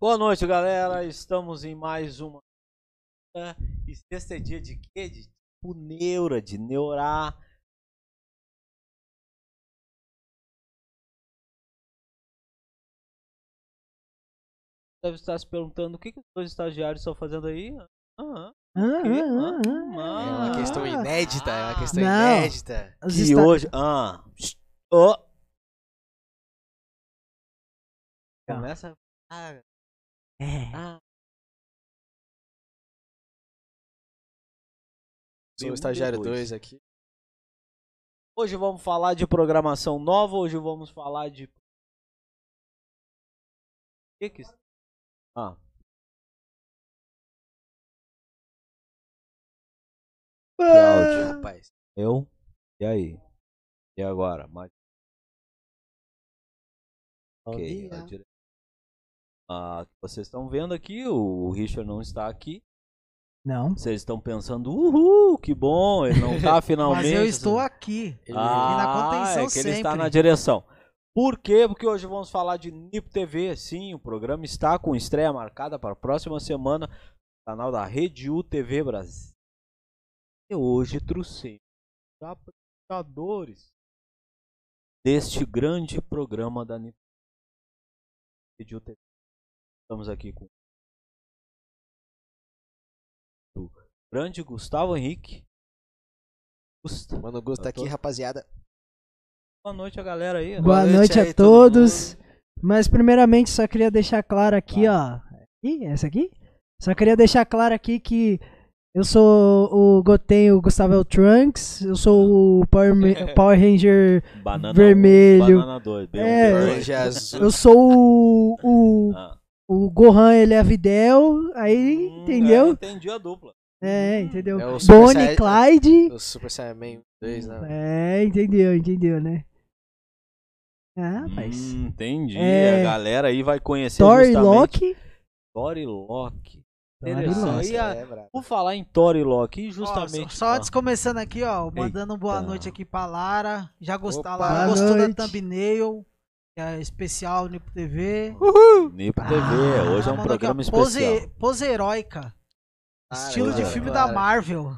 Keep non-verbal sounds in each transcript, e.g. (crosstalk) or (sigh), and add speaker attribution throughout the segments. Speaker 1: Boa noite, galera. Estamos em mais uma. E sexta é dia de quê? De tipo neura, de neurar. Deve estar se perguntando o que, que os dois estagiários estão fazendo aí. Aham.
Speaker 2: Ah,
Speaker 1: quê?
Speaker 2: ah, ah, ah.
Speaker 1: Ah,
Speaker 3: É uma questão inédita, é uma questão
Speaker 2: Não.
Speaker 3: inédita.
Speaker 2: Os
Speaker 1: Que
Speaker 2: esta-
Speaker 1: hoje. Ah. Ó. Começa. Ah,
Speaker 2: É.
Speaker 1: ah.
Speaker 3: Sou o estagiário
Speaker 1: Depois.
Speaker 3: 2 aqui.
Speaker 1: Hoje vamos falar de programação nova, hoje vamos falar de. Que que... Ah. áudio.
Speaker 3: Rapaz,
Speaker 1: Eu? E aí? E agora? Mais... Ok. a dire- Ah, vocês estão vendo aqui, o Richard não está aqui.
Speaker 2: Não.
Speaker 1: Vocês estão pensando, uhul, que bom, ele (laughs) não está finalmente. assim.
Speaker 2: Mas eu estou aqui.
Speaker 3: ele-
Speaker 1: Ah,
Speaker 2: na contenção
Speaker 1: é que ele está
Speaker 2: sempre.
Speaker 1: na direção. Por quê? Porque hoje vamos falar de Nip TV. Sim, o programa está com estreia marcada para a próxima semana no canal da Rede UTV Brasil. E hoje trouxemos os apresentadores deste grande programa da Nip Rede UTV. Estamos aqui com o grande Gustavo Henrique. Gustavo.
Speaker 3: Mano, o Gusto tá aqui,
Speaker 1: Doutor?
Speaker 3: rapaziada.
Speaker 1: Boa noite a galera aí.
Speaker 2: Boa
Speaker 3: noite
Speaker 2: noite
Speaker 3: aí,
Speaker 2: a
Speaker 3: todo
Speaker 2: todos. Mas primeiramente só queria deixar claro aqui, ó. Ih, essa aqui? Só queria deixar claro aqui que eu sou o Gotenho Gustavo é o Trunks, eu sou o Power, Ma- Power Ranger,
Speaker 1: Banana um,
Speaker 2: Vermelho.
Speaker 1: Banana um 2.
Speaker 2: É.
Speaker 3: Laranja azul.
Speaker 2: (laughs) eu sou o, o,
Speaker 1: Ah.
Speaker 2: o Gohan, ele é a Videl, aí, entendeu?
Speaker 1: Hum, é, entendi a dupla.
Speaker 2: É,
Speaker 1: Hum.
Speaker 2: entendeu?
Speaker 3: É o Super
Speaker 2: Bonnie,
Speaker 3: Saiyajin-
Speaker 2: Clyde,
Speaker 3: O Super Saiyaman 2, né?
Speaker 2: É, entendeu, entendeu, né? Ah, rapaz.
Speaker 1: Hum, entendi.
Speaker 2: É.
Speaker 1: A galera aí vai conhecer
Speaker 2: Thor e
Speaker 1: justamente
Speaker 2: Loki.
Speaker 1: Thor e Loki.
Speaker 2: Thor e
Speaker 1: Interessante.
Speaker 2: Loki.
Speaker 1: Aí, ah. a-
Speaker 3: é brabo.
Speaker 1: Por falar em Thor e Loki, justamente.
Speaker 4: Ó, só
Speaker 1: Ah,
Speaker 4: antes começando aqui, ó, mandando um boa
Speaker 1: Eita.
Speaker 4: noite aqui pra Lara. Já gostou,
Speaker 3: Opa.
Speaker 4: Lara?
Speaker 2: Boa
Speaker 4: Gostou
Speaker 2: noite.
Speaker 4: da thumbnail? Que é especial Nipo TV.
Speaker 1: Nipo
Speaker 2: Ah,
Speaker 1: TV. Hoje é um
Speaker 4: Mandou tá aqui,
Speaker 1: programa
Speaker 4: ó, pose-
Speaker 1: especial.
Speaker 4: Pose heróica.
Speaker 3: Para,
Speaker 4: estilo de
Speaker 3: para,
Speaker 4: filme
Speaker 3: para.
Speaker 4: da Marvel.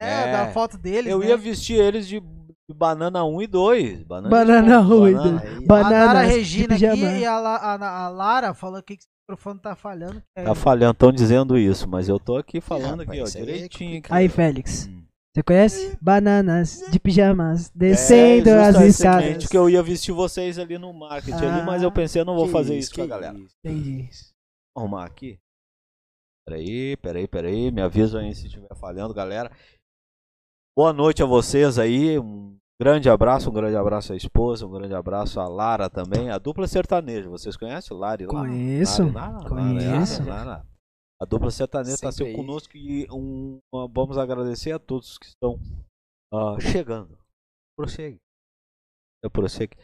Speaker 4: É,
Speaker 1: É.
Speaker 4: da foto deles.
Speaker 1: Eu
Speaker 4: né?
Speaker 1: ia vestir eles de de banana 1 e 2. Banana,
Speaker 2: Banana
Speaker 1: Banana.
Speaker 2: um ruída.
Speaker 3: Aí,
Speaker 4: A Nara
Speaker 2: Banana. tipo
Speaker 4: Regina aqui e a, La- a- a Lara falou aqui que o microfone tá falhando. que é-
Speaker 1: Tá falhando, estão dizendo isso, mas eu tô aqui falando aqui, ó,
Speaker 3: rapaz, isso aí é
Speaker 1: direitinho. aqui.
Speaker 2: Aí, Félix.
Speaker 1: Hum.
Speaker 2: Você conhece? Bananas de pijamas descendo
Speaker 1: É,
Speaker 2: as
Speaker 1: justamente
Speaker 2: escadas.
Speaker 1: que eu ia vestir vocês ali no marketing ali,
Speaker 2: Ah,
Speaker 1: mas eu pensei, eu não vou
Speaker 3: que
Speaker 1: fazer isso
Speaker 3: que
Speaker 1: com a galera.
Speaker 3: isso. (laughs)
Speaker 2: Entendi. (laughs)
Speaker 1: Vou arrumar aqui. Peraí, peraí, peraí. Me avisam aí se estiver falhando, galera. Boa noite a vocês aí. Um grande abraço, um grande abraço à esposa, um grande abraço à Lara também. A dupla sertaneja, vocês conhecem? Lara e Lara?
Speaker 2: Conheço.
Speaker 1: Lara, Lara, Lara,
Speaker 2: Conheço.
Speaker 1: Lara, Lara. A dupla sertaneja está
Speaker 3: Sempre
Speaker 1: sempre
Speaker 3: aí.
Speaker 1: conosco e um, uma- vamos agradecer a todos que estão ah, chegando. Prossegue. Eu prossegui.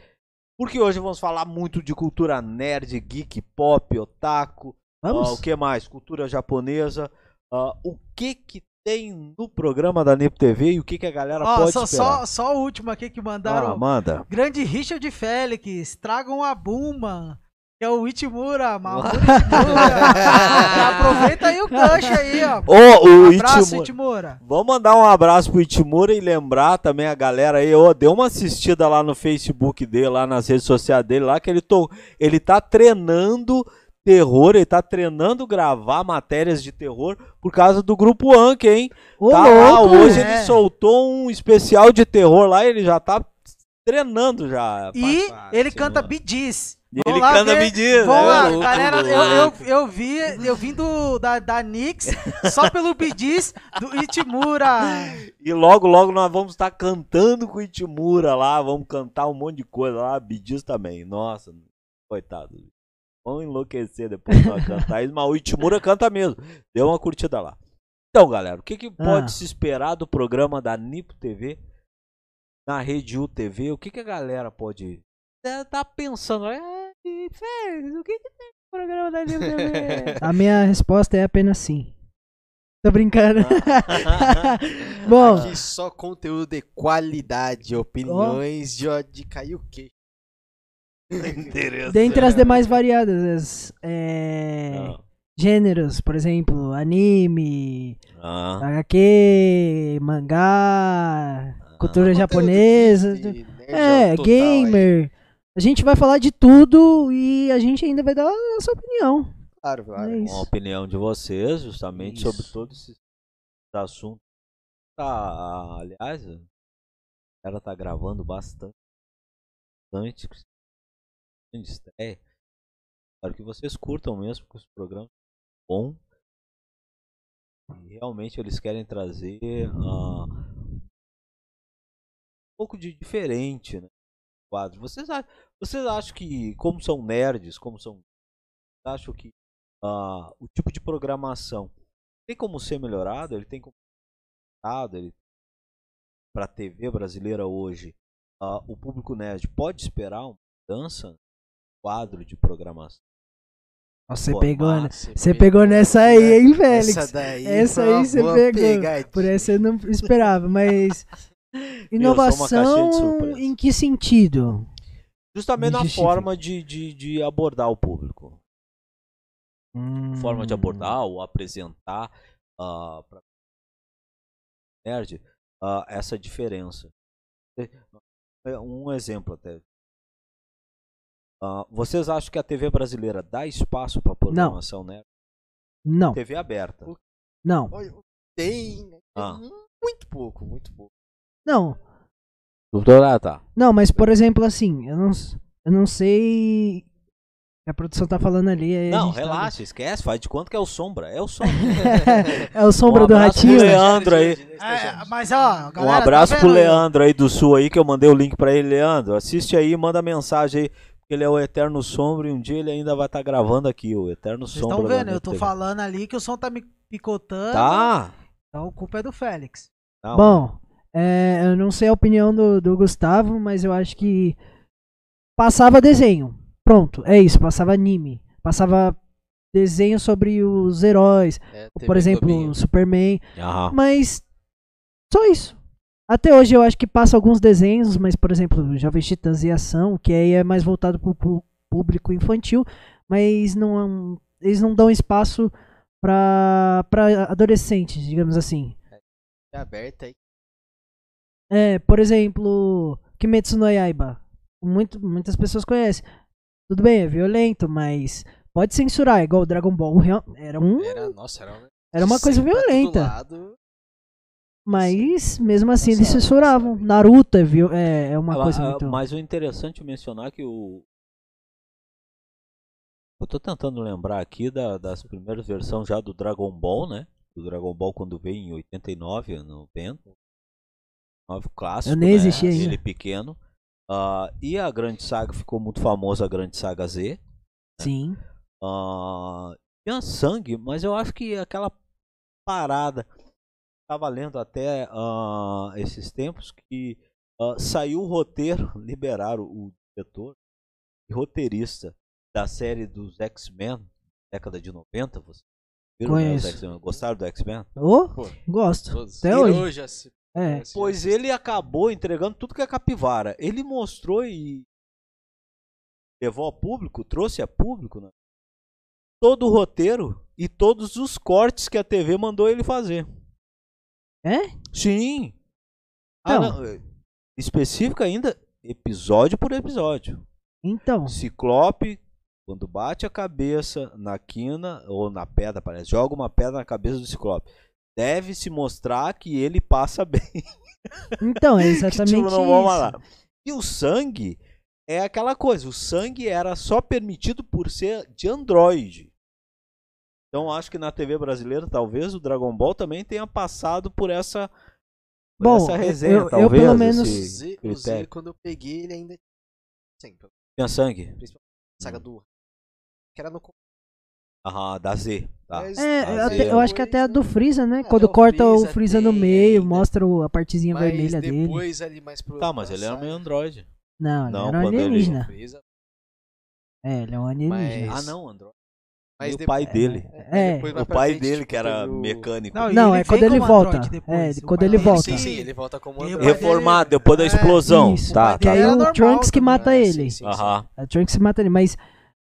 Speaker 1: Porque hoje vamos falar muito de cultura nerd, geek, pop, otaku.
Speaker 2: Vamos?
Speaker 1: ah, o que mais? Cultura japonesa. ah, o que que tem no programa da Nepo TV e o que que a galera
Speaker 4: Ó,
Speaker 1: pode
Speaker 4: só,
Speaker 1: esperar?
Speaker 4: só, um só o último aqui que mandaram.
Speaker 1: ah, manda.
Speaker 4: Grande Richard Félix, tragam a Buma, que é o Itimura, mal. aproveita aí o gancho aí, ó.
Speaker 1: Ô, o
Speaker 4: Abraço,
Speaker 1: Itimura.
Speaker 4: Itimura.
Speaker 1: Vamos mandar um abraço pro Itimura e lembrar também a galera aí, ó, deu uma assistida lá no Facebook dele, lá nas redes sociais dele, lá que ele, to... ele tá treinando terror, ele tá treinando gravar matérias de terror por causa do grupo Anki, hein?
Speaker 2: Ô,
Speaker 1: tá lá,
Speaker 2: louco!
Speaker 1: hoje
Speaker 4: é.
Speaker 1: ele soltou um especial de terror lá, ele já tá treinando já.
Speaker 4: E
Speaker 1: Papai,
Speaker 4: ele
Speaker 1: senhor.
Speaker 4: canta Bidiz.
Speaker 1: E
Speaker 4: Vamos
Speaker 1: ele
Speaker 4: lá
Speaker 1: canta né?
Speaker 4: ver.
Speaker 1: medida.
Speaker 4: Vamos lá,
Speaker 3: louco,
Speaker 4: galera, eu,
Speaker 3: louco.
Speaker 4: eu, eu vi, eu vim do, da, da Nix só pelo Bidiz do Itimura.
Speaker 3: É,
Speaker 1: E logo, logo nós vamos estar cantando com o Itimura lá, vamos cantar um monte de coisa lá, Bidiz também. Nossa, coitado. Vamos enlouquecer depois que nós cantar isso, mas o Itimura canta mesmo. Deu uma curtida lá. Então, galera, o que, que pode se esperar do programa da Nipo TV na Rede UTV? O que, que a galera pode é, tá pensando? "Ah, que fez? O que, que tem no programa da Nipo TV?
Speaker 2: (laughs) A minha resposta é apenas sim. Tô brincando.
Speaker 1: Ah.
Speaker 2: (laughs) Bom,
Speaker 3: Aqui só conteúdo de qualidade, opiniões de, ó, de cair o queixo.
Speaker 1: Interessante.
Speaker 2: Dentre as demais variadas, é,
Speaker 1: Não.
Speaker 2: gêneros, por exemplo, anime, É
Speaker 1: Ah.
Speaker 2: HQ, mangá, cultura
Speaker 3: Conteúdo
Speaker 2: japonesa.
Speaker 3: geek e nerdão
Speaker 2: É,
Speaker 3: tipo total aí.
Speaker 2: gamer. A gente vai falar de tudo e a gente ainda vai dar a nossa opinião.
Speaker 3: Claro, claro.
Speaker 1: com
Speaker 2: É
Speaker 1: a
Speaker 2: isso.
Speaker 1: opinião de vocês, justamente,
Speaker 3: Isso.
Speaker 1: sobre todos esses assuntos. Tá, aliás, ela tá gravando bastante. Bastante. bastante estreia. Espero que vocês curtam mesmo, porque os programas são bons. E realmente eles querem trazer ah, um pouco de diferente né, no quadro. Vocês, a- vocês acham que, como são nerds, como são. Acho que ah, o tipo de programação tem como ser melhorado, ele tem como ser melhorado, ele para a TV brasileira hoje, ah, o público nerd pode esperar uma mudança no quadro de programação.
Speaker 2: Nossa, você
Speaker 1: Pô,
Speaker 2: pegou, né?
Speaker 3: Nossa,
Speaker 2: Você pegou nessa aí, hein, Félix?
Speaker 3: Essa daí.
Speaker 2: Essa
Speaker 3: foi uma
Speaker 2: aí você
Speaker 3: boa
Speaker 2: pegou.
Speaker 3: pegadinha.
Speaker 2: Por essa eu não esperava, mas.
Speaker 1: caixinha de
Speaker 2: Inovação
Speaker 1: surpresa.
Speaker 2: em que sentido?
Speaker 1: Justamente na
Speaker 2: Justifica.
Speaker 1: forma de, de, de abordar o público. Forma de
Speaker 2: Hum.
Speaker 1: abordar ou apresentar ah, pra nerd ah, essa diferença. É Um exemplo até. Ah, vocês acham que a TV brasileira dá espaço para programação, né?
Speaker 2: Não,
Speaker 1: TV aberta.
Speaker 2: não,
Speaker 3: Olha, Tem. né?
Speaker 1: Ah.
Speaker 3: Muito pouco, muito pouco.
Speaker 2: não.
Speaker 1: Doutora, tá.
Speaker 2: Não, mas por exemplo, assim, eu não, s- eu não sei. o que A produção tá falando ali. aí a
Speaker 1: Não,
Speaker 2: gente tá-
Speaker 1: relaxa, esquece, faz de quanto que é o Sombra. É o Sombra.
Speaker 4: (laughs)
Speaker 2: é o sombra
Speaker 1: Um
Speaker 2: do
Speaker 1: abraço pro
Speaker 2: ratinho.
Speaker 1: Leandro. aí.
Speaker 4: É, mas ó, né? galera,
Speaker 1: um abraço
Speaker 4: tá
Speaker 1: pro
Speaker 4: vendo aí?
Speaker 1: Leandro aí do Sul aí, que eu mandei o link pra ele. Leandro, assiste aí, manda mensagem aí. porque Ele é o Eterno Sombra e um dia ele ainda vai estar gravando aqui, o Eterno
Speaker 4: Vocês
Speaker 1: Sombra.
Speaker 4: estão
Speaker 1: da
Speaker 4: vendo? Eu tô
Speaker 1: NTV.
Speaker 4: falando ali que o som tá me picotando.
Speaker 1: Tá.
Speaker 4: Então a culpa é do Félix.
Speaker 1: Tá,
Speaker 2: Bom, é, eu não sei a opinião do, do Gustavo, mas eu acho que passava desenho. Pronto, é isso, passava anime. Passava desenho sobre os heróis.
Speaker 3: É,
Speaker 2: Ah, por
Speaker 3: TV
Speaker 2: exemplo,
Speaker 3: Globinho.
Speaker 2: Superman.
Speaker 1: Ah,
Speaker 2: Mas só isso. Até hoje eu acho que passa alguns desenhos, mas por exemplo, Jovens Titãs e Ação, que aí é mais voltado pro pu- público infantil, mas não é um- eles não dão espaço pra para adolescentes, digamos assim.
Speaker 3: Tá aberta aí.
Speaker 2: É, por exemplo, Kimetsu no Yaiba. Muito, muitas pessoas conhecem. Tudo bem, é violento, mas pode censurar, igual o Dragon Ball real- era um
Speaker 3: Era, nossa, era uma,
Speaker 2: era uma coisa
Speaker 3: Sim, tá pra todo
Speaker 2: violenta.
Speaker 3: lado.
Speaker 2: Mas mesmo assim eles
Speaker 3: Passava,
Speaker 2: censuravam.
Speaker 3: passava.
Speaker 2: Naruto é, viol- é, é uma
Speaker 1: ah,
Speaker 2: coisa
Speaker 1: ah,
Speaker 2: muito.
Speaker 1: Mas o interessante é mencionar que o. Eu tô tentando lembrar aqui da- das primeiras versões já do Dragon Ball, né? Do Dragon Ball quando veio em 89, no Ben. Nove clássico.
Speaker 2: Eu nem
Speaker 1: né?
Speaker 2: existia ainda.
Speaker 1: Ele pequeno. Ah, e a Grande Saga ficou muito famosa, a Grande Saga Z.
Speaker 2: Sim.
Speaker 1: Ah, tinha sangue, mas eu acho que aquela parada. Tava lendo até ah, esses tempos que ah, saiu o roteiro, (laughs) liberaram o diretor e roteirista da série dos X-Men, década de 90. Vocês viram, né, os
Speaker 2: Conheço.
Speaker 1: X-Men? Gostaram do X-Men?
Speaker 2: Ô,
Speaker 3: Pô,
Speaker 2: gosto.
Speaker 3: todos.
Speaker 2: Até
Speaker 3: E
Speaker 2: hoje.
Speaker 3: assim,
Speaker 2: É.
Speaker 3: assim,
Speaker 1: Pois ele acabou entregando tudo que é capivara. Ele mostrou e levou a público, trouxe a público né? todo o roteiro e todos os cortes que a TV mandou ele fazer.
Speaker 2: É?
Speaker 1: Sim. Ah,
Speaker 2: Então.
Speaker 1: não, é, Específico ainda, episódio por episódio.
Speaker 2: Então,
Speaker 1: Ciclope, quando bate a cabeça na quina, ou na pedra, parece, joga uma pedra na cabeça do Ciclope. Deve se mostrar que ele passa bem
Speaker 2: então,
Speaker 3: (laughs)
Speaker 2: é
Speaker 1: que,
Speaker 2: exatamente
Speaker 1: tipo, não vamos
Speaker 2: isso.
Speaker 1: lá. E o sangue é aquela coisa, o sangue era só permitido por ser de Android. Então acho que na TV brasileira talvez o Dragon Ball também tenha passado por essa por
Speaker 2: Bom,
Speaker 1: essa
Speaker 2: eu-
Speaker 1: resenha,
Speaker 2: eu- eu
Speaker 1: talvez.
Speaker 2: pelo
Speaker 3: O
Speaker 2: menos-
Speaker 1: esse
Speaker 3: Z, o Z,
Speaker 1: critério.
Speaker 3: quando eu peguei, ele ainda tinha sangue,
Speaker 1: Tinha sangue.
Speaker 3: principalmente na saga
Speaker 1: Hum.
Speaker 3: do que era no começo,
Speaker 1: Aham, da Z. Tá.
Speaker 3: Mas-
Speaker 2: É,
Speaker 1: Ah,
Speaker 2: até-
Speaker 1: depois,
Speaker 2: eu acho que até a do Freeza, né?
Speaker 3: É,
Speaker 2: Quando
Speaker 3: o
Speaker 2: corta o
Speaker 3: Freeza
Speaker 2: Freeza no
Speaker 3: tem
Speaker 2: meio,
Speaker 3: ainda.
Speaker 2: mostra o- a partezinha
Speaker 3: mas
Speaker 2: vermelha dele.
Speaker 3: depois ali mais pro
Speaker 1: Tá, mas
Speaker 3: pra
Speaker 1: ele era
Speaker 3: saga,
Speaker 1: meio Android.
Speaker 2: Não, ele
Speaker 1: Não,
Speaker 2: era um
Speaker 1: quando ele-
Speaker 2: alienígena.
Speaker 3: Frieza,
Speaker 2: É, ele é um alienígena.
Speaker 3: Mas-
Speaker 1: Ah, não, Android. E
Speaker 3: Mas
Speaker 1: o
Speaker 3: depois-
Speaker 1: pai dele.
Speaker 2: É.
Speaker 3: depois mais
Speaker 1: O
Speaker 3: pra
Speaker 1: pai
Speaker 3: frente,
Speaker 1: dele,
Speaker 3: tipo,
Speaker 1: que era
Speaker 3: teve o-
Speaker 1: mecânico.
Speaker 4: e
Speaker 2: Não, é
Speaker 4: vem
Speaker 2: quando ele
Speaker 4: como
Speaker 2: volta.
Speaker 4: androide
Speaker 2: É,
Speaker 4: O
Speaker 2: quando
Speaker 4: pai
Speaker 2: ele
Speaker 4: dele-
Speaker 2: volta.
Speaker 3: Sim, sim, ele volta como
Speaker 4: Tem o
Speaker 3: androide.
Speaker 1: Reformado depois da
Speaker 4: É,
Speaker 1: explosão.
Speaker 2: isso,
Speaker 1: tá,
Speaker 4: o pai
Speaker 2: Que
Speaker 1: tá.
Speaker 2: aí
Speaker 4: Era
Speaker 2: o
Speaker 4: normal
Speaker 2: Trunks que
Speaker 4: também,
Speaker 2: mata
Speaker 3: é,
Speaker 2: ele.
Speaker 3: sim, sim.
Speaker 1: Aham.
Speaker 2: A Trunks mata ele, mas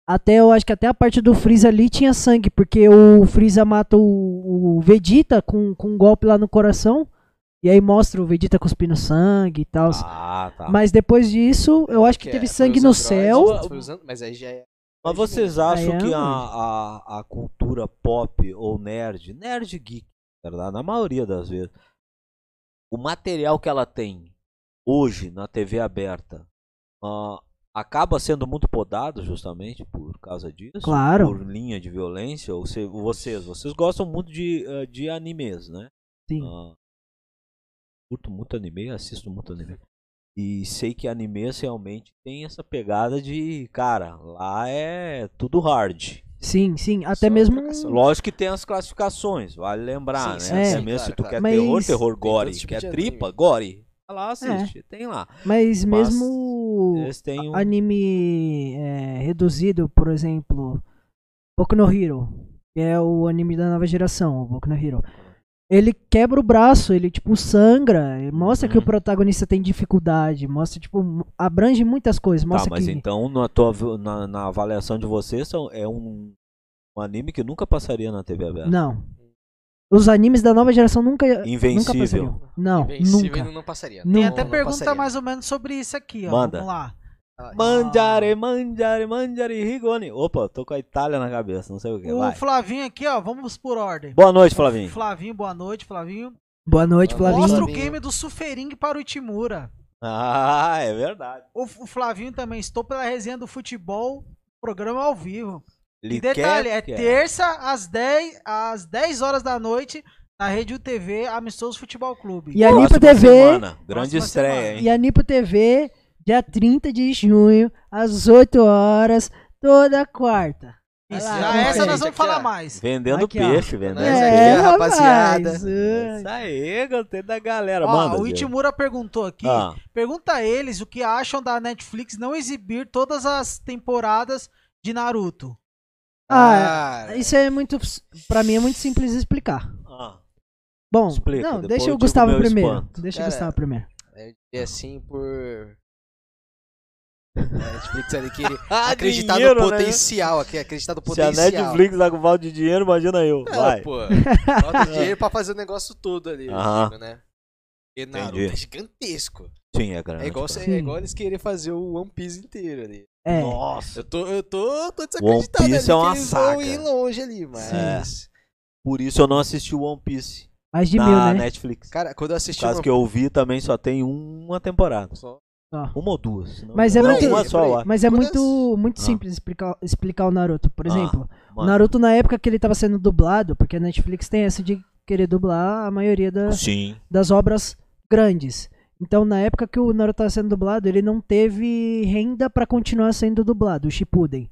Speaker 2: até eu acho que até a parte do Freeza ali tinha sangue, porque o Freeza mata o, o Vegeta com, com um golpe lá no coração. E aí mostra o Vegeta cuspindo sangue e tal.
Speaker 1: Ah, tá.
Speaker 2: Mas depois disso, eu acho que
Speaker 3: é,
Speaker 2: teve
Speaker 3: foi
Speaker 2: sangue
Speaker 3: os
Speaker 2: no
Speaker 3: androides,
Speaker 2: céu.
Speaker 3: foi os an- Mas aí já é.
Speaker 1: Mas vocês acham
Speaker 2: Aí é
Speaker 1: que a,
Speaker 2: onde?
Speaker 1: a, a cultura pop ou nerd, nerd geek, na verdade, na maioria das vezes, o material que ela tem hoje na TV aberta ah, acaba sendo muito podado justamente por causa disso?
Speaker 2: Claro.
Speaker 1: Por linha de violência? Ou se, vocês, vocês gostam muito de, eh, de animes, né?
Speaker 2: Sim.
Speaker 1: Ah, curto muito anime, assisto muito anime. E sei que animes realmente tem essa pegada de, cara, lá é tudo hard.
Speaker 2: Sim, sim. Até
Speaker 3: Só
Speaker 2: mesmo.
Speaker 3: trocação.
Speaker 1: Lógico que tem as classificações, vale lembrar,
Speaker 3: Sim,
Speaker 1: né?
Speaker 2: sim,
Speaker 1: Até
Speaker 2: sim,
Speaker 1: mesmo se
Speaker 3: claro,
Speaker 1: tu
Speaker 3: claro.
Speaker 1: quer
Speaker 2: Mas-
Speaker 1: terror, terror gore,
Speaker 3: todo tipo
Speaker 1: quer
Speaker 3: de
Speaker 1: tripa,
Speaker 3: anime.
Speaker 1: gore, vai lá, assiste, tem lá.
Speaker 2: Mas
Speaker 1: Mas
Speaker 2: mesmo.
Speaker 1: Eles têm um...
Speaker 2: anime é, reduzido, por exemplo, Boku no Hero, que é o anime da nova geração, o Boku no Hero. Ele quebra o braço, ele tipo sangra, e mostra que
Speaker 1: Uhum.
Speaker 2: o protagonista tem dificuldade, mostra tipo mu- abrange muitas coisas,
Speaker 1: Tá,
Speaker 2: mostra é.
Speaker 1: mas
Speaker 2: que
Speaker 1: então na, tua, vi- na, na avaliação de vocês são- é um, um anime que nunca passaria na TV aberta.
Speaker 2: não. Os animes da nova geração nunca nunca
Speaker 1: Invencível.
Speaker 2: passariam. Não,
Speaker 3: Invencível
Speaker 2: nunca.
Speaker 3: não- não passaria. né?
Speaker 2: Tem
Speaker 4: Tem
Speaker 3: Não,
Speaker 4: até
Speaker 3: não
Speaker 4: pergunta
Speaker 3: passaria.
Speaker 4: mais ou menos sobre isso aqui, ó.
Speaker 1: Manda.
Speaker 4: Vamos lá.
Speaker 3: Ah,
Speaker 1: Mandiare, mandiare, mandiare, rigoni. Opa, tô com a Itália na cabeça, não sei o que.
Speaker 4: O
Speaker 1: Vai.
Speaker 4: Flavinho aqui, ó, vamos por ordem.
Speaker 1: Boa noite, Flavinho.
Speaker 4: Flavinho, boa noite, Flavinho.
Speaker 2: Boa noite, Flavinho.
Speaker 4: Mostra o
Speaker 3: Flavinho.
Speaker 4: game do Sufering para o Itimura.
Speaker 1: Ah, é verdade.
Speaker 4: O F- o Flavinho também, estou pela resenha do futebol, programa ao vivo. E
Speaker 1: Liqueca.
Speaker 4: detalhe, é terça às 10, às 10 horas da noite na Rede UTV Amistoso Futebol Clube.
Speaker 2: E a
Speaker 1: Próxima
Speaker 2: Nipo TV,
Speaker 1: semana. Grande
Speaker 4: Próxima
Speaker 1: estreia,
Speaker 4: semana.
Speaker 1: hein?
Speaker 2: e a Nipo TV, dia 30 de junho, às 8 horas, toda quarta.
Speaker 4: Isso,
Speaker 2: Vai lá,
Speaker 4: já
Speaker 2: acompanha.
Speaker 4: essa nós
Speaker 3: Gente,
Speaker 4: vamos
Speaker 3: aqui, ó.
Speaker 4: falar mais.
Speaker 1: Vendendo
Speaker 2: Aqui, ó.
Speaker 1: peixe, vendendo.
Speaker 3: Nós Né? aqui,
Speaker 2: É,
Speaker 3: rapaziada.
Speaker 2: rapaz,
Speaker 1: É
Speaker 2: é.
Speaker 1: Isso aí, gostei da galera.
Speaker 4: Ó,
Speaker 1: Manda,
Speaker 4: o
Speaker 1: Diego.
Speaker 4: Itimura perguntou aqui,
Speaker 1: Ah,
Speaker 4: pergunta a eles o que acham da Netflix não exibir todas as temporadas de Naruto.
Speaker 2: Ah,
Speaker 3: Cara,
Speaker 2: Isso é muito. Pra mim é muito simples de explicar.
Speaker 1: ah.
Speaker 2: Bom,
Speaker 1: Explica,
Speaker 2: não,
Speaker 1: depois
Speaker 2: deixa
Speaker 1: eu
Speaker 2: o
Speaker 1: digo
Speaker 2: Gustavo
Speaker 1: meu
Speaker 2: primeiro.
Speaker 1: espanto.
Speaker 2: Deixa
Speaker 3: Cara,
Speaker 2: o Gustavo primeiro.
Speaker 3: eu diria assim por. A Netflix
Speaker 1: (laughs)
Speaker 3: ali que ele acreditar
Speaker 1: dinheiro,
Speaker 3: no
Speaker 1: né?
Speaker 3: potencial aqui, acreditar no
Speaker 1: Se a
Speaker 3: potencial.
Speaker 1: Netflix tá com falta de dinheiro, imagina eu.
Speaker 3: É,
Speaker 1: Vai.
Speaker 2: (laughs)
Speaker 3: pô. Bota dinheiro pra fazer o negócio todo ali,
Speaker 1: Aham.
Speaker 3: tipo, né? Porque Naruto
Speaker 1: Entendi.
Speaker 3: é gigantesco.
Speaker 1: Sim, é grande.
Speaker 3: É igual,
Speaker 1: cara.
Speaker 3: é
Speaker 2: assim.
Speaker 3: igual eles querem fazer o One Piece inteiro ali.
Speaker 2: É.
Speaker 1: Nossa,
Speaker 3: Eu tô, eu tô, tô desacreditado
Speaker 1: One
Speaker 3: ali
Speaker 1: Piece
Speaker 3: que
Speaker 1: é uma
Speaker 3: eles
Speaker 1: saga.
Speaker 3: vão ir longe ali, mas...
Speaker 1: por isso eu não assisti o One Piece
Speaker 2: Mais de
Speaker 1: na
Speaker 2: mil, né?
Speaker 1: Netflix.
Speaker 3: Cara, quando eu
Speaker 1: Por
Speaker 3: assisti
Speaker 1: causa
Speaker 3: One
Speaker 1: que eu vi também só tem uma temporada.
Speaker 3: Piece... só-
Speaker 2: Ó.
Speaker 1: Uma ou duas. senão-
Speaker 2: Mas é
Speaker 1: não,
Speaker 2: muito-
Speaker 1: uma só, eu acho.
Speaker 2: Mas é
Speaker 3: Quando
Speaker 2: muito, muito
Speaker 1: Ah.
Speaker 2: simples explicar, explicar o Naruto. Por
Speaker 1: Ah,
Speaker 2: exemplo, o
Speaker 1: mano.
Speaker 2: Naruto na época que ele tava sendo dublado, porque a Netflix tem essa de querer dublar a maioria da,
Speaker 1: Sim.
Speaker 2: das obras grandes. Então, na época que o Naruto estava sendo dublado, ele não teve renda pra continuar sendo dublado, o Shippuden.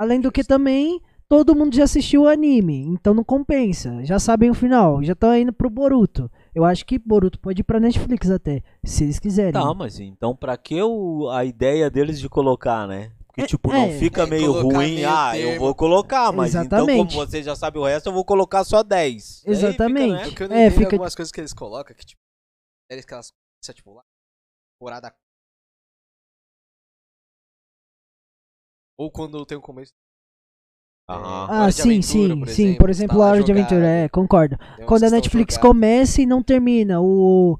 Speaker 2: Além do que também, todo mundo já assistiu o anime, então não compensa. Já sabem o final, já estão indo pro Boruto. Eu acho que Boruto pode ir pra Netflix até, se eles quiserem.
Speaker 3: um
Speaker 1: Tá, mas então pra que o, a ideia deles de colocar, né? Porque,
Speaker 2: É,
Speaker 1: tipo,
Speaker 2: é.
Speaker 1: não fica
Speaker 3: É,
Speaker 1: meio
Speaker 3: colocar
Speaker 1: ruim,
Speaker 3: meio
Speaker 1: ah, eu
Speaker 3: termo.
Speaker 1: vou colocar, mas então,
Speaker 2: Exatamente.
Speaker 1: como você já sabe o resto, eu vou colocar só 10. Daí fica,
Speaker 2: Exatamente.
Speaker 1: né?
Speaker 3: O que eu não
Speaker 2: É,
Speaker 3: entendo é
Speaker 2: fica-
Speaker 3: algumas coisas que eles colocam, que tipo... Eles que elas... isso é, Tipo, lá... Temporada... Ou quando tem o começo...
Speaker 1: Aham.
Speaker 2: Ah,
Speaker 3: Hora de
Speaker 2: sim,
Speaker 3: Aventura,
Speaker 2: sim,
Speaker 3: por
Speaker 2: sim.
Speaker 3: exemplo,
Speaker 2: Por exemplo,
Speaker 3: tá
Speaker 2: a
Speaker 3: lá
Speaker 2: Hora de
Speaker 3: jogado.
Speaker 2: Aventura, é, concordo.
Speaker 3: tem uns
Speaker 2: Quando
Speaker 3: que
Speaker 2: a
Speaker 3: estão
Speaker 2: Netflix
Speaker 3: jogados.
Speaker 2: começa e não termina, o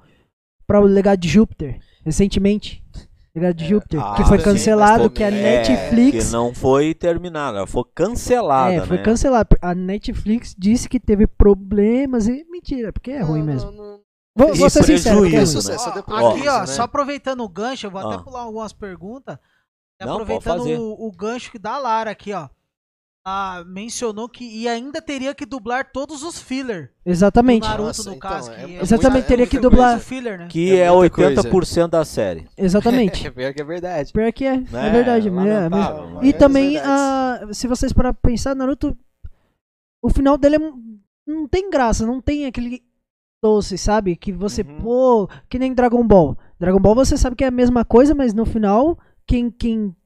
Speaker 2: para o Legado de Júpiter, recentemente. Legado de Júpiter,
Speaker 1: Ah,
Speaker 2: que foi
Speaker 1: sim, é,
Speaker 2: cancelado,
Speaker 3: mas é,
Speaker 2: que a
Speaker 3: também-
Speaker 2: Netflix
Speaker 1: Que não foi terminada, ela foi cancelada.
Speaker 2: É, foi
Speaker 1: né?
Speaker 2: cancelado. A Netflix disse que teve problemas e mentira, porque é ruim
Speaker 3: Não,
Speaker 2: mesmo.
Speaker 3: Não, não,
Speaker 2: Vou, vou
Speaker 1: Isso,
Speaker 2: ser sincero, porque é
Speaker 1: prejuízo,
Speaker 2: ruim.
Speaker 1: né?
Speaker 3: Só
Speaker 4: Ó,
Speaker 3: depois
Speaker 4: aqui,
Speaker 3: disso,
Speaker 4: ó,
Speaker 3: né?
Speaker 4: só aproveitando o gancho, eu vou
Speaker 1: Ah.
Speaker 4: até pular algumas perguntas. né,
Speaker 1: Não, pode
Speaker 4: aproveitando
Speaker 1: fazer.
Speaker 4: o, o gancho que da Lara aqui, ó. Ah, mencionou que e ainda teria que dublar todos os filler. Do
Speaker 2: Exatamente.
Speaker 4: Naruto,
Speaker 3: Nossa,
Speaker 4: no
Speaker 3: então,
Speaker 4: caso.
Speaker 3: é
Speaker 4: que
Speaker 3: muita-
Speaker 2: Exatamente,
Speaker 4: é
Speaker 2: teria
Speaker 4: muita
Speaker 2: que
Speaker 4: coisa.
Speaker 2: dublar.
Speaker 4: filler, né?
Speaker 1: Que
Speaker 3: É
Speaker 1: é,
Speaker 3: muita coisa.
Speaker 1: 80% da série.
Speaker 2: Exatamente.
Speaker 3: (laughs) É pior (laughs) que
Speaker 1: (laughs)
Speaker 3: é verdade.
Speaker 2: Pior que é,
Speaker 1: Né?
Speaker 2: é verdade, mas é, mas-
Speaker 1: Lamentável,
Speaker 3: mesmo.
Speaker 1: mas-
Speaker 2: E
Speaker 3: É
Speaker 2: também,
Speaker 3: verdade.
Speaker 2: a, se vocês para pensar, Naruto, o final dele é um- não tem graça, não tem aquele doce, sabe? Que você,
Speaker 1: Uhum.
Speaker 2: pô, que nem Dragon Ball. Dragon Ball você sabe que é a mesma coisa, mas no final, quem, quem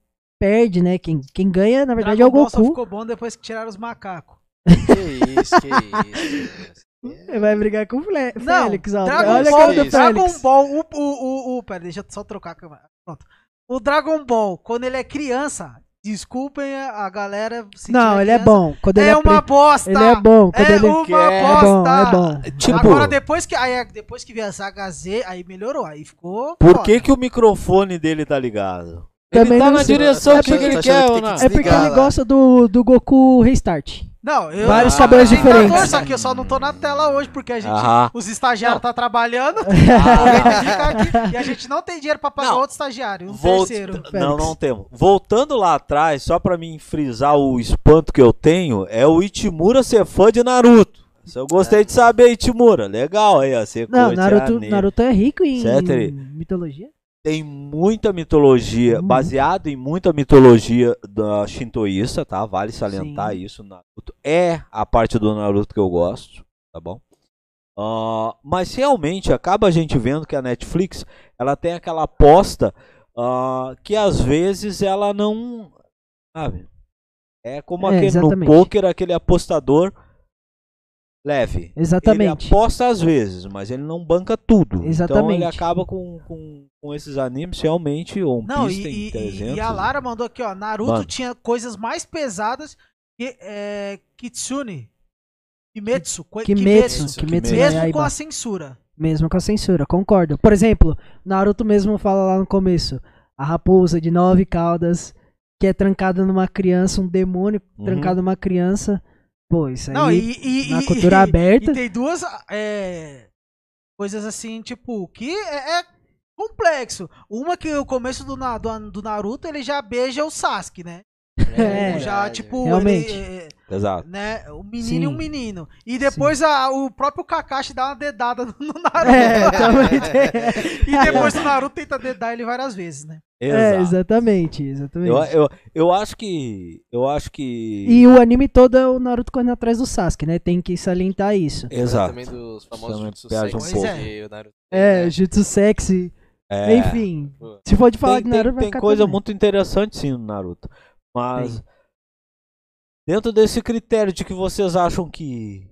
Speaker 2: perde, né? Quem, quem ganha, na verdade, é o
Speaker 4: Dragon Ball só
Speaker 2: Goku.
Speaker 4: ficou bom depois que tiraram os macacos.
Speaker 3: Que isso, que isso.
Speaker 2: Ele vai brigar com o Fle-
Speaker 4: Não,
Speaker 2: Félix, ó.
Speaker 4: Dragon
Speaker 2: Olha a
Speaker 4: Ball,
Speaker 2: cara do
Speaker 3: isso.
Speaker 4: Dragon
Speaker 2: Félix.
Speaker 4: Ball, o, o, o, o- pera, deixa eu só trocar a câmera. Pronto. O Dragon Ball, quando ele é criança, desculpem a a galera. se
Speaker 2: Não,
Speaker 4: tiver
Speaker 2: ele é
Speaker 4: criança,
Speaker 2: bom. Quando ele
Speaker 4: é uma
Speaker 2: apre-
Speaker 4: bosta.
Speaker 2: Ele é bom. Quando
Speaker 4: É
Speaker 2: ele
Speaker 4: uma
Speaker 3: quer.
Speaker 2: é bom,
Speaker 4: bosta.
Speaker 2: é bom.
Speaker 3: Tipo,
Speaker 4: Agora, depois que, aí, depois que veio a HZ, aí melhorou, aí ficou.
Speaker 1: Por
Speaker 4: foda.
Speaker 1: que, que o microfone dele tá ligado?
Speaker 2: Também
Speaker 5: ele tá
Speaker 2: não
Speaker 5: na
Speaker 2: sei.
Speaker 5: direção
Speaker 3: É
Speaker 5: que,
Speaker 3: porque-
Speaker 5: ele
Speaker 3: tá achando
Speaker 5: quer,
Speaker 3: que tem
Speaker 5: Ana.
Speaker 3: que
Speaker 2: É porque
Speaker 3: Desligar
Speaker 2: ele
Speaker 3: lá.
Speaker 2: gosta do, do Goku Restart.
Speaker 4: Não, eu.
Speaker 2: Vários
Speaker 4: eu
Speaker 2: sabores
Speaker 4: sou apresentador,
Speaker 2: diferentes.
Speaker 4: Só que eu só não tô na tela hoje, porque a gente.
Speaker 1: Aham.
Speaker 4: Os estagiários tá trabalhando.
Speaker 2: (laughs)
Speaker 5: Ah,
Speaker 1: Ah, é.
Speaker 4: alguém tem que ficar aqui, e a gente não tem dinheiro pra pagar
Speaker 1: Não.
Speaker 4: outro estagiário, um
Speaker 1: Volt-
Speaker 4: terceiro.
Speaker 1: Não,
Speaker 2: Félix.
Speaker 1: não temos. Voltando lá atrás, só pra mim frisar o espanto que eu tenho, é o Itimura ser fã de Naruto. Isso eu gostei de saber, Itimura. Legal aí, ó. Você
Speaker 2: Não,
Speaker 1: curte
Speaker 2: Naruto,
Speaker 1: anime.
Speaker 2: Naruto é rico em
Speaker 1: Certo, ele-
Speaker 2: mitologia.
Speaker 1: Tem muita mitologia,
Speaker 2: Hum.
Speaker 1: baseado em muita mitologia da shintoísta, tá? Vale salientar
Speaker 2: Sim.
Speaker 1: isso. Naruto é a parte do Naruto que eu gosto, tá bom? Ah, mas realmente acaba a gente vendo que a Netflix ela tem aquela aposta ah, que às vezes ela não sabe? É como
Speaker 2: É,
Speaker 1: aquele no
Speaker 2: exatamente.
Speaker 1: poker aquele apostador leve.
Speaker 2: Exatamente.
Speaker 4: é
Speaker 1: Ele aposta às vezes, mas ele não banca tudo. Então
Speaker 2: Exatamente.
Speaker 1: ele acaba com, com, com esses animes realmente. One Piece
Speaker 4: Não,
Speaker 1: tem
Speaker 4: e, e-
Speaker 1: 300.
Speaker 4: e a Lara mandou aqui, ó. Naruto
Speaker 1: Manda.
Speaker 4: tinha coisas mais pesadas que é, Kitsune. Kimetsu. coi-
Speaker 2: Kimetsu, Kimetsu, é
Speaker 4: Kimetsu.
Speaker 1: Kimetsu.
Speaker 2: no
Speaker 4: Mesmo
Speaker 2: Yaiba.
Speaker 4: com a censura.
Speaker 2: Mesmo com a censura, concordo. Por exemplo, Naruto mesmo fala lá no começo, a raposa de nove caudas que é trancada numa criança, um demônio
Speaker 1: Uhum.
Speaker 2: trancado numa criança. Pô, isso aí.
Speaker 4: Não, e, e-
Speaker 2: na
Speaker 4: e-
Speaker 2: cultura
Speaker 4: (laughs) e-
Speaker 2: aberta.
Speaker 4: E tem duas é, coisas assim, tipo, que é, é complexo. Uma que o começo do, Na- do, do Naruto, ele já beija o Sasuke, né?
Speaker 2: (laughs) É,
Speaker 4: já, tipo,
Speaker 2: Realmente.
Speaker 4: ele, é,
Speaker 1: Exato.
Speaker 4: né, o menino
Speaker 2: Sim.
Speaker 4: e um menino. E depois a- o próprio Kakashi dá uma dedada no no Naruto.
Speaker 2: (laughs) É, também tem.
Speaker 4: (laughs) E depois
Speaker 1: É.
Speaker 4: o Naruto tenta dedar ele várias vezes, né?
Speaker 2: É,
Speaker 1: (laughs) Exato.
Speaker 2: exatamente, exatamente.
Speaker 1: Eu, eu, eu acho que. Eu acho que.
Speaker 2: E o anime todo é o Naruto correndo atrás do Sasuke, né? Tem que salientar isso.
Speaker 1: É Exato.
Speaker 3: né, Também dos famosos
Speaker 1: Também
Speaker 3: Jutsu
Speaker 1: viaja um
Speaker 3: Sense
Speaker 4: pouco.
Speaker 3: que o Naruto tem,
Speaker 2: É,
Speaker 3: né?
Speaker 2: Jutsu Sexy,
Speaker 1: É.
Speaker 2: enfim.
Speaker 3: Pô,
Speaker 2: Se for de falar
Speaker 1: Tem,
Speaker 2: de
Speaker 1: tem-
Speaker 2: Naruto, vai
Speaker 1: tem
Speaker 2: ficar
Speaker 1: coisa
Speaker 2: tudo bem.
Speaker 1: muito interessante sim no Naruto. Mas.
Speaker 2: Tem.
Speaker 1: Dentro desse critério de que vocês acham que.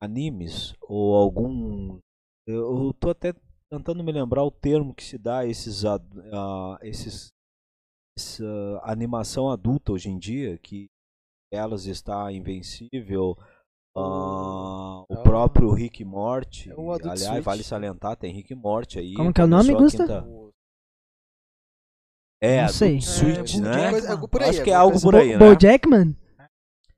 Speaker 1: Animes ou algum. Eu, eu tô até tentando me lembrar o termo que se dá a esses. a- a- esses essa animação adulta hoje em dia, que elas está invencível. ah,
Speaker 3: é
Speaker 1: o
Speaker 3: o-
Speaker 1: próprio Rick Morte.
Speaker 3: é o Adult
Speaker 1: Aliás,
Speaker 3: Swim.
Speaker 1: vale salientar, tem Rick Morte aí.
Speaker 2: Como que é o
Speaker 1: começou
Speaker 2: nome,
Speaker 1: a
Speaker 2: Gusta?
Speaker 1: quinta-
Speaker 3: o-
Speaker 1: É,
Speaker 2: Não
Speaker 1: Adult
Speaker 2: sei.
Speaker 1: Swim,
Speaker 3: É,
Speaker 1: né?
Speaker 3: coisa- algo por aí,
Speaker 1: Acho que é
Speaker 3: alguma
Speaker 1: algo
Speaker 3: coisa
Speaker 1: por aí, né?
Speaker 2: Bo Jackman?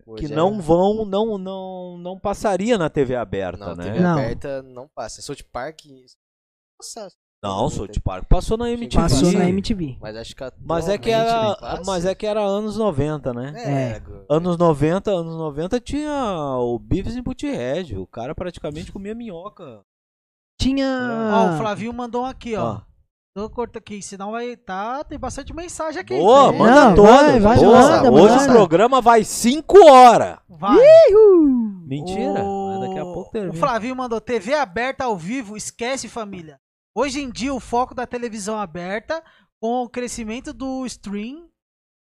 Speaker 3: Hoje
Speaker 1: que
Speaker 3: é-
Speaker 1: não vão, não, não, não passaria na TV aberta,
Speaker 3: Não,
Speaker 1: né?
Speaker 3: TV
Speaker 2: Não.
Speaker 3: aberta não passa. South Park. Nossa,
Speaker 1: Não, South Park passou na MTV.
Speaker 2: Passou na
Speaker 3: Sim.
Speaker 2: MTV.
Speaker 3: mas acho que.
Speaker 1: Mas é que
Speaker 3: atualmente,
Speaker 1: era,
Speaker 3: né, classe?
Speaker 1: mas é que era anos 90, né?
Speaker 3: É,
Speaker 2: É.
Speaker 3: agora-
Speaker 1: Anos 90, anos 90 tinha o Beavis e Butthead, o cara praticamente comia minhoca.
Speaker 2: Tinha.
Speaker 4: Ó, o Flavinho mandou um aqui, ó.
Speaker 1: Ah.
Speaker 4: Tô cortando aqui, senão vai tá, tem bastante mensagem aqui.
Speaker 1: Boa,
Speaker 4: Tem.
Speaker 1: manda
Speaker 2: Não,
Speaker 1: todas.
Speaker 2: vai, vai,
Speaker 1: Boa,
Speaker 2: manda,
Speaker 1: hoje
Speaker 2: manda.
Speaker 1: o programa vai 5 horas.
Speaker 4: Vai.
Speaker 2: Ihu!
Speaker 1: Mentira,
Speaker 4: O-
Speaker 1: mas daqui a pouco
Speaker 4: O
Speaker 1: termina.
Speaker 4: Flavinho mandou TV aberta ao vivo, esquece família. Hoje em dia o foco da televisão aberta com o crescimento do stream,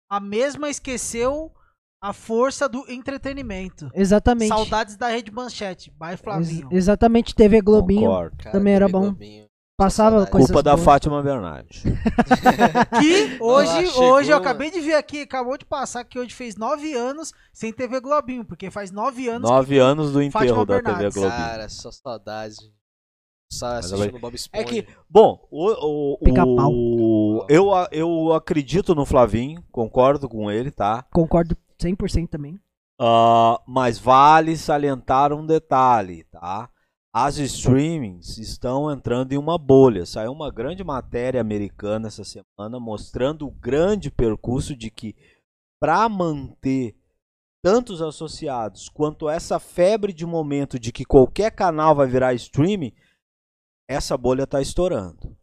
Speaker 4: a mesma esqueceu a força do entretenimento.
Speaker 2: Exatamente.
Speaker 4: Saudades da Rede Manchete, vai Flavinho.
Speaker 2: Ex- exatamente, TV Globinho.
Speaker 1: Concordo.
Speaker 3: Cara,
Speaker 2: Também era bom.
Speaker 3: Globinho.
Speaker 2: Passava
Speaker 3: Saudade.
Speaker 2: coisas
Speaker 1: Culpa da
Speaker 2: boas.
Speaker 1: Fátima Bernardes.
Speaker 4: Que
Speaker 3: (laughs) Olha
Speaker 4: hoje,
Speaker 3: lá,
Speaker 4: hoje
Speaker 3: chegou.
Speaker 4: eu acabei de ver aqui, acabou de passar que hoje fez nove anos sem TV Globinho, porque faz nove anos.
Speaker 1: Nove anos do enterro da
Speaker 4: Bernardes.
Speaker 1: TV Globinho.
Speaker 3: Cara, só saudade. Só
Speaker 1: Mas
Speaker 3: assistindo
Speaker 1: vai-
Speaker 3: Bob
Speaker 1: É
Speaker 3: Esponja.
Speaker 1: que, bom, o, o,
Speaker 2: Pica-pau.
Speaker 1: o- eu, a- eu acredito no Flavinho, concordo com ele, tá?
Speaker 2: Concordo 100% também.
Speaker 1: Ah, mas vale salientar um detalhe, tá? As streamings estão entrando em uma bolha. Saiu uma grande matéria americana essa semana mostrando o grande percurso de que para manter tantos associados quanto essa febre de momento de que qualquer canal vai virar streaming, essa bolha está estourando.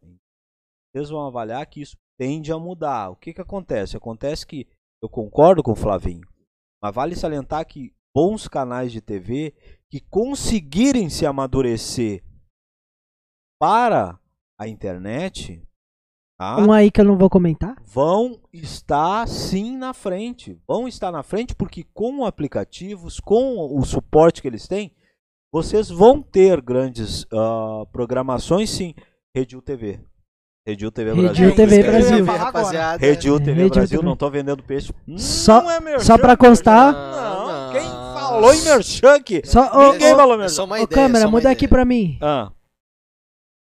Speaker 1: Vocês vão avaliar que isso tende a mudar. O que, que acontece? Acontece que eu concordo com o Flavinho. Mas vale salientar que bons canais de TV que conseguirem se amadurecer para a internet tá?
Speaker 2: Um aí que eu não vou comentar.
Speaker 1: vão estar sim na frente. Vão estar na frente porque com aplicativos, com o suporte que eles têm, vocês vão ter grandes ah, programações sim. Redil TV. Redil TV
Speaker 2: Redil
Speaker 1: Brasil.
Speaker 2: TV
Speaker 1: esquece.
Speaker 2: Brasil.
Speaker 4: Eu ia falar agora.
Speaker 3: rapaziada.
Speaker 1: Redil TV
Speaker 2: Redil
Speaker 1: Brasil,
Speaker 2: TV.
Speaker 1: não tô vendendo peixe.
Speaker 2: Só-
Speaker 1: não é merchan,
Speaker 2: só pra constar-
Speaker 1: merchan. Não,
Speaker 3: Não.
Speaker 1: quem falou em merchan aqui?
Speaker 2: Só, ô,
Speaker 1: Ninguém
Speaker 2: ô,
Speaker 1: falou
Speaker 3: É
Speaker 1: merchan.
Speaker 3: só uma
Speaker 2: ô,
Speaker 3: ideia.
Speaker 2: câmera,
Speaker 3: só uma
Speaker 2: muda
Speaker 3: ideia.
Speaker 2: aqui pra mim.
Speaker 1: Ah,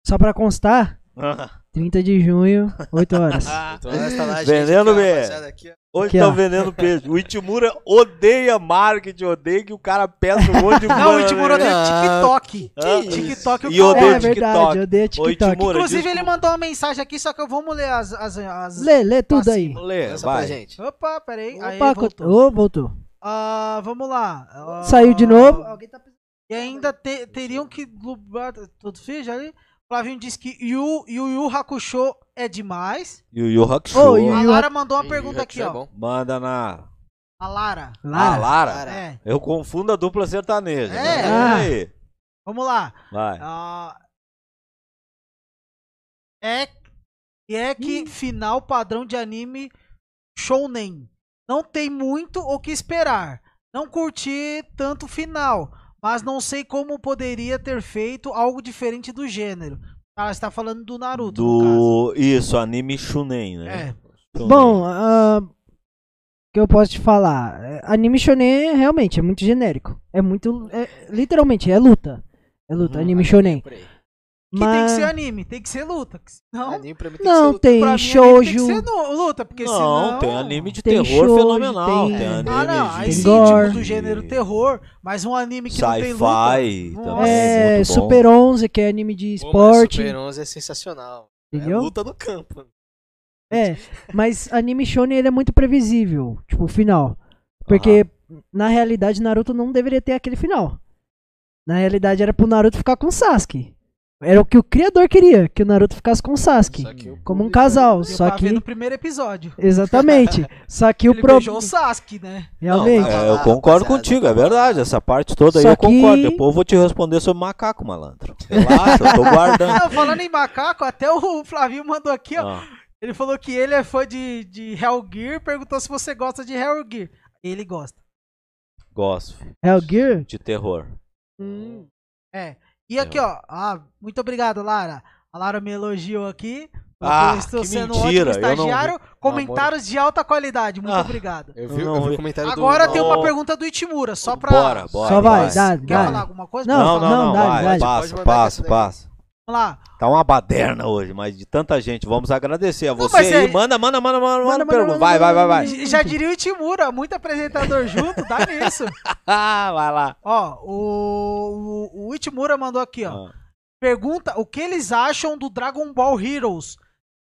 Speaker 2: Só pra constar,
Speaker 1: ah.
Speaker 2: 30 de junho, 8 horas.
Speaker 3: Então, nós tá lá, gente,
Speaker 1: Vendendo
Speaker 3: aqui, ó,
Speaker 1: bem.
Speaker 3: rapaziada, aqui, ó.
Speaker 1: Hoje
Speaker 2: Aqui,
Speaker 1: estão
Speaker 2: ó.
Speaker 1: vendendo peixe. O Itimura odeia marketing, odeia que o cara peça um monte de
Speaker 4: (laughs) Não, o
Speaker 1: banner.
Speaker 4: Itimura odeia TikTok.
Speaker 1: Ah,
Speaker 4: TikTok
Speaker 1: E
Speaker 4: o cara-
Speaker 1: odeio
Speaker 2: é verdade,
Speaker 1: TikTok.
Speaker 2: eu odeio
Speaker 1: Oi,
Speaker 2: TikTok.
Speaker 1: Timura,
Speaker 4: Inclusive,
Speaker 1: diz-
Speaker 4: ele mandou uma mensagem aqui, só que eu vou ler as. as, as-
Speaker 2: Lê, lê tudo aí.
Speaker 1: Lê,
Speaker 3: Lança pra
Speaker 1: vai.
Speaker 3: gente.
Speaker 4: Opa, peraí. Aí,
Speaker 2: Opa,
Speaker 4: voltou.
Speaker 2: voltou. Ô, voltou.
Speaker 4: Ah, vamos lá. Ah,
Speaker 2: Saiu de novo.
Speaker 4: alguém tá precisando. E ainda te- teriam que dublar tudo fez ali. Flavinho disse que Yu Yu, Yu Hakusho é demais.
Speaker 1: E o Yu Hakusho.
Speaker 2: Ô, e o-
Speaker 4: A
Speaker 2: Yu
Speaker 4: Lara mandou uma
Speaker 3: Ih,
Speaker 4: pergunta
Speaker 3: já
Speaker 4: aqui,
Speaker 3: é
Speaker 4: ó.
Speaker 3: bom.
Speaker 1: Manda na.
Speaker 4: A Lara.
Speaker 1: Ah,
Speaker 2: Lá.
Speaker 1: Lara.
Speaker 3: Lara.
Speaker 4: É.
Speaker 1: Eu confundo a dupla sertaneja.
Speaker 4: É.
Speaker 1: né?
Speaker 2: Ah.
Speaker 1: Aí.
Speaker 4: Vamos lá.
Speaker 1: Vai.
Speaker 4: Ah, é e é que final padrão de anime shounen. Não tem muito o que esperar. Não curti tanto o final, mas não sei como poderia ter feito algo diferente do gênero. Ela está falando do Naruto, no
Speaker 1: Do. Isso, anime Shunen,
Speaker 4: caso.
Speaker 1: né?
Speaker 4: É.
Speaker 1: Shunen.
Speaker 2: Bom, ah, o que eu posso te falar? É, Anime shonen realmente é muito genérico. É muito. é- literalmente, é luta. É luta,
Speaker 3: Hum.
Speaker 1: Uhum,
Speaker 2: anime shonen.
Speaker 3: Pra ele.
Speaker 4: Que tem que ser anime, tem que ser luta. que Senão,
Speaker 3: Anime pra mim tem
Speaker 2: Não,
Speaker 3: que ser
Speaker 2: tem
Speaker 4: pra mim, anime tem que
Speaker 2: shoujo,
Speaker 4: ser no- luta, porque
Speaker 1: não,
Speaker 4: senão...
Speaker 1: tem anime de
Speaker 2: tem
Speaker 1: terror
Speaker 2: show,
Speaker 1: fenomenal.
Speaker 2: tem-
Speaker 1: Tem anime
Speaker 4: Ah, não, aí
Speaker 1: de.
Speaker 4: sim,
Speaker 2: gore.
Speaker 4: tipo, do gênero terror, mas um anime que não tem luta...
Speaker 1: Sci-fi.
Speaker 4: Nossa.
Speaker 1: também,
Speaker 2: É,
Speaker 1: muito bom.
Speaker 2: Super 11, que é anime de
Speaker 3: Pô, mas
Speaker 2: esporte.
Speaker 3: Super 11 é sensacional. É
Speaker 2: entendeu?
Speaker 3: luta no
Speaker 1: né?
Speaker 3: campo.
Speaker 2: É, mas anime shonen ele é muito previsível, tipo, o final. Porque, na realidade, Naruto não deveria ter aquele final. Na realidade, era pro Naruto ficar com o Sasuke. Era o que o criador queria, que o Naruto ficasse com o Sasuke.
Speaker 3: Só que o
Speaker 2: Como um
Speaker 3: público-
Speaker 2: casal,
Speaker 4: Deu
Speaker 2: só
Speaker 4: pra
Speaker 2: que...
Speaker 4: ver
Speaker 2: (laughs)
Speaker 4: no primeiro episódio.
Speaker 2: Exatamente. Só que o
Speaker 4: Ele beijou
Speaker 2: problema...
Speaker 4: o Sasuke, né?
Speaker 2: (laughs) Realmente.
Speaker 3: Não,
Speaker 1: É, eu concordo
Speaker 3: Rapaziada,
Speaker 1: contigo, é
Speaker 3: vamos lá.
Speaker 1: verdade. Essa parte toda aí
Speaker 2: Só
Speaker 1: eu concordo.
Speaker 2: que-
Speaker 1: Depois eu vou te responder sobre macaco, malandro. Relaxa, eu tô guardando.
Speaker 4: Não, falando em macaco, até o Flavinho mandou aqui, ó.
Speaker 1: Ah.
Speaker 4: Ele falou que ele é fã de, de Hellgear, perguntou se você gosta de Hellgear. Ele gosta.
Speaker 1: Gosto
Speaker 2: Hellgear?
Speaker 1: de terror.
Speaker 4: É. E aqui, ó. Ah, muito obrigado, Lara. A Lara me elogiou aqui.
Speaker 1: Ah,
Speaker 4: Eu estou
Speaker 1: que
Speaker 4: sendo um
Speaker 1: mentira,
Speaker 4: ótimo
Speaker 1: eu não vi.
Speaker 4: estagiário. Comentários de alta qualidade. Muito
Speaker 1: Ah.
Speaker 4: obrigado.
Speaker 3: Eu vi,
Speaker 1: Não,
Speaker 3: eu vi
Speaker 1: vi.
Speaker 3: o comentário
Speaker 4: Agora
Speaker 3: do...
Speaker 4: tem
Speaker 1: Não.
Speaker 4: uma pergunta do Itimura, só pra.
Speaker 1: Bora, bora.
Speaker 2: Só vai,
Speaker 1: vai.
Speaker 2: dá,
Speaker 4: Quer
Speaker 2: dá.
Speaker 4: falar alguma coisa?
Speaker 2: Não,
Speaker 4: Pode
Speaker 1: Não,
Speaker 4: falar.
Speaker 1: não, não,
Speaker 2: dá,
Speaker 1: vai, passa,
Speaker 2: vai.
Speaker 3: Pode mandar essa
Speaker 1: passa,
Speaker 3: daí.
Speaker 1: passa.
Speaker 4: Vamos lá.
Speaker 1: Tá uma baderna hoje, mas de tanta gente. Vamos agradecer a você
Speaker 4: mas
Speaker 1: aí.
Speaker 4: é-
Speaker 1: Manda, manda, manda, manda, manda,
Speaker 2: manda,
Speaker 1: pergunta.
Speaker 2: manda,
Speaker 1: Vai, vai, vai, vai. (laughs)
Speaker 2: manda.
Speaker 4: Já diria o Itimura, muito apresentador junto, dá nisso.
Speaker 1: Ah, vai lá.
Speaker 4: Ó, o, o, o Itimura mandou aqui, ó.
Speaker 1: Ah.
Speaker 4: Pergunta o que eles acham do Dragon Ball Heroes.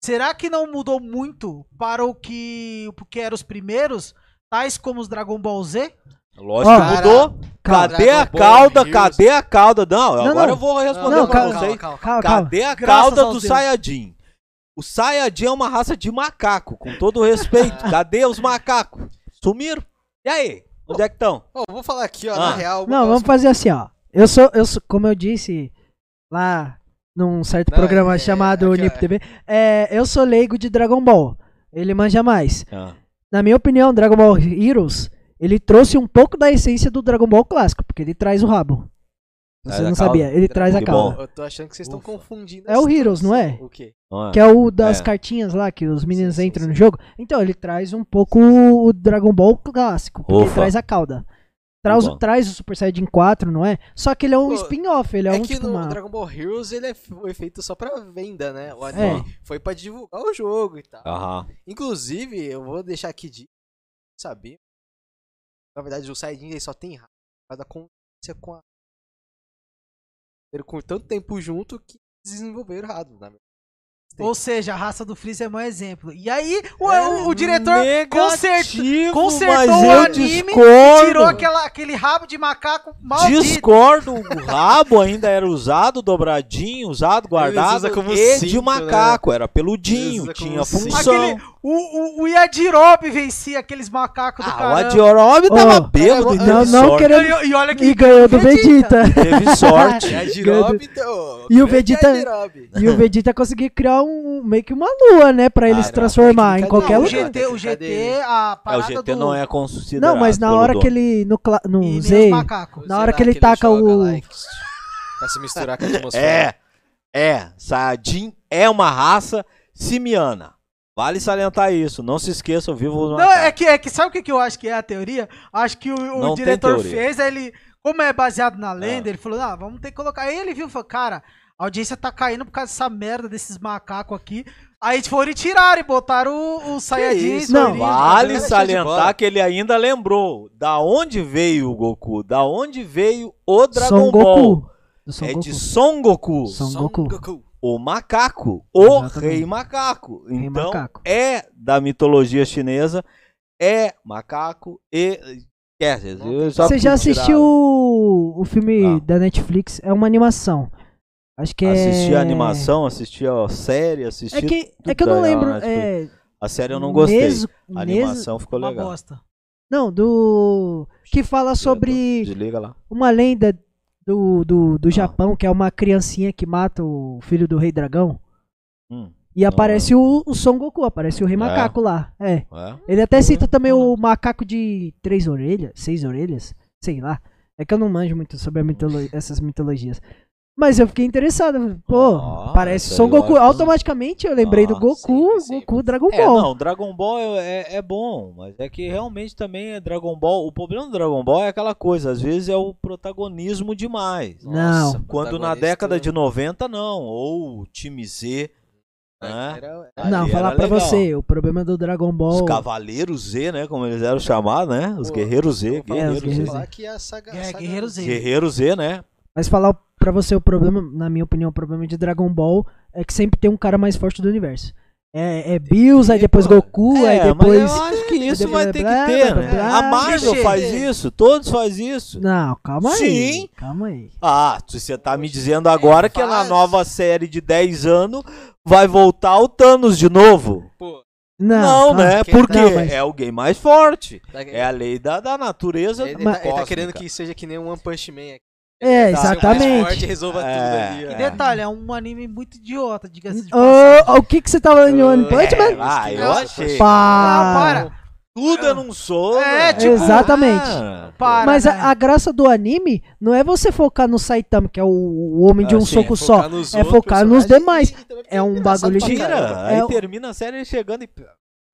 Speaker 4: Será que não mudou muito para o que, o que eram os primeiros, tais como os Dragon Ball Z?
Speaker 1: Lógico que
Speaker 2: Ó,
Speaker 1: mudou.
Speaker 2: Cara,
Speaker 1: cadê a
Speaker 3: Dragon Ball,
Speaker 1: cauda?
Speaker 3: Heroes.
Speaker 1: Cadê a cauda? Não, agora
Speaker 2: não.
Speaker 1: eu vou responder
Speaker 2: Não,
Speaker 1: pra
Speaker 2: calma,
Speaker 1: vocês.
Speaker 3: calma.
Speaker 2: Calma, calma.
Speaker 1: Cadê a
Speaker 4: Graças
Speaker 1: cauda
Speaker 4: aos
Speaker 1: do
Speaker 4: deuses.
Speaker 1: Sayajin? O Sayajin é uma raça de macaco, com todo o respeito. (laughs) Cadê os macacos? Sumiram? E aí? Onde é que estão?
Speaker 3: Ó, eu vou falar aqui, ó,
Speaker 1: Ah.
Speaker 3: na real.
Speaker 2: Não, vamos fazer assim, ó. Eu sou, eu sou, como eu disse lá num certo
Speaker 3: Não,
Speaker 2: programa
Speaker 3: é- é-
Speaker 2: chamado
Speaker 3: aqui, ó,
Speaker 2: Unip
Speaker 3: é.
Speaker 2: TV, é, eu sou leigo de Dragon Ball. Ele manja mais.
Speaker 3: Ah,
Speaker 2: Na minha opinião, Dragon Ball Heroes, ele trouxe um pouco da essência do Dragon Ball clássico, porque ele traz o rabo.
Speaker 1: Traz
Speaker 2: Você
Speaker 1: a
Speaker 2: não
Speaker 1: cauda.
Speaker 2: sabia, ele
Speaker 3: é
Speaker 2: traz a
Speaker 1: Que
Speaker 2: cauda.
Speaker 1: bom.
Speaker 3: Eu tô achando que vocês estão confundindo.
Speaker 2: É
Speaker 3: as
Speaker 2: o Heroes,
Speaker 3: coisas.
Speaker 2: não é?
Speaker 3: O quê?
Speaker 1: Não é?
Speaker 2: Que é o das
Speaker 1: É.
Speaker 2: cartinhas lá que os meninos
Speaker 3: Sim, sim,
Speaker 2: entram
Speaker 3: sim.
Speaker 2: no jogo. Então, ele traz um pouco o Dragon Ball clássico, porque ele
Speaker 1: Ufa.
Speaker 2: traz a cauda. Traz,
Speaker 1: bom.
Speaker 2: traz o Super Saiyajin 4, não é? Só que ele é um
Speaker 3: Pô,
Speaker 2: spin-off, ele é,
Speaker 3: É
Speaker 2: um
Speaker 3: que
Speaker 2: tipo
Speaker 3: no
Speaker 2: uma...
Speaker 3: Dragon Ball Heroes ele é f- foi feito só pra venda, né? O
Speaker 2: É.
Speaker 3: anime foi pra divulgar o jogo e tal.
Speaker 1: Aham.
Speaker 3: Inclusive, eu vou deixar aqui de saber. Na verdade, o Saiyajin ele só tem raiva por causa da convivência com a. Ele com tanto tempo junto que desenvolveram errado, na
Speaker 2: (laughs)
Speaker 3: verdade.
Speaker 2: um
Speaker 3: Sim.
Speaker 4: Ou seja, a raça do Freeza é um exemplo. E aí, o,
Speaker 1: É
Speaker 4: o, o diretor consertou,
Speaker 1: Negativo,
Speaker 4: consertou
Speaker 1: mas
Speaker 4: o
Speaker 1: eu
Speaker 4: anime,
Speaker 1: discordo.
Speaker 4: tirou aquela, aquele rabo de macaco maldito.
Speaker 1: Discordo, o rabo ainda era usado, dobradinho, usado, guardado,
Speaker 3: usa como
Speaker 1: e
Speaker 3: cinto,
Speaker 1: de
Speaker 3: né?
Speaker 1: macaco, era peludinho,
Speaker 3: Eles usam
Speaker 1: tinha
Speaker 3: como cinto.
Speaker 1: função.
Speaker 4: Aquele- O, o, o Yadirob vencia aqueles macacos do
Speaker 1: Ah, o
Speaker 4: caramba.
Speaker 1: Adiorome tava
Speaker 2: Ô,
Speaker 1: bêbado e teve
Speaker 3: não,
Speaker 2: não,
Speaker 1: (laughs)
Speaker 2: não
Speaker 1: sorte.
Speaker 2: querendo-
Speaker 4: E, e olha que
Speaker 2: E ganhou do Vegeta.
Speaker 1: Teve sorte.
Speaker 3: É Jirob, então.
Speaker 2: E o
Speaker 3: grande
Speaker 2: Vegeta-
Speaker 3: Jirob.
Speaker 2: E o Vegeta conseguiu criar um meio que uma lua, né? Pra ele
Speaker 3: Ah,
Speaker 2: se
Speaker 3: não,
Speaker 2: transformar em
Speaker 3: técnica
Speaker 2: qualquer
Speaker 4: não, o
Speaker 3: dele.
Speaker 2: lugar.
Speaker 4: GT, o
Speaker 3: Cadê
Speaker 4: GT, a
Speaker 1: É, o
Speaker 4: parada
Speaker 1: GT
Speaker 4: do...
Speaker 1: não é considerado.
Speaker 2: Não, mas na
Speaker 1: pelo
Speaker 2: hora
Speaker 1: dono.
Speaker 2: que ele. No, cla- no
Speaker 4: e nem os
Speaker 2: Z.
Speaker 4: macacos.
Speaker 2: Na hora
Speaker 3: Será
Speaker 2: que ele taca
Speaker 3: joga
Speaker 2: o-
Speaker 3: lá e- Pra se misturar com a atmosfera.
Speaker 1: (laughs) É, é. Saiyajin é uma raça simiana. Vale salientar isso. Não se esqueçam, vivo os
Speaker 4: Não,
Speaker 1: macacos.
Speaker 4: é que, é que sabe o que, que eu acho que é a teoria? Acho que o, o
Speaker 1: Não tem
Speaker 4: diretor
Speaker 1: teoria.
Speaker 4: fez, aí ele, como é baseado na lenda,
Speaker 1: Ah.
Speaker 4: ele falou, ah, vamos ter que colocar. Aí ele viu e falou, cara, a audiência tá caindo por causa dessa merda desses macacos aqui. Aí eles foram e tiraram e botaram o, o Saiyajin.
Speaker 3: isso,
Speaker 4: o
Speaker 2: não.
Speaker 4: Origem.
Speaker 1: Vale
Speaker 3: Era show de bola.
Speaker 1: salientar que ele ainda lembrou da onde veio o Goku, da onde veio o Dragon
Speaker 2: Son
Speaker 1: Ball.
Speaker 2: Goku. Do Son
Speaker 1: é
Speaker 2: Goku.
Speaker 1: de Son Goku,
Speaker 2: Son
Speaker 3: Son
Speaker 2: Goku.
Speaker 1: o macaco, o
Speaker 2: Exatamente.
Speaker 1: rei macaco.
Speaker 2: Rei
Speaker 1: Então
Speaker 2: macaco.
Speaker 1: é da mitologia chinesa, é macaco e é, só
Speaker 2: Você já
Speaker 1: tiraram.
Speaker 2: assistiu o, o filme
Speaker 1: Não.
Speaker 2: da Netflix? É uma animação. Acho que é.
Speaker 1: Assisti a animação, assisti a série, assisti
Speaker 2: É que, é que eu não
Speaker 1: tudo da
Speaker 2: lembro.
Speaker 1: Netflix.
Speaker 2: É,
Speaker 1: a série eu não gostei.
Speaker 2: Nezu-
Speaker 1: a
Speaker 2: Nezu-
Speaker 1: animação ficou
Speaker 4: Uma
Speaker 1: legal.
Speaker 4: bosta.
Speaker 2: Não, do. Que fala sobre
Speaker 1: Desliga lá.
Speaker 2: uma lenda do, do,
Speaker 1: Ah.
Speaker 2: do Japão, que é uma criancinha que mata o filho do Rei Dragão.
Speaker 1: Hum,
Speaker 2: E aparece o, o Son Goku, aparece o Rei
Speaker 1: É. Uhum.
Speaker 2: Macaco lá. É.
Speaker 1: é.
Speaker 2: Ele até cita também
Speaker 4: não
Speaker 2: o macaco de três orelhas, seis orelhas, sei lá. É que eu não manjo muito sobre a mitolo- essas mitologias. Mas eu fiquei interessado. Pô,
Speaker 1: Ah,
Speaker 2: parece
Speaker 1: isso
Speaker 2: Son
Speaker 1: aí,
Speaker 2: Goku.
Speaker 1: lógico.
Speaker 2: Automaticamente eu lembrei do
Speaker 1: Ah,
Speaker 2: Goku,
Speaker 3: sempre, sempre.
Speaker 2: Goku Dragon
Speaker 1: É,
Speaker 2: Ball.
Speaker 1: não, Dragon Ball é, é- é bom, mas é que realmente também é Dragon Ball. O problema do Dragon Ball é aquela coisa, às vezes é o protagonismo demais.
Speaker 2: Não.
Speaker 3: Nossa,
Speaker 1: Quando na
Speaker 3: protagonista-
Speaker 1: década de 90, não. Ou o time Z,
Speaker 3: Ah,
Speaker 1: né?
Speaker 3: era-
Speaker 1: ali
Speaker 2: não,
Speaker 1: era
Speaker 2: falar pra
Speaker 1: legal.
Speaker 2: você, o problema do Dragon Ball.
Speaker 1: Os Cavaleiros Z, né? Como eles eram chamados, né? Os
Speaker 3: Pô,
Speaker 1: Guerreiros Z.
Speaker 3: eu vou
Speaker 2: É,
Speaker 1: Guerreiros
Speaker 2: os
Speaker 1: Z.
Speaker 2: Guerreiros
Speaker 3: falar que a saga.
Speaker 4: É,
Speaker 3: saga-
Speaker 4: Guerreiro Z.
Speaker 1: Guerreiros Z, né?
Speaker 2: Mas falar pra você o problema, na minha opinião, o problema de Dragon Ball é que sempre tem um cara mais forte do universo. É, é Bills, aí
Speaker 3: É,
Speaker 2: depois
Speaker 3: pô.
Speaker 2: Goku, aí
Speaker 1: é,
Speaker 2: depois.
Speaker 1: mas eu acho que isso
Speaker 2: depois
Speaker 1: vai ter
Speaker 2: blá,
Speaker 1: que ter,
Speaker 2: blá,
Speaker 1: né?
Speaker 2: blá.
Speaker 1: A Marvel
Speaker 4: Deixa-
Speaker 1: faz isso, todos faz isso.
Speaker 2: Não, calma aí.
Speaker 1: Sim.
Speaker 2: Calma aí.
Speaker 1: Ah, se você tá me dizendo agora que na
Speaker 3: faz.
Speaker 1: nova série de 10 anos vai voltar o Thanos de novo.
Speaker 3: Pô,
Speaker 1: Não,
Speaker 2: Não, calma.
Speaker 1: né?
Speaker 3: quem
Speaker 1: Porque
Speaker 2: tá- Não, mas-
Speaker 1: é alguém mais forte.
Speaker 3: tá-
Speaker 1: É a lei da, da natureza.
Speaker 3: Ele, ele tá, ele tá
Speaker 1: cósmica.
Speaker 3: querendo que seja que nem um One Punch Man. aqui.
Speaker 2: É,
Speaker 3: Seja o mais
Speaker 2: exatamente.
Speaker 3: forte e resolva
Speaker 1: É,
Speaker 3: tudo ali.
Speaker 1: é.
Speaker 3: ó.
Speaker 4: E detalhe, é um anime muito idiota, diga-se de passagem.
Speaker 2: Ô, ô, o que que você tá falando de One Punch
Speaker 1: É,
Speaker 2: Man?
Speaker 1: ah, eu
Speaker 3: Nossa,
Speaker 1: achei.
Speaker 3: poxa.
Speaker 2: Para!
Speaker 4: Ah, para,
Speaker 1: Tudo eu não sou.
Speaker 4: É,
Speaker 1: né?
Speaker 4: tipo,
Speaker 2: Exatamente.
Speaker 1: Ah,
Speaker 4: para.
Speaker 2: Mas
Speaker 4: né?
Speaker 2: a, a graça do anime não é você focar no Saitama, que é o, o homem de
Speaker 1: Ah,
Speaker 2: um
Speaker 1: sim,
Speaker 2: soco
Speaker 1: é
Speaker 2: só.
Speaker 3: focar nos
Speaker 2: é
Speaker 3: outros
Speaker 2: focar nos demais.
Speaker 3: personagens e também
Speaker 2: É um
Speaker 3: engraçado
Speaker 2: bagulho
Speaker 3: pra
Speaker 2: de-
Speaker 1: Tira.
Speaker 3: caramba.
Speaker 2: É
Speaker 1: Aí
Speaker 2: o-
Speaker 1: termina a série chegando e.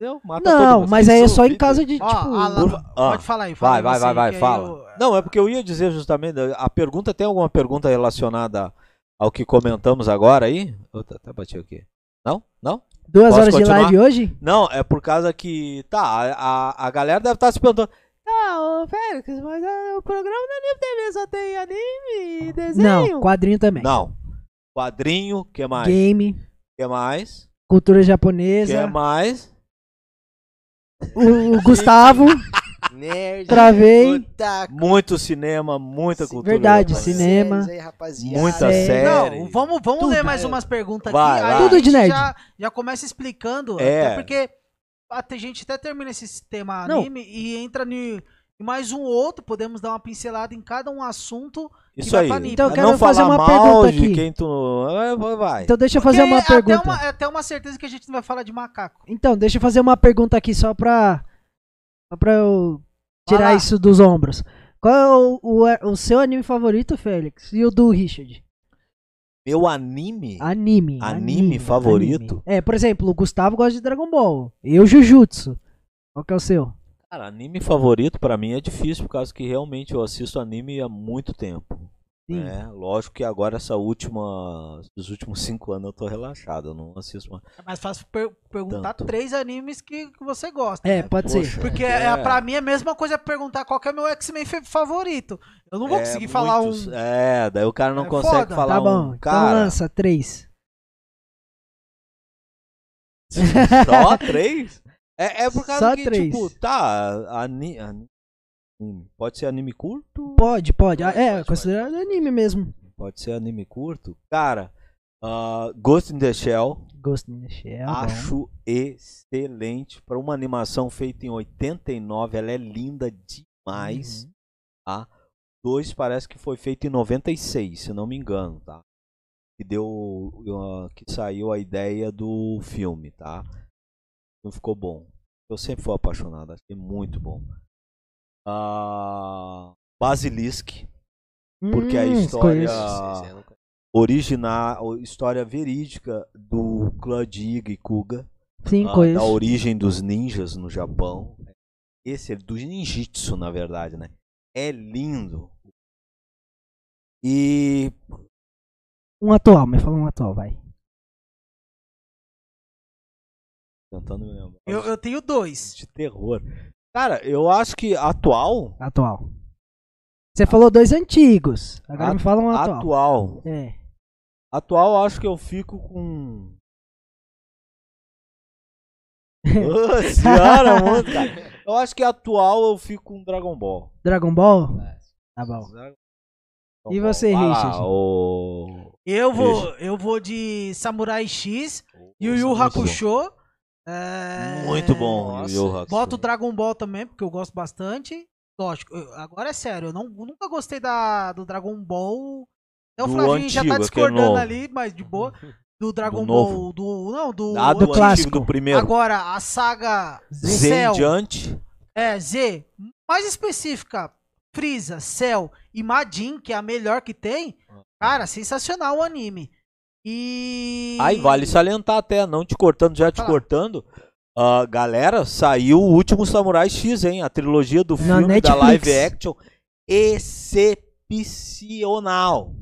Speaker 1: Entendeu? Mata todo
Speaker 2: Não,
Speaker 1: mundo.
Speaker 2: mas aí é só em
Speaker 1: Resolvido.
Speaker 2: caso de,
Speaker 4: Ó,
Speaker 2: tipo...
Speaker 4: a la-
Speaker 1: Por- Ah,
Speaker 4: Pode falar aí, fala
Speaker 1: vai,
Speaker 4: aí
Speaker 1: vai,
Speaker 4: você,
Speaker 1: vai, vai,
Speaker 4: que aí
Speaker 1: fala.
Speaker 4: eu-
Speaker 1: Não, é porque eu ia dizer justamente. A pergunta tem alguma pergunta relacionada ao que comentamos agora aí? Eu até bati aqui. Não? Não?
Speaker 2: Duas
Speaker 1: Posso
Speaker 2: horas de
Speaker 1: continuar?
Speaker 2: live hoje?
Speaker 1: Não, é por causa que. Tá, a, a- a galera deve estar se perguntando. Ah, ô Félix, mas ah, o programa da Anime TV só tem anime e
Speaker 2: Não, quadrinho também.
Speaker 1: Não. Quadrinho, que mais?
Speaker 2: Game,
Speaker 1: Que mais?
Speaker 2: cultura
Speaker 1: Que
Speaker 2: japonesa,
Speaker 1: mais? (laughs)
Speaker 2: o, o Gustavo,
Speaker 3: Nerd,
Speaker 2: Travei.
Speaker 3: otaku,
Speaker 1: Muito cinema, muita cultura.
Speaker 2: verdade,
Speaker 1: japonesa.
Speaker 2: cinema.
Speaker 3: séries aí, rapaziada.
Speaker 1: Muita
Speaker 2: Série.
Speaker 1: série.
Speaker 4: Não, vamos, vamos
Speaker 2: Tudo.
Speaker 4: ler mais umas perguntas
Speaker 1: é Vai,
Speaker 4: aqui.
Speaker 1: vai.
Speaker 4: aí
Speaker 2: Tudo
Speaker 4: a gente
Speaker 2: de nerd.
Speaker 4: Já, já começa explicando,
Speaker 1: É.
Speaker 4: até porque a te- gente até termina esse tema
Speaker 2: Não.
Speaker 4: anime e entra em em mais um outro, podemos dar uma pincelada em cada um assunto.
Speaker 1: Isso
Speaker 4: vai
Speaker 1: aí.
Speaker 4: pra anime.
Speaker 2: Então eu
Speaker 1: Pra
Speaker 2: quero
Speaker 1: não
Speaker 2: fazer
Speaker 1: falar
Speaker 2: uma
Speaker 1: mal
Speaker 2: pergunta
Speaker 1: de
Speaker 2: aqui.
Speaker 1: quem tu. Vai, vai, vai.
Speaker 2: então deixa eu fazer
Speaker 4: Porque
Speaker 2: uma pergunta.
Speaker 4: é Até uma, até uma certeza que a gente não vai falar de macaco.
Speaker 2: Então, deixa eu fazer uma pergunta aqui só pra, só pra eu tirar
Speaker 4: Fala.
Speaker 2: isso dos ombros. Qual é o, o- o seu anime favorito, Félix? E o do Richard?
Speaker 1: Meu anime?
Speaker 2: Anime.
Speaker 1: Anime favorito?
Speaker 2: anime. É, por exemplo, o Gustavo gosta de Dragon Ball. Eu, Jujutsu. Qual que é o seu?
Speaker 1: Cara, anime favorito pra mim é difícil, por causa que realmente eu assisto anime há muito tempo. né? Lógico que agora essa última. Os últimos cinco anos eu tô relaxado. Eu não assisto mais.
Speaker 4: É mais fácil per- perguntar
Speaker 1: Tanto.
Speaker 4: três animes que, que você gosta.
Speaker 2: É,
Speaker 4: né?
Speaker 2: pode ser.
Speaker 1: Poxa,
Speaker 4: Porque é.
Speaker 1: é.
Speaker 4: pra mim é a mesma coisa perguntar qual que é meu X-Men fe- favorito. Eu não vou
Speaker 1: É,
Speaker 4: conseguir falar um.
Speaker 1: muitos- É, daí o cara não
Speaker 4: É
Speaker 1: consegue
Speaker 4: foda.
Speaker 1: falar
Speaker 2: Tá bom,
Speaker 1: um.
Speaker 2: então
Speaker 1: Cara,
Speaker 2: lança três.
Speaker 1: (laughs) só três? É, é por causa
Speaker 2: Só
Speaker 1: que,
Speaker 2: três.
Speaker 1: tipo, tá. Ani, ani- anime. Pode ser anime curto?
Speaker 2: Pode, pode. Ah,
Speaker 3: Pode,
Speaker 2: é,
Speaker 3: pode,
Speaker 2: considerado anime mesmo.
Speaker 1: Pode ser anime curto? Cara, Ah, Ghost in the Shell.
Speaker 2: Ghost in the Shell. É um bom.
Speaker 1: Acho excelente para uma animação feita em 89. Ela é linda demais. tá?
Speaker 2: Uhum.
Speaker 1: Dois parece que foi feito em 96, se não me engano, tá? Que deu, uh, que saiu a ideia do filme, tá? Não ficou bom. Eu sempre fui apaixonado, achei muito bom. Ah, Basilisk, porque a
Speaker 2: Hum,
Speaker 1: história-
Speaker 2: conheço.
Speaker 1: Ah.
Speaker 3: Esse aí eu nunca-
Speaker 1: original, história verídica do clã de Iga e Kuga.
Speaker 2: Sim,
Speaker 1: Ah, da
Speaker 2: conheço.
Speaker 1: origem dos ninjas no Japão. Esse é do ninjitsu, na verdade, né? É lindo. E
Speaker 2: Um atual, me fala um atual, vai.
Speaker 1: tentando me lembrar
Speaker 4: Eu, eu tenho dois.
Speaker 1: né? de terror. Cara, eu acho que atual,
Speaker 2: Atual. Você falou dois antigos. Agora
Speaker 1: At-
Speaker 2: me fala um atual.
Speaker 1: atual,
Speaker 2: É.
Speaker 1: atual, eu acho que eu fico com Ô, senhora, muito, cara. Eu acho que atual eu fico com Dragon Ball.
Speaker 2: Dragon Ball? Tá bom.
Speaker 1: Dragon
Speaker 2: E você,
Speaker 1: Vai lá,
Speaker 2: Richard?
Speaker 1: o-
Speaker 4: Eu vou, eu vou de Samurai X, Yu Yu Hakusho. é,
Speaker 1: Muito bom,
Speaker 3: Nossa.
Speaker 1: Yu Yu Hakusho.
Speaker 4: Bota o Dragon Ball também, porque eu gosto bastante. Lógico, eu- agora é sério, eu não- nunca gostei da, do Dragon Ball. Até o
Speaker 1: Do
Speaker 4: Flavinho já
Speaker 1: antigo,
Speaker 4: tá
Speaker 1: aquele
Speaker 4: discordando
Speaker 1: novo.
Speaker 4: ali, mas de boa.
Speaker 1: (laughs)
Speaker 4: Do Dragon
Speaker 1: novo.
Speaker 4: Ball. Do, não, do.
Speaker 1: Ah, do,
Speaker 2: do
Speaker 1: clássico.
Speaker 2: clássico.
Speaker 1: do primeiro.
Speaker 4: Agora, a saga
Speaker 1: Z em
Speaker 4: Cell.
Speaker 1: diante.
Speaker 4: É, Z. Mais específica, Frieza, Cell e Majin, que é a melhor que tem. Cara, sensacional o anime. E.
Speaker 1: Aí vale salientar até, não te cortando, já te
Speaker 4: Fala.
Speaker 1: cortando. Ah, galera, saiu o último Samurai X, hein? A trilogia do filme da
Speaker 2: Netflix.
Speaker 1: live action. Excepcional.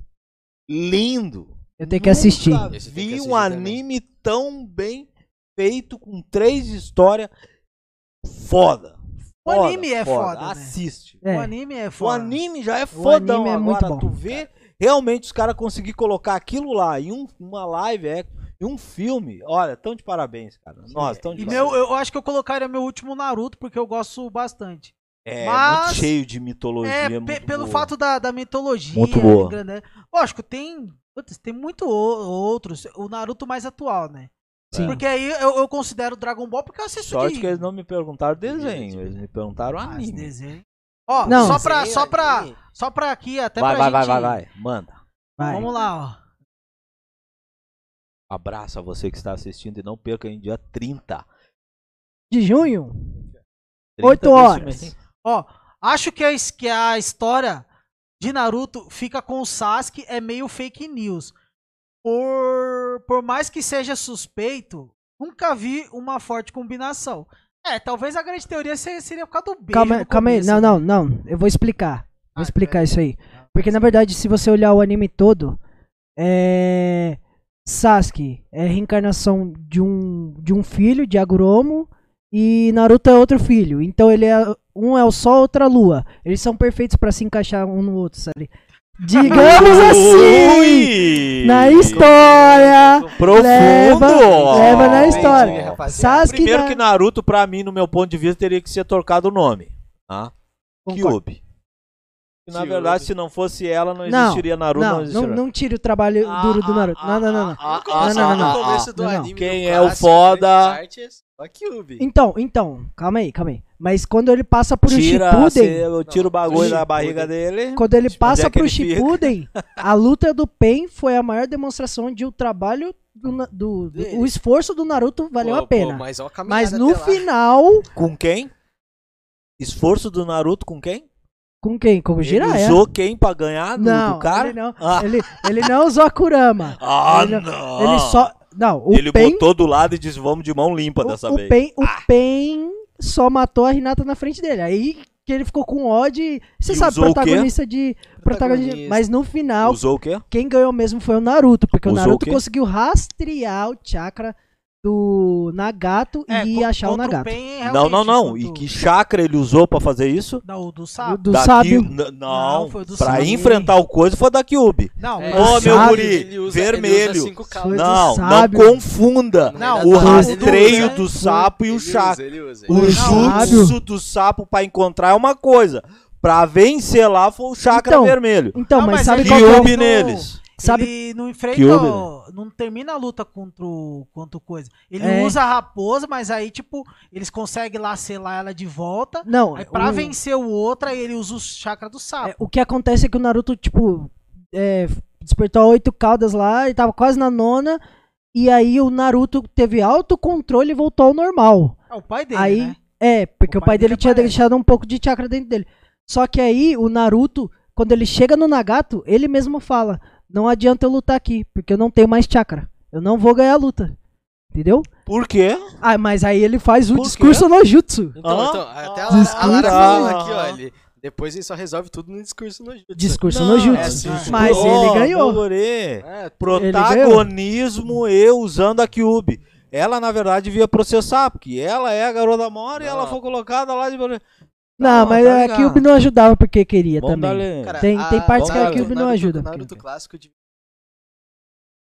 Speaker 1: Lindo.
Speaker 2: Eu tenho que assistir.
Speaker 1: Nunca
Speaker 3: Esse tem que
Speaker 1: vi um
Speaker 3: assistir também.
Speaker 1: anime tão bem feito, com três histórias. Foda.
Speaker 4: O
Speaker 1: Foda,
Speaker 4: anime é foda, né?
Speaker 1: Assiste.
Speaker 4: O
Speaker 2: É.
Speaker 4: anime é
Speaker 1: O
Speaker 4: foda.
Speaker 1: anime já é
Speaker 2: O
Speaker 1: fodão
Speaker 2: anime é
Speaker 1: agora.
Speaker 2: muito bom,
Speaker 1: tu vê realmente os caras conseguir colocar aquilo lá em um- uma live, é, em um filme. Olha, tão de parabéns, cara. Nossa, tão de
Speaker 4: E
Speaker 1: parabéns.
Speaker 4: meu, eu acho que eu colocaria meu último Naruto, porque eu gosto bastante.
Speaker 1: é
Speaker 4: mas-
Speaker 1: muito cheio de mitologia.
Speaker 4: É,
Speaker 1: muito
Speaker 4: pe- pelo
Speaker 1: boa.
Speaker 4: fato da, da mitologia.
Speaker 1: Muito boa.
Speaker 4: grande- né? Lógico, tem. putz, tem muito o- outros. O Naruto mais atual, né?
Speaker 2: Sim.
Speaker 4: Porque aí eu, eu considero Dragon Ball porque eu assisto
Speaker 1: Sorte
Speaker 4: de-
Speaker 1: que eles não me perguntaram desenho, eles me perguntaram
Speaker 4: Ah, esse
Speaker 1: anime. é
Speaker 4: desenho. Ó,
Speaker 2: Não.
Speaker 4: só pra,
Speaker 3: Sim,
Speaker 4: só pra,
Speaker 3: anime.
Speaker 4: só pra aqui, até
Speaker 1: Vai,
Speaker 4: pra
Speaker 1: vai, vai,
Speaker 4: gente...
Speaker 1: vai, vai, manda.
Speaker 2: Vai.
Speaker 4: Vamos lá, ó.
Speaker 1: Abraço a você que está assistindo e não perca em dia 30.
Speaker 2: De junho?
Speaker 1: 30
Speaker 2: Oito
Speaker 1: desse
Speaker 2: horas.
Speaker 1: mês.
Speaker 4: Ó, acho que a, his- que a história de Naruto fica com o Sasuke é meio fake news. Por, por mais que seja suspeito, nunca vi uma forte combinação. É, talvez a grande teoria se- seria por causa do beijo
Speaker 2: Calma,
Speaker 4: no
Speaker 2: calma aí.
Speaker 4: começo,
Speaker 2: Não,
Speaker 4: né?
Speaker 2: não, não. Eu vou explicar.
Speaker 4: Ah,
Speaker 2: Vou explicar isso aí. Porque na verdade, se você olhar o anime todo, é. Sasuke é a reencarnação de um, de um filho, de Aguromo, e Naruto é outro filho. Então ele é. Um é o sol, outra a lua. Eles são perfeitos pra se encaixar um no outro, sabe? Digamos assim!
Speaker 1: Ui!
Speaker 2: Na história!
Speaker 1: Profundo!
Speaker 2: Leva-
Speaker 3: leva na
Speaker 1: Ó.
Speaker 3: história.
Speaker 2: Sasuke
Speaker 1: Primeiro
Speaker 2: na-
Speaker 1: que Naruto, pra mim, no meu ponto de vista, teria que ser trocado o nome. Tá?
Speaker 2: Concordo.
Speaker 1: Kyubi. Que, Na
Speaker 3: Kyubi.
Speaker 1: verdade, se não fosse ela, não
Speaker 2: Não,
Speaker 1: existiria Naruto, não, né?
Speaker 2: Não, não,
Speaker 1: existiria.
Speaker 2: não tire o trabalho duro do Naruto. Não, não, não, não.
Speaker 1: Ah,
Speaker 3: Eu gosto
Speaker 2: não, não,
Speaker 3: do
Speaker 2: não, não.
Speaker 3: começo do
Speaker 2: Não, não.
Speaker 3: anime,
Speaker 1: Quem
Speaker 3: do
Speaker 1: é o
Speaker 3: clássico,
Speaker 1: foda?
Speaker 3: das artes, só que Ubi.
Speaker 2: Então, então, calma aí, calma aí. Mas quando ele passa pro
Speaker 1: Tira,
Speaker 2: Shippuden,
Speaker 1: se- eu tiro o bagulho
Speaker 2: Shippuden.
Speaker 1: da barriga dele.
Speaker 2: (laughs) quando ele
Speaker 1: Onde
Speaker 2: passa
Speaker 1: é que
Speaker 2: pro
Speaker 1: ele fica?
Speaker 2: Shippuden, a luta do Pen foi a maior demonstração de o trabalho do, Na- do- do-
Speaker 3: Dele.
Speaker 2: o esforço do Naruto valeu
Speaker 3: Pô,
Speaker 2: a pena.
Speaker 3: pô, mas ó, a caminhada
Speaker 2: mas no
Speaker 3: até lá.
Speaker 2: final,
Speaker 1: Com quem? Esforço do Naruto com quem?
Speaker 2: com quem? Com o
Speaker 1: ele
Speaker 2: Jiraiya?
Speaker 1: usou quem pra ganhar do,
Speaker 2: não,
Speaker 1: do cara?
Speaker 2: ele não.
Speaker 1: Ah,
Speaker 2: Ele, ele não usou
Speaker 1: (laughs)
Speaker 2: a Kurama.
Speaker 1: ah,
Speaker 2: ele-
Speaker 1: não!
Speaker 2: Ele só não, o
Speaker 1: Ele
Speaker 2: Pen,
Speaker 1: botou do lado e disse, vamos de mão limpa dessa
Speaker 2: o, o
Speaker 1: vez. Ah.
Speaker 2: Pen, o Pen só matou a Renata na frente dele. Aí que ele ficou com ódio. e- Você
Speaker 1: E
Speaker 2: sabe,
Speaker 1: usou o quê?
Speaker 2: protagonista de protagonista,
Speaker 3: Protagonista.
Speaker 2: mas no final
Speaker 1: Usou o quê?
Speaker 2: quem ganhou mesmo foi o Naruto, porque
Speaker 1: Usou
Speaker 2: o
Speaker 1: o
Speaker 2: Naruto
Speaker 1: quê?
Speaker 2: conseguiu rastrear o chakra do Nagato
Speaker 4: É,
Speaker 2: e
Speaker 4: con-
Speaker 2: achar é o
Speaker 4: contra
Speaker 2: Nagato.
Speaker 4: Pain,
Speaker 1: Não,
Speaker 4: realmente,
Speaker 1: não, não.
Speaker 4: contra
Speaker 1: E
Speaker 4: o-
Speaker 1: que chakra ele usou pra fazer isso?
Speaker 4: Da, o do
Speaker 2: Do,
Speaker 4: sapo.
Speaker 2: do
Speaker 1: Da
Speaker 2: sábio.
Speaker 1: Ki- N- Não,
Speaker 4: Não, foi do
Speaker 1: pra
Speaker 4: sábio.
Speaker 1: enfrentar o coisa foi da Kyubi.
Speaker 4: Não,
Speaker 3: É,
Speaker 4: ele-
Speaker 1: Ô,
Speaker 2: do
Speaker 1: meu
Speaker 2: sábio.
Speaker 1: guri,
Speaker 3: Ele usa- ele usa
Speaker 1: vermelho.
Speaker 3: cinco
Speaker 2: Foi
Speaker 3: calças.
Speaker 2: do
Speaker 1: Não, não
Speaker 2: sábio. é
Speaker 1: confunda
Speaker 4: Não,
Speaker 1: o
Speaker 2: né?
Speaker 4: do- né?
Speaker 1: rastreio
Speaker 4: do-
Speaker 1: do sapo e o
Speaker 3: Ele usa,
Speaker 1: chakra.
Speaker 3: ele usa, ele
Speaker 1: O
Speaker 3: usa.
Speaker 1: jutsu
Speaker 2: sábio.
Speaker 1: do sapo pra encontrar é uma coisa. Pra vencer lá foi o chakra
Speaker 2: Então,
Speaker 1: vermelho.
Speaker 2: Então,
Speaker 4: Não,
Speaker 2: mas,
Speaker 4: mas
Speaker 2: sabe
Speaker 4: ele-
Speaker 2: qual que é o,
Speaker 1: Kyubi
Speaker 4: do-
Speaker 1: neles.
Speaker 2: Sabe-
Speaker 4: Ele não enfrenta.
Speaker 1: Que houve,
Speaker 4: o- Não termina a luta contra o, contra o coisa. Ele
Speaker 2: É.
Speaker 4: usa a raposa, mas aí, tipo, eles conseguem lá selar ela de volta.
Speaker 2: Não,
Speaker 4: Aí é pra
Speaker 2: o-
Speaker 4: vencer o outro, aí ele usa o chakra do sapo.
Speaker 2: É, o que acontece é que o Naruto, tipo, é, despertou oito caudas lá e tava quase na nona. E aí o Naruto teve autocontrole e voltou ao normal.
Speaker 4: É o pai dele,
Speaker 2: aí,
Speaker 4: né?
Speaker 2: é, porque o pai, dele, tinha
Speaker 4: aparece.
Speaker 2: deixado um pouco de chakra dentro dele. Só que aí o Naruto, quando ele chega no Nagato, ele mesmo fala: Não adianta eu lutar aqui, porque eu não tenho mais chakra. Eu não vou ganhar a luta. Entendeu?
Speaker 1: Por quê?
Speaker 2: Ah, mas aí ele faz o
Speaker 1: Por quê?
Speaker 2: discurso no jutsu.
Speaker 3: Então,
Speaker 1: Ah?
Speaker 3: então, até a,
Speaker 4: Ah.
Speaker 3: Lara- a Lara falou
Speaker 1: Desculpa.
Speaker 3: aqui, ó. ele- depois ele só resolve tudo no discurso no jutsu.
Speaker 2: Discurso
Speaker 1: Não, tipo,
Speaker 2: no
Speaker 3: é
Speaker 2: jutsu.
Speaker 3: assim,
Speaker 2: mas
Speaker 1: Ô,
Speaker 2: ele ganhou.
Speaker 1: meu guri,
Speaker 3: É,
Speaker 1: Protagonismo eu usando a Cube. Ela, na verdade, devia processar, porque ela é a garota mora e
Speaker 3: Não.
Speaker 1: ela foi colocada lá de. Vamos
Speaker 2: Não,
Speaker 1: Não,
Speaker 2: mas é
Speaker 1: tá
Speaker 2: a
Speaker 1: ligado.
Speaker 2: Cube não ajudava porque queria também.
Speaker 1: dar-lhe-
Speaker 3: cara,
Speaker 2: Tem- tem partes
Speaker 1: que a
Speaker 3: Naruto-
Speaker 1: Cube
Speaker 2: não
Speaker 3: Naruto-
Speaker 2: ajuda,
Speaker 3: Naruto
Speaker 2: porque-
Speaker 3: clássico de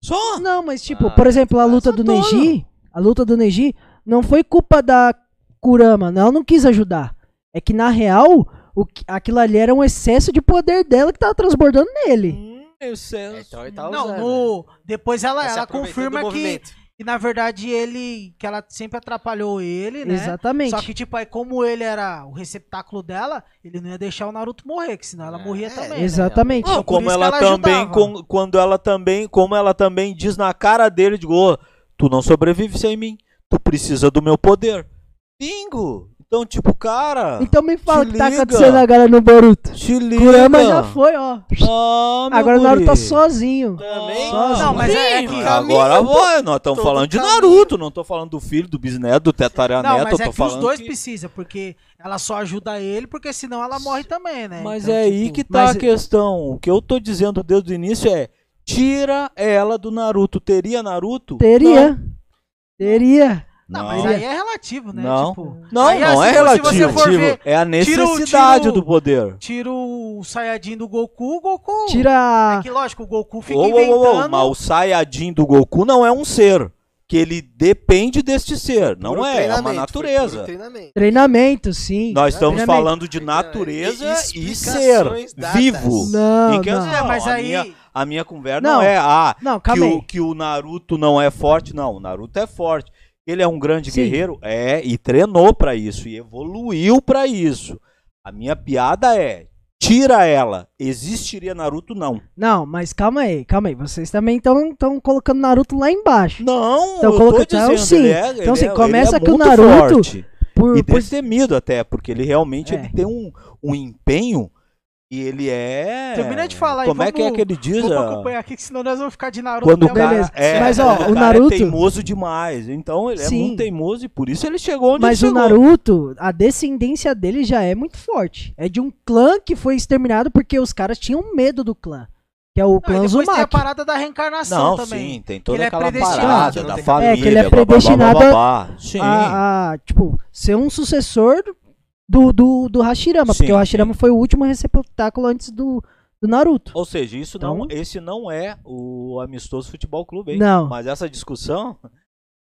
Speaker 1: Só?
Speaker 2: Não,
Speaker 1: (laughs)
Speaker 2: mas tipo,
Speaker 3: Ah,
Speaker 2: por exemplo, a luta
Speaker 1: essa
Speaker 2: do
Speaker 1: toda.
Speaker 2: Neji, a luta do Neji não foi culpa da Kurama, não, ela não quis ajudar. É que na real, o, que- aquilo ali era um excesso de poder dela que tava transbordando nele.
Speaker 1: Hum, eu sei.
Speaker 3: É, então ele tá
Speaker 4: Não,
Speaker 3: usando.
Speaker 4: no- depois ela,
Speaker 3: Tá se
Speaker 4: ela
Speaker 3: aproveitando
Speaker 4: confirma
Speaker 3: do
Speaker 4: que,
Speaker 3: movimento.
Speaker 4: que, na verdade, ele. Que ela sempre atrapalhou ele, né?
Speaker 2: Exatamente.
Speaker 4: Só que, tipo, aí como ele era o receptáculo dela, ele não ia deixar o Naruto morrer, que senão ela
Speaker 3: É,
Speaker 4: morria também. né?
Speaker 2: Exatamente.
Speaker 1: Não,
Speaker 4: Então, por
Speaker 1: como
Speaker 4: isso que
Speaker 1: ela,
Speaker 4: ela
Speaker 1: também,
Speaker 4: ajudava.
Speaker 1: com- quando ela também, como ela também diz na cara dele, digo, "Ô, tu não sobrevive sem mim, tu precisa do meu poder. Bingo! Então, tipo, cara,
Speaker 2: Então me fala o
Speaker 1: Se
Speaker 2: que tá
Speaker 1: liga.
Speaker 2: acontecendo agora no Boruto.
Speaker 1: te liga.
Speaker 2: Kurama já foi, ó.
Speaker 1: Ah, meu
Speaker 2: Agora o Naruto tá
Speaker 1: guri.
Speaker 2: sozinho.
Speaker 3: Também.
Speaker 2: Só-
Speaker 4: Não, mas é, é
Speaker 3: Sim,
Speaker 4: que.
Speaker 3: mas- Caminho,
Speaker 1: Agora vai, nós estamos
Speaker 3: todo
Speaker 1: falando de
Speaker 3: caminho.
Speaker 1: Naruto, não tô falando do filho, do bisneto, do
Speaker 4: Não,
Speaker 1: tetaraneto,
Speaker 4: mas
Speaker 1: eu
Speaker 4: é
Speaker 1: tô
Speaker 4: que os
Speaker 1: falando.
Speaker 4: dois
Speaker 1: que-
Speaker 4: precisam, porque ela só ajuda ele, porque senão ela morre também, né?
Speaker 1: Mas
Speaker 4: Então,
Speaker 1: é aí
Speaker 4: tipo,
Speaker 1: que tá
Speaker 2: mas-
Speaker 1: a questão. O que eu tô dizendo desde o início é: tira ela do Naruto. Teria Naruto?
Speaker 2: Teria. Teria.
Speaker 4: Não,
Speaker 1: Não.
Speaker 4: mas aí é relativo, né?
Speaker 1: Não.
Speaker 4: Tipo,
Speaker 1: Não,
Speaker 4: Aí,
Speaker 1: não
Speaker 4: assim,
Speaker 1: é
Speaker 4: se
Speaker 1: relativo.
Speaker 4: você for ver,
Speaker 1: é a
Speaker 4: tira o-
Speaker 1: necessidade
Speaker 4: tira o-
Speaker 1: do poder.
Speaker 4: tira o Saiyajin do Goku, o Goku.
Speaker 2: Tira.
Speaker 4: É que lógico, o Goku fica
Speaker 1: Ô, ô, ô,
Speaker 4: inventando.
Speaker 1: ô, mas o Saiyajin do Goku não é um ser. Que ele depende deste ser. Não
Speaker 3: Puro
Speaker 1: é, é
Speaker 3: treinamento,
Speaker 1: uma
Speaker 3: foi
Speaker 1: natureza.
Speaker 3: puro treinamento. É,
Speaker 2: Treinamento, sim.
Speaker 1: Nós estamos
Speaker 2: Treinamento.
Speaker 1: falando de natureza e ser
Speaker 3: Explicações dadas.
Speaker 1: vivo.
Speaker 2: Não,
Speaker 1: Em que eu-
Speaker 2: não.
Speaker 4: É, mas
Speaker 1: a
Speaker 4: aí-
Speaker 1: minha- a minha conversa
Speaker 2: Não.
Speaker 1: não, é ah,
Speaker 2: Não,
Speaker 1: que
Speaker 2: calma aí.
Speaker 1: o, que o Naruto não é forte. Não, o Naruto é forte. Ele é um grande
Speaker 2: Sim.
Speaker 1: guerreiro? É, e treinou pra isso, e evoluiu pra isso. A minha piada é, tira ela. Existiria Naruto? Não.
Speaker 2: Não, mas calma aí, calma aí. Vocês também estão colocando Naruto lá embaixo.
Speaker 1: Não,
Speaker 2: Então,
Speaker 1: eu
Speaker 2: coloca-
Speaker 1: tô
Speaker 2: então,
Speaker 1: dizendo,
Speaker 2: sim.
Speaker 1: ele é-
Speaker 2: Então,
Speaker 1: ele
Speaker 2: assim,
Speaker 1: é- ele
Speaker 2: começa
Speaker 1: é
Speaker 2: que o
Speaker 1: muito
Speaker 2: Naruto-
Speaker 1: forte.
Speaker 2: Por,
Speaker 1: E
Speaker 2: por...
Speaker 1: destemido até, porque ele realmente
Speaker 2: É.
Speaker 1: ele tem um, um empenho e ele é...
Speaker 4: Termina de falar aí,
Speaker 1: Como é que é
Speaker 4: vamos-
Speaker 1: que ele diz?
Speaker 4: Vamos
Speaker 1: ah?
Speaker 4: acompanhar aqui, que senão nós vamos ficar de Naruto.
Speaker 1: quando o
Speaker 4: até amanhã.
Speaker 1: cara
Speaker 2: Beleza.
Speaker 1: é,
Speaker 2: Mas, ó,
Speaker 1: quando
Speaker 2: o
Speaker 1: cara
Speaker 2: Naruto-
Speaker 1: é teimoso demais. Então ele é
Speaker 2: Sim.
Speaker 1: muito teimoso e por isso ele chegou onde
Speaker 2: Mas
Speaker 1: ele
Speaker 2: o
Speaker 1: chegou.
Speaker 2: Naruto, a descendência dele já é muito forte. É de um clã que foi exterminado porque os caras tinham medo do clã. Que é o
Speaker 4: Não, e
Speaker 2: clã
Speaker 4: depois tem a
Speaker 2: Uzumaki.
Speaker 4: parada da reencarnação
Speaker 1: não,
Speaker 4: também.
Speaker 1: sim, tem toda
Speaker 4: Ele é
Speaker 1: aquela
Speaker 4: predestinado, né?
Speaker 1: parada
Speaker 3: não
Speaker 1: da
Speaker 3: tem-
Speaker 1: família,
Speaker 2: É, que ele é
Speaker 1: blá, blá, blá,
Speaker 2: predestinado
Speaker 1: blá, blá, blá. Sim.
Speaker 2: A, a, tipo, ser um sucessor do, do, do Hashirama.
Speaker 1: Sim,
Speaker 2: porque o Hashirama
Speaker 1: sim.
Speaker 2: foi o último receptáculo antes do, do Naruto.
Speaker 1: Ou seja, isso não,
Speaker 2: Então-
Speaker 1: esse não é o amistoso futebol clube, hein?
Speaker 2: Não.
Speaker 1: Mas essa discussão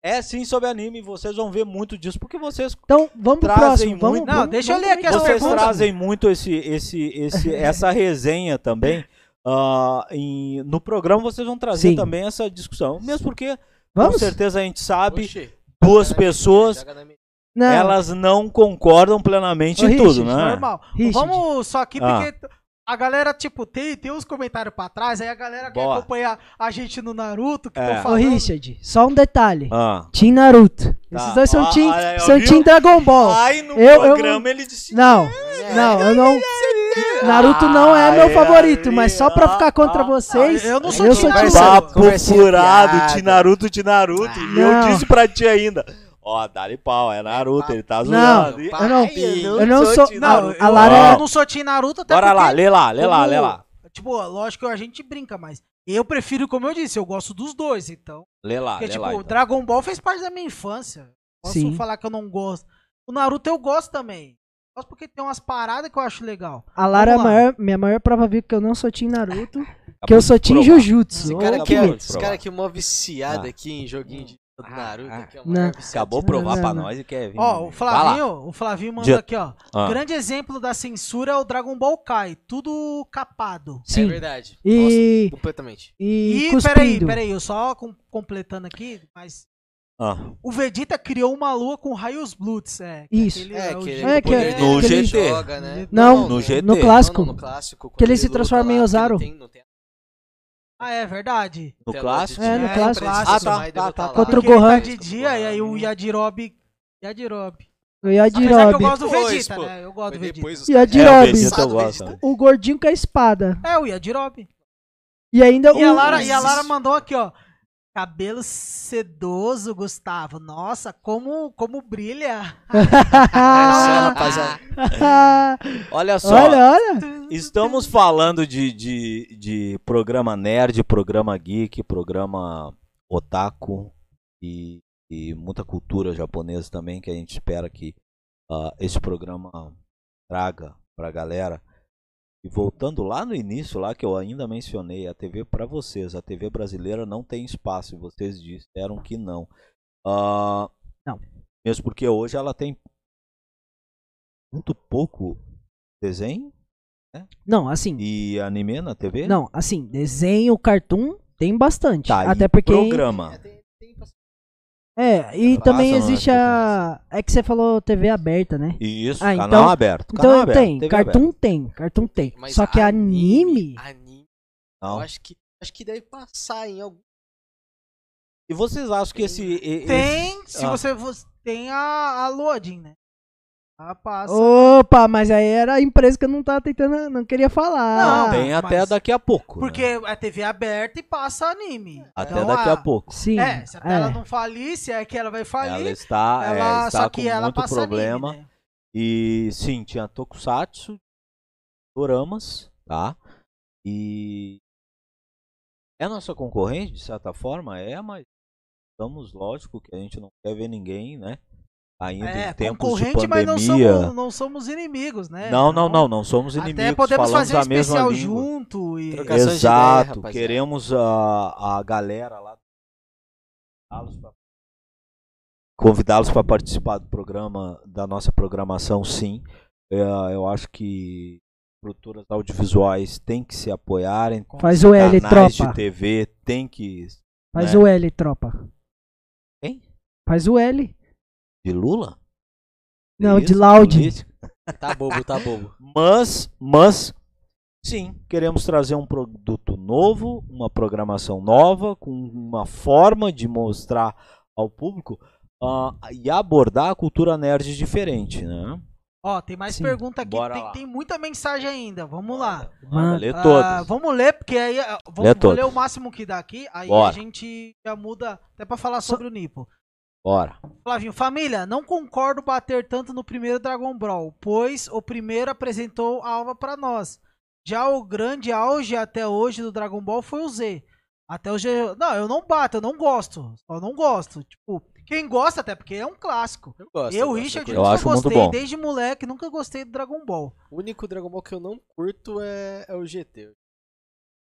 Speaker 1: é sim sobre anime, vocês vão ver muito disso porque vocês
Speaker 2: Então, vamos pro
Speaker 1: Trazem
Speaker 2: próximo. Vamos,
Speaker 1: muito-
Speaker 4: Não,
Speaker 2: vamos-
Speaker 4: deixa eu
Speaker 2: vamos
Speaker 4: ler aqui as
Speaker 2: comentar.
Speaker 1: Vocês
Speaker 4: perguntas?
Speaker 1: trazem muito esse, esse,
Speaker 2: (laughs)
Speaker 1: esse, essa resenha também. ah, em- no programa vocês vão trazer
Speaker 2: Sim.
Speaker 1: também essa discussão. Mesmo porque, com
Speaker 2: Vamos?
Speaker 1: certeza, a gente sabe,
Speaker 3: Oxê,
Speaker 1: duas
Speaker 3: joga na-
Speaker 1: pessoas,
Speaker 3: joga na minha-
Speaker 2: Não,
Speaker 1: elas não concordam plenamente
Speaker 2: Ô,
Speaker 1: em
Speaker 2: Richard,
Speaker 1: tudo, né?
Speaker 4: Normal.
Speaker 2: Richard.
Speaker 4: Vamos só aqui,
Speaker 1: Ah.
Speaker 4: porque t- a galera, tipo, tem, tem uns comentários pra trás, aí a galera quer
Speaker 1: Bora.
Speaker 4: acompanhar a gente no Naruto, que
Speaker 1: É.
Speaker 4: tô
Speaker 2: Ô,
Speaker 4: falando.
Speaker 2: Richard, só um detalhe.
Speaker 1: Ah.
Speaker 2: Team Naruto.
Speaker 1: Tá.
Speaker 2: Esses dois são
Speaker 1: Ah,
Speaker 2: Team,
Speaker 1: ah, eu
Speaker 2: são
Speaker 1: vi
Speaker 2: team
Speaker 1: o-
Speaker 2: Dragon Ball.
Speaker 1: Aí no
Speaker 2: eu-
Speaker 1: programa ele disse.
Speaker 2: Não,
Speaker 3: É.
Speaker 2: não, eu não. Naruto não é
Speaker 1: Ah,
Speaker 2: meu
Speaker 1: é,
Speaker 2: favorito,
Speaker 1: é,
Speaker 2: mas só pra
Speaker 1: ah,
Speaker 2: ficar contra
Speaker 1: ah,
Speaker 2: vocês.
Speaker 4: ah, eu não sou Team
Speaker 2: Team
Speaker 4: Naruto.
Speaker 2: Naruto.
Speaker 1: Papo
Speaker 3: Conversinha
Speaker 1: furado,
Speaker 3: fiada.
Speaker 1: de Naruto, de Naruto. e
Speaker 2: Não.
Speaker 1: eu disse pra ti ainda. Ó, dá-lhe pau, é Naruto, ele tá zoando. E-
Speaker 2: eu não-
Speaker 3: Pai,
Speaker 2: eu não sou-
Speaker 3: Team
Speaker 4: Não,
Speaker 3: Naruto.
Speaker 2: a
Speaker 4: eu,
Speaker 2: Lara- é-
Speaker 4: eu não sou Team é Naruto até
Speaker 1: Bora lá,
Speaker 4: Tá porque,
Speaker 1: lê lá, lê lá, lê lá.
Speaker 4: Tipo, lógico que a gente brinca, mas eu prefiro, como eu disse, eu gosto dos dois, então.
Speaker 1: Lê lá,
Speaker 4: Porque,
Speaker 1: lê
Speaker 4: tipo,
Speaker 1: lá. então.
Speaker 4: Dragon Ball fez parte da minha infância. Posso
Speaker 2: Sim.
Speaker 4: falar que eu não gosto. O Naruto eu gosto também. Gosto porque tem umas paradas que eu acho legal.
Speaker 2: A Lara é a
Speaker 4: Vamos lá.
Speaker 2: maior, minha maior prova viva que eu não sou Team Naruto, que
Speaker 1: então. Acabou
Speaker 2: eu
Speaker 1: de
Speaker 2: sou Team
Speaker 1: provar.
Speaker 2: Jujutsu.
Speaker 3: Esse
Speaker 2: ô,
Speaker 3: cara aqui, é,
Speaker 2: Kimetsu.
Speaker 3: esse cara aqui é mó viciado
Speaker 1: Ah.
Speaker 3: aqui em joguinho de do Naruto,
Speaker 1: Ah,
Speaker 3: que é
Speaker 2: não.
Speaker 3: uma herbicida.
Speaker 1: Acabou de
Speaker 2: Não,
Speaker 1: provar
Speaker 2: não,
Speaker 1: pra
Speaker 2: não.
Speaker 1: nós é e quer vir.
Speaker 4: Ó, o Flavinho, o Flavinho mandou
Speaker 1: Dia-
Speaker 4: aqui, ó.
Speaker 1: Ah.
Speaker 4: Grande exemplo da censura é o Dragon Ball Kai, tudo capado.
Speaker 2: Sim.
Speaker 3: É verdade.
Speaker 2: E-
Speaker 3: Nossa, completamente.
Speaker 2: E,
Speaker 4: E, peraí,
Speaker 2: cuspindo.
Speaker 4: peraí, eu só com- completando aqui, mas
Speaker 1: Ah.
Speaker 4: o Vegeta criou uma lua com raios Bluts, é. que
Speaker 2: Isso.
Speaker 4: aquele o
Speaker 3: que,
Speaker 4: jeito
Speaker 2: é que-
Speaker 4: dele.
Speaker 2: é
Speaker 1: No
Speaker 3: ele
Speaker 1: GT.
Speaker 3: joga, né?
Speaker 2: Não,
Speaker 1: no
Speaker 3: né?
Speaker 1: GT.
Speaker 2: No clássico.
Speaker 3: Não, no clássico.
Speaker 2: Que ele
Speaker 3: quando
Speaker 2: se transforma
Speaker 3: luta
Speaker 2: em
Speaker 3: lá,
Speaker 2: Ozaru.
Speaker 3: que Não tem, não tem
Speaker 4: Ah, é verdade.
Speaker 1: No
Speaker 3: tela de
Speaker 1: clássico?
Speaker 2: É, no
Speaker 3: direito
Speaker 2: clássico.
Speaker 3: pra ele se
Speaker 1: Ah, tá,
Speaker 3: transformar e
Speaker 1: tá,
Speaker 3: derrotar
Speaker 1: tá,
Speaker 3: lá.
Speaker 2: Contra o
Speaker 4: Porque ele
Speaker 2: Gohan.
Speaker 4: de dia e aí o Yadirobe...
Speaker 2: O
Speaker 4: Yadirobe. Apesar que eu
Speaker 2: Yadirob.
Speaker 4: gosto do
Speaker 3: Depois,
Speaker 4: Vegeta,
Speaker 3: pô.
Speaker 4: né? Eu gosto
Speaker 3: Mas
Speaker 4: do Vegeta.
Speaker 3: depois os
Speaker 2: E
Speaker 3: caras-
Speaker 2: Adirobe.
Speaker 3: É, o
Speaker 2: Vegeta
Speaker 1: eu
Speaker 3: do
Speaker 1: gosto.
Speaker 3: Vegeta.
Speaker 2: O gordinho com a espada.
Speaker 4: É, o Yadirobe.
Speaker 2: E ainda
Speaker 4: E
Speaker 2: o.
Speaker 4: a, Lara, e a
Speaker 2: (laughs)
Speaker 3: Existe.
Speaker 4: Lara mandou aqui, ó. Cabelo sedoso, Gustavo. Nossa, como, como brilha.
Speaker 3: É isso aí, rapaziada.
Speaker 1: Olha só.
Speaker 2: olha, olha.
Speaker 1: Estamos falando de, de, de programa nerd, programa geek, programa otaku e, e muita cultura japonesa também que a gente espera que ah, esse programa traga pra galera. E voltando lá no início, lá que eu ainda mencionei, a TV pra vocês, a TV brasileira não tem espaço e vocês disseram que não. Ah,
Speaker 2: Não.
Speaker 1: Mesmo porque hoje ela tem muito pouco desenho
Speaker 2: Não, assim.
Speaker 1: e anime na TV?
Speaker 2: Não, assim, desenho, cartoon, tem bastante.
Speaker 1: Tá,
Speaker 2: Até
Speaker 1: e
Speaker 2: porque.
Speaker 1: programa.
Speaker 3: Tem- tem- tem-
Speaker 2: É, e
Speaker 1: Passa,
Speaker 2: também
Speaker 1: mano,
Speaker 2: existe a. É que você falou TV aberta, né?
Speaker 1: Isso,
Speaker 2: Ah,
Speaker 1: canal
Speaker 2: então-
Speaker 1: aberto.
Speaker 2: Então
Speaker 1: canal aberto,
Speaker 2: tem,
Speaker 1: TV
Speaker 2: cartoon
Speaker 1: aberta.
Speaker 2: tem, cartoon tem.
Speaker 3: Mas
Speaker 2: Só que anime.
Speaker 3: Anime.
Speaker 1: Não.
Speaker 3: Eu acho que, acho que deve passar em algum.
Speaker 1: E vocês acham que esse... e-
Speaker 4: Tem,
Speaker 1: esse-
Speaker 4: se
Speaker 1: ah,
Speaker 4: você fosse- tem a, a Loading, né? A passa.
Speaker 2: Opa, mas aí era a empresa que eu não tava tentando, não queria falar.
Speaker 4: Não,
Speaker 1: tem
Speaker 4: mas-
Speaker 1: até daqui a pouco.
Speaker 4: Porque
Speaker 1: né?
Speaker 4: a TV é aberta e passa anime.
Speaker 1: Até
Speaker 4: Então,
Speaker 1: daqui a pouco.
Speaker 2: Sim.
Speaker 4: É, se a
Speaker 2: é.
Speaker 4: tela não falir, se é que ela vai
Speaker 1: Ela
Speaker 4: falir,
Speaker 1: está, é,
Speaker 4: ela,
Speaker 1: está
Speaker 4: só
Speaker 1: com
Speaker 4: que ela
Speaker 1: muito
Speaker 4: passa
Speaker 1: problema.
Speaker 4: anime, né?
Speaker 1: E sim, tinha Tokusatsu, Doramas, tá? E é nossa concorrente, de certa forma, é, mas estamos, lógico, que a gente não quer ver ninguém, né? Ainda
Speaker 4: É,
Speaker 1: em tempos de pandemia.
Speaker 4: concorrente, mas não somos, não somos inimigos, né?
Speaker 1: Não, não,
Speaker 4: Então,
Speaker 1: não, não somos inimigos.
Speaker 4: Até podemos
Speaker 1: falamos
Speaker 4: fazer um
Speaker 1: a mesma
Speaker 4: especial
Speaker 1: língua.
Speaker 4: junto e...
Speaker 3: Trocar- Trocação de ideia,
Speaker 1: Exato,
Speaker 3: rapaziada.
Speaker 1: queremos a, a galera lá convidá-los pra- convidá-los para participar do programa da nossa programação, sim. É, eu acho que estruturas audiovisuais têm que se apoiarem,
Speaker 2: Faz o L,
Speaker 1: canais de
Speaker 2: tropa.
Speaker 1: TV têm que
Speaker 2: Faz
Speaker 1: né?
Speaker 2: o L, tropa.
Speaker 1: Quem?
Speaker 2: Faz o L.
Speaker 1: de Lula? É
Speaker 2: Não, de
Speaker 1: Isso,
Speaker 2: Laude.
Speaker 1: política.
Speaker 3: Tá bobo, tá bobo.
Speaker 1: Mas, mas, sim, queremos trazer um produto novo, uma programação nova, com uma forma de mostrar ao público ah, e abordar a cultura nerd diferente, né?
Speaker 4: Ó, tem mais
Speaker 2: Sim.
Speaker 4: pergunta aqui.
Speaker 1: Bora
Speaker 4: Tem,
Speaker 1: lá.
Speaker 4: tem muita mensagem ainda. Vamos lá.
Speaker 1: Manda, lê
Speaker 4: Ah,
Speaker 1: todas.
Speaker 4: vamos ler, porque aí ah, vamos
Speaker 1: Lê
Speaker 4: vou
Speaker 1: todas.
Speaker 4: ler o máximo que dá aqui. Aí
Speaker 1: Bora.
Speaker 4: a gente já muda até pra falar sobre o Nipo.
Speaker 1: Bora.
Speaker 4: Flavinho, família, não concordo bater tanto no primeiro Dragon Ball, pois o primeiro apresentou a alma pra nós. Já o grande auge até hoje do Dragon Ball foi o Z. Até hoje. eu- Não, eu não bato, eu não gosto. Só não gosto. Tipo, quem gosta até, porque é um clássico.
Speaker 3: Eu gosto.
Speaker 4: eu,
Speaker 3: gosto,
Speaker 4: Richard,
Speaker 1: eu
Speaker 3: curto.
Speaker 4: nunca
Speaker 1: acho muito
Speaker 4: gostei
Speaker 1: bom.
Speaker 4: desde moleque, nunca gostei do Dragon Ball.
Speaker 3: O único Dragon Ball que eu não curto é, é o GT. Eu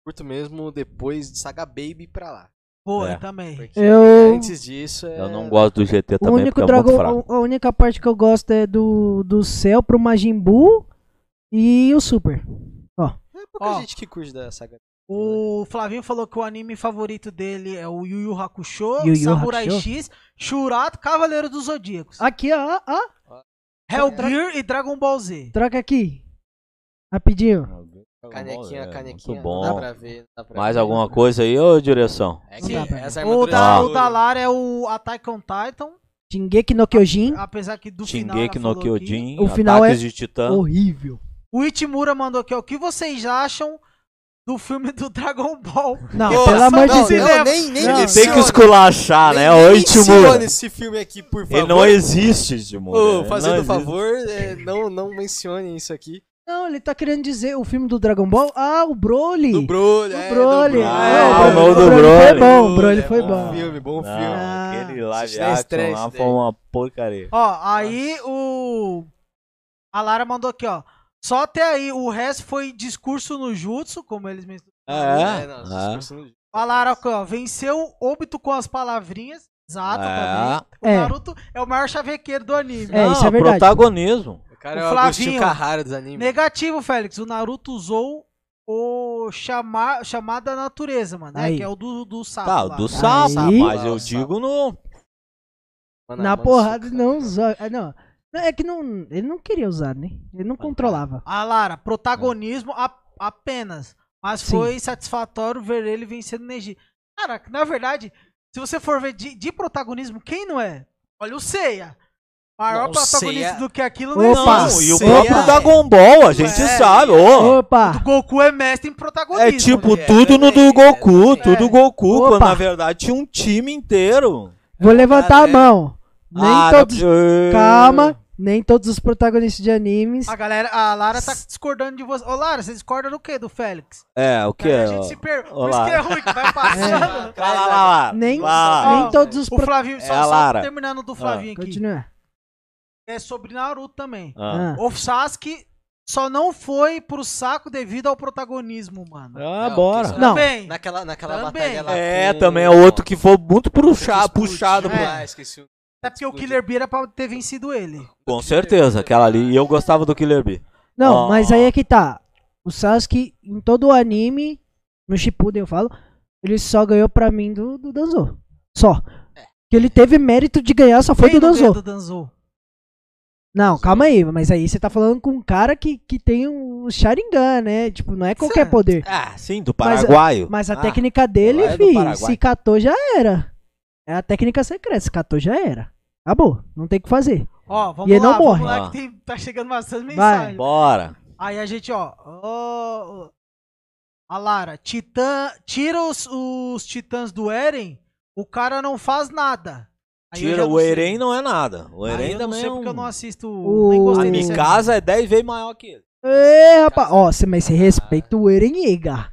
Speaker 3: curto mesmo depois de Saga Baby pra lá.
Speaker 4: Pô,
Speaker 1: É.
Speaker 4: eu também.
Speaker 3: Porque
Speaker 2: Eu.
Speaker 3: antes disso é.
Speaker 1: Eu não gosto do GT
Speaker 2: O
Speaker 1: também,
Speaker 2: único
Speaker 1: porque é muito fraco.
Speaker 2: dragão, a única parte que eu gosto é do, do céu pro Majin Buu e o Super.
Speaker 3: É pouca
Speaker 4: Ó.
Speaker 3: gente que curte da Saga
Speaker 4: O Flavinho falou que o anime favorito dele é o Yu Yu Hakusho,
Speaker 2: Yu Yu
Speaker 4: Samurai
Speaker 2: Hakusho?
Speaker 4: X, Shurato, Cavaleiro dos Zodíacos,
Speaker 2: Aqui, ó, ó.
Speaker 4: Hellbeer e Dragon Ball Z.
Speaker 2: Troca aqui. Rapidinho.
Speaker 3: Canequinha, canequinha.
Speaker 1: é Muito
Speaker 3: Não dá
Speaker 1: bom.
Speaker 3: pra ver. Não dá pra
Speaker 1: Mais
Speaker 3: ver.
Speaker 1: alguma coisa aí, ô direção?
Speaker 3: É
Speaker 2: Não
Speaker 3: que
Speaker 2: dá pra ver.
Speaker 3: essa
Speaker 4: O
Speaker 3: armadura
Speaker 4: da,
Speaker 3: de
Speaker 1: Ah.
Speaker 4: o
Speaker 3: couro-
Speaker 4: da Lara é o Attack on Titan,
Speaker 2: Xingueki no Kyojin.
Speaker 4: apesar que do final ela
Speaker 1: Shingeki no
Speaker 4: falou aqui.
Speaker 1: Kyojin,
Speaker 2: O
Speaker 1: Ataques
Speaker 2: final é-
Speaker 1: de Titã.
Speaker 2: Horrível.
Speaker 4: O Itimura mandou aqui, ó, o que vocês acham do filme do Dragon Ball?
Speaker 2: Não,
Speaker 3: Nossa,
Speaker 2: pelo amor de
Speaker 3: não,
Speaker 2: Deus.
Speaker 3: Não, nem, nem
Speaker 2: Não,
Speaker 1: Ele tem
Speaker 3: menciona.
Speaker 1: que esculachar, né?
Speaker 3: Nem
Speaker 1: Ô,
Speaker 3: menciona
Speaker 1: Itimura.
Speaker 3: esse filme aqui, por favor.
Speaker 1: Ele não existe, Itimura.
Speaker 3: Ô,
Speaker 1: Ele não
Speaker 3: fazendo
Speaker 1: existe.
Speaker 3: favor, é, não, não mencione isso aqui.
Speaker 2: Não, ele tá querendo dizer o filme do Dragon Ball. Ah, o Broly.
Speaker 3: Do Broly.
Speaker 2: O
Speaker 3: é,
Speaker 2: Broly.
Speaker 1: Ah,
Speaker 2: É,
Speaker 1: o nome do
Speaker 2: Foi
Speaker 1: Broly. Ah,
Speaker 2: bom, o Broly foi
Speaker 3: bom
Speaker 2: bom.
Speaker 3: filme, bom
Speaker 1: Não,
Speaker 3: filme.
Speaker 1: Aquele live
Speaker 3: Isso não é
Speaker 1: action
Speaker 3: estresse
Speaker 1: lá foi
Speaker 3: daí.
Speaker 1: uma porcaria.
Speaker 4: Ó, aí o. A Lara mandou aqui, ó. Só até aí, o resto foi discurso no jutsu, como eles mesmos.
Speaker 1: Ah, é?
Speaker 3: não, um
Speaker 1: Ah.
Speaker 3: discurso no-
Speaker 4: A Lara, aqui, ó, venceu o óbito com as palavrinhas, Zato
Speaker 1: É.
Speaker 4: também. O
Speaker 2: É.
Speaker 4: Naruto é o maior chavequeiro do anime.
Speaker 2: É, isso é verdade.
Speaker 1: protagonismo.
Speaker 3: O cara
Speaker 4: O
Speaker 3: é o Agostinho
Speaker 4: Flavinho.
Speaker 3: Carrara dos animes.
Speaker 4: Negativo, Félix. O Naruto usou o chamar, chamada natureza, mano. né?
Speaker 2: Aí.
Speaker 4: Que é o do, do sapo.
Speaker 1: Tá,
Speaker 4: lá.
Speaker 1: do sapo,
Speaker 2: Aí-
Speaker 1: mas eu
Speaker 3: Sapo.
Speaker 1: digo no.
Speaker 3: Mano,
Speaker 2: Na
Speaker 3: mano,
Speaker 2: porrada
Speaker 3: isso, cara.
Speaker 2: não usou. ah, Não. Não, É que não, ele não queria usar, né? Ele não controlava.
Speaker 4: A Ah, Lara, protagonismo a- apenas. Mas
Speaker 2: Sim.
Speaker 4: foi satisfatório ver ele vencendo o Neji. Cara, na verdade, se você for ver de, de protagonismo, quem não é? Olha o Seiya. Maior
Speaker 3: Não, o
Speaker 4: protagonista
Speaker 3: Seiya-
Speaker 4: do que aquilo
Speaker 2: Opa!
Speaker 1: Não, e o
Speaker 3: Sim,
Speaker 1: próprio
Speaker 3: é.
Speaker 1: Dragon Ball, a gente
Speaker 4: É.
Speaker 1: sabe. ô.
Speaker 4: O
Speaker 2: Opa!
Speaker 4: Goku é mestre em
Speaker 1: é
Speaker 4: protagonismo.
Speaker 1: tipo
Speaker 3: é,
Speaker 1: tudo no do
Speaker 3: é,
Speaker 1: Goku,
Speaker 4: é.
Speaker 1: tudo Goku,
Speaker 2: Opa.
Speaker 1: quando na verdade tinha um time inteiro.
Speaker 2: Vou levantar a
Speaker 3: verdade, é.
Speaker 2: mão. Nem
Speaker 1: Ah,
Speaker 2: todos.
Speaker 1: eu-
Speaker 2: Calma. Nem todos os protagonistas de animes.
Speaker 4: A galera, a Lara tá discordando de você. Ô, Lara, você discorda do quê? Do Félix?
Speaker 1: É, o que?
Speaker 4: Aí a gente se per...
Speaker 1: Ô,
Speaker 4: Por isso que é
Speaker 1: Lara.
Speaker 4: ruim,
Speaker 2: (laughs)
Speaker 4: que vai
Speaker 2: É.
Speaker 4: passando. né?
Speaker 1: Lá, lá, lá.
Speaker 2: né? Nem,
Speaker 1: lá.
Speaker 2: nem todos os
Speaker 4: O
Speaker 2: protagonistas.
Speaker 4: Flavinho, só,
Speaker 1: É a
Speaker 4: só
Speaker 1: Lara.
Speaker 4: terminando do Flavinho aqui.
Speaker 2: Ah, Continua.
Speaker 4: É sobre Naruto também.
Speaker 1: Ah.
Speaker 2: Ah.
Speaker 4: O Sasuke só não foi pro saco devido ao protagonismo, mano.
Speaker 1: Ah,
Speaker 3: Não,
Speaker 1: bora.
Speaker 3: que isso-
Speaker 2: Não.
Speaker 4: Também.
Speaker 3: Naquela, naquela
Speaker 4: Também.
Speaker 3: batalha lá.
Speaker 1: É,
Speaker 3: com-
Speaker 1: também é outro que É. foi muito puxado,
Speaker 3: Explodiu,
Speaker 1: puxado.
Speaker 4: pro-
Speaker 3: Ah, esqueci o
Speaker 4: Até É porque o Killer Bee era pra ter vencido ele.
Speaker 1: pro- Com certeza, aquela ali. E eu gostava do Killer Bee.
Speaker 2: Não,
Speaker 1: Ó.
Speaker 2: mas aí é que tá. O Sasuke, em todo o anime, no Shippuden eu falo, ele só ganhou pra mim do, do Danzo. Só. Que ele teve mérito de ganhar, só foi
Speaker 4: Quem
Speaker 2: do
Speaker 4: não ganhou
Speaker 2: Danzo.
Speaker 4: do Danzo.
Speaker 2: Não, calma aí, mas aí você tá falando com um cara que, que tem o Sharingan, né? Tipo, não é qualquer
Speaker 4: Certo.
Speaker 2: poder.
Speaker 1: Ah, sim, do
Speaker 2: Mas-
Speaker 1: paraguaio.
Speaker 2: Mas a
Speaker 1: Ah,
Speaker 2: técnica dele,
Speaker 1: lá é do
Speaker 2: fi,
Speaker 1: Paraguai.
Speaker 2: se catou já era. É a técnica secreta, se catou já era. Acabou, não tem o que fazer.
Speaker 4: Ó, vamos
Speaker 2: E ele
Speaker 4: lá,
Speaker 2: não morre.
Speaker 4: vamos lá
Speaker 1: Ah.
Speaker 4: que tem- tá chegando bastante mensagem.
Speaker 1: Bora.
Speaker 4: Aí a gente, ó. ó, a Lara, titã, tira os, os titãs do Eren, o cara não faz nada. Aí eu já
Speaker 1: Tira,
Speaker 4: não
Speaker 1: o
Speaker 4: sei.
Speaker 1: Eren não é nada. O
Speaker 4: Aí
Speaker 1: Eren
Speaker 4: eu não
Speaker 1: também
Speaker 4: sei
Speaker 1: é
Speaker 4: porque eu não
Speaker 1: um...
Speaker 4: assisto. né?
Speaker 2: O-
Speaker 4: Nem
Speaker 1: A
Speaker 4: gostei desse anime.
Speaker 1: Mikasa é 10 vezes maior que ele.
Speaker 2: Ê, É, rapaz, ó, cê- mas você respeita o Eren Yeager.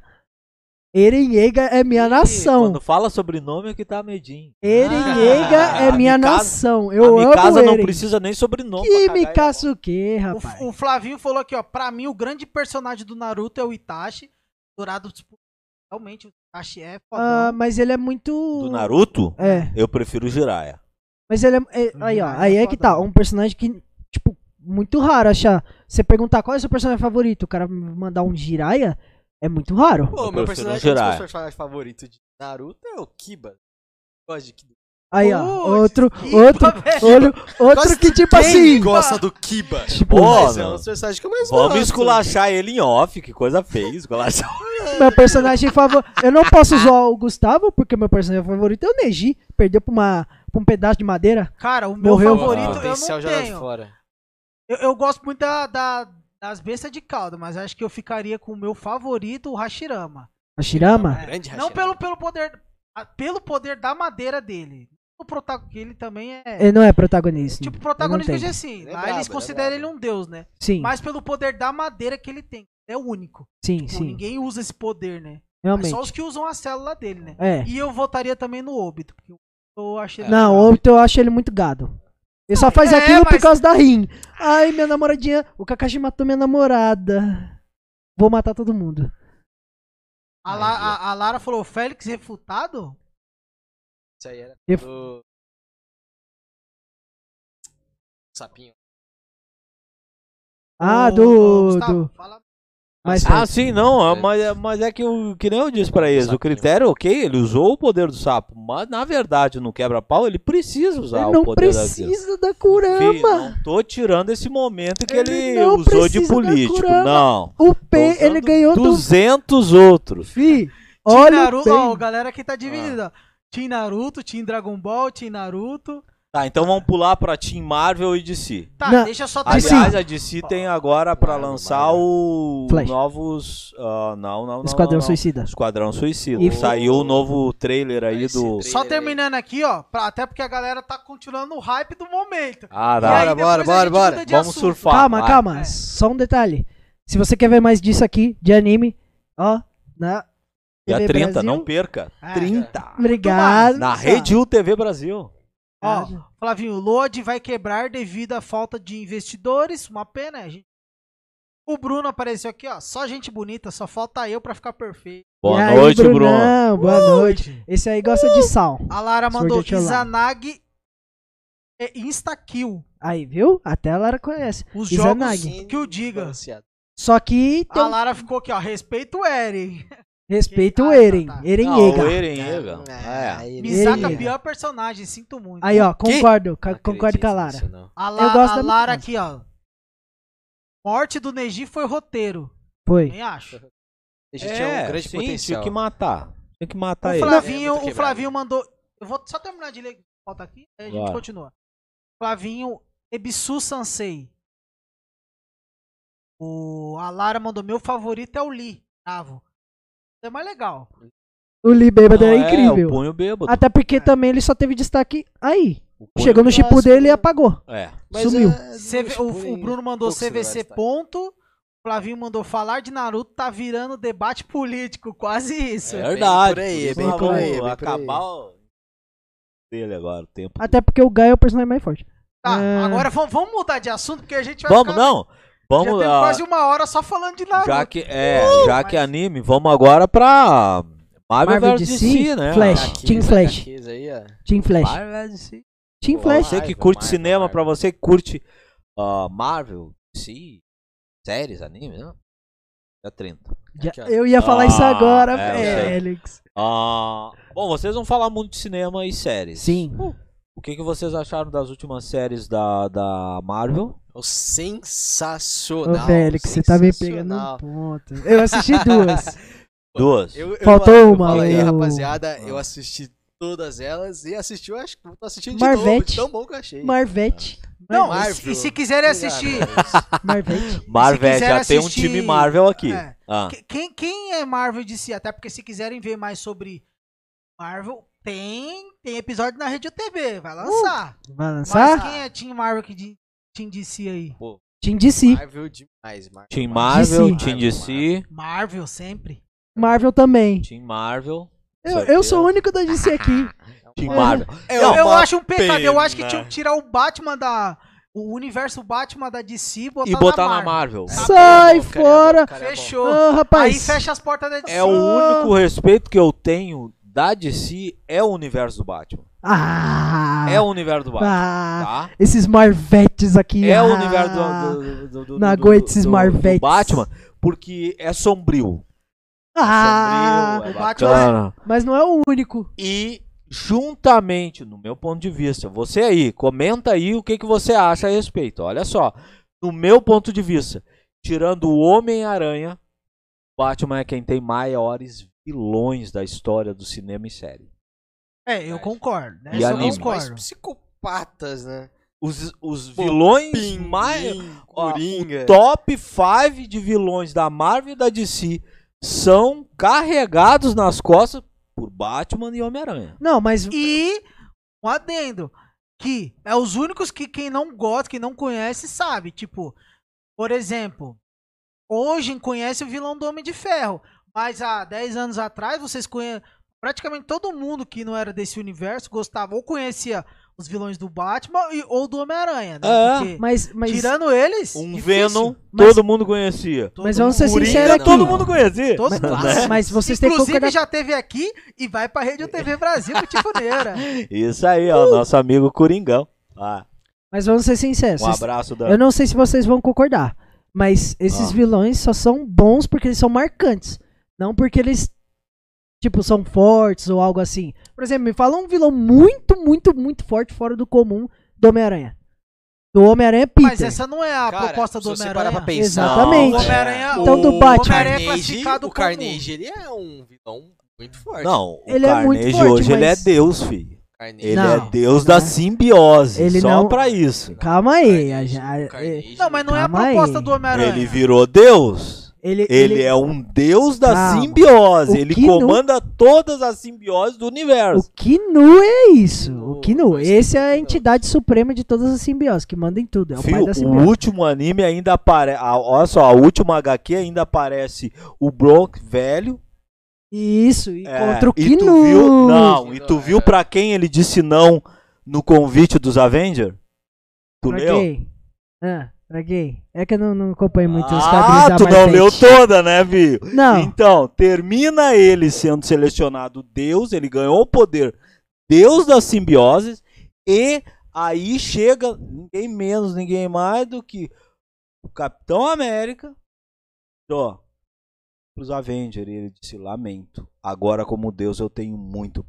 Speaker 2: Eren Yeager é minha
Speaker 1: Ih,
Speaker 2: nação.
Speaker 1: Quando fala sobrenome é que tá medinho.
Speaker 2: Eren
Speaker 4: Ah,
Speaker 2: Yeager é
Speaker 1: a
Speaker 2: minha
Speaker 1: Mikasa-
Speaker 2: nação. Eu
Speaker 1: a
Speaker 2: amo
Speaker 1: Mikasa não
Speaker 2: Eren.
Speaker 1: precisa nem sobrenome. pra
Speaker 2: Que
Speaker 1: cagar ele.
Speaker 2: Mikasa o quê,
Speaker 4: O-
Speaker 2: rapaz?
Speaker 4: O, Flavinho falou aqui, ó. Pra mim, o grande personagem do Naruto é o Itachi. Dourado, tipo, realmente, o Itachi é
Speaker 2: Ah,
Speaker 4: fodão.
Speaker 2: mas ele é muito...
Speaker 1: Do Naruto, né?
Speaker 2: É,
Speaker 1: eu prefiro Jiraiya.
Speaker 2: mas ele é... é-
Speaker 1: Uhum.
Speaker 2: aí, ó,
Speaker 4: Ah,
Speaker 2: aí
Speaker 4: é
Speaker 2: é que tá.
Speaker 4: fodão.
Speaker 2: Um personagem que, tipo, muito raro achar. Você perguntar qual é o seu personagem favorito, o cara mandar um Jiraiya, é muito raro.
Speaker 3: Pô,
Speaker 1: Eu
Speaker 3: meu
Speaker 1: prefiro
Speaker 3: personagem,
Speaker 1: o
Speaker 3: um dos
Speaker 1: Jiraiya.
Speaker 3: meus personagens favoritos de Naruto é o Kiba. Gosto de Kiba.
Speaker 2: Aí, ó,
Speaker 4: Putz,
Speaker 2: outro,
Speaker 1: (laughs)
Speaker 4: que
Speaker 2: outro,
Speaker 4: papel.
Speaker 2: olho, outro
Speaker 3: Gosto
Speaker 2: que, tipo assim...
Speaker 3: gosta do Kiba?
Speaker 2: Tipo,
Speaker 1: Pô,
Speaker 3: Mas é
Speaker 1: não.
Speaker 3: um dos personagens que eu mais
Speaker 1: Vamos
Speaker 3: gosto.
Speaker 1: esculachar ele em off, que coisa feia. Esculachar.
Speaker 2: Meu personagem favorito. Eu não posso zoar o Gustavo, porque meu personagem favorito é o Neji. Perdeu pra, uma, pra um pedaço de madeira.
Speaker 4: Cara, o meu
Speaker 2: Morreu.
Speaker 4: favorito
Speaker 1: Ah,
Speaker 4: eu não tenho.
Speaker 3: Fora.
Speaker 4: Eu, eu gosto muito da, da- das bestas de caldo, mas acho que eu ficaria com o meu favorito, o Hashirama.
Speaker 2: A Shirama?
Speaker 3: Grande
Speaker 4: Não
Speaker 3: Hashirama.
Speaker 4: pelo, pelo poder. a- Pelo poder da madeira dele. O protagonista, ele também é.
Speaker 2: Ele não é protagonista.
Speaker 4: tipo, protagonista
Speaker 2: não
Speaker 4: que
Speaker 2: tem.
Speaker 4: eu assim.
Speaker 3: Ele é
Speaker 4: Lá
Speaker 3: brabo,
Speaker 4: eles
Speaker 3: ele é
Speaker 4: consideram ele
Speaker 3: brabo.
Speaker 4: um deus, né?
Speaker 2: Sim,
Speaker 4: Mas pelo poder da madeira que ele tem. É o único.
Speaker 2: sim,
Speaker 4: Tipo,
Speaker 2: sim.
Speaker 4: Ninguém usa esse poder, né? É
Speaker 2: Realmente.
Speaker 4: só os que usam a célula dele, né?
Speaker 2: É.
Speaker 4: E eu votaria também no Obito, porque eu achei ele-
Speaker 2: Não, o Obito eu acho ele muito gado. Ele só faz
Speaker 4: é,
Speaker 2: aquilo por
Speaker 4: mas-
Speaker 2: causa da Rin. Ai, minha namoradinha. O Kakashi matou minha namorada. Vou matar todo mundo.
Speaker 4: a, La- a- a Lara falou, Félix refutado?
Speaker 3: Isso aí era
Speaker 2: Eu-
Speaker 3: do... Sapinho.
Speaker 2: Ah,
Speaker 4: Ô, ô,
Speaker 2: do.
Speaker 4: Gustavo,
Speaker 2: do...
Speaker 4: fala-
Speaker 2: Mas,
Speaker 1: Ah, sim, não. é, Mas, é- mas é que, eu, que nem eu disse pra eles. O critério, ok, ele usou o poder do sapo. Mas, na verdade, no quebra-pau, ele precisa usar
Speaker 2: ele
Speaker 1: o
Speaker 2: não
Speaker 1: poder da Zeus.
Speaker 2: precisa da
Speaker 1: Fih,
Speaker 2: Kurama.
Speaker 1: não tô tirando esse momento que ele,
Speaker 2: Ele não
Speaker 1: usou de
Speaker 2: precisa da
Speaker 1: político.
Speaker 2: Kurama.
Speaker 1: Não.
Speaker 2: O
Speaker 1: Tô
Speaker 2: Pen, ele
Speaker 1: usando
Speaker 2: ganhou do.
Speaker 1: 200 outros.
Speaker 2: Fi.
Speaker 4: Team
Speaker 2: Olha o
Speaker 4: Naruto, ó,
Speaker 2: Pen.
Speaker 4: galera que tá dividida, ó. Team Naruto, Team Dragon Ball, Team Naruto.
Speaker 1: Tá, então vamos pular pra Team Marvel e DC.
Speaker 4: Tá,
Speaker 2: Não,
Speaker 4: deixa eu só
Speaker 2: DC.
Speaker 4: terminar.
Speaker 1: Aliás, a DC tem agora pra
Speaker 3: Marvel,
Speaker 1: lançar
Speaker 3: Marvel.
Speaker 1: o
Speaker 2: Flash.
Speaker 1: novos. ah, não, não, não.
Speaker 2: Esquadrão
Speaker 1: não, não.
Speaker 2: Suicida.
Speaker 1: Esquadrão Suicida.
Speaker 2: E-
Speaker 1: Saiu o novo trailer aí
Speaker 3: Esse
Speaker 1: do.
Speaker 3: trailer.
Speaker 4: Só terminando aqui, ó, pra- até porque a galera tá continuando o hype do momento.
Speaker 1: Ah,
Speaker 4: E aí
Speaker 1: dá.
Speaker 4: depois
Speaker 3: bora,
Speaker 4: a
Speaker 3: bora,
Speaker 4: gente
Speaker 3: bora.
Speaker 4: muda de
Speaker 1: Vamos
Speaker 4: assunto.
Speaker 1: surfar.
Speaker 2: calma,
Speaker 1: vai.
Speaker 2: calma.
Speaker 4: É.
Speaker 2: Só um detalhe. Se você quer ver mais disso aqui, de anime, ó, na
Speaker 1: Ah, Dia
Speaker 2: TV
Speaker 1: 30,
Speaker 2: Brasil.
Speaker 1: não perca.
Speaker 4: É.
Speaker 1: 30.
Speaker 2: Obrigado.
Speaker 1: Na Rede um. UTV Brasil.
Speaker 4: Ó, Flavinho, o Lodge vai quebrar devido à falta de investidores. Uma pena, a gente O Bruno apareceu aqui, ó. Só gente bonita, só falta eu pra ficar perfeito.
Speaker 1: Boa
Speaker 2: E aí,
Speaker 1: noite, Bruno.
Speaker 2: Brunão, Boa noite. Esse aí gosta de sal.
Speaker 4: A Lara mandou
Speaker 2: Sword Art Online.
Speaker 4: Izanag é Instakill.
Speaker 2: Aí, viu? Até a Lara conhece.
Speaker 4: Os
Speaker 2: Izanag.
Speaker 4: jogos que o diga.
Speaker 3: Balanceado.
Speaker 2: Só que tem
Speaker 4: A
Speaker 2: um...
Speaker 4: Lara ficou aqui, ó. Respeito o Eren.
Speaker 2: respeita
Speaker 4: Ah,
Speaker 2: o
Speaker 4: tá,
Speaker 2: Eren.
Speaker 4: tá.
Speaker 2: Eren
Speaker 1: Não,
Speaker 2: Yeager.
Speaker 1: o Eren Yeager.
Speaker 3: Ah,
Speaker 1: É.
Speaker 3: ele-
Speaker 4: Misaka,
Speaker 2: Eren.
Speaker 4: pior personagem, sinto muito.
Speaker 2: Aí, ó,
Speaker 3: Que?
Speaker 2: concordo.
Speaker 3: Não
Speaker 2: ca- Concordo
Speaker 3: acredito
Speaker 2: com a
Speaker 3: nisso,
Speaker 2: Lara.
Speaker 3: não.
Speaker 4: A, La-
Speaker 2: Eu gosto
Speaker 4: a
Speaker 2: da
Speaker 4: Lara
Speaker 2: Mikasa.
Speaker 4: aqui, ó. Morte do Neji foi roteiro.
Speaker 2: Foi.
Speaker 4: Nem acho.
Speaker 3: A gente é, um grande
Speaker 1: sim,
Speaker 3: potencial.
Speaker 1: Tinha que matar. Tinha que matar
Speaker 4: o
Speaker 1: ele.
Speaker 3: É,
Speaker 4: Flavinho,
Speaker 3: muito
Speaker 4: o
Speaker 3: quebrado.
Speaker 4: Flavinho mandou. Eu vou só terminar de ler falta aqui, aí a gente
Speaker 1: Bora.
Speaker 4: continua. Flavinho Ebisu Sansei. O a Lara mandou meu favorito é o Lee, bravo. É mais legal.
Speaker 2: O Lee Bêbado
Speaker 1: Não,
Speaker 2: é
Speaker 1: o É.
Speaker 2: incrível.
Speaker 1: punho bêbado.
Speaker 2: Até porque também ele só teve destaque aí.
Speaker 1: O punho-
Speaker 2: Chegou no chippo
Speaker 3: clássico.
Speaker 2: dele e apagou.
Speaker 1: É.
Speaker 2: Sumiu.
Speaker 3: é, não
Speaker 4: CV o- o,
Speaker 3: expõe
Speaker 4: Bruno mandou
Speaker 3: poucos lugares,
Speaker 4: CVC
Speaker 3: tá?
Speaker 4: ponto. O Flavinho mandou falar de Naruto tá virando debate político, quase isso.
Speaker 1: É
Speaker 3: bem
Speaker 1: verdade.
Speaker 3: por aí,
Speaker 1: Por
Speaker 3: é
Speaker 1: isso
Speaker 2: bem
Speaker 1: nós
Speaker 2: por
Speaker 1: vamos
Speaker 3: aí, é bem por aí.
Speaker 1: acabar o... dele agora, o tempo.
Speaker 2: Até porque o Gaio é o personagem mais forte.
Speaker 4: Tá,
Speaker 2: É.
Speaker 4: agora vamos, vamos mudar de assunto porque a gente vai
Speaker 1: Vamos,
Speaker 4: ficar-
Speaker 1: não.
Speaker 4: já
Speaker 1: Vamos
Speaker 4: tem
Speaker 1: ah,
Speaker 4: quase uma hora só falando de
Speaker 2: um
Speaker 4: Naruto.
Speaker 1: já que é,
Speaker 2: Uh,
Speaker 1: já que é anime, vamos agora pra Marvel,
Speaker 2: Marvel
Speaker 1: vs
Speaker 2: DC,
Speaker 1: DC, né?
Speaker 2: Flash.
Speaker 1: Ah,
Speaker 2: Team
Speaker 3: HQs,
Speaker 2: Flash.
Speaker 3: HQs Tá aí, ó. É
Speaker 2: Team Flash.
Speaker 1: Marvel vs DC.
Speaker 2: Team
Speaker 3: Pô,
Speaker 1: Pra
Speaker 2: Flash.
Speaker 1: Né? você que
Speaker 3: Marvel,
Speaker 1: curte
Speaker 3: Marvel,
Speaker 1: cinema,
Speaker 3: Marvel.
Speaker 1: pra você que curte ah, Marvel, DC, séries, anime, né? Já 30.
Speaker 2: Já-
Speaker 3: Aqui, ó.
Speaker 2: Eu ia falar isso
Speaker 1: Ah,
Speaker 2: agora,
Speaker 1: é, eu sei.
Speaker 2: Félix.
Speaker 1: Ah, bom, vocês vão falar muito de cinema e séries.
Speaker 2: Sim.
Speaker 1: O que, que vocês acharam das últimas séries da, da Marvel?
Speaker 3: Ô,
Speaker 2: Ô,
Speaker 3: Sensacional.
Speaker 2: Félix, você tá me pegando
Speaker 3: sensacional.
Speaker 2: um ponto. Eu assisti duas.
Speaker 1: (laughs) Duas.
Speaker 3: Eu- eu-
Speaker 2: Faltou
Speaker 3: eu
Speaker 2: uma,
Speaker 3: Falei,
Speaker 2: o-
Speaker 3: rapaziada, eu assisti todas elas e assisti, eu acho que vou assistindo de
Speaker 2: Marvete.
Speaker 3: novo, de tão bom que eu achei. Tá
Speaker 2: Marvete.
Speaker 4: Não,
Speaker 2: Marvete.
Speaker 4: e se- e se quiserem assistir,
Speaker 1: (laughs)
Speaker 2: Marvete.
Speaker 1: Marvel,
Speaker 4: quiser
Speaker 1: já tem um
Speaker 4: assistir-
Speaker 1: time Marvel aqui.
Speaker 4: É.
Speaker 1: Ah,
Speaker 4: Que- Quem, quem é Marvel DC? Até porque se quiserem ver mais sobre Marvel, tem, tem episódio na Rede TV,
Speaker 1: Uh,
Speaker 4: vai lançar.
Speaker 2: Vai
Speaker 4: Mas
Speaker 2: lançar?
Speaker 4: quem é Team Marvel que de, Team DC aí?
Speaker 2: ah, Team DC.
Speaker 3: Marvel demais, Marvel.
Speaker 1: Team Marvel,
Speaker 2: DC.
Speaker 1: Team DC,
Speaker 4: Marvel sempre.
Speaker 2: Marvel também.
Speaker 1: Team Marvel.
Speaker 2: Eu, eu sou o único da
Speaker 1: (laughs)
Speaker 2: DC aqui.
Speaker 1: Team
Speaker 2: É.
Speaker 1: Marvel.
Speaker 3: É
Speaker 4: Eu,
Speaker 3: uma
Speaker 4: eu acho um pecado, eu acho que
Speaker 3: pena.
Speaker 4: tinham que tirar o Batman da. O universo Batman da DC e botar,
Speaker 1: E botar na Marvel.
Speaker 4: Marvel.
Speaker 3: Tá bom,
Speaker 2: Sai
Speaker 3: bom, cara, é bom,
Speaker 2: fora.
Speaker 3: cara, é bom.
Speaker 4: Fechou.
Speaker 2: Ah, rapaz.
Speaker 4: Aí fecha as portas da DC.
Speaker 1: É o único respeito que eu tenho da DC é o universo do Batman.
Speaker 2: Ah.
Speaker 1: É o universo do Batman,
Speaker 2: ah,
Speaker 1: tá?
Speaker 2: Esses Marvetes aqui.
Speaker 1: É o
Speaker 2: ah.
Speaker 1: universo do, do, do, do,
Speaker 2: não
Speaker 1: do-
Speaker 2: aguento
Speaker 1: do-
Speaker 2: esses
Speaker 1: do- do
Speaker 2: Marvetes.
Speaker 1: Batman, porque é sombrio.
Speaker 2: Ah.
Speaker 1: sombrio, é
Speaker 4: o Batman
Speaker 1: bacana.
Speaker 2: Mas não é o único.
Speaker 1: E juntamente, no meu ponto de vista, você aí, comenta aí o que, que você acha a respeito. Olha só, no meu ponto de vista, tirando o Homem-Aranha, Batman é quem tem maiores vilões da história do cinema e série.
Speaker 4: É, eu concordo. Né?
Speaker 1: E
Speaker 4: Isso eu
Speaker 1: anime.
Speaker 4: concordo.
Speaker 3: psicopatas, né?
Speaker 1: Os, os vilões
Speaker 3: Pinguim,
Speaker 1: mais. ó,
Speaker 3: Coringa.
Speaker 1: Top 5 de vilões da Marvel e da DC são carregados nas costas por Batman e Homem-Aranha.
Speaker 2: Não, mas.
Speaker 4: E um adendo. Que é os únicos que quem não gosta, quem não conhece, sabe. Tipo, por exemplo, hoje conhece o vilão do Homem de Ferro. Mas há 10 anos atrás, vocês conhecem. Praticamente todo mundo que não era desse universo gostava ou conhecia os vilões do Batman e, ou do Homem-Aranha, né?
Speaker 1: É,
Speaker 4: Porque,
Speaker 2: Mas, mas,
Speaker 4: tirando eles.
Speaker 1: Um
Speaker 4: difícil.
Speaker 1: Venom,
Speaker 2: Mas-
Speaker 1: todo mundo conhecia.
Speaker 4: Todo
Speaker 2: mas vamos ser
Speaker 4: mundo-
Speaker 1: Coringa,
Speaker 2: sinceros aqui.
Speaker 1: todo mundo conhecia.
Speaker 4: Todos
Speaker 2: Mas, mas vocês têm que
Speaker 4: Inclusive,
Speaker 2: concordar.
Speaker 4: já teve aqui e vai pra Rede TV Brasil,
Speaker 2: (laughs)
Speaker 4: cutifuneira.
Speaker 1: Isso aí, ó, nosso amigo Coringão. Ah,
Speaker 2: Mas vamos ser sinceros.
Speaker 1: um
Speaker 2: vocês-
Speaker 1: abraço da.
Speaker 2: Eu não sei se vocês vão concordar, mas esses
Speaker 1: Ah.
Speaker 2: vilões só são bons porque eles são marcantes, não porque eles tipo são fortes ou algo assim. Por exemplo, me fala um vilão muito, muito, muito forte fora do comum do Homem-Aranha. Do Homem-Aranha é Peter.
Speaker 4: Mas essa não é a
Speaker 3: Cara,
Speaker 4: proposta do
Speaker 3: se você parar pra
Speaker 4: Homem-Aranha.
Speaker 3: pensar,
Speaker 2: Exatamente.
Speaker 4: O Homem-Aranha-
Speaker 2: Então, do Batman.
Speaker 3: O
Speaker 4: Homem-Aranha é
Speaker 3: Carnage,
Speaker 4: classificado
Speaker 3: o
Speaker 4: como-
Speaker 3: Carnage, ele é um vilão muito forte.
Speaker 1: Não, o
Speaker 2: Ele é muito
Speaker 1: Carnage
Speaker 2: forte,
Speaker 1: hoje ele é
Speaker 2: mas-
Speaker 1: Deus, filho.
Speaker 3: Carnage.
Speaker 1: Ele
Speaker 2: Não,
Speaker 1: é Deus
Speaker 2: não é.
Speaker 1: da simbiose,
Speaker 2: Ele
Speaker 1: só
Speaker 2: não-
Speaker 1: pra isso.
Speaker 2: Calma aí. a-
Speaker 3: Carnage,
Speaker 2: a-
Speaker 3: Carnage.
Speaker 4: Não, mas não é a
Speaker 2: Calma aí.
Speaker 4: proposta do Homem-Aranha.
Speaker 1: Ele virou Deus.
Speaker 2: ele,
Speaker 1: Ele, é um Deus da
Speaker 2: Calma.
Speaker 1: simbiose.
Speaker 2: O
Speaker 1: Ele
Speaker 2: que não-
Speaker 1: comanda todas as simbioses do
Speaker 2: O
Speaker 1: universo.
Speaker 2: Kinu é isso.
Speaker 3: Kinu,
Speaker 2: O Kinu.
Speaker 3: dois
Speaker 2: Esse é a
Speaker 3: Kinu.
Speaker 2: entidade suprema de todas as simbioses, que manda em tudo. É o
Speaker 1: Viu?
Speaker 2: pai da
Speaker 1: O
Speaker 2: simbiose.
Speaker 1: último anime ainda aparece. Olha só, a última HQ ainda aparece o Bronk velho.
Speaker 2: Isso, e
Speaker 1: é,
Speaker 2: contra o
Speaker 1: e
Speaker 2: Kinu.
Speaker 1: tu viu, Não, e tu
Speaker 3: Kinu,
Speaker 1: viu
Speaker 3: é.
Speaker 1: pra quem ele disse não no convite dos Avengers? Tu
Speaker 2: Pra
Speaker 1: leu?
Speaker 2: quem? Ah, Traguei. É que eu não, não acompanho muito os quadrinhos
Speaker 1: Ah,
Speaker 2: da
Speaker 1: tu não
Speaker 2: Marvel.
Speaker 1: leu toda, né, Vi?
Speaker 2: Não,
Speaker 1: Então, termina ele sendo selecionado Deus, ele ganhou o poder Deus das simbioses, e aí chega ninguém menos, ninguém mais do que o Capitão América, ó, os Avengers, e ele disse, lamento, agora como Deus eu tenho muito,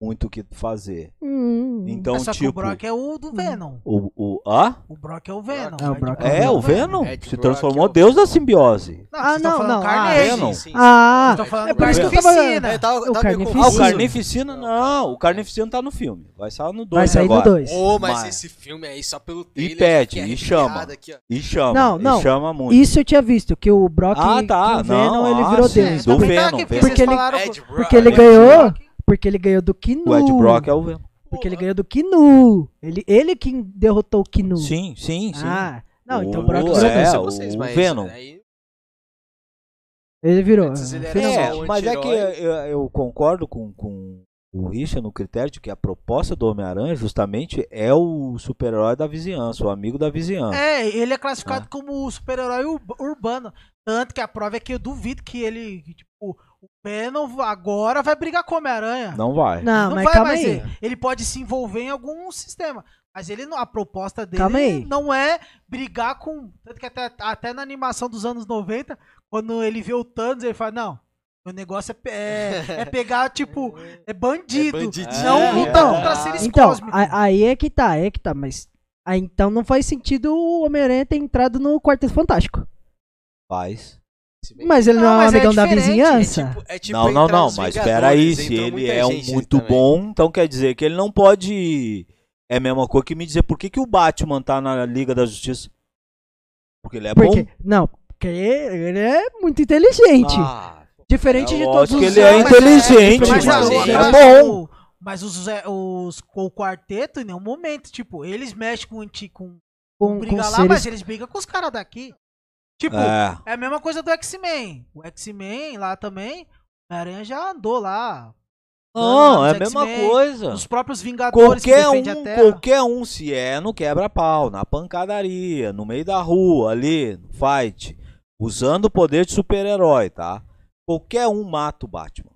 Speaker 1: muito o que fazer.
Speaker 2: Hum.
Speaker 1: Então,
Speaker 4: Só que o
Speaker 1: tipo,
Speaker 4: Brock é o do Venom.
Speaker 1: o, o, hã?
Speaker 4: O Brock é o Venom.
Speaker 2: É, o Hum. Brock
Speaker 1: É, o Venom
Speaker 3: É,
Speaker 1: se
Speaker 3: tipo,
Speaker 1: transformou
Speaker 3: aqui, ó.
Speaker 1: Deus da simbiose.
Speaker 2: Ah,
Speaker 4: vocês tão
Speaker 2: não,
Speaker 4: falando
Speaker 2: não, ah,
Speaker 4: Carnage.
Speaker 1: Venom.
Speaker 2: Ah,
Speaker 4: Tô falando
Speaker 2: é por isso que eu
Speaker 4: Carnage.
Speaker 2: tava...
Speaker 4: Oficina.
Speaker 3: É, tava-
Speaker 2: O
Speaker 3: tava meio
Speaker 2: Carnificina.
Speaker 1: Ah, o
Speaker 3: confuso.
Speaker 1: Carnificina, não. O Carnificina tá no filme. Vai sair no 2
Speaker 2: Vai sair
Speaker 1: agora.
Speaker 2: no 2.
Speaker 3: Ô, mas,
Speaker 1: Mas-
Speaker 3: esse filme aí, só pelo
Speaker 1: E
Speaker 3: trailer...
Speaker 1: pede,
Speaker 3: eu fiquei
Speaker 1: e chama.
Speaker 3: arrepiado aqui, ó.
Speaker 1: E chama.
Speaker 2: Não, não.
Speaker 1: E chama muito.
Speaker 2: Isso eu tinha visto, que o Brock
Speaker 1: Ah, tá.
Speaker 2: com o Venom,
Speaker 1: Não,
Speaker 2: ele
Speaker 1: ah,
Speaker 2: virou
Speaker 1: sim,
Speaker 2: Deus.
Speaker 1: do
Speaker 4: também
Speaker 1: Venom,
Speaker 4: tá aqui,
Speaker 1: Venom.
Speaker 4: vocês
Speaker 2: Porque ele-
Speaker 4: falaram-
Speaker 3: Ed Brock.
Speaker 2: Porque ele
Speaker 1: Ed
Speaker 2: ganhou...
Speaker 4: Brock.
Speaker 2: Porque ele ganhou do Kinu.
Speaker 1: O Ed Brock é o Venom.
Speaker 2: Porque ele ganhou do Kinu. Ele, ele quem derrotou o Kinu.
Speaker 1: Sim, sim, sim.
Speaker 2: Ah, não, então o
Speaker 1: O-
Speaker 2: Brock
Speaker 1: é,
Speaker 3: Eu sei- eu sei
Speaker 1: o
Speaker 3: vocês, mas
Speaker 1: Venom.
Speaker 3: aí-
Speaker 2: Ele virou.
Speaker 3: Antes ele era
Speaker 2: fenomenal.
Speaker 1: é,
Speaker 3: só um
Speaker 1: mas é que
Speaker 3: anti-herói.
Speaker 1: eu, eu concordo com, com o Richard no critério de que a proposta do Homem-Aranha justamente é o super-herói da vizinhança, o amigo da vizinhança.
Speaker 4: É, ele é classificado
Speaker 2: Ah.
Speaker 4: como o super-herói ur- urbano. Tanto que a prova é que eu duvido que ele, que, tipo, o Venom agora vai brigar com o Homem-Aranha.
Speaker 1: Não vai.
Speaker 2: É. Não,
Speaker 4: Não
Speaker 2: Ah, mas
Speaker 4: vai
Speaker 2: calma
Speaker 4: mais
Speaker 2: aí.
Speaker 4: ser. Ele pode se envolver em algum sistema. Mas ele não- a proposta dele
Speaker 2: Calma aí.
Speaker 4: não é brigar com. Tanto que até, até na animação dos anos 90, quando ele vê o Thanos, ele fala, não, meu negócio é, pe- é, é
Speaker 3: (laughs)
Speaker 4: pegar, tipo, é bandido.
Speaker 3: É bandido.
Speaker 4: Não
Speaker 1: É,
Speaker 4: lutar
Speaker 1: é.
Speaker 4: contra seres
Speaker 2: Então,
Speaker 4: cósmicos.
Speaker 2: a- aí é que tá, aí é que tá, mas. Aí, então não faz sentido o Homem-Aranha ter entrado no Quarteto Fantástico.
Speaker 1: Faz.
Speaker 3: Esse meio-
Speaker 2: Mas ele não,
Speaker 4: Não,
Speaker 2: é um
Speaker 4: mas é
Speaker 2: amigão da
Speaker 4: diferente, é
Speaker 2: vizinhança?
Speaker 3: É tipo- é tipo
Speaker 1: não, não,
Speaker 3: entrar
Speaker 1: não,
Speaker 3: os
Speaker 1: mas
Speaker 3: Vingadores,
Speaker 1: peraí, se
Speaker 3: entrou
Speaker 1: ele
Speaker 3: muita
Speaker 1: é um
Speaker 3: gente
Speaker 1: muito
Speaker 3: também.
Speaker 1: bom, então quer dizer que ele não pode. É a mesma coisa que me dizer por que, que o Batman tá na Liga da Justiça. Porque ele é
Speaker 2: porque,
Speaker 1: bom.
Speaker 2: não, porque ele é muito inteligente.
Speaker 1: Ah,
Speaker 2: diferente
Speaker 1: é
Speaker 2: de todos
Speaker 1: lógico
Speaker 2: os
Speaker 1: que ele é
Speaker 2: outros.
Speaker 1: inteligente,
Speaker 2: mas
Speaker 1: mas,
Speaker 2: a-
Speaker 1: ele
Speaker 2: mas
Speaker 1: é
Speaker 4: mas
Speaker 1: bom.
Speaker 4: o- mas os, é, os- o quarteto, em nenhum momento, tipo, eles mexem com, anti- com,
Speaker 2: Com, com
Speaker 4: briga lá,
Speaker 2: seres-
Speaker 4: mas eles brigam com os caras daqui. Tipo,
Speaker 1: É,
Speaker 4: É a mesma coisa do X-Men. O X-Men lá também, o Aranha já andou lá.
Speaker 1: Não,
Speaker 4: Os
Speaker 1: é a mesma
Speaker 4: X-Men,
Speaker 1: coisa.
Speaker 4: Os próprios Vingadores que
Speaker 1: Qualquer um,
Speaker 4: defendem a Terra.
Speaker 1: qualquer um, se é no quebra-pau, na pancadaria, no meio da rua, ali, no fight, usando o poder de super-herói, tá? Qualquer um mata o Batman.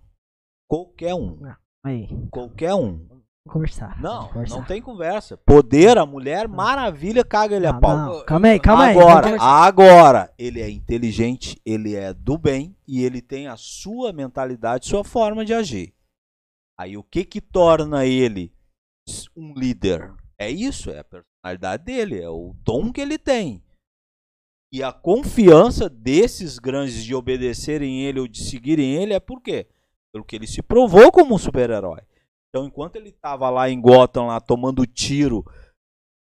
Speaker 1: Qualquer um.
Speaker 2: Aí,
Speaker 1: Qualquer um.
Speaker 2: vamos conversar.
Speaker 1: Não,
Speaker 2: vamos conversar.
Speaker 1: não tem conversa. Poder, a mulher, maravilha, caga ele a
Speaker 2: Ah,
Speaker 1: pau.
Speaker 2: não, Calma aí, calma aí.
Speaker 1: agora,
Speaker 2: vamos conversar.
Speaker 1: agora, ele é inteligente, ele é do bem e ele tem a sua mentalidade, sua forma de agir. Aí o que que torna ele s- um líder? É isso, é a personalidade dele, é o dom que ele tem. E a confiança desses grandes de obedecerem ele ou de seguirem ele é por quê? Pelo que ele se provou como um super-herói. Então, enquanto ele estava lá em Gotham, lá tomando tiro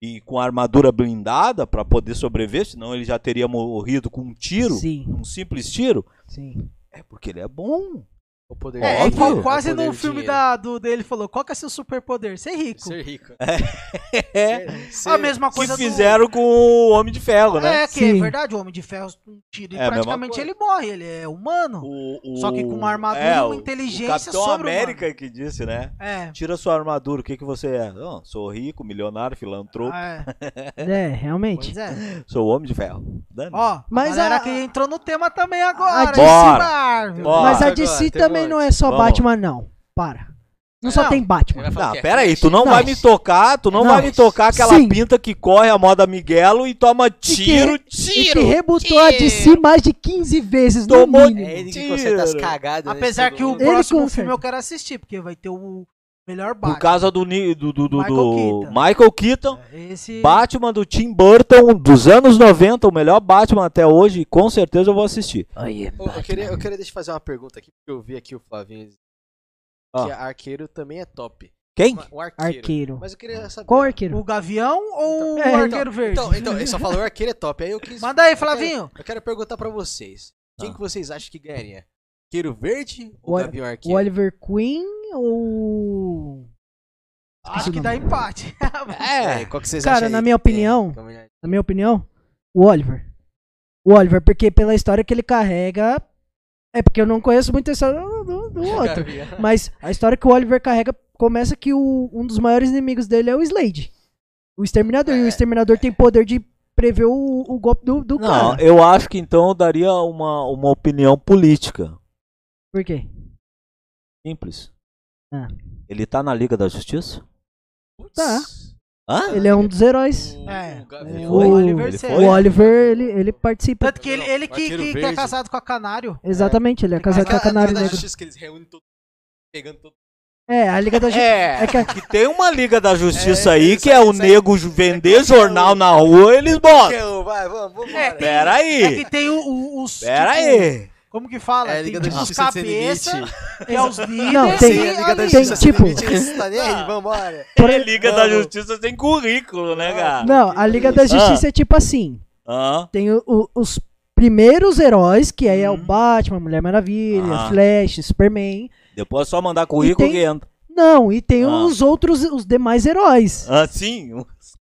Speaker 1: e com a armadura blindada para poder sobreviver, senão ele já teria morrido com um tiro,
Speaker 2: Sim,
Speaker 1: um simples tiro,
Speaker 2: sim.
Speaker 1: é porque ele é bom.
Speaker 3: O poder
Speaker 1: É,
Speaker 3: do
Speaker 4: É,
Speaker 1: óbvio.
Speaker 4: ele falou
Speaker 1: É o
Speaker 4: quase
Speaker 3: poder
Speaker 4: no
Speaker 3: do
Speaker 4: filme
Speaker 3: dinheiro.
Speaker 4: da, do, dele falou: qual que é seu superpoder? Ser rico.
Speaker 3: Ser rico.
Speaker 1: É,
Speaker 3: Ser-
Speaker 4: A mesma coisa
Speaker 1: que fizeram com o Homem de Ferro,
Speaker 4: do...
Speaker 1: né?
Speaker 4: É, que é
Speaker 2: Sim.
Speaker 4: verdade, o Homem de Ferro um tiro e
Speaker 1: É, a mesma
Speaker 4: praticamente
Speaker 1: coisa.
Speaker 4: ele morre, ele é humano.
Speaker 1: O- o-
Speaker 4: Só que com uma armadura e
Speaker 1: é,
Speaker 4: uma
Speaker 1: o-
Speaker 4: inteligência
Speaker 1: o Capitão
Speaker 4: sobre-humana.
Speaker 1: América que disse, né?
Speaker 4: É.
Speaker 1: Tira sua armadura, o que, que você é? "Não, sou rico, milionário, filantropo,
Speaker 4: é.
Speaker 2: É, realmente.
Speaker 4: Pois
Speaker 1: (laughs)
Speaker 4: é.
Speaker 1: sou homem de ferro. Dane.
Speaker 4: Ó,
Speaker 2: Mas
Speaker 4: mas a galera
Speaker 2: a-
Speaker 4: que entrou no tema também agora.
Speaker 2: A
Speaker 4: de
Speaker 1: Bora.
Speaker 4: Marvel.
Speaker 1: Ó,
Speaker 2: Mas a
Speaker 3: agora,
Speaker 2: DC
Speaker 3: tem
Speaker 2: também
Speaker 3: um
Speaker 2: não é só
Speaker 1: Vamos.
Speaker 2: Batman, não. Para. Não só
Speaker 4: Não.
Speaker 2: tem
Speaker 3: Ele vai
Speaker 2: Batman.
Speaker 3: falar
Speaker 1: Não,
Speaker 3: que é
Speaker 1: pera aí, tu não,
Speaker 2: Não.
Speaker 1: vai me tocar, tu não,
Speaker 2: Não.
Speaker 1: vai me tocar aquela
Speaker 2: Sim.
Speaker 1: pinta que corre a moda Miguelo e toma tiro,
Speaker 2: E
Speaker 1: tiro.
Speaker 2: que rebutou a DC mais de 15 vezes no
Speaker 1: Tomou-
Speaker 2: mínimo.
Speaker 3: É ele que consegue das cagadas. né,
Speaker 4: Apesar
Speaker 3: de
Speaker 4: que o
Speaker 3: todo
Speaker 2: Ele
Speaker 3: mundo.
Speaker 4: próximo
Speaker 2: consegue.
Speaker 4: filme eu quero assistir, porque vai ter o melhor
Speaker 1: Por
Speaker 4: Batman.
Speaker 1: causa do ni- do, do, do-
Speaker 4: Michael
Speaker 1: do
Speaker 4: Keaton.
Speaker 1: Michael Keaton,
Speaker 4: Esse
Speaker 1: Batman do Tim Burton dos anos 90, o melhor Batman até hoje, e com certeza eu vou assistir.
Speaker 3: Ô, Eu queria, eu queria deixa eu fazer uma pergunta aqui, porque eu vi aqui o Flavinho. dizer Que
Speaker 1: Ah.
Speaker 3: arqueiro também é top.
Speaker 1: Quem?
Speaker 3: O arqueiro.
Speaker 2: Arqueiro. É,
Speaker 3: Mas eu queria saber.
Speaker 2: Qual arqueiro?
Speaker 4: o Gavião ou
Speaker 2: Então,
Speaker 4: o
Speaker 2: é,
Speaker 4: Arqueiro Verde?
Speaker 3: Então, então, ele só falou o arqueiro é top. Aí eu quis.
Speaker 4: Manda aí,
Speaker 3: eu quero-
Speaker 4: Flavinho.
Speaker 3: Eu quero perguntar pra vocês. Quem
Speaker 1: Ah.
Speaker 3: que vocês acham que ganharia? Arqueiro verde
Speaker 2: O
Speaker 3: ou
Speaker 2: Ar-
Speaker 3: Gavião
Speaker 2: O
Speaker 3: Arqueiro?
Speaker 2: Oliver Queen ou.
Speaker 4: Acho que dá empate.
Speaker 3: É, qual que vocês
Speaker 2: Cara,
Speaker 3: acham? aí
Speaker 2: na minha
Speaker 3: que tem?
Speaker 2: opinião-
Speaker 3: Como é?
Speaker 2: Na minha opinião, o Oliver. O Oliver, porque pela história que ele carrega. É porque eu não conheço muito a história do, do- (laughs) do outro.
Speaker 3: Gavião.
Speaker 2: Mas a história que o Oliver carrega começa que o- um dos maiores inimigos dele é o Slade. O Exterminador. E o
Speaker 3: É,
Speaker 2: Exterminador tem poder de preveu o, o golpe do, do
Speaker 1: Não,
Speaker 2: cara.
Speaker 1: eu acho que então eu daria uma, uma opinião política.
Speaker 2: Por quê?
Speaker 1: Simples.
Speaker 2: Ah.
Speaker 1: Ele tá na Liga da Justiça?
Speaker 2: Tá.
Speaker 1: Hã?
Speaker 2: Ele é um dos heróis.
Speaker 4: É.
Speaker 1: Ele
Speaker 2: foi?
Speaker 4: Oliver
Speaker 1: Ele
Speaker 4: Serra.
Speaker 2: O
Speaker 1: foi?
Speaker 2: Oliver, ele, ele participa.
Speaker 4: Tanto que ele, ele que,
Speaker 3: Arqueiro
Speaker 4: que- que é
Speaker 3: Verde.
Speaker 4: casado com a Canário.
Speaker 2: Exatamente, ele é casado com a Canário Negro.
Speaker 3: justiça que eles reúnem todo pegando todo
Speaker 2: É, a Liga da Justiça.
Speaker 1: É.
Speaker 2: É que a-
Speaker 1: Que tem uma Liga da Justiça aí
Speaker 3: isso
Speaker 1: que é
Speaker 3: aí,
Speaker 1: o
Speaker 3: isso aí.
Speaker 1: nego ju-
Speaker 3: É
Speaker 1: vender
Speaker 3: que
Speaker 1: jornal
Speaker 3: eu-
Speaker 1: na rua, eles botam.
Speaker 3: Qualquer um, vai, vamos, vamos.
Speaker 4: É, tem-
Speaker 1: Pera
Speaker 4: É
Speaker 1: aí.
Speaker 4: que tem o- o- os.
Speaker 1: Pera
Speaker 4: tipo,
Speaker 1: aí.
Speaker 4: Como que fala?
Speaker 3: É a Liga da
Speaker 4: tem tipo,
Speaker 3: Justiça
Speaker 4: os
Speaker 3: sem
Speaker 4: cabeça,
Speaker 3: limite.
Speaker 4: que é os líderes.
Speaker 2: Não,
Speaker 3: Tem,
Speaker 2: tem-
Speaker 4: e
Speaker 3: a Liga da
Speaker 4: ali. é Ah.
Speaker 3: Justiça
Speaker 2: tipo-
Speaker 3: sem limite, eles tá nem aí, vambora.
Speaker 2: por-
Speaker 1: É Liga da
Speaker 3: Vamos.
Speaker 1: Justiça tem currículo, né, cara?
Speaker 2: Não, a Liga da Justiça é tipo assim.
Speaker 1: Hã?
Speaker 2: Tem o- o- os primeiros heróis, que aí é o
Speaker 1: Uhum.
Speaker 2: Batman, Mulher Maravilha,
Speaker 1: Ah.
Speaker 2: Flash, Superman.
Speaker 1: Depois é só mandar currículo
Speaker 2: E tem-
Speaker 1: que entra.
Speaker 2: Não, e tem
Speaker 1: Ah.
Speaker 2: os outros, os demais
Speaker 1: (laughs)
Speaker 2: heróis.
Speaker 1: Assim,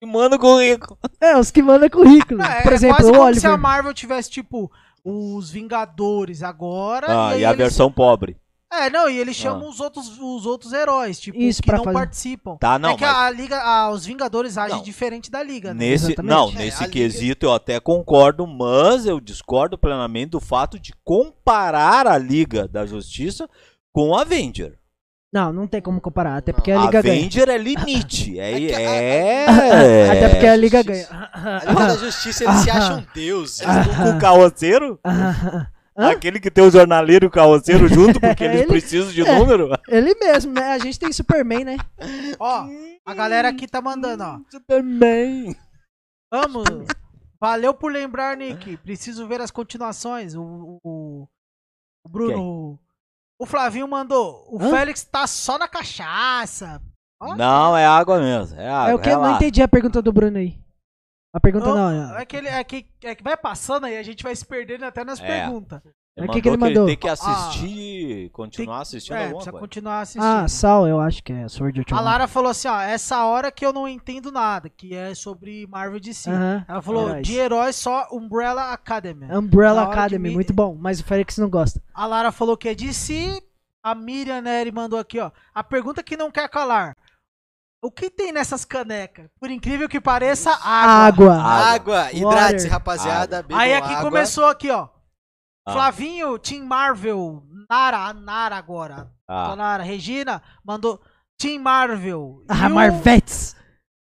Speaker 1: manda o currículo.
Speaker 2: É, os que mandam currículo.
Speaker 4: Ah, é
Speaker 2: Por exemplo,
Speaker 4: quase
Speaker 2: o
Speaker 4: como se a
Speaker 2: Oliver.
Speaker 4: Marvel tivesse, tipo, os Vingadores agora.
Speaker 1: Ah,
Speaker 4: aí
Speaker 1: e a
Speaker 4: eles-
Speaker 1: versão pobre.
Speaker 4: É, não, e eles chamam os, outros, os outros heróis, tipo,
Speaker 2: Ah. Isso,
Speaker 4: que
Speaker 2: pra
Speaker 4: não
Speaker 2: fazer-
Speaker 4: participam.
Speaker 1: Tá, não,
Speaker 4: é que
Speaker 1: mas-
Speaker 4: a Liga, a- os Vingadores agem
Speaker 1: Não.
Speaker 4: diferente da Liga, né?
Speaker 1: Nesse,
Speaker 2: Exatamente.
Speaker 1: não,
Speaker 3: É,
Speaker 1: nesse
Speaker 3: a liga-
Speaker 1: quesito eu até concordo, mas eu discordo plenamente do fato de comparar a Liga da Justiça com a Avenger.
Speaker 2: Não, não tem como comparar, até porque a
Speaker 1: A
Speaker 2: Liga ganha.
Speaker 1: Avenger é (laughs) limite. É,
Speaker 3: É que a-
Speaker 1: é,
Speaker 2: Até porque a Liga ganha. Ah.
Speaker 3: A Liga da Justiça, eles se acham deuses.
Speaker 1: O carroceiro?
Speaker 2: Ah, Hã?
Speaker 1: Aquele que tem o jornaleiro e o carroceiro junto, porque eles
Speaker 2: Ele-
Speaker 1: precisam de
Speaker 2: (laughs) é. (laughs)
Speaker 1: número?
Speaker 2: Ele mesmo, né? A gente tem Superman, né?
Speaker 4: Ó, a galera aqui tá mandando, ó.
Speaker 1: Superman.
Speaker 4: Amo. Valeu por lembrar, Nick. Preciso ver as continuações. O, o, o Bruno. O Flavinho mandou. O
Speaker 2: Hã?
Speaker 4: Félix tá só na cachaça. Ó.
Speaker 1: Não, é água mesmo. É água.
Speaker 2: é o que eu não
Speaker 1: relaxa.
Speaker 2: entendi a pergunta do Bruno aí. A pergunta
Speaker 4: Ô,
Speaker 2: não.
Speaker 4: É que, ele, é, que, é que vai passando aí, a gente vai se perdendo até nas
Speaker 1: É.
Speaker 4: perguntas.
Speaker 2: Mas
Speaker 1: Ele
Speaker 2: o que que ele
Speaker 1: mandou Tem
Speaker 2: mandou?
Speaker 1: que assistir, continuar assistindo
Speaker 4: É,
Speaker 1: alguma
Speaker 4: precisa
Speaker 1: coisa.
Speaker 4: continuar assistindo.
Speaker 2: Ah, Sal, eu acho que é Sword of
Speaker 4: a
Speaker 2: Honor.
Speaker 4: Lara falou assim, ó, essa hora que eu não entendo nada, que é sobre Marvel DC.
Speaker 2: Aham.
Speaker 4: Ela falou,
Speaker 2: Heróis.
Speaker 4: de herói só Umbrella Academy. Na
Speaker 2: Umbrella
Speaker 4: hora que
Speaker 2: Academy,
Speaker 4: me-
Speaker 2: muito bom, mas o Félix não gosta.
Speaker 4: A Lara falou que é DC. A Miriam Neri mandou aqui, ó. A pergunta que não quer calar. O que tem nessas canecas? Por incrível que pareça, água.
Speaker 2: Água.
Speaker 3: Água, hidrate-se,
Speaker 2: Ah. Water.
Speaker 3: rapaziada. Bebam
Speaker 4: Aí aqui
Speaker 3: água.
Speaker 4: começou aqui, ó.
Speaker 1: Ah.
Speaker 4: Flavinho, Team Marvel, Nara, a Nara agora.
Speaker 1: Ah,
Speaker 4: Dona Nara, Regina mandou Team Marvel.
Speaker 2: Ah,
Speaker 4: E o-
Speaker 2: Marvettes.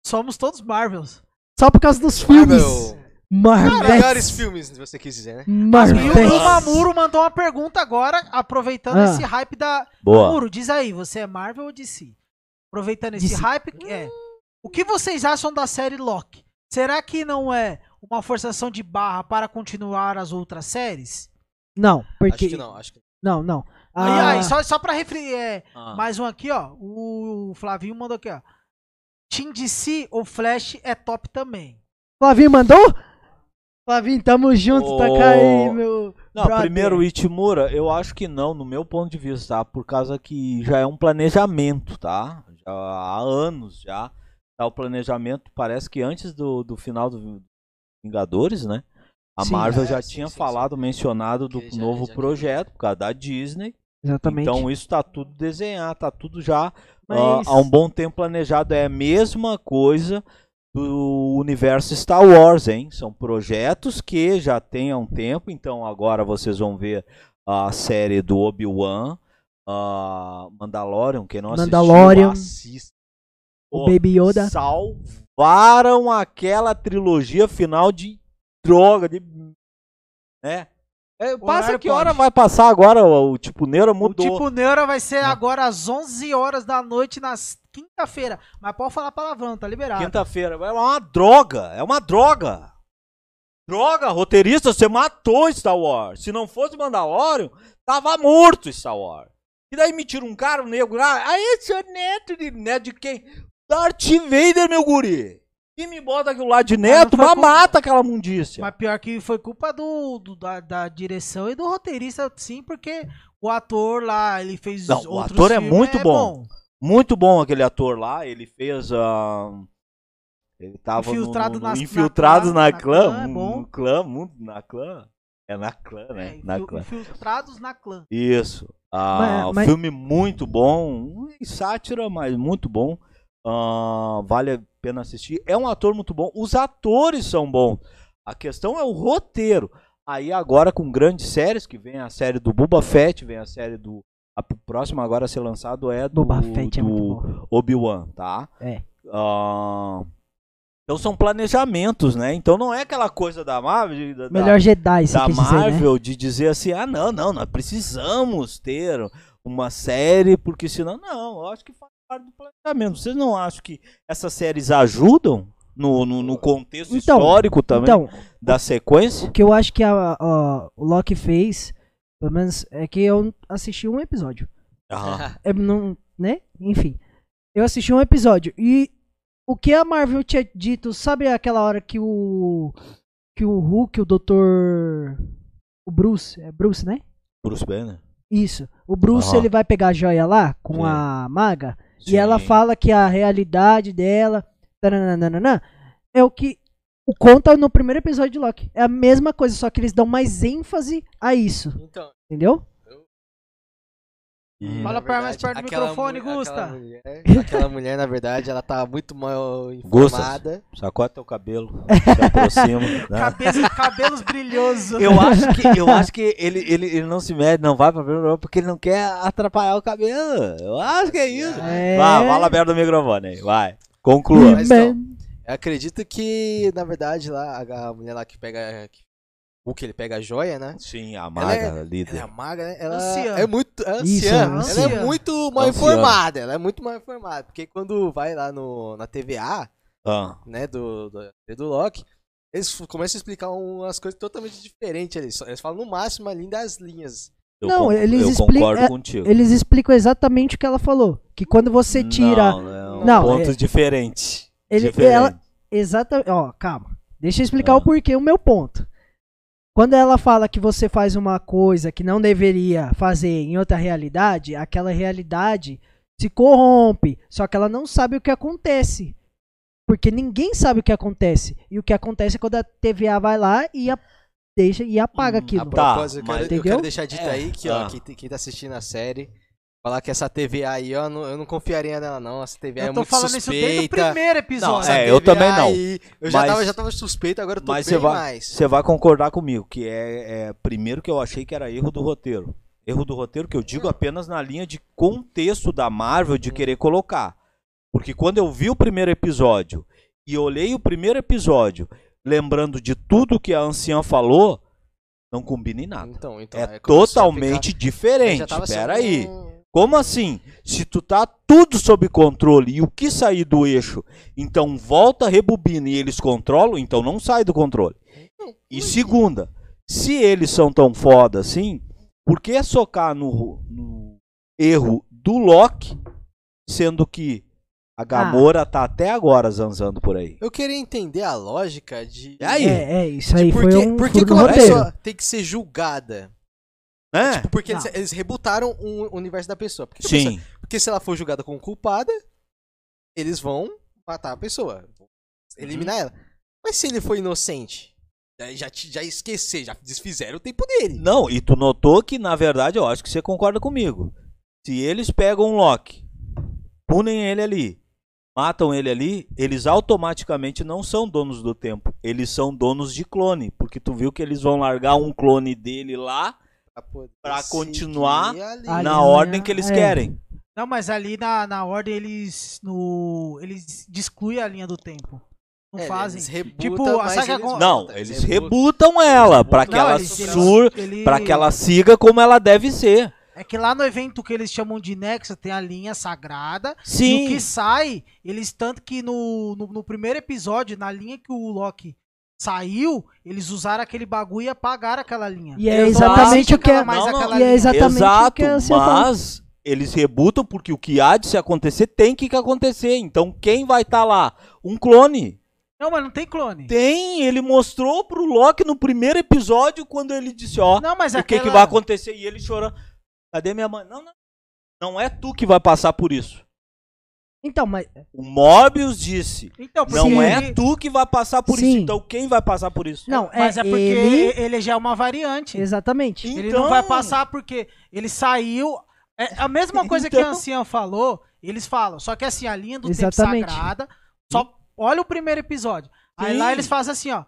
Speaker 4: Somos todos Marvels.
Speaker 2: Só por causa dos
Speaker 3: Marvel.
Speaker 2: filmes.
Speaker 3: Os melhores
Speaker 2: Marvettes.
Speaker 3: filmes, se você quis dizer, né?
Speaker 4: E o-
Speaker 2: Marvettes.
Speaker 4: o Mamuro mandou uma pergunta agora, aproveitando
Speaker 2: Ah.
Speaker 4: esse hype da,
Speaker 1: boa.
Speaker 4: Muro, diz aí, você é Marvel ou DC? Aproveitando esse
Speaker 2: DC.
Speaker 4: hype, é. O que vocês acham da série Loki? Será que não é uma forçação de barra para continuar as outras séries?
Speaker 2: Não, porque.
Speaker 3: Acho que não, acho que
Speaker 2: não, não.
Speaker 4: Aí,
Speaker 2: Ah,
Speaker 4: aí, só, só pra referir, é,
Speaker 1: Ah.
Speaker 4: mais um aqui, ó. O Flavinho mandou aqui, ó. Team DC ou Flash é top também.
Speaker 2: Flavinho mandou? Flavinho, tamo junto,
Speaker 1: Ô.
Speaker 2: tá aí, meu.
Speaker 1: Não,
Speaker 2: brother.
Speaker 1: primeiro o Itimura, eu acho que não, no meu ponto de vista, tá? Por causa que já é um planejamento, tá? Já há anos já. Tá o planejamento, parece que antes do, do final do Vingadores, né? A
Speaker 2: Sim.
Speaker 1: Marvel
Speaker 3: É,
Speaker 1: já
Speaker 3: sim,
Speaker 1: tinha
Speaker 3: sim,
Speaker 1: falado, mencionado do
Speaker 3: Porque já-
Speaker 1: novo
Speaker 3: já-
Speaker 1: projeto, por causa da Disney.
Speaker 2: Exatamente.
Speaker 1: Então isso tá tudo desenhado, tá tudo já
Speaker 2: Mas-
Speaker 1: ah, há um bom tempo planejado. É a mesma coisa do universo Star Wars, hein? São projetos que já tem há um tempo, então agora vocês vão ver a série do Obi-Wan, ah, Mandalorian, quem não
Speaker 2: Mandalorian.
Speaker 1: assistiu, assista.
Speaker 2: o
Speaker 1: Pô,
Speaker 2: Baby Yoda.
Speaker 1: Salvaram aquela trilogia final de droga, de... né? É, passa
Speaker 4: Horário
Speaker 1: que
Speaker 4: pode.
Speaker 1: hora vai passar agora, o, o tipo Neura mudou. É.
Speaker 4: O tipo Neura vai ser agora às 11 horas da noite, na quinta-feira. Mas pode falar palavrão, tá liberado.
Speaker 1: Quinta-feira. É uma droga. É uma droga. Droga, roteirista, você matou Star Wars. Se não fosse Mandalorian, tava morto Star Wars. E daí me tira um cara, um negro lá. Aí esse é neto de, neto de quem? Darth Vader, meu guri. E me bota aquilo lá de neto,
Speaker 4: foi
Speaker 1: mas
Speaker 4: culpa-
Speaker 1: mata aquela mundícia.
Speaker 4: tá Mas pior que foi culpa do, do- da, da direção e do roteirista, sim, porque o ator lá, ele fez
Speaker 1: Não,
Speaker 4: os
Speaker 1: o
Speaker 4: outros
Speaker 1: ator é
Speaker 4: filmes,
Speaker 1: muito bom. Muito bom aquele ator lá. Ele fez a. Ele tava no-
Speaker 4: Infiltrado
Speaker 1: no, no,
Speaker 4: nas- na
Speaker 1: infiltrados
Speaker 4: clã,
Speaker 1: na,
Speaker 4: na
Speaker 1: clã.
Speaker 4: clã, é
Speaker 1: mu-
Speaker 4: bom.
Speaker 1: no clã, mu- na clã. É na clã,
Speaker 4: É,
Speaker 1: né? na
Speaker 4: infil-
Speaker 1: clã.
Speaker 4: infiltrados na clã.
Speaker 1: Isso. Ah,
Speaker 2: Mas- mas-
Speaker 1: Filme muito bom. Filme Sátira, mas muito bom. ah, vale a pena assistir. É um ator muito bom. Os atores são bons. A questão é o roteiro. Aí agora com grandes séries, que vem a série do Boba Fett, vem a série do. A próxima agora a ser lançado é do,
Speaker 2: Boba Fett é muito
Speaker 1: do
Speaker 2: bom.
Speaker 1: Obi-Wan, tá?
Speaker 2: É.
Speaker 1: Ah, então são planejamentos, né? Então não é aquela coisa da Marvel. da- da-
Speaker 2: Melhor Jedi, você
Speaker 1: da
Speaker 2: quis dizer, né?
Speaker 1: Marvel de dizer assim, ah, não, não, nós precisamos ter uma série, porque senão, não, eu acho que faz parte do planejamento. Vocês não acham que essas séries ajudam no, no, no contexto
Speaker 2: Então,
Speaker 1: histórico também
Speaker 2: Então,
Speaker 1: da sequência?
Speaker 2: o que eu acho que a- a- o Loki fez, pelo menos, é que eu assisti um episódio.
Speaker 1: Aham.
Speaker 2: É, não, né? Enfim. Eu assisti um episódio e o que a Marvel tinha dito, sabe aquela hora que o que o Hulk, o Dr. o Bruce, é Bruce, né?
Speaker 1: Bruce Banner?
Speaker 2: Isso. O Bruce
Speaker 1: Aham.
Speaker 2: ele vai pegar a joia lá com
Speaker 1: Sim.
Speaker 2: a maga
Speaker 1: Sim.
Speaker 2: e ela fala que a realidade dela tarananana, é o que o conta no primeiro episódio de Loki. É a mesma coisa, só que eles dão mais ênfase a isso,
Speaker 3: Então,
Speaker 2: entendeu?
Speaker 1: E-
Speaker 4: Fala
Speaker 3: na
Speaker 4: pra mais
Speaker 3: verdade,
Speaker 4: perto do
Speaker 3: aquela
Speaker 4: microfone,
Speaker 3: mu-
Speaker 4: Gusta.
Speaker 3: Aquela mulher, aquela mulher, na verdade, ela tá muito mal
Speaker 1: Gustas.
Speaker 3: informada.
Speaker 1: Sacota teu
Speaker 2: (laughs)
Speaker 1: cabelo, se aproxima. né? (laughs)
Speaker 4: Cabeça- cabelos brilhosos.
Speaker 1: Eu acho que, eu acho que ele, ele, ele não se mede, não vai pra primeira porque ele não quer atrapalhar o cabelo. Eu acho que é isso.
Speaker 2: É.
Speaker 1: Vai, fala perto do microfone aí, vai. Conclua.
Speaker 3: Mas então,
Speaker 2: Man.
Speaker 3: Eu acredito que, na verdade, lá, a a mulher lá que pega. que- O que ele pega a joia, né?
Speaker 1: Sim, a maga, líder.
Speaker 3: Ela é magra, né? Ela
Speaker 4: Anciã.
Speaker 3: é muito. é
Speaker 2: Isso,
Speaker 3: Anciã. ela
Speaker 4: anciã.
Speaker 3: é muito mal
Speaker 1: Anciã.
Speaker 3: informada. Ela é muito mal informada. Porque quando vai lá no, na TVA,
Speaker 1: Ah,
Speaker 3: né, do, do, do Loki, eles f- começam a explicar umas coisas totalmente diferentes ali. Só- Eles falam no máximo ali das linhas.
Speaker 1: eu
Speaker 2: Não,
Speaker 1: con-
Speaker 2: eles
Speaker 1: eu
Speaker 2: expli-
Speaker 1: concordo
Speaker 2: é-
Speaker 1: contigo.
Speaker 2: Eles explicam exatamente o que ela falou, que quando você tira
Speaker 1: Não, não,
Speaker 2: Não,
Speaker 1: pontos
Speaker 2: é-
Speaker 1: diferentes.
Speaker 2: ele
Speaker 1: Diferente.
Speaker 2: ela Exatamente. Ó, calma. Deixa eu explicar
Speaker 1: Ah.
Speaker 2: o porquê, o meu ponto. Quando ela fala que você faz uma coisa que não deveria fazer em outra realidade, aquela realidade se corrompe. Só que ela não sabe o que acontece. Porque ninguém sabe o que acontece. E o que acontece é quando a TVA vai lá e a- deixa e apaga
Speaker 1: Hum,
Speaker 2: aquilo.
Speaker 3: A
Speaker 1: Tá,
Speaker 3: propósito, eu,
Speaker 1: mas-
Speaker 3: quero, eu
Speaker 2: Entendeu?
Speaker 3: quero deixar dito
Speaker 1: É.
Speaker 3: aí que,
Speaker 1: Ah.
Speaker 3: ó, quem, te- quem tá assistindo a série, falar que essa TVA aí, ó, não- eu não confiaria nela, não. Essa TVA é
Speaker 4: Eu tô
Speaker 3: muito
Speaker 4: falando isso desde o
Speaker 3: suspeita.
Speaker 4: primeiro episódio.
Speaker 1: Não, é,
Speaker 3: Essa
Speaker 1: eu
Speaker 3: TVA
Speaker 1: também não.
Speaker 3: aí, eu já,
Speaker 1: Mas-
Speaker 3: tava, já tava suspeito, agora eu tô
Speaker 1: mas
Speaker 3: bem
Speaker 1: você vai-
Speaker 3: mais.
Speaker 1: Você vai concordar comigo que é, é, primeiro que eu achei que era erro do roteiro. Erro do roteiro que eu digo apenas na linha de contexto da Marvel de querer colocar. Porque quando eu vi o primeiro episódio e olhei o primeiro episódio, lembrando de tudo que a anciã falou, não combina em nada.
Speaker 3: Então, então,
Speaker 1: É
Speaker 3: aí começou a ficar-
Speaker 1: totalmente
Speaker 3: eu já
Speaker 1: diferente.
Speaker 3: tava assim,
Speaker 1: Pera aí.
Speaker 3: hum,
Speaker 1: Como assim? Se tu tá tudo sob controle e o que sair do eixo, então volta, rebobina e eles controlam, então não sai do controle. E segunda, se eles são tão foda assim, por que socar no, ro- no erro do Loki, sendo que a Gamora tá até agora zanzando por aí?
Speaker 3: Ah. Eu queria entender a lógica de.
Speaker 1: E aí?
Speaker 2: É, é, isso aí
Speaker 3: Tipo, por
Speaker 2: foi
Speaker 3: que,
Speaker 2: um
Speaker 3: por que
Speaker 2: furo
Speaker 3: que
Speaker 2: no
Speaker 3: uma
Speaker 2: roteiro.
Speaker 3: pessoa tem que ser julgada?
Speaker 1: Né?
Speaker 3: Tipo, porque eles,
Speaker 2: Não.
Speaker 3: eles rebutaram o universo da pessoa. Porque, a pessoa-
Speaker 1: Sim.
Speaker 3: porque se ela for julgada como culpada, eles vão matar a pessoa. Eliminar ela. Mas se ele for inocente, daí já, te- já esquecer, já desfizeram o tempo dele.
Speaker 1: Não, e tu notou que, na verdade, eu acho que você concorda comigo. Se eles pegam um Loki, punem ele ali, matam ele ali, eles automaticamente não são donos do tempo. Eles são donos de clone. Porque tu viu que eles vão largar um clone dele lá
Speaker 3: Pra, poder
Speaker 1: Pra continuar
Speaker 3: seguir ali. né?
Speaker 2: Ah,
Speaker 1: na
Speaker 2: não,
Speaker 1: ordem que eles
Speaker 2: é.
Speaker 1: querem.
Speaker 4: Não, mas ali na, na ordem eles no eles excluem a linha do tempo. Não
Speaker 3: É,
Speaker 4: fazem.
Speaker 3: Eles rebutam,
Speaker 4: Tipo,
Speaker 3: mas
Speaker 4: sabe
Speaker 3: eles
Speaker 4: a-
Speaker 1: Não,
Speaker 3: voltam,
Speaker 1: eles rebutam ela para que
Speaker 4: Não,
Speaker 1: ela
Speaker 4: eles- eles-
Speaker 1: sur,
Speaker 4: ele-
Speaker 1: para que ela siga como ela deve ser.
Speaker 4: É que lá no evento que eles chamam de Nexus tem a linha sagrada. E o
Speaker 1: Sim.
Speaker 4: que sai, eles tanto que no, no, no primeiro episódio, na linha que o Loki saiu, eles usaram aquele bagulho e apagaram aquela linha.
Speaker 2: E é
Speaker 4: Eles não
Speaker 2: exatamente
Speaker 4: assistem
Speaker 2: o que
Speaker 4: aquela
Speaker 2: é,
Speaker 4: mais
Speaker 1: Não, não,
Speaker 4: aquela
Speaker 2: e é
Speaker 4: linha.
Speaker 2: exatamente o
Speaker 1: Exato,
Speaker 2: que é a Cia falou.
Speaker 1: mas eles rebutam porque o que há de se acontecer tem que acontecer. Então quem vai estar lá? Um clone.
Speaker 4: Não, mas não tem clone.
Speaker 1: Tem, ele mostrou pro Loki no primeiro episódio quando ele disse, ó,
Speaker 4: Não, mas é
Speaker 1: o que
Speaker 4: aquela...
Speaker 1: que vai acontecer e ele chorando. Cadê minha mãe? Não, não. Não é tu que vai passar por isso.
Speaker 2: Então, mas
Speaker 1: O Morbius disse,
Speaker 4: Então, porque
Speaker 1: não
Speaker 2: Sim.
Speaker 1: é tu que vai passar por isso.
Speaker 2: Sim.
Speaker 1: Então quem vai passar por isso?
Speaker 2: não,
Speaker 4: Mas é, porque
Speaker 2: ele,
Speaker 4: ele... já é uma variante.
Speaker 2: exatamente.
Speaker 1: E-
Speaker 4: Ele
Speaker 1: Então-
Speaker 4: não vai passar porque ele saiu. É a mesma coisa que a
Speaker 1: Então-
Speaker 4: Anciã falou. Eles falam. Só que assim, a linha do
Speaker 2: Exatamente.
Speaker 4: tempo sagrada. Só olha o primeiro episódio. Aí
Speaker 1: Sim.
Speaker 4: lá eles fazem assim, ó.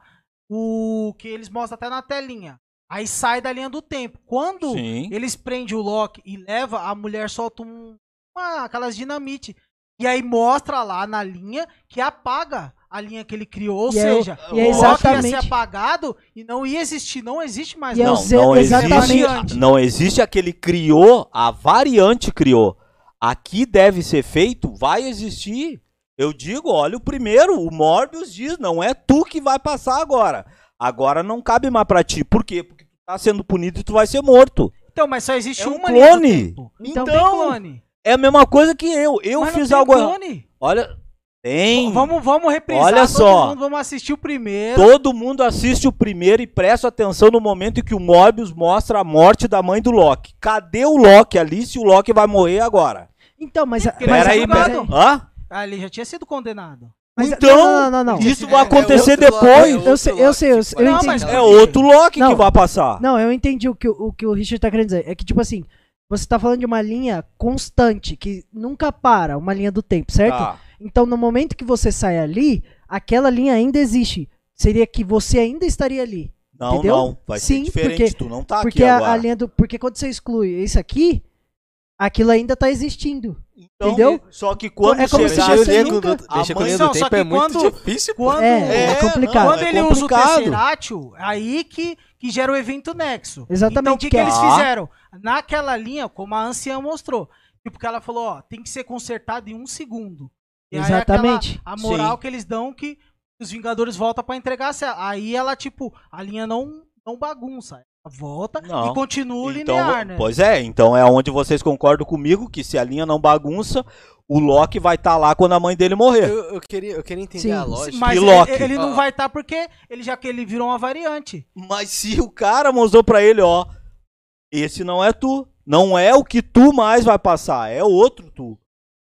Speaker 4: O que eles mostram até na telinha. Aí sai da linha do tempo. Quando
Speaker 1: Sim.
Speaker 4: eles prendem o Loki e leva, a mulher solta um, uma, aquelas dinamite. E aí mostra lá na linha que apaga a linha que ele criou. Ou
Speaker 2: E é o-
Speaker 4: seja,
Speaker 1: e é
Speaker 4: o Loki ia ser
Speaker 2: exatamente-
Speaker 4: apagado e não ia existir. Não existe mais
Speaker 2: E é o
Speaker 4: Loki.
Speaker 1: Não,
Speaker 2: Zé-
Speaker 1: não
Speaker 2: exatamente.
Speaker 1: existe, não existe aquele criou, a variante criou. Aqui deve ser feito, vai existir. Eu digo, olha o primeiro, o Morbius diz, não é tu que vai passar agora. Agora não cabe mais pra ti. Por quê? Porque tu tá sendo punido e tu vai ser morto.
Speaker 4: Então, mas só existe
Speaker 1: É um
Speaker 4: uma
Speaker 1: clone.
Speaker 4: linha do tempo.
Speaker 1: Então,
Speaker 4: tem clone.
Speaker 1: É a mesma coisa que eu. Eu
Speaker 4: Mas não
Speaker 1: fiz
Speaker 4: tem
Speaker 1: algo.
Speaker 4: clone.
Speaker 1: Olha, tem.
Speaker 4: Vamos, vamos reprisar
Speaker 1: Olha
Speaker 4: todo
Speaker 1: só.
Speaker 4: mundo, vamos assistir o primeiro.
Speaker 1: Todo mundo assiste o primeiro e presta atenção no momento em que o Morbius mostra a morte da mãe do Loki. Cadê o Loki ali se o Loki vai morrer agora?
Speaker 2: Então, mas.
Speaker 4: Porque
Speaker 2: mas-
Speaker 4: ele
Speaker 1: Pera aí,
Speaker 4: julgado.
Speaker 1: pera... Hã?
Speaker 4: Ah, ele já tinha sido condenado.
Speaker 2: mas-
Speaker 1: Então,
Speaker 2: Não, não, não. não, não.
Speaker 1: Isso vai
Speaker 3: É, é
Speaker 1: acontecer
Speaker 3: outro Loki,
Speaker 1: depois.
Speaker 3: é outro
Speaker 2: Eu sei- eu
Speaker 3: Loki
Speaker 2: sei, eu
Speaker 3: que
Speaker 2: sei,
Speaker 3: vai
Speaker 4: eu
Speaker 3: dar
Speaker 4: entendi.
Speaker 3: aquela
Speaker 1: É outro Loki que
Speaker 2: Não.
Speaker 1: vai passar.
Speaker 2: Não, eu entendi o que o, o que o Richard tá querendo dizer. É que, tipo assim, você tá falando de uma linha constante, que nunca para, uma linha do tempo, certo?
Speaker 1: Tá.
Speaker 2: Então, no momento que você sai ali, aquela linha ainda existe. Seria que você ainda estaria ali.
Speaker 1: Não,
Speaker 2: Entendeu?
Speaker 1: não. Vai
Speaker 2: Sim,
Speaker 1: ser diferente.
Speaker 2: porque-
Speaker 1: tu não tá
Speaker 2: porque
Speaker 1: aqui
Speaker 2: a-
Speaker 1: agora.
Speaker 2: a linha do. Porque quando você exclui isso aqui, aquilo ainda tá existindo.
Speaker 1: Então,
Speaker 2: entendeu?
Speaker 1: Só que quando
Speaker 2: É como se
Speaker 1: chegar
Speaker 2: tivesse
Speaker 1: ali-
Speaker 2: nunca-
Speaker 1: Mexer
Speaker 2: Ah,
Speaker 1: com
Speaker 3: Mexer com
Speaker 1: a
Speaker 4: linha do
Speaker 3: do
Speaker 4: tempo
Speaker 3: tempo
Speaker 4: é
Speaker 3: é
Speaker 4: muito
Speaker 3: muito difícil, pô.
Speaker 4: Quando,
Speaker 2: É, é
Speaker 1: É,
Speaker 2: complicado.
Speaker 1: não,
Speaker 4: quando
Speaker 1: é
Speaker 4: ele usa o
Speaker 1: complicado.
Speaker 4: Tesseratio, aí que, que gera o evento Nexo.
Speaker 2: Exatamente,
Speaker 4: Então, o que,
Speaker 2: que
Speaker 4: que
Speaker 2: é-
Speaker 4: eles
Speaker 1: Tá.
Speaker 4: fizeram? Naquela linha, como a anciã mostrou. Tipo, que ela falou, ó, tem que ser consertado em um segundo. E aí,
Speaker 2: Exatamente.
Speaker 4: aquela- a moral
Speaker 1: Sim.
Speaker 4: que eles dão que os Vingadores voltam pra entregar. a cela. Aí ela, tipo, a linha não, não bagunça. Ela volta
Speaker 1: Não.
Speaker 4: e continua o
Speaker 1: Então,
Speaker 4: linear, né?
Speaker 1: Pois é, então é onde vocês concordam comigo que se a linha não bagunça, o Loki vai estar lá quando a mãe dele morrer.
Speaker 3: Eu, eu queria, eu queria entender
Speaker 2: Sim,
Speaker 3: a
Speaker 2: sim,
Speaker 3: lógica.
Speaker 4: né? Mas
Speaker 1: E
Speaker 4: ele,
Speaker 1: Loki?
Speaker 4: ele não
Speaker 3: Ah.
Speaker 4: vai estar porque ele já que ele virou uma variante.
Speaker 1: Mas se o cara mostrou pra ele, ó, esse não é tu, não é o que tu mais vai passar, é outro tu.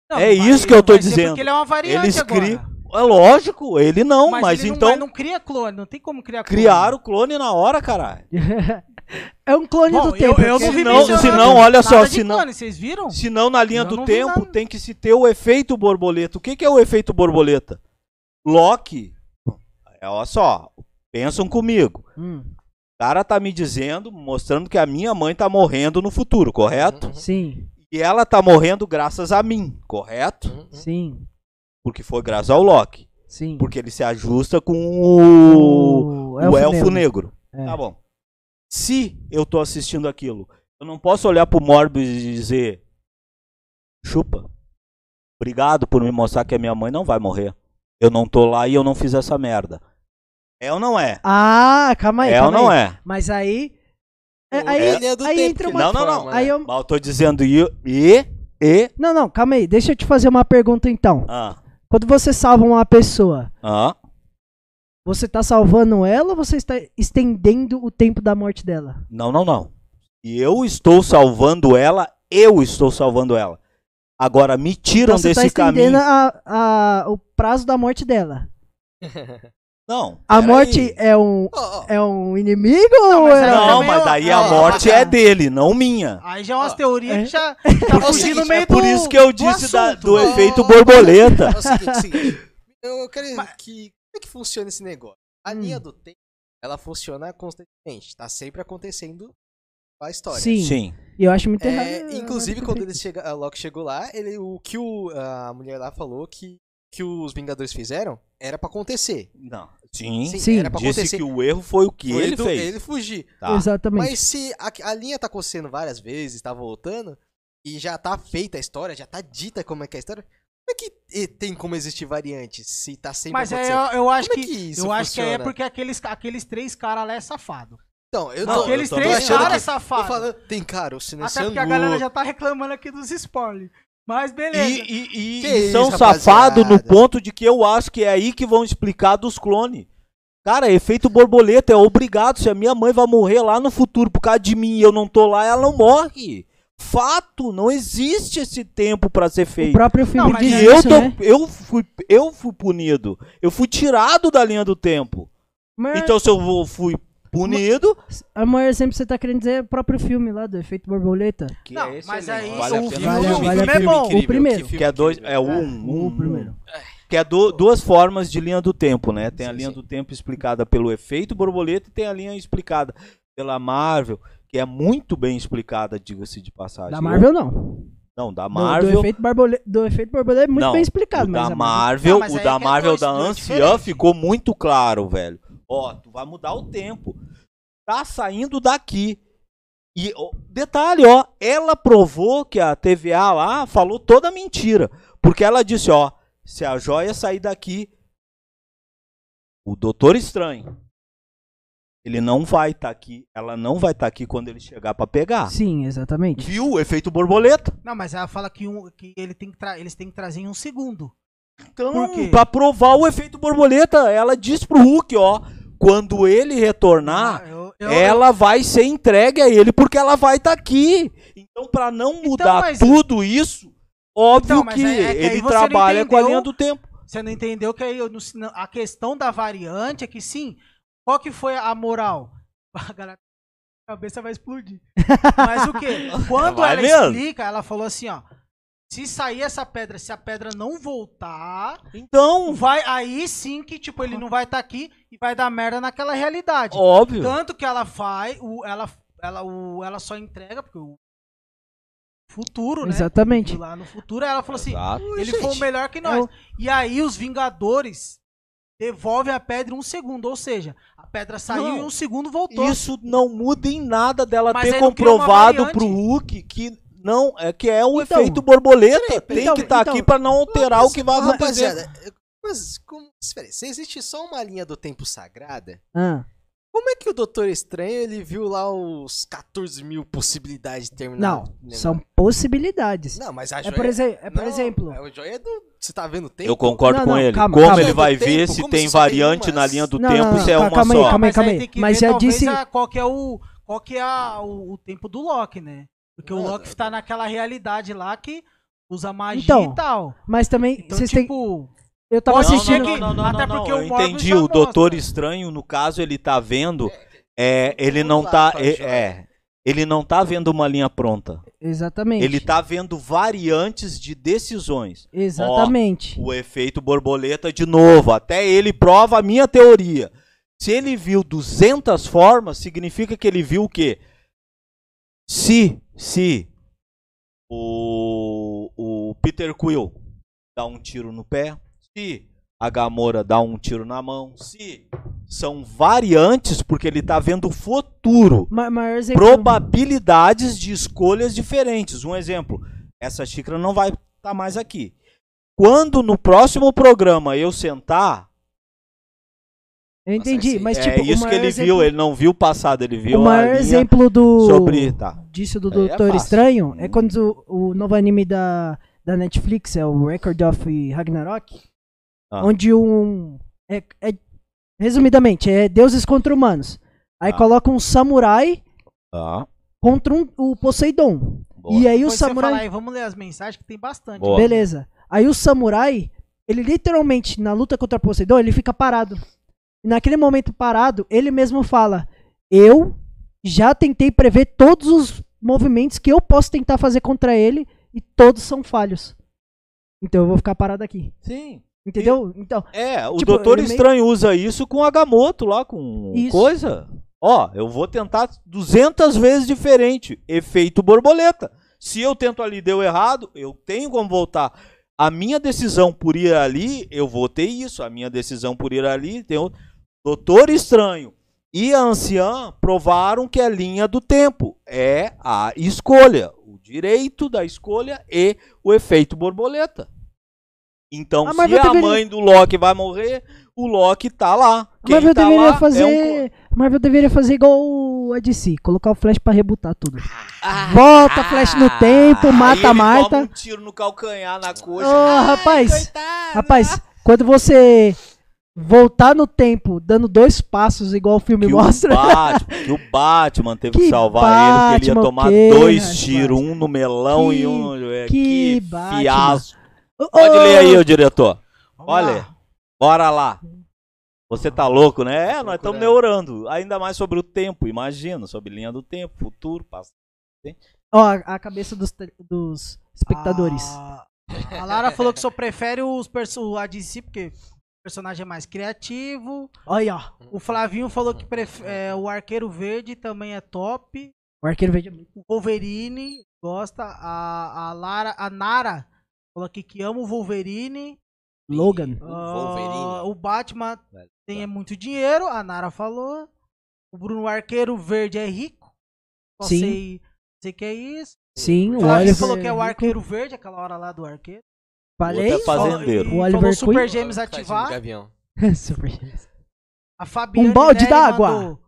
Speaker 4: Não,
Speaker 1: É
Speaker 4: mas
Speaker 1: isso que
Speaker 4: ele
Speaker 1: eu tô
Speaker 4: vai ser
Speaker 1: dizendo.
Speaker 4: Porque ele é uma variante
Speaker 1: Eles
Speaker 4: agora.
Speaker 1: criam- É lógico, ele não, mas,
Speaker 4: ele
Speaker 1: então
Speaker 4: Não, mas não cria clone, não tem como criar clone.
Speaker 1: criaram o clone na hora, caralho.
Speaker 2: é um clone
Speaker 4: Bom,
Speaker 2: do tempo.
Speaker 4: Eu, eu
Speaker 2: porque-
Speaker 4: não vi
Speaker 1: Senão-
Speaker 4: mencionado
Speaker 1: senão, olha
Speaker 4: nada
Speaker 1: só,
Speaker 4: de
Speaker 1: senão-
Speaker 4: clone, vocês viram?
Speaker 1: Se não, na linha
Speaker 4: Eu
Speaker 1: do
Speaker 4: não vi
Speaker 1: tempo,
Speaker 4: nada.
Speaker 1: tem que se ter o efeito borboleta. O que, que é o efeito borboleta? Loki, é, olha só, pensam comigo.
Speaker 2: Hum,
Speaker 1: O cara tá me dizendo, mostrando que a minha mãe tá morrendo no futuro,
Speaker 4: Uhum.
Speaker 1: correto?
Speaker 2: sim,
Speaker 1: E ela tá morrendo graças a mim,
Speaker 3: Uhum,
Speaker 1: correto?
Speaker 2: sim,
Speaker 1: Porque foi graças ao Loki.
Speaker 2: sim.
Speaker 1: Porque ele se ajusta com o, o elfo,
Speaker 2: negro.
Speaker 1: negro.
Speaker 2: É.
Speaker 1: Tá bom. Se eu tô assistindo aquilo, eu não posso olhar pro Morbius e dizer: chupa, obrigado por me mostrar que a minha mãe não vai morrer. Eu não tô lá e eu não fiz essa merda. É ou não é?
Speaker 2: Ah, calma aí.
Speaker 1: é ou
Speaker 2: calma
Speaker 1: não
Speaker 2: aí.
Speaker 1: é?
Speaker 2: Mas aí. é-
Speaker 3: Ou
Speaker 2: aí
Speaker 3: é a linha do
Speaker 2: aí
Speaker 3: tempo,
Speaker 2: entra
Speaker 3: que
Speaker 2: uma.
Speaker 1: não- não, não.
Speaker 3: forma,
Speaker 2: Aí
Speaker 3: né?
Speaker 2: eu-
Speaker 1: Mas eu tô dizendo e. e, e
Speaker 2: Não, não, calma aí. Deixa eu te fazer uma pergunta então.
Speaker 1: ah,
Speaker 2: Quando você salva uma pessoa,
Speaker 1: ah.
Speaker 2: você tá salvando ela ou você está estendendo o tempo da morte dela?
Speaker 1: Não, não, não. E eu estou salvando ela, eu estou salvando ela. Agora me tiram
Speaker 2: Então você tá
Speaker 1: desse caminho.
Speaker 2: estendendo a- a- o prazo da morte dela.
Speaker 1: Não.
Speaker 2: A
Speaker 1: peraí.
Speaker 2: morte é um,
Speaker 3: Ó, ó,
Speaker 2: é um inimigo ou
Speaker 4: mas
Speaker 2: é...
Speaker 4: ela
Speaker 1: Não,
Speaker 4: também é
Speaker 1: mas
Speaker 4: o-
Speaker 1: daí
Speaker 4: é
Speaker 1: a
Speaker 4: o-
Speaker 1: morte é dele, não minha.
Speaker 4: Aí já é
Speaker 1: Ah,
Speaker 4: umas
Speaker 3: Ó,
Speaker 4: teorias
Speaker 1: (laughs)
Speaker 2: é.
Speaker 4: que já
Speaker 3: é
Speaker 4: tá
Speaker 3: o
Speaker 4: fugindo
Speaker 3: seguinte,
Speaker 4: no meio
Speaker 1: É por
Speaker 4: do-
Speaker 1: isso que eu
Speaker 4: do
Speaker 1: disse da-
Speaker 4: assunto.
Speaker 1: do
Speaker 3: Ó,
Speaker 1: efeito
Speaker 3: ó, ó.
Speaker 1: borboleta.
Speaker 3: É o seguinte, seguinte. Eu quero que. Como é que funciona esse negócio? A
Speaker 2: Hum.
Speaker 3: linha do tempo, ela funciona constantemente. Tá sempre acontecendo a história.
Speaker 2: Sim.
Speaker 1: Sim.
Speaker 2: E eu acho muito (laughs) errado. né?
Speaker 3: É, inclusive, quando ele
Speaker 2: eles
Speaker 3: chega, a Loki chegou lá, ele, o que o- a mulher lá falou que, que os Vingadores fizeram era pra acontecer.
Speaker 1: Não. Sim.
Speaker 3: Sim,
Speaker 2: Sim.
Speaker 3: era pra
Speaker 1: Disse
Speaker 3: acontecer.
Speaker 1: que o erro foi o que
Speaker 3: Foi
Speaker 1: ele
Speaker 3: do-
Speaker 1: fez.
Speaker 3: ele fugir.
Speaker 1: Tá.
Speaker 2: Exatamente.
Speaker 3: Mas se a, a linha tá acontecendo várias vezes, tá voltando, e já tá feita a história, já tá dita como é que é a história, como é que e, tem como existir variantes se tá sempre
Speaker 4: Mas aí eu,
Speaker 3: acontecendo?
Speaker 4: eu acho
Speaker 3: Como é
Speaker 4: que,
Speaker 3: que isso
Speaker 4: eu acho que aí é
Speaker 3: funciona?
Speaker 4: porque aqueles, aqueles três caras lá é safado.
Speaker 3: Então, eu
Speaker 1: Não,
Speaker 3: tô,
Speaker 4: aqueles
Speaker 3: eu tô
Speaker 4: três
Speaker 3: achando
Speaker 4: caras é
Speaker 3: que... Tô
Speaker 4: safado.
Speaker 3: falando, tem cara, o Sinestro
Speaker 4: Até porque a galera já tá reclamando aqui dos spoilers. Mas beleza.
Speaker 1: E, e- e-
Speaker 3: Que
Speaker 1: e são
Speaker 3: isso,
Speaker 1: safados no
Speaker 3: rapaziada.
Speaker 1: ponto de que eu acho que é aí que vão explicar dos clones. Cara, efeito borboleta, é obrigado. Se a minha mãe vai morrer lá no futuro por causa de mim e eu não tô lá, ela não morre. Fato, não existe esse tempo pra ser
Speaker 2: o
Speaker 1: feito.
Speaker 2: próprio filme
Speaker 4: Não, mas
Speaker 2: diz
Speaker 4: é
Speaker 1: E eu,
Speaker 2: isso,
Speaker 1: tô-
Speaker 2: né?
Speaker 1: eu, fui, eu fui punido. Eu fui tirado da linha do tempo.
Speaker 2: Mas-
Speaker 1: Então, se eu vou- fui Punido.
Speaker 2: Amor, sempre você tá querendo dizer o próprio filme lá do efeito borboleta.
Speaker 1: Que
Speaker 4: Não,
Speaker 1: é
Speaker 4: mas
Speaker 1: excelente.
Speaker 4: aí
Speaker 1: vale a
Speaker 4: o
Speaker 1: pena
Speaker 4: filme-
Speaker 1: assistir.
Speaker 2: o filme é
Speaker 4: bom. O
Speaker 2: primeiro.
Speaker 1: Que é dois, é um, um,
Speaker 2: o primeiro.
Speaker 1: Que é du- duas formas de linha do tempo, né? Tem a
Speaker 3: Sim,
Speaker 1: linha
Speaker 3: sim.
Speaker 1: do tempo explicada pelo efeito borboleta e tem a linha explicada pela Marvel, que é muito bem explicada, diga-se de passagem.
Speaker 2: Da Marvel, não.
Speaker 1: Não, da
Speaker 2: Do-
Speaker 1: Marvel.
Speaker 2: Do, efeito borboleta, do efeito borboleta é muito
Speaker 1: Não,
Speaker 2: bem explicado,
Speaker 1: o
Speaker 2: mas. é
Speaker 1: da
Speaker 2: a Marvel-
Speaker 1: Marvel,
Speaker 4: Não, mas
Speaker 1: o
Speaker 4: aí
Speaker 1: da
Speaker 4: é que é
Speaker 1: Marvel
Speaker 4: dois-
Speaker 1: da
Speaker 4: dois
Speaker 1: Anciã
Speaker 4: diferentes.
Speaker 1: ficou muito claro, velho. Ó, tu vai mudar o tempo. Tá saindo daqui. E ó, detalhe, ó, ela provou que a TVA lá falou toda mentira, porque ela disse, ó, se a joia sair daqui, o Doutor Estranho ele não vai estar aqui, ela não vai estar aqui quando ele chegar pra pegar.
Speaker 2: Sim, exatamente.
Speaker 1: Viu o efeito borboleta?
Speaker 4: Não, mas ela fala que, um, que ele tem que tra- eles têm que trazer em um segundo.
Speaker 1: Então,
Speaker 4: Por quê?
Speaker 1: pra provar o efeito borboleta, ela diz pro Hulk, ó, quando ele retornar,
Speaker 4: Ah, Eu- eu-
Speaker 1: ela vai ser entregue a ele porque ela vai estar aqui. Então, pra não mudar
Speaker 4: mas-
Speaker 1: tudo isso, óbvio
Speaker 4: Então, mas
Speaker 1: que,
Speaker 4: é- é que aí
Speaker 1: ele
Speaker 4: você não
Speaker 1: trabalha com a
Speaker 4: entendeu.
Speaker 1: linha do tempo.
Speaker 4: Você não entendeu que aí eu não- se não- a questão da variante é que sim. Qual que foi a moral? (laughs) A galera, a cabeça vai
Speaker 1: (laughs)
Speaker 4: explodir. Mas o quê? Quando
Speaker 1: Vai
Speaker 4: ela
Speaker 1: mesmo.
Speaker 4: explica, ela falou assim, ó. Se sair essa pedra, se a pedra não voltar,
Speaker 1: Então,
Speaker 4: vai aí sim que tipo ele não vai estar aqui e vai dar merda naquela realidade.
Speaker 1: óbvio.
Speaker 4: Tanto que ela faz, o, ela, ela, o, ela só entrega porque o futuro, né?
Speaker 2: Exatamente.
Speaker 4: Lá no futuro ela falou assim,
Speaker 1: Exato.
Speaker 4: ele foi o melhor que
Speaker 2: É
Speaker 4: nós.
Speaker 2: o-
Speaker 4: E aí os Vingadores devolvem a pedra em um segundo, ou seja, a pedra saiu
Speaker 1: Não.
Speaker 4: e em um segundo voltou.
Speaker 1: Isso não muda em nada dela
Speaker 4: Mas
Speaker 1: ter
Speaker 4: aí não cria uma
Speaker 1: comprovado
Speaker 4: variante.
Speaker 1: pro Hulk que não é que é o
Speaker 2: Então,
Speaker 1: efeito borboleta, tem
Speaker 2: então,
Speaker 1: que estar
Speaker 2: então. ah,
Speaker 1: aqui pra não alterar o que vai acontecer.
Speaker 3: Rapaziada, mas como, espera aí, se existe só uma linha do tempo sagrada,
Speaker 2: Ah,
Speaker 3: como é que o Doutor Estranho ele viu lá os 14 mil possibilidades de terminar?
Speaker 2: não,
Speaker 3: o negócio?
Speaker 2: são possibilidades.
Speaker 3: Não, mas a
Speaker 2: É
Speaker 3: joia...
Speaker 2: por, exe- é por
Speaker 3: não,
Speaker 2: exemplo.
Speaker 3: É o joia do... Você tá vendo o tempo?
Speaker 1: Eu concordo
Speaker 2: Não,
Speaker 1: com
Speaker 2: não,
Speaker 1: ele.
Speaker 2: calma,
Speaker 1: como
Speaker 2: calma.
Speaker 1: ele vai
Speaker 3: Do
Speaker 1: ver
Speaker 3: tempo,
Speaker 1: se
Speaker 3: como
Speaker 1: tem
Speaker 3: se só tem
Speaker 1: variante
Speaker 3: uma?
Speaker 1: na linha do
Speaker 2: Não,
Speaker 1: tempo,
Speaker 2: não,
Speaker 1: se é
Speaker 2: não,
Speaker 1: uma
Speaker 2: calma aí,
Speaker 1: só.
Speaker 2: calma aí.
Speaker 4: Ah, mas aí tem que
Speaker 2: mas
Speaker 4: ver
Speaker 2: já
Speaker 4: talvez
Speaker 2: disse-
Speaker 4: a- qual que é o qual que é a- o, o tempo do Loki, né? Porque
Speaker 3: Não,
Speaker 4: o Loki
Speaker 3: não,
Speaker 4: tá naquela realidade lá que usa magia
Speaker 2: Então,
Speaker 4: e tal.
Speaker 2: Mas também,
Speaker 4: Então,
Speaker 2: vocês têm.
Speaker 4: tipo,
Speaker 2: Eu tava
Speaker 4: Não, não,
Speaker 2: assistindo.
Speaker 4: não, não. até porque
Speaker 1: eu
Speaker 4: o Morbius
Speaker 1: entendi,
Speaker 4: já
Speaker 1: o
Speaker 4: mostra.
Speaker 1: Doutor Estranho, no caso, ele tá vendo, é, ele não tá,
Speaker 3: Vamos lá,
Speaker 1: é,
Speaker 3: Fábio.
Speaker 1: é, ele não tá vendo uma linha pronta.
Speaker 2: Exatamente.
Speaker 1: Ele tá vendo variantes de decisões.
Speaker 2: Exatamente.
Speaker 1: O efeito borboleta de novo, até ele prova a minha teoria. Se ele viu 200 formas, significa que ele viu o quê? Se, se o, o Peter Quill dá um tiro no pé, se a Gamora dá um tiro na mão, se são variantes porque ele tá vendo o futuro
Speaker 2: Ma maior exemplo.
Speaker 1: probabilidades de escolhas diferentes. Um exemplo, essa xícara não vai estar mais aqui. Quando no próximo programa eu sentar,
Speaker 2: Eu entendi,
Speaker 3: Nossa,
Speaker 2: mas
Speaker 1: é
Speaker 2: tipo. o
Speaker 1: isso que
Speaker 2: maior
Speaker 1: ele
Speaker 2: exemplo-
Speaker 1: viu, ele não viu o passado, ele viu
Speaker 2: O
Speaker 1: a
Speaker 2: maior
Speaker 1: linha
Speaker 2: exemplo do.
Speaker 1: sobre, tá.
Speaker 2: disso do
Speaker 1: Aí é
Speaker 2: Doutor
Speaker 1: fácil.
Speaker 2: Estranho é
Speaker 1: Hum.
Speaker 2: quando o, o novo anime da, da Netflix é o Record of Ragnarok,
Speaker 1: Ah.
Speaker 2: onde um é, é- resumidamente é deuses contra humanos. Aí
Speaker 1: Ah.
Speaker 2: coloca um samurai
Speaker 1: Tá.
Speaker 2: contra um, o Poseidon.
Speaker 1: Boa.
Speaker 2: E aí o
Speaker 4: depois você
Speaker 2: samurai,
Speaker 4: fala aí, vamos ler as mensagens que tem bastante.
Speaker 1: Boa.
Speaker 2: beleza? Aí o samurai, ele literalmente na luta contra o Poseidon, ele fica parado. E naquele momento parado, ele mesmo fala: "Eu já tentei prever todos os movimentos que eu posso tentar fazer contra ele e todos são falhos. Então eu vou ficar parado aqui.
Speaker 1: Sim.
Speaker 2: Entendeu? Então,
Speaker 1: É, o
Speaker 2: Tipo,
Speaker 1: Doutor
Speaker 2: ele meio-
Speaker 1: Estranho usa isso com a Gamoto lá, com
Speaker 2: Isso.
Speaker 1: coisa. Ó, eu vou tentar 200 vezes diferente. Efeito borboleta. Se eu tento ali e deu errado, eu tenho como voltar. A minha decisão por ir ali, eu vou ter isso. A minha decisão por ir ali, tem outro. Doutor Estranho e a Anciã provaram que a linha do tempo é a escolha. O direito da escolha e o efeito borboleta. Então,
Speaker 2: A
Speaker 1: se
Speaker 2: Marvel
Speaker 1: a
Speaker 2: deveria-
Speaker 1: mãe do Loki vai morrer, o Loki tá lá.
Speaker 2: a
Speaker 1: Quem
Speaker 2: Marvel
Speaker 1: tá
Speaker 2: deveria
Speaker 1: lá
Speaker 2: fazer,
Speaker 1: É um... co-
Speaker 2: a Marvel deveria fazer igual a DC, colocar o Flash pra rebutar tudo. Volta Flash no tempo,
Speaker 1: Ah, Aí
Speaker 2: mata a
Speaker 1: ele toma
Speaker 2: Marta.
Speaker 1: um tiro no calcanhar, na coxa.
Speaker 2: Ô, rapaz, rapaz, quando você voltar no tempo dando dois passos igual o filme
Speaker 1: que
Speaker 2: mostra,
Speaker 1: O Batman, que o Batman teve que,
Speaker 2: Que
Speaker 1: salvar ele, que ele ia
Speaker 2: Batman,
Speaker 1: tomar
Speaker 2: que,
Speaker 1: dois
Speaker 2: rapaz.
Speaker 1: tiros, um no melão
Speaker 2: Que-
Speaker 1: e um no. é,
Speaker 2: que
Speaker 1: Que,
Speaker 2: Batman.
Speaker 1: fiasco.
Speaker 2: Ô, (laughs)
Speaker 1: Pode
Speaker 2: ô,
Speaker 1: ler aí, ô diretor.
Speaker 4: Vamos
Speaker 1: Olha,
Speaker 4: lá.
Speaker 1: bora lá. Você tá louco, né? É, nós
Speaker 3: Procurando.
Speaker 1: estamos neurando. Ainda mais sobre o tempo, imagina, sobre linha do tempo, futuro, passado.
Speaker 2: Ó, a a cabeça dos, te- dos espectadores.
Speaker 4: A, a Lara falou que só prefere os perso a DC, porque o personagem é mais criativo.
Speaker 2: Olha, ó.
Speaker 4: O Flavinho falou que pref- é, o Arqueiro Verde também é top.
Speaker 2: O arqueiro verde é muito.
Speaker 4: O Wolverine gosta. A, a Lara, a Nara falou aqui que ama o Wolverine.
Speaker 2: Logan.
Speaker 4: Ah,
Speaker 3: Wolverine.
Speaker 4: o Batman tem é muito dinheiro, a Nara falou. O Bruno Arqueiro Verde é rico. Só
Speaker 2: Sim.
Speaker 4: sei, sei que é isso.
Speaker 2: Sim, o
Speaker 4: O Oliver
Speaker 2: Oliver.
Speaker 4: falou que é o
Speaker 2: rico.
Speaker 4: Arqueiro Verde, aquela hora lá do arqueiro.
Speaker 2: Falei?
Speaker 1: Outra fazendeiro.
Speaker 4: E
Speaker 2: O
Speaker 4: falou
Speaker 2: Oliver
Speaker 4: Super
Speaker 2: Queen?
Speaker 4: Gêmeos
Speaker 3: Tadinho do
Speaker 4: ativar.
Speaker 3: um Gavião.
Speaker 2: (laughs) Super gêmeos.
Speaker 4: A Fabiane
Speaker 2: Um balde
Speaker 4: Neri
Speaker 2: d'água.
Speaker 4: mandou-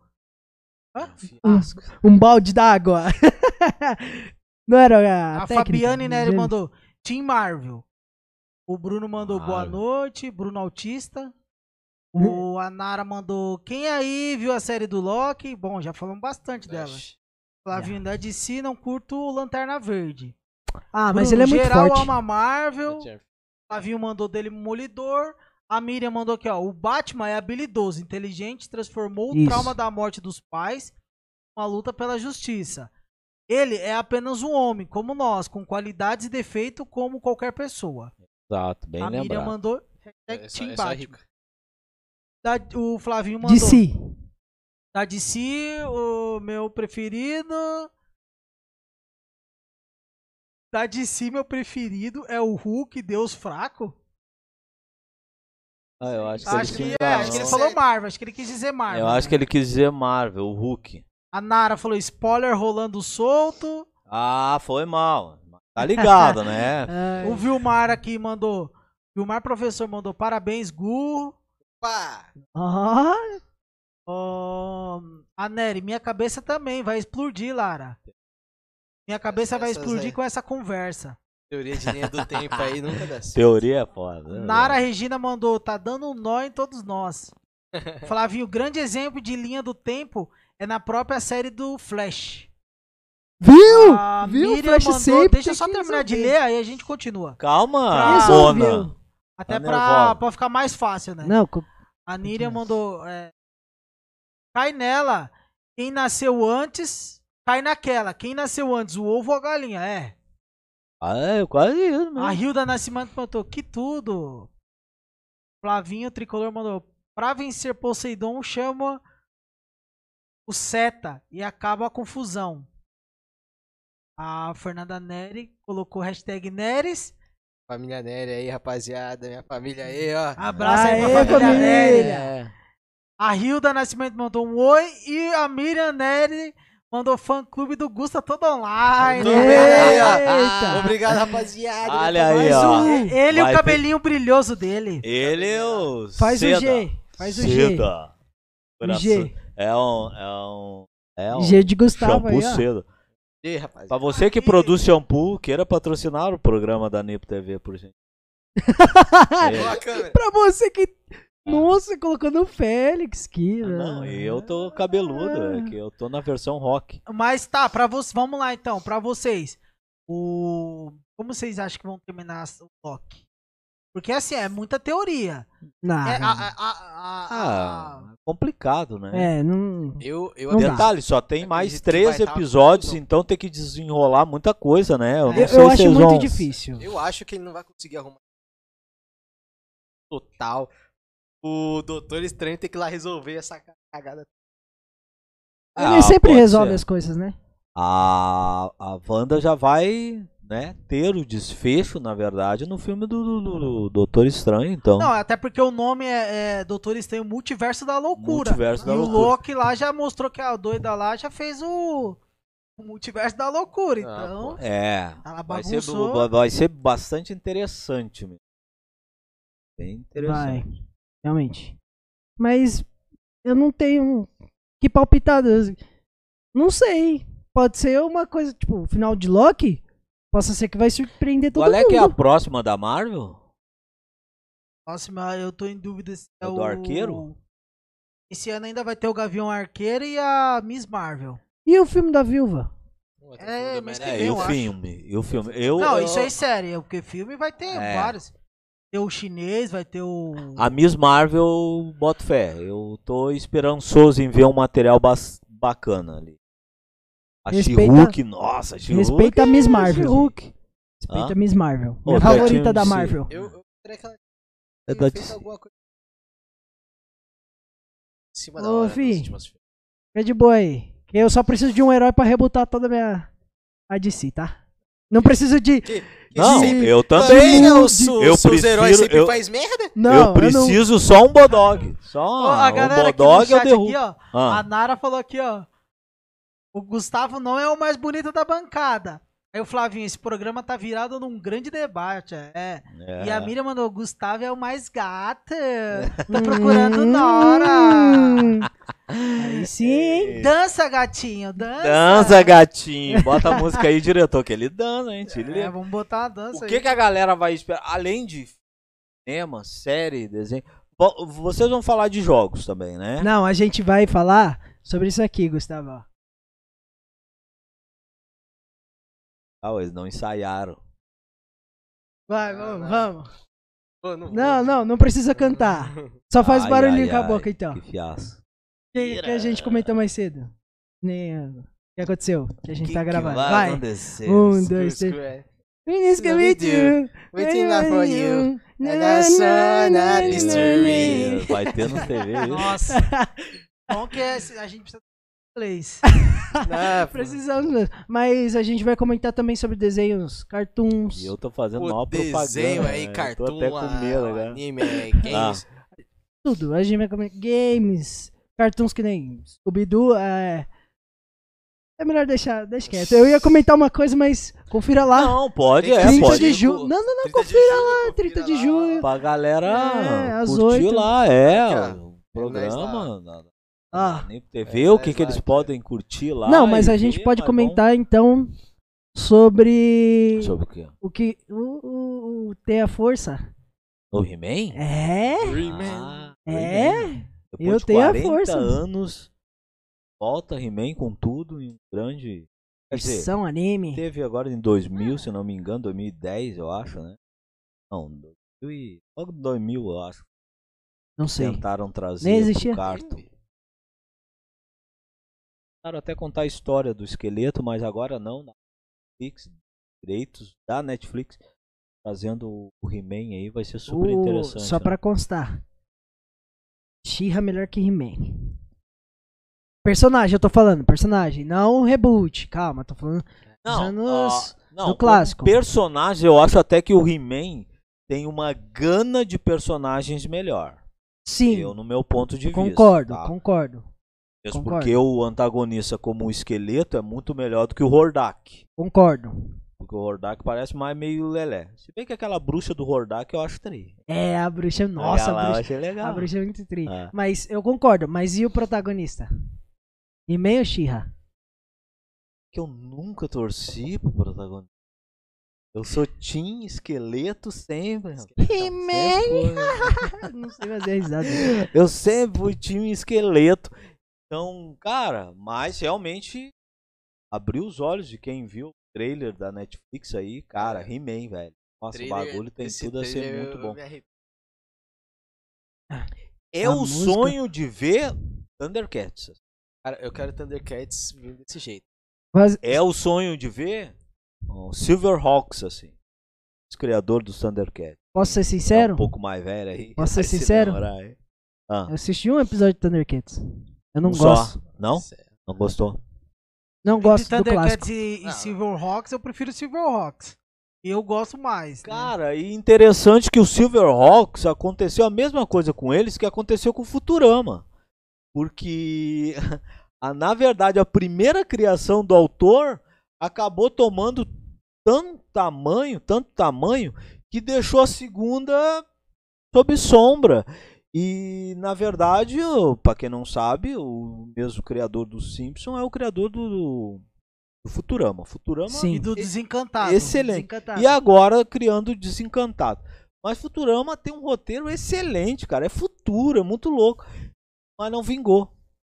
Speaker 3: É
Speaker 4: Hã?
Speaker 2: Um- um balde d'água. (laughs) Não era a,
Speaker 4: A
Speaker 2: técnica,
Speaker 4: Fabiane né,
Speaker 2: mas
Speaker 4: Neri
Speaker 2: ele-
Speaker 4: mandou Team Marvel. O Bruno mandou boa
Speaker 1: Marvel.
Speaker 4: noite, Bruno Autista.
Speaker 2: Hum.
Speaker 4: O Anara mandou quem aí viu a série do Loki? Bom, já falamos bastante dela. Flavinho da DC, não curto o Lanterna Verde.
Speaker 2: Ah, mas
Speaker 4: Bruno,
Speaker 2: ele é muito
Speaker 4: geral
Speaker 2: forte.
Speaker 4: ama Marvel. Flavinho mandou dele Molidor. A Miriam mandou aqui, ó. O Batman é habilidoso, inteligente, transformou o
Speaker 2: Isso.
Speaker 4: trauma da morte dos pais em uma luta pela justiça. Ele é apenas um homem, como nós, com qualidades e defeito como qualquer pessoa.
Speaker 1: Exato, bem
Speaker 4: a Miriam
Speaker 1: lembrado.
Speaker 4: mandou hashtag
Speaker 3: É só-
Speaker 4: Team
Speaker 3: é só
Speaker 4: Batman.
Speaker 3: rico.
Speaker 4: Da- o Flavinho mandou
Speaker 2: De si.
Speaker 4: da DC, o meu preferido. Da DC, meu preferido é o Hulk, Deus fraco.
Speaker 1: Ah, eu acho que,
Speaker 4: Acho
Speaker 1: ele,
Speaker 4: que,
Speaker 1: quis-
Speaker 4: é, acho que ele
Speaker 3: não.
Speaker 4: falou Marvel, acho que ele quis dizer Marvel. né?
Speaker 1: Eu acho que ele quis dizer Marvel, o Hulk.
Speaker 4: A Nara falou spoiler rolando solto.
Speaker 1: Ah, foi mal. Tá
Speaker 4: (laughs)
Speaker 1: ligado, né?
Speaker 2: É.
Speaker 4: O Vilmar aqui mandou. Vilmar professor mandou parabéns, Gu.
Speaker 3: Pá!
Speaker 2: Ah,
Speaker 4: Ó, a Nery, minha cabeça também vai explodir, Lara. Minha cabeça vai
Speaker 3: Essas
Speaker 4: explodir
Speaker 3: aí.
Speaker 4: com essa conversa.
Speaker 3: Teoria de linha do tempo aí nunca dá
Speaker 1: (laughs)
Speaker 3: certo.
Speaker 1: Teoria é foda. né?
Speaker 4: Nara Regina mandou, tá dando um nó em todos
Speaker 2: (laughs)
Speaker 4: nós. Flavinho, grande exemplo de linha do tempo é na própria série do Flash.
Speaker 2: viu?
Speaker 4: A
Speaker 2: viu?
Speaker 4: Miriam
Speaker 2: Flash
Speaker 4: mandou-
Speaker 2: sempre
Speaker 4: Deixa eu
Speaker 2: tem
Speaker 4: só
Speaker 2: que
Speaker 4: terminar de
Speaker 2: resolver.
Speaker 4: ler, aí a gente continua.
Speaker 1: Calma,
Speaker 2: Resolveu.
Speaker 1: Bona.
Speaker 4: Até
Speaker 1: Tá
Speaker 4: pra,
Speaker 1: nervosa.
Speaker 4: pra ficar mais fácil, né?
Speaker 2: Não, co-
Speaker 4: A Níria
Speaker 2: Continua.
Speaker 4: mandou. é, cai nela. Quem nasceu antes, cai naquela. Quem nasceu antes, o ovo ou a galinha? É.
Speaker 1: Ah, é quase isso
Speaker 2: Uhum.
Speaker 1: mesmo.
Speaker 4: A Hilda Nascimento mandou. Que tudo. Flavinho Tricolor mandou. Pra vencer Poseidon, chama o seta e acaba a confusão. A Fernanda Neri colocou hashtag Neres.
Speaker 3: Família Nery aí, rapaziada. Minha família aí, ó.
Speaker 4: Abraço aí pra
Speaker 2: Aê,
Speaker 4: família,
Speaker 2: família.
Speaker 4: Nery.
Speaker 3: É.
Speaker 4: A Hilda Nascimento mandou um oi e a Miriam Neri mandou fã clube do Gusta todo
Speaker 1: É.
Speaker 4: online.
Speaker 3: Tudo bem, ó.
Speaker 2: Eita.
Speaker 3: Obrigado, rapaziada.
Speaker 1: Olha
Speaker 3: Mais
Speaker 1: aí, ó.
Speaker 3: um.
Speaker 4: E- Ele e o
Speaker 1: Vai,
Speaker 4: cabelinho brilhoso dele.
Speaker 1: Ele é o.
Speaker 2: Faz
Speaker 1: Seda.
Speaker 2: o G. Faz o G.
Speaker 1: Seda. Coração.
Speaker 2: G.
Speaker 1: É um. É um. É um.
Speaker 2: G de Gustavo
Speaker 1: Shampoo
Speaker 2: aí, ó.
Speaker 1: seda.
Speaker 3: E aí, rapaziada.
Speaker 1: Pra você que produz shampoo, queira patrocinar o programa da Nipo TV, por
Speaker 2: (laughs)
Speaker 1: gente. É. Ah,
Speaker 3: Boa câmera.
Speaker 2: pra você que. Nossa, colocou no Félix, que.
Speaker 1: Ah, Não, e eu tô cabeludo, é que eu tô na versão rock.
Speaker 4: Mas tá, pra vocês. Vamos lá então, pra vocês. O. Como vocês acham que vão terminar o Loki? Porque assim, é muita teoria.
Speaker 2: Não,
Speaker 4: É,
Speaker 2: não.
Speaker 4: a- a- a- a- a-
Speaker 1: Ah, complicado, né?
Speaker 2: É, não.
Speaker 3: Eu, eu
Speaker 2: Não dá.
Speaker 1: Detalhe, só tem mais
Speaker 3: Acredito É que vai
Speaker 1: 13
Speaker 3: tá
Speaker 1: episódios,
Speaker 3: tudo.
Speaker 1: então tem que desenrolar muita coisa, né? Eu, não
Speaker 2: É, Eu,
Speaker 1: sei
Speaker 2: eu
Speaker 1: se
Speaker 2: acho
Speaker 1: eles
Speaker 2: muito
Speaker 1: vão-
Speaker 2: difícil.
Speaker 3: Eu acho que ele não vai conseguir arrumar total. O Doutor Estranho tem que ir lá resolver essa cagada.
Speaker 2: Ele sempre
Speaker 1: Ah, pode
Speaker 2: resolve
Speaker 1: ser.
Speaker 2: as coisas, né?
Speaker 1: A, a Wanda já vai né, ter o desfecho, na verdade, no filme do, do- do- do Doutor Estranho, então.
Speaker 4: Não, até porque o nome é, é Doutor Estranho Multiverso da Loucura.
Speaker 1: Multiverso da
Speaker 4: e o
Speaker 1: Loucura.
Speaker 4: Loki lá já mostrou que a doida lá já fez o, o Multiverso da Loucura.
Speaker 3: Ah,
Speaker 4: Então,
Speaker 1: É.
Speaker 4: ela
Speaker 1: Vai ser,
Speaker 4: bagunçou.
Speaker 1: ba- vai ser bastante interessante, meu. Bem interessante.
Speaker 2: Realmente. Mas eu não tenho que palpitar. eu- Não sei. Pode ser uma coisa, tipo, final de Loki. Possa ser que vai surpreender todo
Speaker 1: Qual é
Speaker 2: mundo.
Speaker 1: que é a próxima da Marvel?
Speaker 4: Nossa, mas eu tô em dúvida se é
Speaker 1: É
Speaker 4: o...
Speaker 1: o do Arqueiro?
Speaker 4: Esse ano ainda vai ter o Gavião Arqueiro e a Miss Marvel.
Speaker 2: E o filme da viúva?
Speaker 4: É, mas que
Speaker 1: É,
Speaker 4: eu
Speaker 1: e o
Speaker 4: acho.
Speaker 1: filme. E o filme. Eu,
Speaker 4: Não,
Speaker 1: eu-
Speaker 4: isso é série, porque é filme vai ter
Speaker 1: É. Ah,
Speaker 4: vários. ter o chinês, vai ter o.
Speaker 1: A Miss Marvel, eu boto fé. Eu tô esperançoso em ver um material bas- bacana ali. A
Speaker 2: Respeita-
Speaker 1: She-Hulk, nossa, a She-Hulk.
Speaker 2: Respeita a Miss
Speaker 1: é
Speaker 2: Marvel.
Speaker 1: She-Hulk.
Speaker 2: Respeita
Speaker 1: Hã?
Speaker 2: a Miss Marvel. Minha
Speaker 1: Ô,
Speaker 2: favorita
Speaker 1: Betinho,
Speaker 2: da
Speaker 1: se-
Speaker 2: Marvel.
Speaker 3: Eu, eu creio que ela
Speaker 1: É
Speaker 3: tenha
Speaker 1: da
Speaker 3: feito
Speaker 1: DC.
Speaker 3: alguma coisa em cima da
Speaker 2: Ô,
Speaker 3: hora nas
Speaker 2: fi.
Speaker 3: últimas filmes.
Speaker 2: Fica de boa aí. Que eu só preciso de um herói pra rebutar toda a minha. A DC, tá? Não preciso de.
Speaker 3: Que
Speaker 1: Não,
Speaker 3: sempre-
Speaker 1: eu
Speaker 3: Também,
Speaker 1: também.
Speaker 3: né?
Speaker 2: eu
Speaker 3: Os, os
Speaker 1: eu
Speaker 3: seus heróis
Speaker 1: prefiro-
Speaker 3: sempre
Speaker 1: eu-
Speaker 3: faz merda.
Speaker 2: Não,
Speaker 1: eu
Speaker 2: não-
Speaker 1: preciso só um Bodog. Só
Speaker 4: Ó, a galera
Speaker 1: um
Speaker 4: aqui no
Speaker 1: Bodog eu
Speaker 4: chat
Speaker 1: derrubo.
Speaker 4: aqui, ó.
Speaker 1: Ah,
Speaker 4: A Nara falou aqui, ó. O Gustavo não é o mais bonito da bancada. Aí o Flavinho, esse programa tá virado num grande debate. É.
Speaker 1: é.
Speaker 4: E a Miriam mandou, o Gustavo é o mais gato. Tá
Speaker 1: (laughs)
Speaker 2: Hum.
Speaker 4: procurando
Speaker 2: (laughs)
Speaker 4: Nora.
Speaker 2: Aí sim, hein?
Speaker 4: Dança, gatinho, dança.
Speaker 1: Dança, gatinho. Bota a música aí, diretor, que ele dança, hein? Te
Speaker 4: É,
Speaker 1: liga.
Speaker 4: vamos botar uma dança
Speaker 1: O
Speaker 4: aí.
Speaker 1: que, que a galera vai esperar? Além de cinema, série, desenho. Vo- Vocês vão falar de jogos também, né?
Speaker 2: Não, a gente vai falar sobre isso aqui, Gustavo. ó.
Speaker 1: Ah, eles não ensaiaram.
Speaker 2: Vai,
Speaker 3: Não,
Speaker 2: vamos,
Speaker 3: não.
Speaker 2: vamos.
Speaker 3: Pô, não, vou.
Speaker 2: Não, não, não precisa cantar. Só faz
Speaker 1: Ai,
Speaker 2: barulhinho
Speaker 1: ai,
Speaker 2: com a
Speaker 1: ai,
Speaker 2: boca, então.
Speaker 1: Que fiasco.
Speaker 2: Que, que a gente comentou mais cedo. Nem o que aconteceu, que a gente
Speaker 1: Que
Speaker 2: tá
Speaker 1: que
Speaker 2: gravando.
Speaker 1: vai
Speaker 2: Vai.
Speaker 1: acontecer?
Speaker 2: Um,
Speaker 3: Screw,
Speaker 2: dois, três.
Speaker 3: screw, é.
Speaker 2: It's gonna be you.
Speaker 3: Waiting now for
Speaker 2: (laughs)
Speaker 3: you.
Speaker 2: Na,
Speaker 3: And the sun
Speaker 2: na, na,
Speaker 3: is
Speaker 2: na, (laughs)
Speaker 3: turning.
Speaker 2: na.
Speaker 1: Vai ter na TV. isso?
Speaker 4: Nossa. Bom que é- a gente precisa de inglês.
Speaker 3: Ah, pô.
Speaker 2: Precisamos mesmo. Mas a gente vai comentar também sobre desenhos, cartoons.
Speaker 1: E eu tô fazendo
Speaker 3: O
Speaker 1: maior propaganda.
Speaker 3: desenho
Speaker 1: né?
Speaker 3: aí,
Speaker 1: Eu
Speaker 3: cartoon,
Speaker 1: Tô até com medo né? Ah.
Speaker 3: ah,
Speaker 1: agora.
Speaker 3: anime, é, games.
Speaker 2: Tudo. A gente vai comentar games, cartoons que nem Scooby-Doo. É... é melhor deixar, deixa quieto. Eu ia comentar uma coisa, mas confira lá.
Speaker 1: Não, pode,
Speaker 3: Tem
Speaker 1: é,
Speaker 3: que
Speaker 2: 30
Speaker 1: pode.
Speaker 2: de julho. Não, não, não,
Speaker 3: 30 de
Speaker 2: confira
Speaker 3: julho,
Speaker 2: lá, 30 de
Speaker 3: confira lá.
Speaker 2: julho.
Speaker 1: Pra
Speaker 2: É,
Speaker 1: galera
Speaker 2: às
Speaker 1: curtir
Speaker 2: oito.
Speaker 1: lá, é.
Speaker 3: Aqui,
Speaker 1: O programa. na- na-
Speaker 2: Ah.
Speaker 1: na TV, o que,
Speaker 3: nós
Speaker 1: que eles
Speaker 3: lá,
Speaker 1: podem curtir lá.
Speaker 2: Não, mas
Speaker 1: e
Speaker 2: a gente
Speaker 1: ver,
Speaker 2: pode
Speaker 1: mas
Speaker 2: comentar então sobre
Speaker 1: vamos- Sobre o quê?
Speaker 2: o que o, o, o ter a força.
Speaker 1: O He-Man?
Speaker 2: É,
Speaker 3: Rayman.
Speaker 1: o
Speaker 2: É?
Speaker 1: Ah, He-Man. Depois
Speaker 2: Eu
Speaker 1: de
Speaker 2: tenho a
Speaker 1: 40
Speaker 2: força.
Speaker 1: anos, volta He-Man com tudo e um grande... Quer dizer,
Speaker 2: são anime.
Speaker 1: Teve agora em 2000, se não me engano, 2010, eu acho, né? Não, 2000 e... Logo 2000, eu acho.
Speaker 2: Não sei.
Speaker 1: Tentaram trazer
Speaker 2: Nem existia?
Speaker 1: pro carto. Tentaram até contar a história do esqueleto, mas agora não. Na Netflix, direitos da Netflix, trazendo o He-Man aí, vai ser super
Speaker 2: O-
Speaker 1: interessante.
Speaker 2: Uh, Só
Speaker 1: né?
Speaker 2: pra constar. She-Ra melhor que He-Man. Personagem, eu tô falando, personagem, não um reboot. Calma, tô falando.
Speaker 1: Não,
Speaker 2: Já
Speaker 1: ó,
Speaker 2: nos-
Speaker 1: não,
Speaker 2: no
Speaker 1: como
Speaker 2: clássico.
Speaker 1: Personagem, eu acho até que o He-Man tem uma gana de personagens melhor.
Speaker 2: Sim,
Speaker 1: Eu, no meu ponto de
Speaker 2: concordo,
Speaker 1: vista. tá?
Speaker 2: concordo,
Speaker 1: Mesmo
Speaker 2: Concordo.
Speaker 1: Porque o antagonista como o esqueleto é muito melhor do que o Hordak.
Speaker 2: concordo.
Speaker 1: Porque o Hordak parece mais meio lelé. Se bem que aquela bruxa do Hordak eu acho tri.
Speaker 2: É, a bruxa, nossa,
Speaker 1: Aquela
Speaker 2: a
Speaker 1: eu
Speaker 2: bruxa,
Speaker 1: achei legal.
Speaker 2: a bruxa é muito tri.
Speaker 1: É.
Speaker 2: Mas eu concordo, mas e o protagonista? He-Man ou She-Ra? (laughs)
Speaker 1: Que eu nunca torci pro protagonista. Eu sou Team Esqueleto sempre. rapaz. Então,
Speaker 2: He-Man.
Speaker 1: Sempre fui.
Speaker 2: Não sei fazer risada.
Speaker 1: Eu sempre fui Team Esqueleto. Então, cara, mas realmente abriu os olhos de quem viu o trailer da Netflix aí. Cara,
Speaker 2: É.
Speaker 1: He-Man, velho. Nossa,
Speaker 3: Trailer-
Speaker 1: o bagulho tem
Speaker 3: esse
Speaker 1: tudo a ser
Speaker 3: trailer
Speaker 1: muito
Speaker 3: eu
Speaker 1: bom.
Speaker 3: me arrepio.
Speaker 1: É
Speaker 2: A
Speaker 1: o
Speaker 2: música-
Speaker 1: sonho de ver Thundercats.
Speaker 3: Cara, eu quero Thundercats vindo desse jeito.
Speaker 2: Faz-
Speaker 1: É o sonho de ver o Silverhawks, assim. Os criadores do Thundercats.
Speaker 2: Posso ser
Speaker 1: É um
Speaker 2: sincero?
Speaker 1: pouco mais velho aí.
Speaker 2: Posso ser
Speaker 1: vai se
Speaker 2: sincero?
Speaker 1: namorar aí. Ah,
Speaker 2: Eu assisti um episódio de Thundercats. Eu não
Speaker 1: um
Speaker 2: gosto.
Speaker 1: Só. Não?
Speaker 3: Sério.
Speaker 1: Não gostou?
Speaker 2: Não
Speaker 4: Entre
Speaker 2: gosto do clássico.
Speaker 4: Thundercats e,
Speaker 3: Ah.
Speaker 4: e Silverhawks, eu prefiro Silverhawks. Eu gosto mais. né?
Speaker 1: Cara, e interessante que o Silverhawks aconteceu a mesma coisa com eles que aconteceu com o Futurama. Porque, (laughs) a- na verdade, a primeira criação do autor acabou tomando tanto tamanho, tanto tamanho, que deixou a segunda sob sombra. E, na verdade, o- pra quem não sabe, o mesmo criador do Simpson é o criador do, do Futurama. Futurama
Speaker 2: Sim.
Speaker 4: E do Desencantado.
Speaker 1: Excelente.
Speaker 4: Desencantado.
Speaker 1: e agora criando Desencantado. Mas Futurama tem um roteiro excelente, cara. É futuro, é muito louco. Mas não vingou.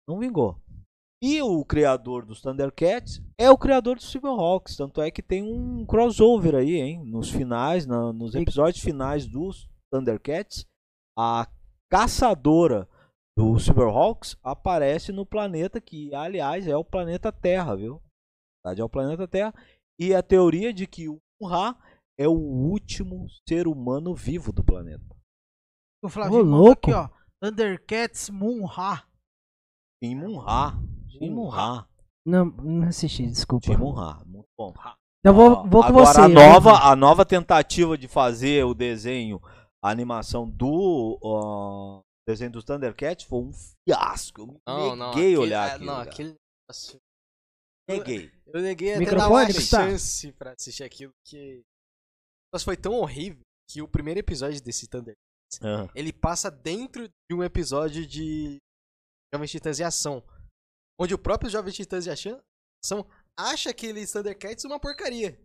Speaker 1: Não vingou. E o criador dos Thundercats é o criador dos Silverhawks. Tanto é que tem um crossover aí, hein? Nos finais, na- nos
Speaker 2: E-
Speaker 1: episódios finais dos Thundercats, a caçadora do Silverhawks aparece no planeta que, aliás, é o planeta Terra, viu? Na verdade, é o planeta Terra. E a teoria de que o Ra é o último ser humano vivo do planeta.
Speaker 4: O Flavinho mandou
Speaker 2: louco.
Speaker 4: aqui, ó. Thundercats Moonha.
Speaker 1: Timun Ra. Timun Ra.
Speaker 2: Não, não assisti, desculpa.
Speaker 1: Timun Ra. Muito bom.
Speaker 2: Então vou, vou com
Speaker 1: Agora,
Speaker 2: você.
Speaker 1: A
Speaker 2: eu-
Speaker 1: nova, a nova tentativa de fazer o desenho, a animação do ó, desenho dos Thundercats foi um fiasco. Eu
Speaker 3: Não, não.
Speaker 1: neguei
Speaker 3: aquele-
Speaker 1: olhar
Speaker 3: ah,
Speaker 1: é, aquilo.
Speaker 3: Não,
Speaker 1: cara.
Speaker 3: aquele. negócio-
Speaker 1: Neguei.
Speaker 3: Eu neguei até dar
Speaker 2: Microfone, tá?
Speaker 3: uma
Speaker 2: Gustavo.
Speaker 3: chance pra assistir aquilo, porque. Mas foi tão horrível que o primeiro episódio desse Thunder
Speaker 1: Ah,
Speaker 3: ele passa dentro de um episódio de Jovens Titãs e Ação. Onde o próprio Jovens Titãs e Acha- Ação acha aquele Thundercats uma porcaria.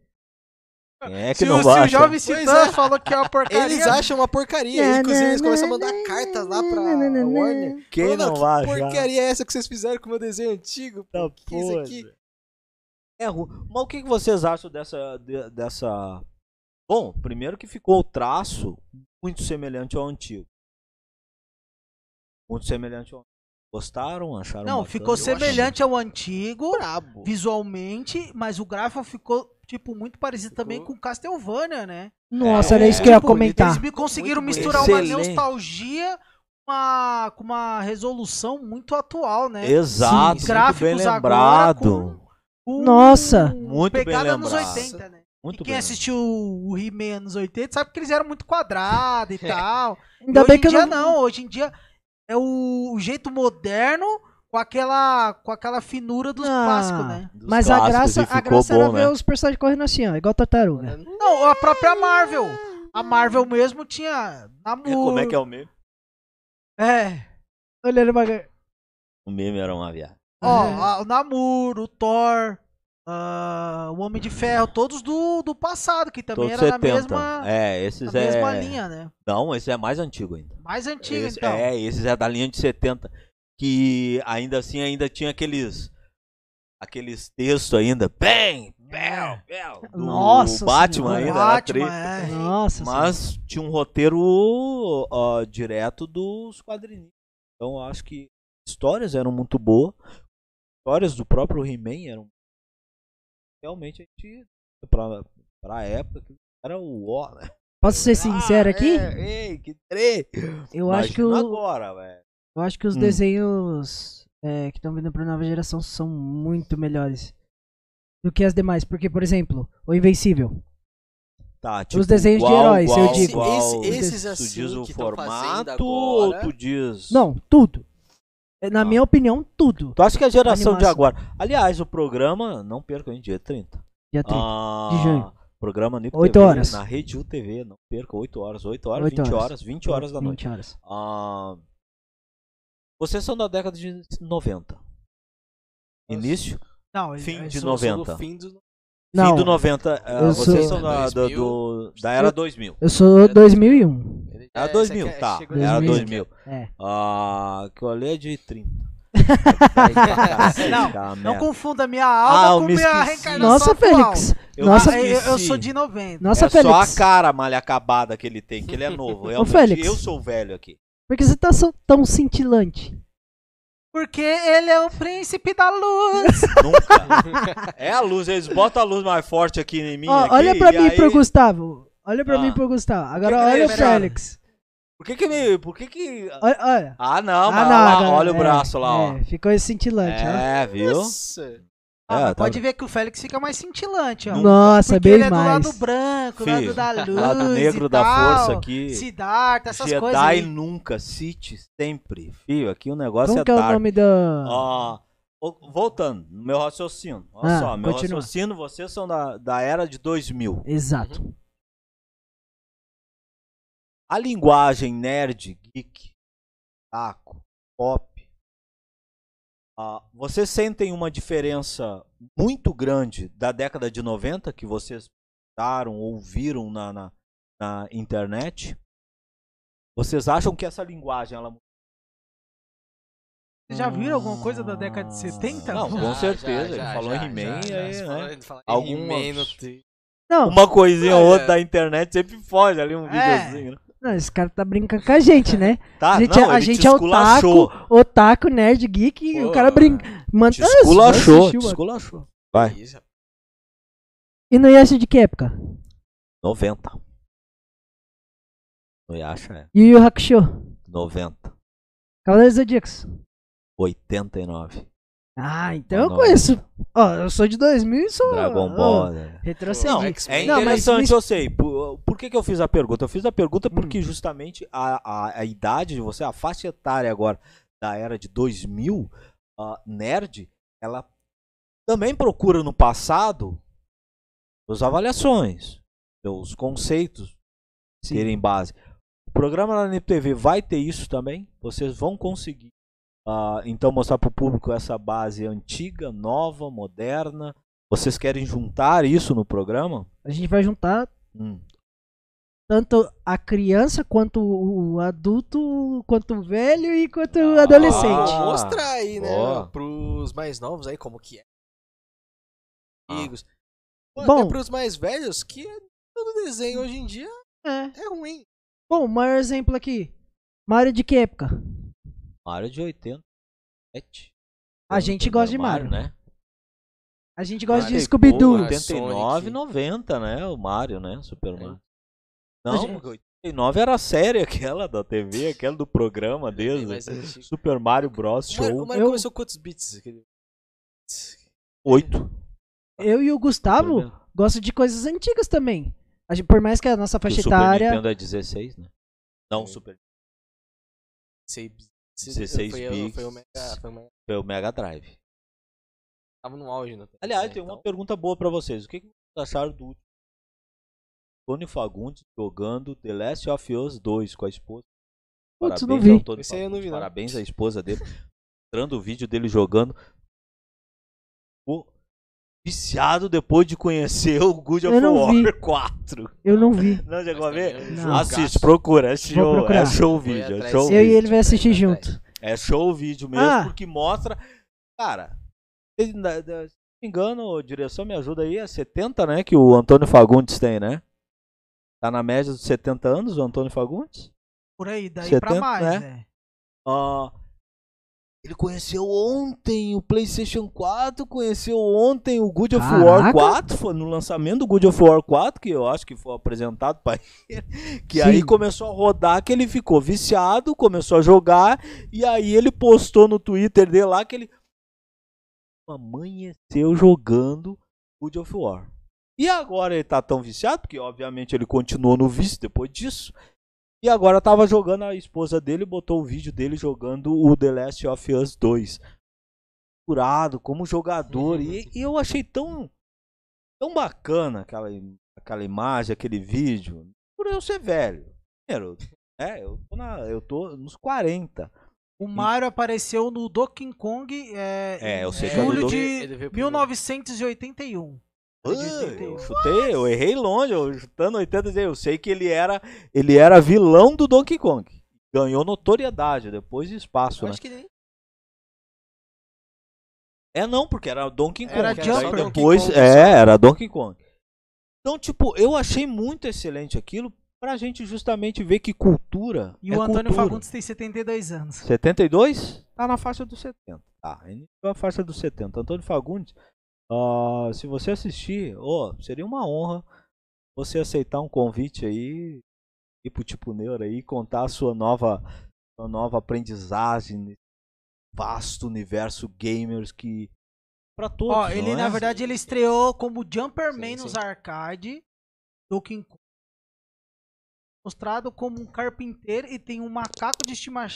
Speaker 1: (laughs) quem é que
Speaker 4: Se,
Speaker 1: não
Speaker 4: o- se
Speaker 1: vai
Speaker 4: o jovem
Speaker 3: Pois
Speaker 4: Titã
Speaker 3: é.
Speaker 4: falou que é uma porcaria.
Speaker 3: Eles acham uma porcaria. Inclusive, eles começam a mandar cartas lá pra Warner.
Speaker 1: achar? Quem
Speaker 3: Falando,
Speaker 1: não
Speaker 3: que
Speaker 1: vai achar?
Speaker 3: porcaria é essa que vocês fizeram com o meu desenho antigo?
Speaker 1: Tá
Speaker 3: Pô, que isso
Speaker 1: podre.
Speaker 3: aqui?
Speaker 1: É ruim. Mas o que que vocês acham dessa, de- dessa. Bom, primeiro que ficou o traço muito semelhante ao antigo. Muito semelhante ao antigo. Gostaram? Acharam?
Speaker 4: Não,
Speaker 1: bacana?
Speaker 4: ficou
Speaker 1: é Eu achei
Speaker 4: semelhante ao antigo,
Speaker 3: Brabo.
Speaker 4: visualmente, mas o gráfico ficou, tipo, muito parecido
Speaker 3: Ficou.
Speaker 4: também com Castlevania, né?
Speaker 2: Nossa,
Speaker 1: É,
Speaker 2: era isso
Speaker 1: é,
Speaker 2: que eu ia
Speaker 4: Tipo,
Speaker 2: comentar.
Speaker 4: Eles me conseguiram
Speaker 3: Muito
Speaker 4: misturar uma
Speaker 1: excelente.
Speaker 4: nostalgia com uma, com uma resolução muito atual, né?
Speaker 1: Exato,
Speaker 4: Os
Speaker 1: muito bem
Speaker 4: agora
Speaker 1: lembrado.
Speaker 4: com- com
Speaker 2: Nossa.
Speaker 1: Muito bem
Speaker 4: pegada anos
Speaker 1: lembrado.
Speaker 4: 80, né?
Speaker 1: Muito
Speaker 4: e quem
Speaker 1: bem.
Speaker 4: assistiu o He-Man anos 80 sabe que eles eram muito quadrados e
Speaker 1: (laughs) É.
Speaker 4: tal. E
Speaker 2: Ainda
Speaker 4: hoje
Speaker 2: bem
Speaker 4: em
Speaker 2: que eu
Speaker 4: dia
Speaker 2: não.
Speaker 4: não... hoje em dia é o, o jeito moderno com aquela, com aquela finura dos
Speaker 2: Ah.
Speaker 4: clássicos, né?
Speaker 1: Dos
Speaker 2: Mas a
Speaker 1: clássicos
Speaker 2: graça,
Speaker 1: e
Speaker 2: a
Speaker 1: ficou
Speaker 2: graça era
Speaker 1: bom,
Speaker 2: ver
Speaker 1: né?
Speaker 2: os personagens correndo assim, ó, igual
Speaker 3: (laughs)
Speaker 2: tartaruga.
Speaker 4: Não, a própria Marvel. A Marvel mesmo tinha namoro.
Speaker 1: É, Como é que é o meme?
Speaker 4: É.
Speaker 2: Olhando pra...
Speaker 1: O meme era uma viagem.
Speaker 4: Ó,
Speaker 1: Uhum.
Speaker 2: É.
Speaker 4: a- o Namuro, o Thor, ah, o Homem de Ferro, todos do, do passado, que também
Speaker 1: Todos
Speaker 4: era da
Speaker 1: 70.
Speaker 4: mesma,
Speaker 1: é,
Speaker 4: da
Speaker 1: esses é.
Speaker 4: mesma linha, né?
Speaker 1: Não, esse é mais antigo ainda.
Speaker 4: Mais antiga,
Speaker 1: Esse-
Speaker 4: então.
Speaker 1: É, esses é da linha de 70. Que ainda assim ainda tinha aqueles. Aqueles textos ainda. Bem!
Speaker 2: É.
Speaker 1: Bel! Bel! Do
Speaker 2: Nossa
Speaker 1: Batman
Speaker 2: Senhora.
Speaker 1: ainda era
Speaker 4: Batman,
Speaker 1: treta.
Speaker 4: é.
Speaker 2: Nossa senhora.
Speaker 1: Mas tinha um roteiro ó, direto dos quadrinhos. Então eu acho que histórias eram muito boas. Histórias do próprio He-Man eram. Realmente a gente. Pra, pra época que era o ó, né?
Speaker 2: Posso ser sincero
Speaker 1: Ah,
Speaker 2: aqui?
Speaker 1: é, ei, que treta!
Speaker 2: Eu acho que
Speaker 1: Imagina
Speaker 2: o,
Speaker 1: agora, velho.
Speaker 2: eu acho que os
Speaker 1: Hum.
Speaker 2: desenhos é, que estão vindo pra nova geração são muito melhores do que as demais. Porque, por exemplo, o Invencível.
Speaker 1: Tá,
Speaker 2: desenhos de heróis, eu
Speaker 3: digo.
Speaker 1: Igual,
Speaker 3: Esse- esses
Speaker 1: tu
Speaker 3: assim
Speaker 1: diz o
Speaker 3: que tão fazendo
Speaker 1: formato ou
Speaker 3: agora-
Speaker 1: tu diz.
Speaker 2: Não, tudo. É, Na
Speaker 1: Ah.
Speaker 2: minha opinião, tudo.
Speaker 1: Tu acha que é a geração de
Speaker 2: Animação.
Speaker 1: agora. Aliás, o programa. Não perca, hein? Dia 30.
Speaker 2: Dia 30.
Speaker 1: Ah,
Speaker 2: É de junho.
Speaker 1: Programa Nico
Speaker 2: Oito
Speaker 1: TV,
Speaker 2: horas.
Speaker 1: na Rede UTV. Não perca, 8 horas. 8 horas,
Speaker 2: Oito
Speaker 1: 20
Speaker 2: horas.
Speaker 1: horas. 20 horas da noite.
Speaker 2: 20 horas.
Speaker 1: Ah, vocês são da década de 90. Início?
Speaker 4: Não, ele-
Speaker 1: Fim
Speaker 4: ele-
Speaker 1: de
Speaker 3: É, Sou- sou do
Speaker 1: 90.
Speaker 3: Fim do...
Speaker 2: Não,
Speaker 1: Fim do 90. ah,
Speaker 2: eu
Speaker 1: vocês
Speaker 2: sou-
Speaker 1: são da, da-
Speaker 3: 2000.
Speaker 1: do, da era 2000.
Speaker 2: eu sou 2001.
Speaker 1: Era
Speaker 3: É,
Speaker 1: 2000,
Speaker 3: essa aqui é-
Speaker 1: tá.
Speaker 3: chegou
Speaker 1: Era
Speaker 2: 2000.
Speaker 1: 2000.
Speaker 2: É.
Speaker 1: Ah, que eu olhei é de 30. Caceta,
Speaker 3: (laughs)
Speaker 4: Não, Não
Speaker 1: merda. Ah,
Speaker 4: confunda minha alma
Speaker 1: eu
Speaker 4: com
Speaker 1: me
Speaker 4: minha
Speaker 1: esqueci.
Speaker 4: reencarnação
Speaker 2: Nossa,
Speaker 4: atual.
Speaker 2: Félix.
Speaker 1: Eu
Speaker 2: Nossa,
Speaker 4: Ah, eu, eu
Speaker 1: esqueci.
Speaker 4: sou de 90.
Speaker 2: Nossa,
Speaker 1: é só
Speaker 2: Félix.
Speaker 1: a cara malha acabada que ele tem, que ele é novo. Realmente,
Speaker 2: Félix.
Speaker 1: Eu sou velho aqui.
Speaker 2: Por que você tá so- tão cintilante?
Speaker 4: Porque ele é o príncipe da luz.
Speaker 1: Nunca. é a luz, eles botam a luz mais forte aqui em mim.
Speaker 2: Ó,
Speaker 1: aqui,
Speaker 2: olha pra
Speaker 1: e
Speaker 2: mim e
Speaker 1: aí-
Speaker 2: pro Gustavo. Olha pra
Speaker 1: Ah.
Speaker 2: mim e pro Gustavo. Agora
Speaker 1: que é, que
Speaker 2: olha o
Speaker 1: eles viraram?
Speaker 2: Félix.
Speaker 1: Por que que me. Por que que.
Speaker 2: Olha. olha.
Speaker 1: Ah, não, mas
Speaker 2: Ah,
Speaker 1: olha lá,
Speaker 2: agora-
Speaker 1: olha o
Speaker 2: é,
Speaker 1: braço lá, ó.
Speaker 2: É, ficou cintilante, ó.
Speaker 1: É, viu?
Speaker 3: Nossa.
Speaker 4: Ah, mas
Speaker 1: (laughs) É, tá
Speaker 4: pode
Speaker 1: bem.
Speaker 4: ver que o Félix fica mais cintilante, ó.
Speaker 2: Nossa,
Speaker 4: Porque
Speaker 2: bem
Speaker 4: ele é do
Speaker 2: mais.
Speaker 4: lado branco, do
Speaker 1: Filho,
Speaker 4: lado da luz.
Speaker 1: Lado negro
Speaker 4: e
Speaker 1: da
Speaker 4: tal,
Speaker 1: força aqui.
Speaker 4: Siddhartha, essas
Speaker 1: Jedi
Speaker 4: coisas. aí.
Speaker 1: nunca, City sempre. Fio, aqui o negócio
Speaker 2: Como
Speaker 1: é
Speaker 2: que é o
Speaker 1: dark.
Speaker 2: nome da.
Speaker 1: Ó, o- voltando, meu raciocínio. Olha
Speaker 2: Ah,
Speaker 1: só, meu
Speaker 2: continua.
Speaker 1: raciocínio, vocês são da, da era de 2000.
Speaker 2: Exato.
Speaker 1: A linguagem nerd, geek, taco, pop. ah, vocês sentem uma diferença muito grande da década de 90 que vocês escutaram, ouviram na, na, na internet? Vocês acham que essa linguagem ela
Speaker 4: Vocês já viram alguma coisa da década de 70?
Speaker 1: Não,
Speaker 3: Ah,
Speaker 1: com certeza, ele falou em He-Man, aí, né? Algumas-
Speaker 3: He-Man no tri-
Speaker 2: Não,
Speaker 1: Uma coisinha ou
Speaker 3: Olha.
Speaker 1: é. outra da internet sempre foge ali um
Speaker 4: É.
Speaker 1: videozinho. né?
Speaker 2: Não, esse cara tá brincando com a gente, né?
Speaker 1: Tá,
Speaker 2: a gente,
Speaker 1: não,
Speaker 2: é- a
Speaker 1: ele te
Speaker 2: gente é
Speaker 1: esculachou.
Speaker 2: otaku, otaku, nerd, geek, e
Speaker 1: Pô,
Speaker 2: o cara brinca. Mano,
Speaker 1: Te
Speaker 2: ah, você
Speaker 1: esculachou,
Speaker 2: assistiu,
Speaker 1: te
Speaker 2: mano.
Speaker 1: esculachou. Vai.
Speaker 3: Isso, é rapaz.
Speaker 2: E não ia assistir de que época?
Speaker 1: 90. Não acha, é.
Speaker 2: Yu Yu Hakusho,
Speaker 1: 90.
Speaker 2: Cavaleiros Zodíacos.
Speaker 1: 89.
Speaker 2: Ah, então eu
Speaker 1: Não.
Speaker 2: conheço. Ó, eu sou de 2000 e sou.
Speaker 1: Dragon
Speaker 2: ó,
Speaker 1: Ball. né?
Speaker 2: Retrocedi.
Speaker 1: Não,
Speaker 3: Entendi.
Speaker 1: é
Speaker 2: assim, Não, mas
Speaker 1: interessante,
Speaker 2: me- Hum.
Speaker 1: eu sei. Por, por que, que eu fiz a pergunta? Eu fiz a pergunta porque justamente a, a, a idade de você, a faixa etária agora da era de 2000, a nerd, ela também procura no passado suas avaliações, seus conceitos
Speaker 2: Sim.
Speaker 1: terem base. O programa na NTV vai ter isso também? Vocês vão conseguir, ah, então, mostrar para o público essa base antiga, nova, moderna? Vocês querem juntar isso no programa?
Speaker 2: A gente vai juntar
Speaker 1: Hum.
Speaker 2: tanto a criança quanto o adulto, quanto o velho e quanto o
Speaker 1: Ah,
Speaker 2: adolescente.
Speaker 1: Ah,
Speaker 3: Vou mostrar aí, né?
Speaker 1: ó.
Speaker 3: Pros mais novos aí, como que é.
Speaker 1: Ah.
Speaker 3: Amigos. Ou
Speaker 2: Bom.
Speaker 3: Até pros mais velhos, que todo desenho hoje em dia
Speaker 2: É.
Speaker 3: é ruim.
Speaker 2: Bom, o maior exemplo aqui. Mario de que época?
Speaker 1: Mario é de 87.
Speaker 2: A gente gosta de Mario.
Speaker 1: né?
Speaker 2: A gente gosta
Speaker 1: Mario
Speaker 2: de
Speaker 1: e
Speaker 2: Scooby-Doo.
Speaker 1: Boa, 89, 90, né? O Mario, né? Super Mario. Não,
Speaker 2: É. gente-
Speaker 1: porque
Speaker 3: é
Speaker 1: 89 era a série aquela da TV, aquela do programa
Speaker 3: Bem mais
Speaker 1: deles.
Speaker 3: antigo.
Speaker 1: Super Mario Bros.
Speaker 3: O Mario, o
Speaker 1: Show
Speaker 3: Mario
Speaker 2: Eu-
Speaker 3: começou quantos bits? aquele?
Speaker 1: 8.
Speaker 2: Eu e o Gustavo gostam de coisas antigas também. A gente- por mais que a nossa
Speaker 1: Que
Speaker 2: faixa
Speaker 1: o Super
Speaker 2: etária.
Speaker 1: Nintendo é 16, né? Não, o Super
Speaker 3: Sei- se-
Speaker 1: 16
Speaker 3: foi,
Speaker 1: bits.
Speaker 3: Foi o Mega, foi o Mega-
Speaker 1: foi o Mega Drive.
Speaker 3: Tava no auge, né? É, então, não.
Speaker 1: Aliás, tem uma pergunta boa pra vocês. O que que vocês acharam do último? Tony Fagundes jogando The Last of Us 2 com a esposa?
Speaker 2: Putz, não
Speaker 1: Parabéns ao
Speaker 2: vi.
Speaker 1: Tony
Speaker 3: Esse aí eu não
Speaker 1: Fagundes,
Speaker 3: vi, não.
Speaker 1: Parabéns à esposa dele. Mostrando o vídeo dele jogando. Pô, viciado depois de conhecer o Good of
Speaker 2: Eu não
Speaker 1: War
Speaker 2: vi.
Speaker 1: 4.
Speaker 2: Eu não vi.
Speaker 1: Não chegou a ver?
Speaker 3: é um
Speaker 2: Não.
Speaker 1: Assiste, procura. É show, é
Speaker 2: procurar.
Speaker 1: show o
Speaker 3: Foi
Speaker 1: vídeo. É
Speaker 3: atrás
Speaker 1: show o
Speaker 2: Eu e
Speaker 1: vídeo.
Speaker 2: ele vai assistir
Speaker 3: Vai atrás.
Speaker 2: junto.
Speaker 1: É show o vídeo mesmo,
Speaker 2: Ah.
Speaker 1: porque mostra. Cara, se na- da- se não me engano, direção me ajuda aí, é 70, né? Que o Antônio Fagundes tem, né? Tá na média dos 70 anos o Antônio Fagundes.
Speaker 4: Por aí, daí
Speaker 1: 70,
Speaker 4: pra mais,
Speaker 1: né?
Speaker 4: né?
Speaker 1: Ah, ele conheceu ontem o PlayStation 4, conheceu ontem o Good of War
Speaker 2: Caraca.
Speaker 1: 4, foi no lançamento do Good of War 4, que eu acho que foi apresentado pra ele, (laughs) que aí
Speaker 2: Sim.
Speaker 1: começou a rodar, que ele ficou viciado, começou a jogar, e aí ele postou no Twitter dele lá que ele amanheceu jogando Good of War. E agora ele tá tão viciado, porque obviamente ele continuou no vício depois disso. E agora tava jogando a esposa dele, botou o vídeo dele jogando o The Last of Us 2. Curado, como jogador. E, e eu achei tão, tão bacana aquela, im- aquela imagem, aquele vídeo. Por eu ser velho. Primeiro, é, eu tô, na- eu tô nos 40.
Speaker 4: O
Speaker 1: Hum.
Speaker 4: Mario apareceu no Donkey Kong é,
Speaker 1: É, eu sei
Speaker 4: em
Speaker 1: que é do
Speaker 4: julho
Speaker 1: Donkey-
Speaker 4: de 1981.
Speaker 1: Ah,
Speaker 4: É de 81.
Speaker 1: Eu chutei, eu errei longe, eu chutando 80, e eu sei que ele era, ele era vilão do Donkey Kong. Ganhou notoriedade, depois de espaço,
Speaker 3: Eu
Speaker 1: né?
Speaker 3: acho que nem.
Speaker 1: É não, porque era Donkey Kong.
Speaker 4: Era
Speaker 1: né?
Speaker 4: Jumper.
Speaker 1: Daí
Speaker 4: Donkey
Speaker 1: Depois,
Speaker 3: Kong,
Speaker 1: é,
Speaker 3: só.
Speaker 1: era Donkey Kong. Então, tipo, eu achei muito excelente aquilo pra gente justamente ver que cultura
Speaker 4: E
Speaker 1: é
Speaker 4: o Antônio
Speaker 1: cultura. é
Speaker 4: Fagundes tem 72 anos.
Speaker 1: 72? Tá na faixa dos 70. Tá, iniciou a faixa dos 70. Antônio Fagundes, ah, se você assistir, ó, seria uma honra você aceitar um convite aí, ir pro Tipo Neuro aí, contar a sua nova, sua nova aprendizagem nesse vasto universo gamers que pra todos,
Speaker 4: Ó, ele
Speaker 1: não é?
Speaker 4: na verdade ele estreou como Jumperman
Speaker 3: Sim, sim.
Speaker 4: nos arcade Donkey Kong. Mostrado como um carpinteiro e tem um macaco de estima-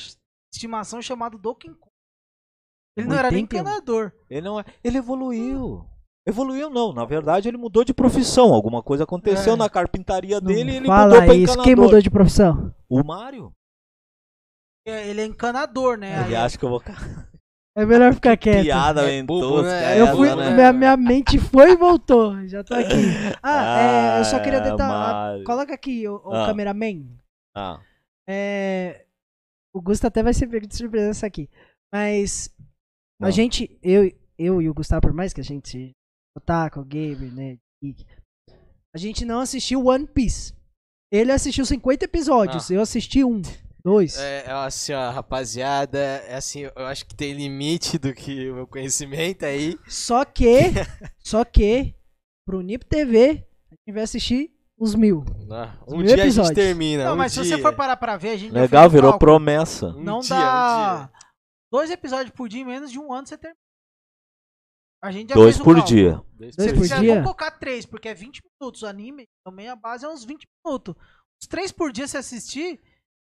Speaker 4: estimação chamado Donkey Kong. Ele não era nem
Speaker 2: 81.
Speaker 4: encanador.
Speaker 1: Ele não é, ele evoluiu. Evoluiu não, na verdade ele mudou de profissão. Alguma coisa aconteceu
Speaker 4: É.
Speaker 1: na carpintaria
Speaker 2: Não
Speaker 1: dele e ele mudou
Speaker 2: fala
Speaker 1: pra
Speaker 2: isso.
Speaker 1: encanador.
Speaker 2: Quem mudou de profissão?
Speaker 1: O Mario.
Speaker 4: É, Ele é encanador, né? Aí-
Speaker 1: Ele acha que eu vou
Speaker 2: É melhor ficar quieto.
Speaker 1: piada
Speaker 3: É
Speaker 1: mentou,
Speaker 3: bobo, né?
Speaker 1: cara,
Speaker 2: Eu
Speaker 3: É,
Speaker 2: fui,
Speaker 3: ela, né?
Speaker 2: minha, minha mente foi e voltou. Já tô aqui. Ah, é, eu só queria
Speaker 1: Ah,
Speaker 2: detalhar.
Speaker 1: Mário.
Speaker 2: Coloca aqui, o, o
Speaker 1: Ah.
Speaker 2: cameraman.
Speaker 1: Ah,
Speaker 2: É, o Gusto até vai ser pego de surpresa nessa aqui. Mas
Speaker 1: Não.
Speaker 2: a gente, eu, eu e o Gustavo, por mais que a gente seja otaku, gamer, né? geek, a gente não assistiu One Piece. Ele assistiu 50 episódios, eu assisti um, dois.
Speaker 3: É, é assim, ó, rapaziada, é assim, eu acho que tem limite do que o meu conhecimento aí.
Speaker 2: Só que, só que, pro Nip TV, a gente vai assistir os mil.
Speaker 3: Ah,
Speaker 2: Os
Speaker 3: Um
Speaker 2: mil
Speaker 3: dia a gente
Speaker 2: episódios.
Speaker 3: termina.
Speaker 4: Não,
Speaker 3: um
Speaker 4: mas se você
Speaker 3: dia.
Speaker 4: for parar pra ver, a gente. já
Speaker 1: é Legal,
Speaker 4: fez o
Speaker 1: virou
Speaker 4: cálculo.
Speaker 1: promessa.
Speaker 3: Um
Speaker 4: Não
Speaker 3: dia, um
Speaker 4: dá.
Speaker 3: dia.
Speaker 4: Dois episódios por dia em menos de um ano você termina. A gente já
Speaker 1: Dois
Speaker 4: fez um o
Speaker 1: por
Speaker 4: cálculo.
Speaker 1: dia.
Speaker 2: Dois
Speaker 3: Dois, três.
Speaker 2: por
Speaker 4: Já
Speaker 2: dia?
Speaker 4: vou colocar três, porque é 20 minutos. O anime, também a base é uns 20 minutos. Os três por dia você assistir.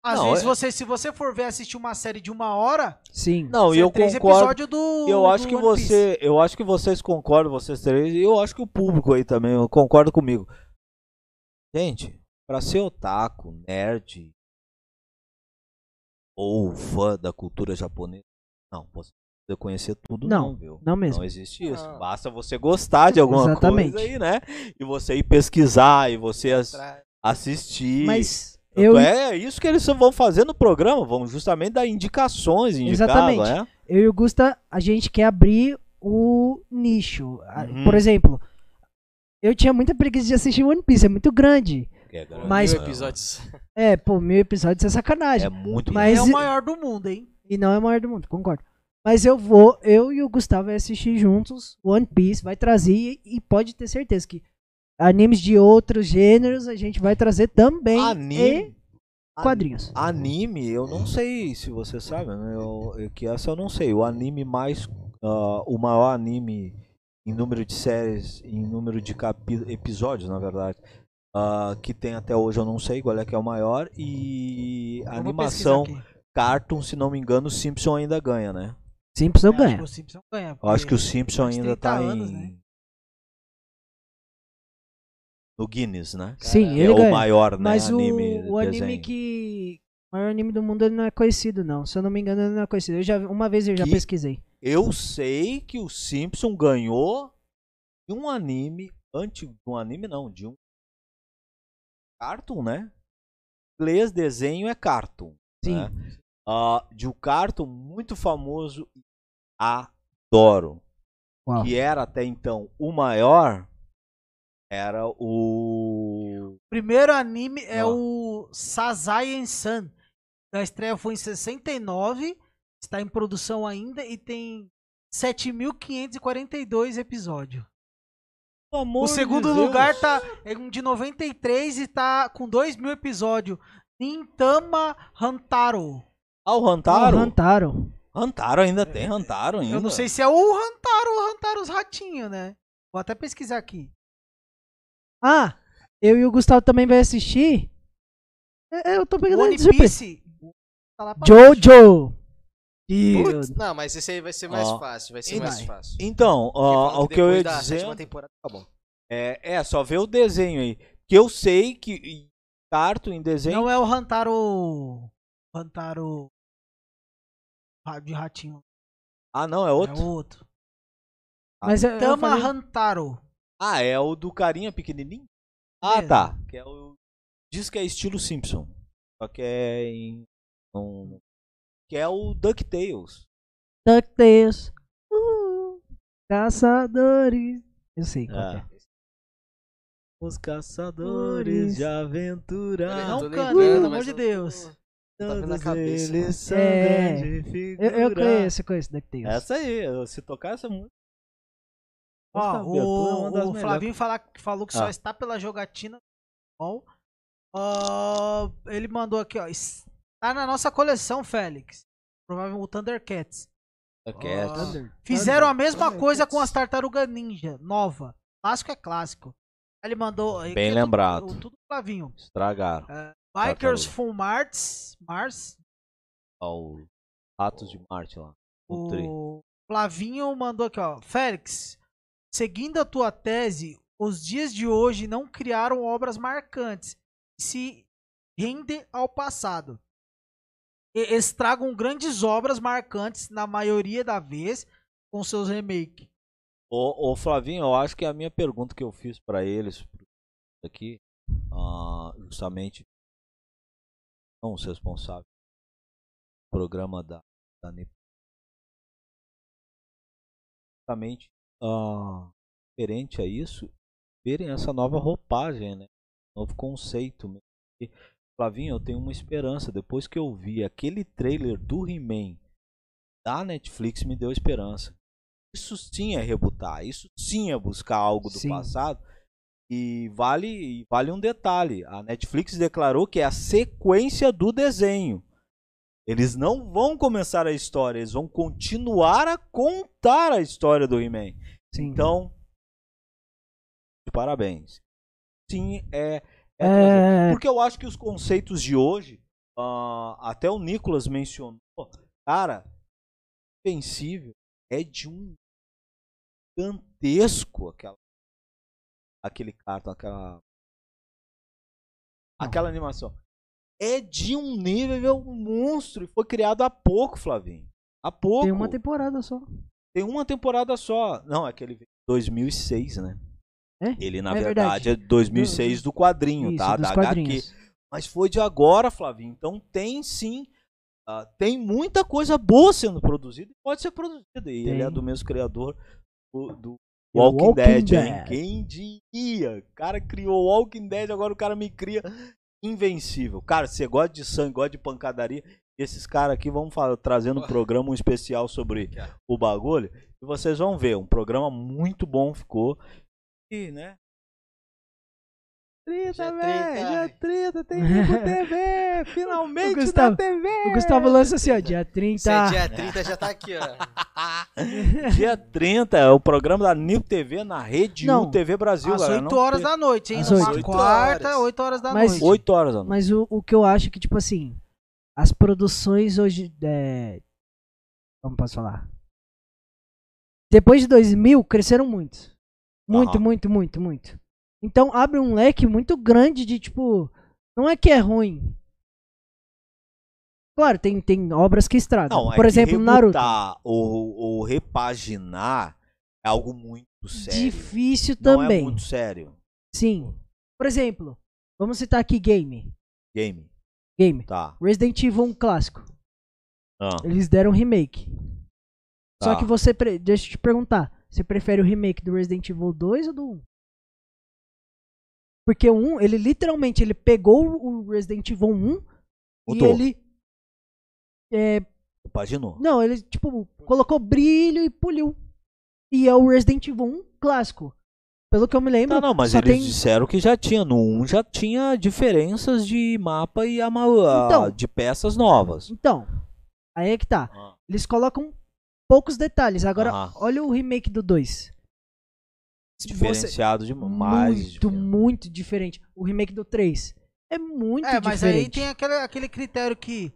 Speaker 4: Às
Speaker 1: Não,
Speaker 4: vezes,
Speaker 1: é-
Speaker 4: você, se você for ver assistir uma série de uma hora,
Speaker 2: Sim.
Speaker 1: Não, e
Speaker 4: você
Speaker 1: eu
Speaker 4: três
Speaker 1: concordo.
Speaker 4: episódios do.
Speaker 1: Eu acho
Speaker 4: do
Speaker 1: que
Speaker 4: One Piece.
Speaker 1: você, eu acho que vocês concordam, vocês três, e eu acho que o público aí também eu concordo comigo. Gente, pra ser otaku, nerd ou fã da cultura japonesa, não, você precisa conhecer tudo não,
Speaker 2: Não,
Speaker 1: viu?
Speaker 2: não mesmo.
Speaker 1: Não existe isso.
Speaker 3: Não.
Speaker 1: Basta você gostar de alguma
Speaker 2: Exatamente.
Speaker 1: coisa aí, né? E você ir pesquisar e você as-
Speaker 3: Tra-
Speaker 1: assistir.
Speaker 2: Mas
Speaker 1: Tanto
Speaker 2: eu,
Speaker 1: É isso que eles vão fazer no programa, vão justamente dar indicações, indicar,
Speaker 2: Exatamente.
Speaker 1: né?
Speaker 2: eu e o Gusta, a gente quer abrir o nicho. A-
Speaker 1: Uhum.
Speaker 2: Por exemplo, eu tinha muita preguiça de assistir One Piece, é muito grande.
Speaker 1: Que é grande,
Speaker 2: Mas-
Speaker 1: né?
Speaker 3: mil episódios.
Speaker 2: É, pô, mil episódios é sacanagem.
Speaker 1: é muito
Speaker 2: Mas-
Speaker 4: É o maior do mundo, hein?
Speaker 2: E não é o maior do mundo, concordo. Mas eu vou, eu e o Gustavo vai assistir juntos One Piece, vai trazer e, e pode ter certeza que animes de outros gêneros a gente vai trazer também
Speaker 1: Anime.
Speaker 2: e quadrinhos.
Speaker 1: Anime, eu não sei se você sabe, né? Eu, eu- que essa eu não sei. O anime mais. ah, o maior anime em número de séries, em número de capi- episódios, na verdade. ah, que tem até hoje, eu não sei qual é que é o maior. E a
Speaker 4: Vamos
Speaker 1: animação
Speaker 4: pesquisar aqui.
Speaker 1: Cartoon, se não me engano, o Simpson ainda ganha, né?
Speaker 2: Simpson
Speaker 4: Eu acho que
Speaker 2: ganha.
Speaker 4: o Simpson ganha.
Speaker 1: Eu acho que o
Speaker 4: porque-
Speaker 1: Simpson
Speaker 4: Faz
Speaker 1: ainda
Speaker 4: 30
Speaker 1: tá
Speaker 4: anos,
Speaker 1: em.
Speaker 4: né?
Speaker 1: No Guinness, né?
Speaker 2: Sim,
Speaker 1: Que
Speaker 2: ele
Speaker 1: é
Speaker 2: ganha.
Speaker 1: o maior, né?
Speaker 2: Mas
Speaker 1: anime,
Speaker 2: o, o anime
Speaker 1: desenho.
Speaker 2: que. O maior anime do mundo ele não é conhecido, não. Se eu não me engano, ele não é conhecido. Eu já, uma vez eu já
Speaker 1: Que-
Speaker 2: pesquisei.
Speaker 1: Eu sei que o Simpson ganhou de um anime antigo, de um anime não, de um cartoon, né? Em inglês desenho é cartoon.
Speaker 2: Sim.
Speaker 1: né? Ah, de um cartoon muito famoso, adoro.
Speaker 2: Uau.
Speaker 1: Que era até então o maior, era o
Speaker 4: O primeiro anime é
Speaker 1: Ó.
Speaker 4: o Sazayan Sun. A estreia foi em 69, está em produção ainda e tem 7.542 episódios. O segundo lugar tá é um de 93 e tá com 2 mil episódios. Nintama Hantaro.
Speaker 1: Ah, o
Speaker 2: Ah,
Speaker 1: Hantaro?
Speaker 2: o Hantaro.
Speaker 1: Hantaro ainda tem Hantaro ainda.
Speaker 4: Eu não sei se é o Hantaro ou Hantaro os ratinhos, né? Vou até pesquisar aqui.
Speaker 2: Ah, eu e o Gustavo também vai assistir. É, Eu tô pegando
Speaker 4: One
Speaker 2: de surpresa.
Speaker 4: Piece. Tá lá pra baixo.
Speaker 2: Jojo.
Speaker 3: Putz, não, mas esse aí vai ser mais
Speaker 1: Ó.
Speaker 3: fácil, vai ser
Speaker 1: Então,
Speaker 3: mais fácil.
Speaker 1: Então, ó,
Speaker 3: Porque
Speaker 1: o que eu
Speaker 3: depois
Speaker 1: ia
Speaker 3: da sétima
Speaker 1: dizer
Speaker 3: temporada, tá bom.
Speaker 1: é, é só ver o desenho aí. Que eu sei que e carto em desenho
Speaker 4: Não é o Hantaro. Hantaro. ra- De ratinho.
Speaker 1: Ah, não, é
Speaker 4: É
Speaker 1: outro.
Speaker 4: outro.
Speaker 2: Mas eu, eu
Speaker 4: Tama
Speaker 2: falei-
Speaker 4: Hantaro.
Speaker 1: Ah, é o do carinha pequenininho? Ah,
Speaker 4: Mesmo.
Speaker 1: tá. Que é o- Diz que é estilo Simpson. Só que é em um- que é o DuckTales.
Speaker 2: DuckTales. Uh, caçadores. Eu sei qual que é.
Speaker 1: Ah, Os
Speaker 2: caçadores de
Speaker 1: aventura.
Speaker 4: Não
Speaker 3: tô
Speaker 4: canta,
Speaker 3: lembrando,
Speaker 4: pelo
Speaker 3: mas
Speaker 4: amor de
Speaker 3: eu tô-
Speaker 4: Deus.
Speaker 3: Tá vendo na cabeça.
Speaker 1: são
Speaker 2: É.
Speaker 1: grande
Speaker 2: Eu, eu
Speaker 1: figura.
Speaker 2: conheço, eu conheço DuckTales.
Speaker 1: Essa aí, se tocar essa música.
Speaker 4: Ó,
Speaker 1: Essa abertura é uma das
Speaker 4: o, o
Speaker 1: melhores.
Speaker 4: Flavinho fala- falou que só
Speaker 1: Ah.
Speaker 4: está pela jogatina. Bom. Ó, ele mandou aqui, ó. Está na nossa coleção, Félix. Provavelmente o Thundercats.
Speaker 1: Thundercats.
Speaker 4: Ó, Fizeram a mesma coisa com as Tartaruga Ninja, nova. Clássico é clássico. Aí Ele mandou. aqui é tudo-
Speaker 1: lembrado.
Speaker 4: Tudo Flavinho.
Speaker 1: Estragaram.
Speaker 4: Bikers
Speaker 1: Tartaruga.
Speaker 4: from Mars, Mars,
Speaker 1: Ó, o Atos de Marte lá. O tri.
Speaker 4: o Flavinho mandou aqui, ó. Félix, seguindo a tua tese, os dias de hoje não criaram obras marcantes que se rendem ao passado. E- Estragam grandes obras marcantes na maioria da vez com seus remakes.
Speaker 1: Ô, ô, Flavinho, eu acho que a minha pergunta que eu fiz pra eles aqui, ah, justamente, são os responsáveis do programa da, da NEP, justamente ah, diferente a isso, verem essa nova roupagem, né? Novo conceito mesmo Flavinho, eu tenho uma esperança. Depois que eu vi aquele trailer do He-Man da Netflix, me deu esperança. Isso sim é rebutar, isso sim é buscar algo do
Speaker 2: Sim.
Speaker 1: passado. E vale, e vale um detalhe: a Netflix declarou que é a sequência do desenho. Eles não vão começar a história, eles vão continuar a contar a história do He-Man.
Speaker 2: Sim.
Speaker 1: Então, de parabéns. Sim, é. é
Speaker 2: É.
Speaker 1: trazer- Porque eu acho que os conceitos de hoje, ah, até o Nicolas mencionou, cara, pensível é de um gigantesco aquela, aquele cartão, aquela. Aquela animação. É de um nível monstro. E foi criado há pouco, Flavinho. Há pouco.
Speaker 2: Tem uma temporada só.
Speaker 1: Tem uma temporada só. Não, é que ele veio em 2006, né?
Speaker 2: É?
Speaker 1: Ele, na
Speaker 2: É
Speaker 1: verdade,
Speaker 2: verdade.
Speaker 1: é 2006 do quadrinho,
Speaker 2: Isso,
Speaker 1: tá?
Speaker 2: dos
Speaker 1: da HQ.
Speaker 2: quadrinhos.
Speaker 1: Mas foi de agora, Flavinho. Então tem sim. ah, tem muita coisa boa sendo produzida e pode ser produzida. E ele
Speaker 2: Tem.
Speaker 1: é do mesmo criador do, do
Speaker 2: Do
Speaker 1: Walking,
Speaker 2: Walking
Speaker 1: Dead, hein?
Speaker 2: Dead.
Speaker 1: Quem diria? O cara criou Walking Dead, agora o cara me cria invencível. Cara, você gosta de sangue, gosta de pancadaria. Esses caras aqui vão fa- trazer no
Speaker 3: Porra.
Speaker 1: programa um especial sobre o bagulho e vocês vão ver. Um programa muito bom ficou. E, né?
Speaker 3: Dia
Speaker 1: Trita,
Speaker 3: 30.
Speaker 2: É,
Speaker 1: velho! Dia 30, tem Vivo (laughs) TV! Finalmente
Speaker 2: O Gustavo-
Speaker 1: na TV!
Speaker 2: O Gustavo lança assim, ó, dia 30.
Speaker 3: Se é dia 30 já tá aqui, ó.
Speaker 1: Dia 30 é o programa da Nip TV na rede
Speaker 2: Não,
Speaker 1: U TV Brasil,
Speaker 4: Às
Speaker 1: galera.
Speaker 4: 8 horas da noite, hein?
Speaker 2: Às
Speaker 4: Numa
Speaker 2: oito.
Speaker 3: Oito
Speaker 4: quarta,
Speaker 3: horas.
Speaker 4: 8 horas da
Speaker 2: Mas-
Speaker 4: noite.
Speaker 1: 8 horas, da noite.
Speaker 2: Mas o, o que eu acho que, tipo assim, as produções hoje. É... Como posso falar? Depois de 2000, cresceram muito. Muito,
Speaker 1: Aham.
Speaker 2: muito, muito, muito. Então abre um leque muito grande de, tipo. Não é que é ruim. Claro, tem, tem obras que estragam.
Speaker 1: Não, é
Speaker 2: Por
Speaker 1: que
Speaker 2: exemplo, Naruto.
Speaker 1: rebutar Ou, ou repaginar é algo muito sério.
Speaker 2: Difícil
Speaker 1: Não
Speaker 2: também.
Speaker 1: é muito sério.
Speaker 2: Sim. Por exemplo, vamos citar aqui game.
Speaker 1: Game,
Speaker 2: Game.
Speaker 1: tá.
Speaker 2: Resident Evil 1 clássico.
Speaker 1: Ah,
Speaker 2: Eles deram um remake. Só
Speaker 1: Tá.
Speaker 2: que você. Pre... Deixa eu te perguntar. Você prefere o remake do Resident Evil 2 ou do 1? Porque o 1, ele literalmente ele pegou o Resident Evil 1
Speaker 1: Mudou.
Speaker 2: e ele. é,
Speaker 1: repaginou.
Speaker 2: não, ele, tipo, colocou brilho e poliu. E é o Resident Evil 1 clássico. Pelo que eu me
Speaker 4: Tá,
Speaker 2: lembro.
Speaker 1: Tá, Não, não, mas
Speaker 2: só
Speaker 1: eles
Speaker 2: tem...
Speaker 1: disseram que já tinha. No 1 já tinha diferenças de mapa e ama- a-
Speaker 2: Então.
Speaker 1: de peças novas.
Speaker 2: Então, aí é que tá.
Speaker 1: Ah.
Speaker 2: Eles colocam poucos detalhes. Agora,
Speaker 1: Aham.
Speaker 2: olha o remake do 2.
Speaker 1: Diferenciado de mais.
Speaker 2: Muito,
Speaker 1: diferente.
Speaker 2: muito diferente. O remake do 3 é muito
Speaker 4: É, mas aí
Speaker 2: diferente.
Speaker 4: tem aquele, aquele critério que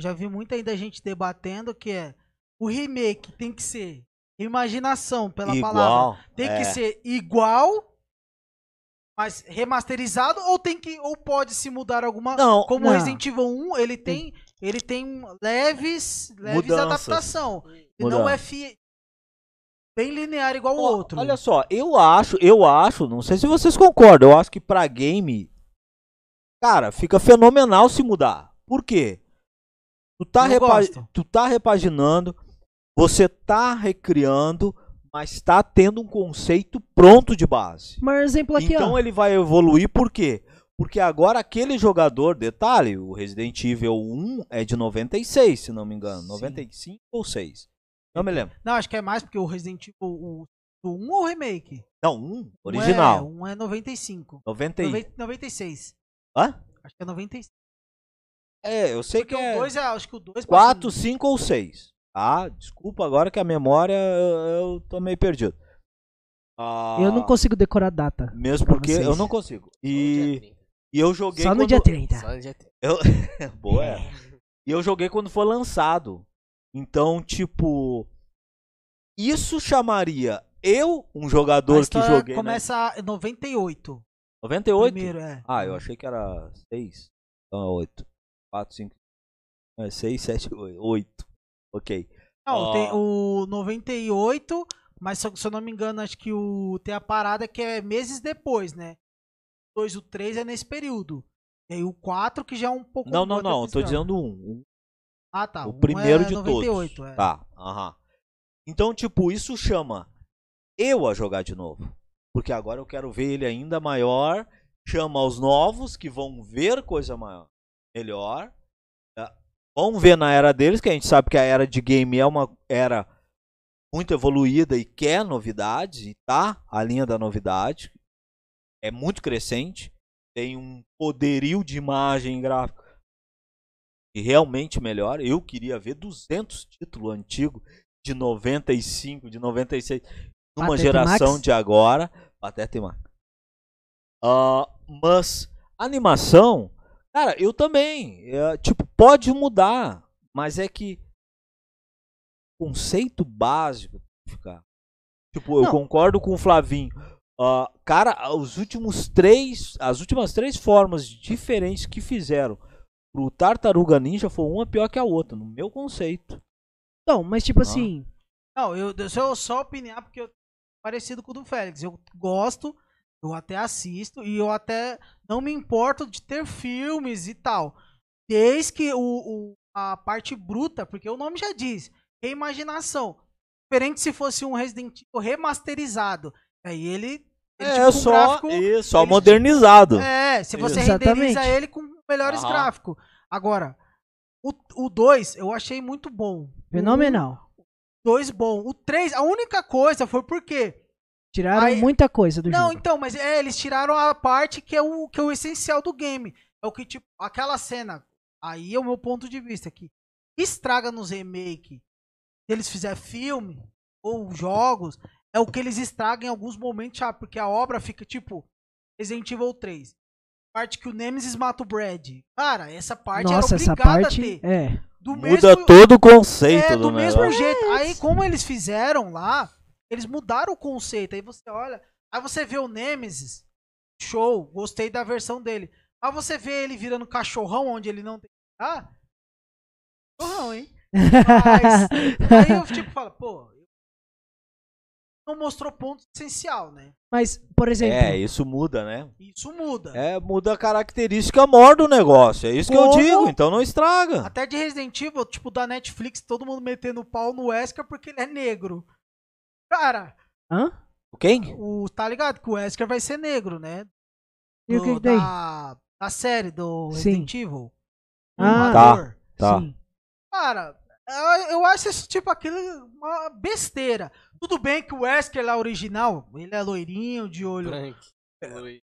Speaker 4: já vi muita ainda gente debatendo, que é o remake tem que ser imaginação, pela
Speaker 1: Igual.
Speaker 4: palavra. Tem
Speaker 1: é.
Speaker 4: que ser igual, mas remasterizado, ou tem que. Ou pode se mudar alguma.
Speaker 1: Não,
Speaker 4: Como o
Speaker 2: não.
Speaker 4: Resident Evil 1, ele tem. Ele tem leves, leves
Speaker 1: Mudanças.
Speaker 4: adaptação. E não
Speaker 1: Mudança.
Speaker 4: é fi... bem linear igual o
Speaker 1: Ó,
Speaker 4: outro.
Speaker 1: Olha só, eu acho, eu acho, não sei se vocês concordam, eu acho que pra game, cara, fica fenomenal se mudar. Por quê? Tu tá,
Speaker 4: Eu
Speaker 1: repa-
Speaker 4: gosto.
Speaker 1: tu tá repaginando, você tá recriando, mas tá tendo um conceito pronto de base.
Speaker 2: Mas exemplo aqui,
Speaker 1: então
Speaker 2: ó.
Speaker 1: ele vai evoluir por quê? Porque agora aquele jogador, detalhe, o Resident Evil 1 é de 96, se não me engano.
Speaker 4: Sim.
Speaker 1: 95 ou 6? Não me lembro.
Speaker 4: Não, acho que é mais porque o Resident Evil o, o 1 ou o remake?
Speaker 1: Não, 1, original.
Speaker 4: Um é, um é 95.
Speaker 1: 90 e-
Speaker 4: 90, 96.
Speaker 1: Hã?
Speaker 4: Acho que é 96.
Speaker 1: É, eu sei
Speaker 4: Porque
Speaker 1: que é
Speaker 4: o 2 é, acho que o 2
Speaker 1: 4, 5 ou 6. Ah, desculpa agora que a memória eu, eu tô meio perdido. Ah,
Speaker 2: Eu não consigo decorar a data.
Speaker 1: Mesmo
Speaker 2: pra
Speaker 1: porque
Speaker 2: vocês.
Speaker 1: eu não consigo.
Speaker 3: Dia
Speaker 1: E,
Speaker 3: 30.
Speaker 1: e eu joguei
Speaker 2: Só no
Speaker 1: quando... (laughs)
Speaker 2: dia 30.
Speaker 3: Só no dia 30.
Speaker 1: Boa, é. E eu joguei quando foi lançado. Então, tipo, isso chamaria eu, um
Speaker 4: a
Speaker 1: jogador que
Speaker 4: história
Speaker 1: joguei né?
Speaker 4: começa em 98.
Speaker 1: na... 98?
Speaker 4: Primeiro, é.
Speaker 1: Ah, eu achei que era 6. Então é 8. 4, 5, 6, 7, 8. Ok.
Speaker 4: Não,
Speaker 1: Ah.
Speaker 4: tem o 98, mas se, eu- se eu não me engano, acho que o tem a parada que é meses depois, né? O 2 e o 3 é nesse período. E aí o 4 que já é um pouco
Speaker 1: Não, não,
Speaker 4: outra
Speaker 1: não. eu Tô
Speaker 4: pegada.
Speaker 1: dizendo um. Um
Speaker 4: Ah, tá.
Speaker 1: o
Speaker 4: um
Speaker 1: primeiro
Speaker 4: é
Speaker 1: de
Speaker 4: 98,
Speaker 1: todos.
Speaker 4: É.
Speaker 1: Tá, aham. Então, tipo, isso chama eu a jogar de novo. Porque agora eu quero ver ele ainda maior chama os novos que vão ver coisa maior, melhor. tá? Vão ver na era deles, que a gente sabe que a era de game é uma era muito evoluída e quer novidade, e tá a linha da novidade. É muito crescente, tem um poderio de imagem e gráfico que realmente melhora. Eu queria ver 200 títulos antigos de 95, de 96, numa
Speaker 2: Pateta e
Speaker 1: geração
Speaker 2: Max?
Speaker 1: de agora, até tem mais. Ah, mas animação, cara, eu também. é, tipo, pode mudar, mas é que conceito básico tem que ficar. Tipo, eu
Speaker 2: Não.
Speaker 1: concordo com o Flavinho. Ah, cara, os últimos três, as últimas três formas diferentes que fizeram pro Tartaruga Ninja foi uma pior que a outra, no meu conceito.
Speaker 2: Então, mas tipo
Speaker 1: Ah.
Speaker 2: assim,
Speaker 4: Não, eu, eu só, só opinar porque eu parecido com o do Félix. Eu gosto, eu até assisto e eu até não me importo de ter filmes e tal. Desde que o, o- a parte bruta, porque o nome já diz, é imaginação. Diferente se fosse um Resident Evil remasterizado. Aí ele, ele
Speaker 1: é
Speaker 4: tipo, um
Speaker 1: só,
Speaker 4: gráfico-
Speaker 1: é só
Speaker 4: ele-
Speaker 1: modernizado.
Speaker 4: é, se você renderiza
Speaker 2: Exatamente.
Speaker 4: ele com melhores
Speaker 1: Aham.
Speaker 4: gráficos. Agora, o 2 eu achei muito bom. Uhum.
Speaker 2: fenomenal.
Speaker 4: O 2 bom. O 3, a única coisa foi porque.
Speaker 2: Tiraram
Speaker 4: Aí-
Speaker 2: muita coisa do
Speaker 4: Não,
Speaker 2: jogo.
Speaker 4: então, mas é, eles tiraram a parte que é o, que é o essencial do game. É o que, tipo, aquela cena. Aí é o meu ponto de vista que estraga nos remake. Se eles fizerem filme ou jogos, é o que eles estragam em alguns momentos, sabe? Porque a obra fica, tipo, Resident Evil 3. Parte que o Nemesis mata o Brad. Cara, essa parte
Speaker 2: Nossa,
Speaker 4: era
Speaker 2: essa
Speaker 4: obrigada
Speaker 2: parte
Speaker 4: a ter.
Speaker 2: é.
Speaker 4: Do
Speaker 1: Muda
Speaker 4: mesmo-
Speaker 1: todo o conceito
Speaker 4: é,
Speaker 1: do,
Speaker 4: do mesmo
Speaker 1: negócio.
Speaker 4: jeito. Aí, como eles fizeram lá, eles mudaram o conceito. Aí você olha. Aí você vê o Nemesis. Show. Gostei da versão dele. Aí você vê ele virando cachorrão onde ele não tem que ficar. Cachorrão, hein? (laughs) Mas,
Speaker 2: (laughs)
Speaker 4: aí eu tipo falo, pô. Não mostrou ponto essencial, né?
Speaker 2: Mas, por exemplo,
Speaker 1: É, isso muda, né?
Speaker 4: Isso muda.
Speaker 1: É, muda a característica maior do negócio. É isso que
Speaker 4: Como?
Speaker 1: eu digo, então não estraga.
Speaker 4: Até de Resident Evil, tipo, da Netflix, todo mundo metendo pau no Wesker porque ele é negro. Cara,
Speaker 2: hã?
Speaker 1: Quem?
Speaker 4: o, tá ligado que o Wesker vai ser negro, né?
Speaker 2: E o
Speaker 4: do-
Speaker 2: que, que tem?
Speaker 4: Da, da série do
Speaker 2: Sim.
Speaker 4: Resident Evil. Um
Speaker 2: Ah,
Speaker 1: Tá.
Speaker 4: Ator.
Speaker 1: Tá.
Speaker 2: Sim.
Speaker 4: Cara, eu- eu acho isso tipo aquilo uma besteira. Tudo bem que o Wesker lá original, ele é loirinho, de olho.
Speaker 3: Branco. Oi.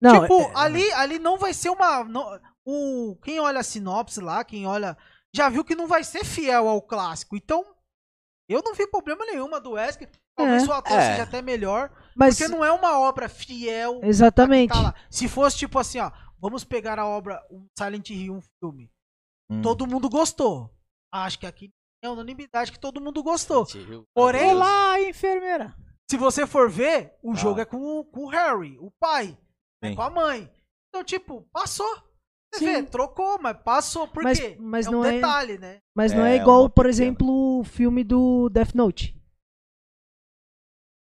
Speaker 2: Não,
Speaker 4: tipo,
Speaker 2: é-
Speaker 4: ali, ali não vai ser uma. não- o, quem olha a sinopse lá, quem olha. Já viu que não vai ser fiel ao clássico. Então, eu não vi problema nenhuma do Wesker. Talvez
Speaker 2: É.
Speaker 4: o ator
Speaker 1: É.
Speaker 4: seja até melhor.
Speaker 2: mas
Speaker 4: Porque não é uma obra fiel
Speaker 2: exatamente.
Speaker 4: Tá lá. Se fosse tipo assim, ó, vamos pegar a obra um Silent Hill, um filme.
Speaker 1: Hum.
Speaker 4: Todo mundo gostou. Acho que aqui é unanimidade que todo mundo gostou.
Speaker 3: Gente, eu-
Speaker 4: Porém,
Speaker 3: Maravilhoso.
Speaker 2: lá, Ah, enfermeira.
Speaker 4: Se você for ver, o
Speaker 1: Ah.
Speaker 4: jogo é com, o- com o Harry, o pai, é
Speaker 1: Sim.
Speaker 4: com a mãe. Então, tipo, passou. Você
Speaker 2: Sim.
Speaker 4: vê, trocou, mas passou. Por
Speaker 2: Mas-
Speaker 4: quê?
Speaker 2: mas
Speaker 4: é um
Speaker 2: não é-
Speaker 4: detalhe, né?
Speaker 2: Mas não é
Speaker 1: É,
Speaker 2: igual,
Speaker 1: uma
Speaker 2: por
Speaker 1: pequena.
Speaker 2: exemplo, o filme do Death Note.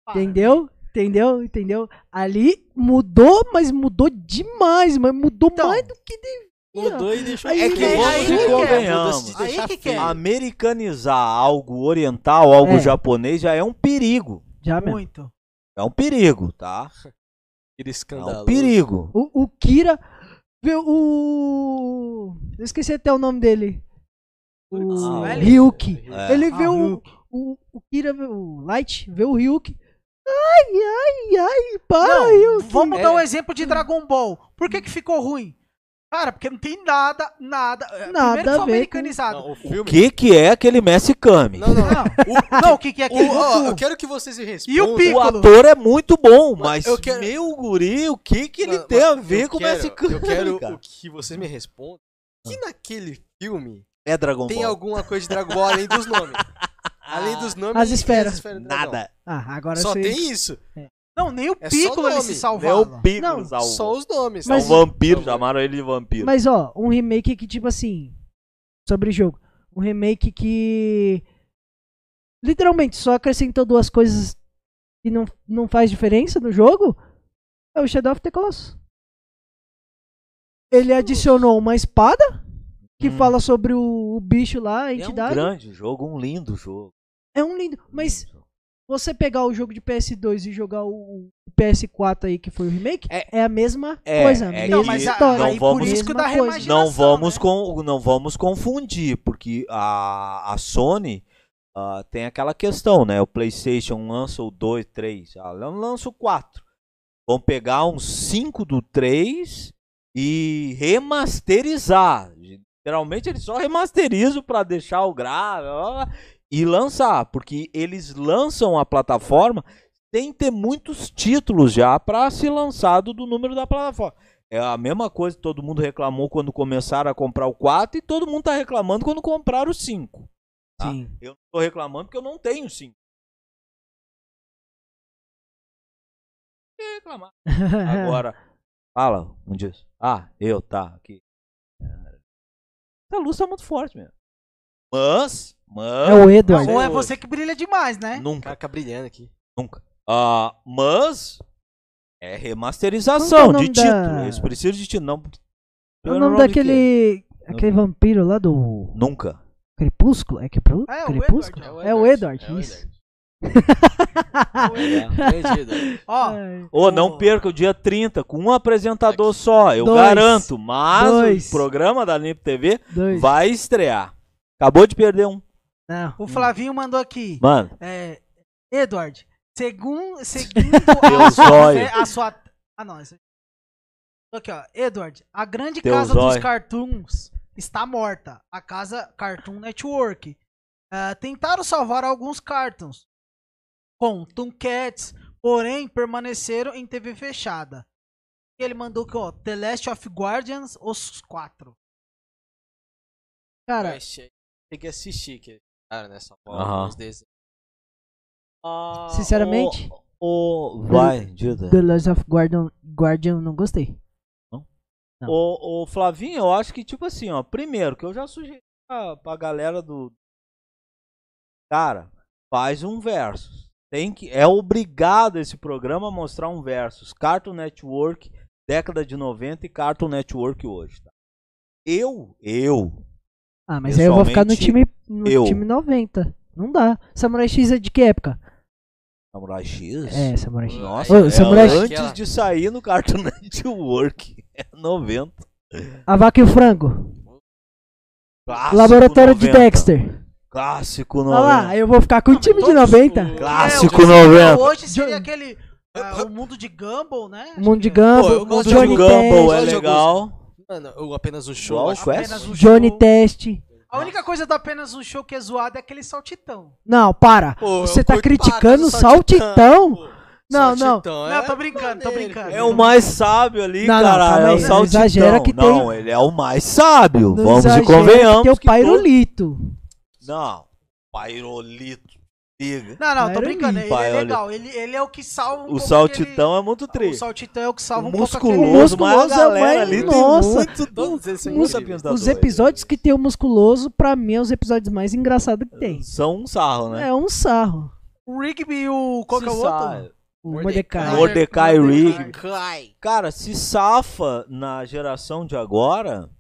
Speaker 4: Para.
Speaker 2: Entendeu? Entendeu? Entendeu? Ali mudou, mas mudou demais, mas mudou
Speaker 4: Então.
Speaker 2: mais do que devia.
Speaker 3: Mudou e deixou.
Speaker 2: Aí
Speaker 1: É
Speaker 2: que
Speaker 1: que
Speaker 2: é,
Speaker 1: vamos
Speaker 2: aí
Speaker 4: que
Speaker 1: e
Speaker 4: é.
Speaker 1: convenhamos.
Speaker 4: Aí que que é.
Speaker 1: Americanizar algo oriental, algo
Speaker 2: É.
Speaker 1: japonês já é um perigo.
Speaker 2: Já mesmo.
Speaker 4: Muito.
Speaker 1: É um perigo, tá?
Speaker 3: Ele
Speaker 1: É
Speaker 3: escandaloso.
Speaker 1: um perigo.
Speaker 2: O, o Kira viu o eu esqueci até o nome dele. O
Speaker 1: Ah, o
Speaker 2: Ryuki.
Speaker 1: É.
Speaker 2: Ele
Speaker 4: Ah,
Speaker 2: vê
Speaker 4: o
Speaker 2: o,
Speaker 4: Ryuki.
Speaker 2: o, o Kira, vê o Light, vê o Ryuki. Ai, ai, ai,
Speaker 4: Não,
Speaker 2: pai. eu-
Speaker 4: vamos
Speaker 3: É.
Speaker 4: dar um exemplo de Dragon Ball. Por que que ficou ruim? Cara, porque não tem nada, nada. é,
Speaker 2: Nada
Speaker 4: Primeiro que
Speaker 2: a
Speaker 4: foi
Speaker 2: ver com-
Speaker 4: americanizado.
Speaker 3: Não, o
Speaker 1: O
Speaker 3: filme.
Speaker 1: que que é aquele Messi Kami?
Speaker 3: Não, não.
Speaker 4: Não,
Speaker 3: (laughs) O-
Speaker 4: não, o que, que é que
Speaker 3: o- ó, eu quero que vocês me respondam.
Speaker 4: tá E o Piccolo?
Speaker 1: O ator é muito bom, mas
Speaker 3: eu quero-
Speaker 1: meu guri, o que que ele
Speaker 3: Mano,
Speaker 1: tem a
Speaker 3: mas
Speaker 1: ver
Speaker 3: eu
Speaker 1: com o
Speaker 3: quero-
Speaker 1: Messi Kami?
Speaker 3: Eu quero
Speaker 1: cara?
Speaker 3: o que vocês me respondam. Que naquele filme
Speaker 1: É Dragon
Speaker 3: tem
Speaker 1: Ball. Ah,
Speaker 3: alguma coisa de Dragon Ball além dos nomes. Além dos nomes.
Speaker 2: As
Speaker 3: e
Speaker 2: esferas.
Speaker 3: do dragão.
Speaker 1: Nada.
Speaker 2: Ah, agora
Speaker 3: Só
Speaker 2: você-
Speaker 3: tem isso.
Speaker 4: Não, nem o
Speaker 3: É só
Speaker 4: Piccolo ele
Speaker 3: nome,
Speaker 4: se
Speaker 1: É
Speaker 4: salvava.
Speaker 1: o Piccolo,
Speaker 2: Não,
Speaker 1: salvou.
Speaker 3: Só os nomes.
Speaker 1: É um
Speaker 2: Mas-
Speaker 1: vampiro, chamaram ele de vampiro.
Speaker 2: Mas ó, um remake que tipo assim, sobre jogo, um remake que literalmente só acrescentou duas coisas que não, não faz diferença no jogo, é o Shadow of the Colossus. Ele adicionou uma espada que
Speaker 1: Hum.
Speaker 2: fala sobre o, o bicho lá, a
Speaker 1: é um
Speaker 2: entidade.
Speaker 1: grande jogo, um lindo jogo.
Speaker 2: É um lindo, mas você pegar o jogo de PS2 e jogar o, o PS4 aí, que foi o remake,
Speaker 3: É.
Speaker 2: é, a mesma
Speaker 1: É,
Speaker 2: coisa. a
Speaker 1: é
Speaker 2: mesma
Speaker 4: Não, mas a,
Speaker 2: história.
Speaker 1: não
Speaker 4: aí
Speaker 1: vamos-
Speaker 4: por isso que dá
Speaker 2: Mesma coisa.
Speaker 4: reimaginação.
Speaker 1: Não vamos,
Speaker 4: né?
Speaker 1: com, não vamos confundir, porque a, a Sony ah, tem aquela questão, né? O PlayStation lança o 2, 3, ah, lan- lança o 4. Vão pegar uns 5 do 3 e remasterizar. Geralmente eles só remasterizam para deixar o grave blá, blá, blá, e lançar, porque eles lançam a plataforma sem ter muitos títulos já para ser lançado do número da plataforma. É a mesma coisa que todo mundo reclamou quando começaram a comprar o 4 e todo mundo tá reclamando quando compraram o 5. tá?
Speaker 2: Sim.
Speaker 1: Eu não tô reclamando porque eu não tenho 5. Tem que reclamar.
Speaker 2: (laughs)
Speaker 1: Agora, fala, um disso. Ah, eu, tá, aqui. Essa luz tá muito forte mesmo. Mas, mas...
Speaker 2: É o Edward.
Speaker 4: Ou é você que brilha demais, né?
Speaker 1: Nunca,
Speaker 3: Caraca, tá brilhando aqui.
Speaker 1: nunca. Ah, mas... É remasterização
Speaker 2: Como que é o
Speaker 1: de
Speaker 2: nome
Speaker 1: título.
Speaker 2: da-
Speaker 1: Eles precisam de título. Não,
Speaker 2: É o nome daquele. Aquele vampiro lá do.
Speaker 1: Nunca.
Speaker 2: Crepúsculo? É Crepú-
Speaker 4: Ah, é o
Speaker 2: Crepúsculo?
Speaker 4: Edward,
Speaker 2: É o Edward,
Speaker 3: É o
Speaker 2: isso.
Speaker 3: Edward. É Entendido.
Speaker 4: Ó,
Speaker 2: É.
Speaker 1: Ô, não
Speaker 4: O-
Speaker 1: perca o dia 30 com um apresentador
Speaker 3: Aqui.
Speaker 1: só, eu
Speaker 2: Dois.
Speaker 1: garanto. Mas
Speaker 2: Dois.
Speaker 1: o programa da Limpo TV
Speaker 2: Dois.
Speaker 1: vai estrear. Acabou de perder um.
Speaker 2: Não.
Speaker 4: o Flavinho mandou aqui.
Speaker 1: Mano,
Speaker 4: É, Edward, segun,
Speaker 1: (laughs)
Speaker 4: seguindo a
Speaker 1: Teus
Speaker 4: sua,
Speaker 1: olhos.
Speaker 4: fé- a sua. Ah, não. isso- Aqui, ó. Edward, a grande
Speaker 1: Teus
Speaker 4: casa dos
Speaker 1: olhos.
Speaker 4: cartoons está morta. A casa Cartoon Network. Ah, tentaram salvar alguns cartoons com Tomcats, porém permaneceram em TV fechada. E ele mandou que, ó, The Last of Guardians, os quatro.
Speaker 2: Cara,
Speaker 3: Achei- Tem que assistir, que né, cara, nessa
Speaker 1: Aham.
Speaker 3: bola, os desenhos. Ah,
Speaker 2: sinceramente,
Speaker 1: o. Vai, Dida.
Speaker 2: The Last of Guardian, Guardian não gostei. Não.
Speaker 1: O, o Flavinho, eu acho que, tipo assim, ó. Primeiro, que eu já sugeri pra, pra galera do. Cara, faz um versus. Tem que, é obrigado esse programa a mostrar um versus. Cartoon Network, década de 90 e Cartoon Network hoje. Tá? Eu, eu,
Speaker 2: Ah, mas aí eu vou ficar no time,
Speaker 1: Pessoalmente,
Speaker 2: no
Speaker 1: eu.
Speaker 2: time 90. Não dá. Samurai X é de que época?
Speaker 1: Samurai X?
Speaker 2: É, Samurai X.
Speaker 1: Nossa,
Speaker 2: Ô,
Speaker 1: é
Speaker 2: Samurai X-
Speaker 1: antes de sair no Cartoon (laughs) Network. É 90.
Speaker 2: A Vaca e o Frango.
Speaker 3: Ah,
Speaker 1: Clássico
Speaker 2: Laboratório de
Speaker 1: 90.
Speaker 2: Dexter.
Speaker 1: Clássico
Speaker 2: Olha
Speaker 1: 90.
Speaker 2: lá, eu vou ficar com o time de
Speaker 3: todos
Speaker 2: 90.
Speaker 3: os-
Speaker 1: Clássico
Speaker 4: É, o-
Speaker 1: 90.
Speaker 4: Hoje seria aquele. ah, o mundo de Gumball, né? Acho
Speaker 2: Mundo
Speaker 4: que
Speaker 2: de
Speaker 4: é.
Speaker 3: Pô, eu
Speaker 2: Gumball,
Speaker 3: gosto de
Speaker 2: Johnny
Speaker 1: o Gumball é
Speaker 3: Test.
Speaker 1: legal.
Speaker 3: Mano, eu apenas um show.
Speaker 1: Igual
Speaker 3: eu
Speaker 1: o
Speaker 3: acho-
Speaker 1: Quest?
Speaker 4: Apenas um
Speaker 2: Test, Johnny
Speaker 4: show.
Speaker 2: Test.
Speaker 4: A única coisa do apenas um show que é zoado é aquele saltitão.
Speaker 2: Não, para.
Speaker 3: Pô, eu
Speaker 2: Você tá
Speaker 3: curto
Speaker 2: criticando o
Speaker 3: pra caralho
Speaker 2: saltitão?
Speaker 3: pô.
Speaker 2: Não, não.
Speaker 3: Saltitão
Speaker 4: Não,
Speaker 3: é
Speaker 4: tô brincando, tô
Speaker 3: maneiro,
Speaker 4: brincando.
Speaker 1: É o mais sábio ali,
Speaker 2: Não, não,
Speaker 1: cara.
Speaker 2: calma
Speaker 1: é
Speaker 2: aí,
Speaker 1: o
Speaker 2: não
Speaker 1: saltitão.
Speaker 2: exagera que tem-
Speaker 1: Não, ele é o mais sábio.
Speaker 2: Não
Speaker 1: Vamos e
Speaker 2: exagera,
Speaker 1: convenhamos.
Speaker 2: Tem o
Speaker 1: que todo-
Speaker 2: Pairolito.
Speaker 1: Não, Pairolito. Liga.
Speaker 4: Não, não,
Speaker 2: Iron
Speaker 4: tô brincando. Ele
Speaker 1: Pai,
Speaker 4: é
Speaker 1: olha.
Speaker 4: legal. Ele, ele é o que salva um
Speaker 1: O
Speaker 4: pouco
Speaker 1: saltitão é muito
Speaker 4: aquele- O
Speaker 1: triste.
Speaker 4: saltitão é o que salva um
Speaker 1: musculoso,
Speaker 4: pouco.
Speaker 2: musculoso
Speaker 1: mas a galera
Speaker 2: é
Speaker 1: ali tem
Speaker 2: nossa.
Speaker 1: muito do...
Speaker 3: Todos eles são
Speaker 1: muito
Speaker 3: incríveis.
Speaker 1: apresentadores.
Speaker 2: Os episódios que tem o musculoso, pra mim, é os episódios mais engraçados que tem.
Speaker 1: São um sarro, né?
Speaker 2: É um sarro.
Speaker 4: O Rigby e o. Qual que é o
Speaker 1: Se
Speaker 4: outro?
Speaker 1: sarra.
Speaker 2: O
Speaker 3: Mordecai.
Speaker 2: Mordecai.
Speaker 1: Mordecai Rigby.
Speaker 3: Cai.
Speaker 1: Cara, se safa na geração de agora.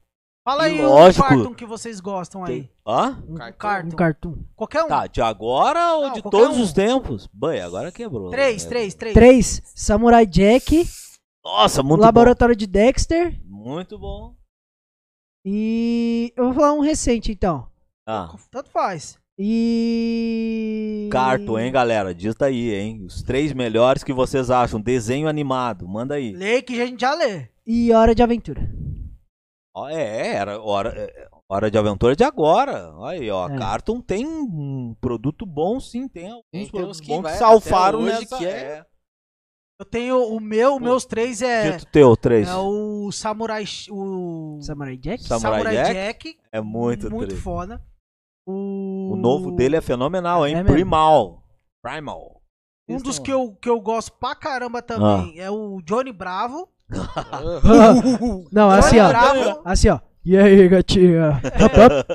Speaker 4: Fala aí
Speaker 1: Lógico.
Speaker 4: o cartoon que vocês gostam aí.
Speaker 1: Hã?
Speaker 2: Um
Speaker 4: Cartoon.
Speaker 2: cartoon.
Speaker 4: Qualquer um.
Speaker 1: Tá, de agora ou
Speaker 4: Não,
Speaker 1: de
Speaker 4: qualquer
Speaker 1: todos
Speaker 4: um.
Speaker 1: os tempos? Bem, agora quebrou.
Speaker 4: Três,
Speaker 1: né?
Speaker 4: três, três.
Speaker 2: 3. Samurai Jack.
Speaker 1: Nossa, muito
Speaker 2: Laboratório de Dexter.
Speaker 1: bom. Muito bom.
Speaker 2: E. Eu vou falar um recente então.
Speaker 1: Ah,
Speaker 4: Tanto faz.
Speaker 2: E.
Speaker 1: carto, hein, galera? Diz aí, hein? Os três melhores que vocês acham. Desenho animado, manda aí.
Speaker 4: Lê que a gente já lê.
Speaker 2: E Hora de Aventura.
Speaker 1: Ó, é, era hora, é, hora de aventura de agora. Olha aí, ó.
Speaker 2: É.
Speaker 1: Cartoon tem um produto bom, sim. Tem alguns
Speaker 3: Tem, tem
Speaker 1: produtos
Speaker 3: uns que
Speaker 1: bons que
Speaker 3: vai
Speaker 1: salfaram
Speaker 3: até hoje,
Speaker 1: nessa...
Speaker 3: que é-
Speaker 4: Eu tenho o meu,
Speaker 1: Pô.
Speaker 4: meus três é.
Speaker 1: Dito teu, três.
Speaker 4: É o Samurai. Sh- O.
Speaker 2: Samurai Jack?
Speaker 1: Sa- Samurai
Speaker 4: Jack.
Speaker 1: É muito,
Speaker 4: Muito
Speaker 1: triste.
Speaker 4: foda. O...
Speaker 1: O novo dele é fenomenal, hein?
Speaker 2: É mesmo.
Speaker 1: Primal. Primal.
Speaker 4: Um
Speaker 1: Isso,
Speaker 4: dos
Speaker 1: mano.
Speaker 4: que eu, que eu gosto pra caramba também
Speaker 1: Ah.
Speaker 4: é o Johnny Bravo.
Speaker 3: (laughs)
Speaker 2: Não,
Speaker 1: Ah,
Speaker 4: Johnny
Speaker 2: assim, ó.
Speaker 4: Bravo.
Speaker 2: Assim, ó. E aí,
Speaker 4: (laughs)
Speaker 2: gatinha? É Hop,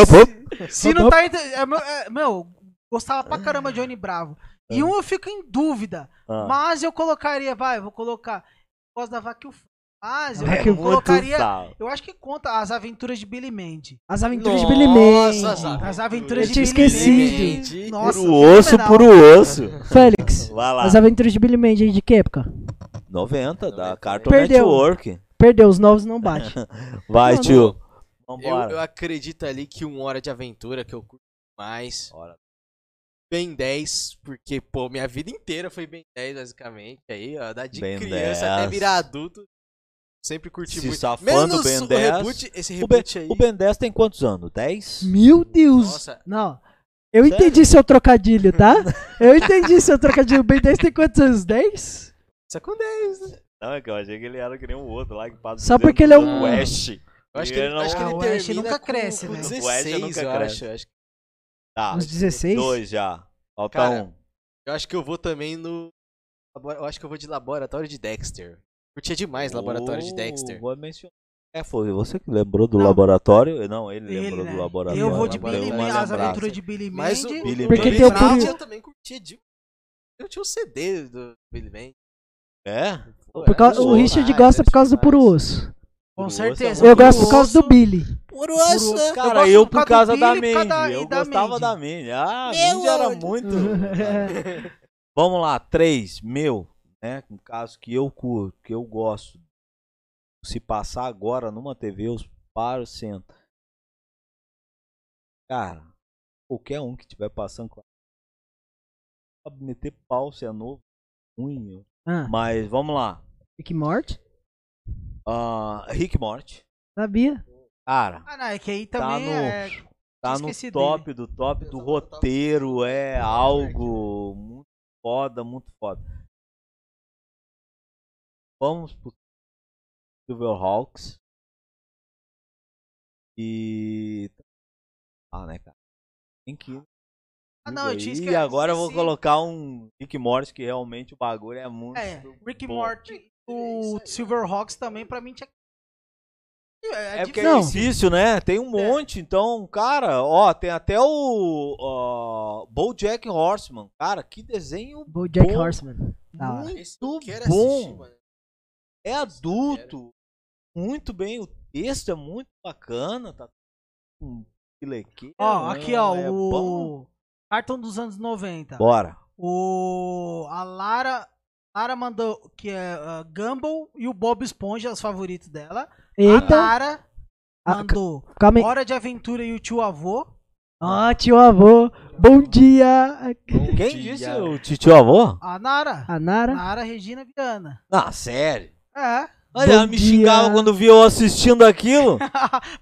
Speaker 1: Hop, hop.
Speaker 4: Se não tá. ent- É, meu, é, meu, gostava pra caramba de Johnny Bravo. E um eu fico em dúvida.
Speaker 1: É. Ah,
Speaker 4: Mas eu colocaria, vai, eu vou colocar. eu Gosto da vaca e o frango. Mas eu,
Speaker 1: É
Speaker 2: que
Speaker 4: eu
Speaker 1: muito
Speaker 4: colocaria.
Speaker 1: sal.
Speaker 4: Eu acho que conta as aventuras de Billy Mandy.
Speaker 2: As aventuras de Billy Mandy.
Speaker 3: Nossa,
Speaker 4: As aventuras
Speaker 2: Eu
Speaker 4: de
Speaker 2: tinha
Speaker 4: Billy
Speaker 2: esquecido.
Speaker 4: Mandy.
Speaker 1: Por
Speaker 4: Nossa,
Speaker 1: o osso,
Speaker 4: fenomenal.
Speaker 1: por o osso.
Speaker 2: Félix,
Speaker 1: Vai lá.
Speaker 2: as aventuras de Billy Mandy é de que época?
Speaker 1: 90 da
Speaker 3: 90.
Speaker 1: Cartoon
Speaker 2: Perdeu.
Speaker 1: Network.
Speaker 2: Perdeu, os novos não bate.
Speaker 1: Vai,
Speaker 2: Não,
Speaker 1: tio.
Speaker 3: Eu, eu
Speaker 1: Vambora.
Speaker 3: acredito ali que uma hora de aventura que eu curto mais.
Speaker 1: Hora.
Speaker 3: Ben 10, porque, pô, minha vida inteira foi Ben 10, basicamente. Aí, ó, da de
Speaker 1: Ben 10.
Speaker 3: criança até virar adulto. Sempre curti
Speaker 1: Se
Speaker 3: muito.
Speaker 1: safando,
Speaker 3: Menos
Speaker 1: Ben
Speaker 3: o
Speaker 1: 10.
Speaker 3: reboot, esse
Speaker 1: O Ben,
Speaker 3: reboot aí.
Speaker 1: o Ben 10 tem quantos anos? 10?
Speaker 2: Meu Deus!
Speaker 3: Nossa,
Speaker 2: Não. Eu
Speaker 1: Sério?
Speaker 2: entendi seu trocadilho, tá? Eu entendi seu trocadilho. O Ben 10 tem quantos anos? 10?
Speaker 3: isso é com 10, né?
Speaker 1: Não, é que eu achei que ele era que nem o outro lá que passa
Speaker 2: Só porque ele é um-
Speaker 1: dentro do West.
Speaker 3: Eu acho
Speaker 1: E
Speaker 3: que ele,
Speaker 1: ele não- é.
Speaker 3: acho que
Speaker 4: Ah,
Speaker 3: ele
Speaker 4: o Ash
Speaker 3: termina
Speaker 4: nunca
Speaker 3: com-
Speaker 4: cresce,
Speaker 3: com
Speaker 4: né? O Ash
Speaker 3: 16,
Speaker 1: nunca
Speaker 3: eu
Speaker 1: cresce.
Speaker 3: acho. Eu acho,
Speaker 1: Tá,
Speaker 2: Uns 16?
Speaker 1: dois já. Falta
Speaker 3: Cara,
Speaker 1: um.
Speaker 3: eu acho que eu vou também no... labora- Eu acho que eu vou de Laboratório de Dexter. Curtia demais Laboratório de
Speaker 1: Oh,
Speaker 3: Dexter.
Speaker 1: vou mencionar. É, foi você que lembrou do
Speaker 4: Não.
Speaker 1: laboratório? Não, ele
Speaker 4: Ele,
Speaker 1: lembrou
Speaker 4: né?
Speaker 1: do laboratório.
Speaker 4: Eu vou de
Speaker 1: Agora eu
Speaker 4: Billy
Speaker 1: vou
Speaker 4: Mandy, as
Speaker 1: lembrar.
Speaker 4: aventuras de Billy
Speaker 3: Mas o,
Speaker 4: Mandy.
Speaker 1: Billy
Speaker 3: o
Speaker 1: Porque
Speaker 3: Billy
Speaker 2: tem o
Speaker 3: Mandy
Speaker 2: período-
Speaker 3: eu também curtia de... Eu tinha o CD do Billy Mandy.
Speaker 1: É?
Speaker 3: Pô,
Speaker 2: Por
Speaker 3: era
Speaker 2: causa-
Speaker 3: bom
Speaker 2: o Richard
Speaker 3: demais,
Speaker 2: gosta
Speaker 3: era um
Speaker 2: por causa do
Speaker 3: Ah, demais.
Speaker 2: puro osso.
Speaker 1: Por
Speaker 4: Com
Speaker 1: osso,
Speaker 4: certeza.
Speaker 1: é
Speaker 2: Eu
Speaker 1: Puro
Speaker 2: gosto por causa do Billy.
Speaker 3: Por
Speaker 4: osso.
Speaker 3: osso.
Speaker 4: Eu
Speaker 1: Cara,
Speaker 4: gosto
Speaker 1: eu,
Speaker 4: por
Speaker 1: por
Speaker 4: causa
Speaker 1: causa
Speaker 4: do
Speaker 1: da
Speaker 4: Billy e por
Speaker 1: Mandy.
Speaker 4: causa da-
Speaker 1: Eu
Speaker 4: e da
Speaker 1: gostava
Speaker 4: Mandy.
Speaker 1: da Mandy. Ah, a
Speaker 3: Meu
Speaker 1: Mandy era
Speaker 3: olho.
Speaker 1: muito.
Speaker 2: É.
Speaker 1: Vamos lá, três, meu, né? Um caso que eu curto, que eu gosto. Se passar agora numa TV, eu paro, sento. Cara, qualquer um que estiver passando, claro, sabe meter pau se é novo, ruim. eu-
Speaker 2: Ah,
Speaker 1: Mas vamos lá.
Speaker 2: Rick Mort?
Speaker 1: Ah, Rick Morty.
Speaker 2: Sabia?
Speaker 1: Cara,
Speaker 4: Ah, não, é que aí
Speaker 1: tá
Speaker 4: também é.
Speaker 1: no, tá no
Speaker 4: esqueci
Speaker 1: top do top do roteiro. É algo muito foda, muito foda. Vamos pro Silverhawks. E. Ah, né, cara? Tem que. ir
Speaker 4: Ah, não, eu tinha
Speaker 1: aí. E
Speaker 4: esquecido.
Speaker 1: agora eu vou colocar um Rick Morty que realmente o bagulho é muito.
Speaker 4: É, Rick
Speaker 1: bom.
Speaker 4: Morty. O Silverhawks também, pra mim, tinha. É,
Speaker 1: É porque
Speaker 4: difícil.
Speaker 1: é
Speaker 2: Não.
Speaker 1: difícil, né? Tem um
Speaker 4: É.
Speaker 1: monte. Então, cara, ó, tem até o ó, BoJack Horseman. Cara, que desenho
Speaker 2: Vou Jack
Speaker 1: Bom.
Speaker 2: Horseman. Da hora.
Speaker 3: Esse eu
Speaker 1: muito
Speaker 3: quero assistir,
Speaker 1: bom.
Speaker 3: mano.
Speaker 1: É adulto. Muito bem. O texto é muito bacana. Tá um pilequeiro.
Speaker 4: Ó,
Speaker 1: né?
Speaker 4: aqui, ó,
Speaker 1: É bom.
Speaker 4: o. Cartão dos anos 90.
Speaker 1: Bora.
Speaker 4: O. A Lara. Lara mandou que é uh, Gumball e o Bob Esponja, os favoritos dela. A
Speaker 2: Eita,
Speaker 4: Lara
Speaker 2: Ah,
Speaker 4: mandou
Speaker 2: Então, calma aí.
Speaker 4: Hora de Aventura e o Tio Avô.
Speaker 2: Ah, tio avô. Bom dia.
Speaker 3: Bom
Speaker 1: Quem
Speaker 3: dia.
Speaker 1: disse o titio avô?
Speaker 4: A Nara.
Speaker 2: A Nara.
Speaker 4: Nara Regina Viana.
Speaker 1: Ah, sério.
Speaker 4: É. (laughs)
Speaker 1: Olha,
Speaker 2: Bom
Speaker 1: ela me
Speaker 2: dia.
Speaker 1: xingava quando via eu assistindo
Speaker 2: (laughs)
Speaker 1: aquilo.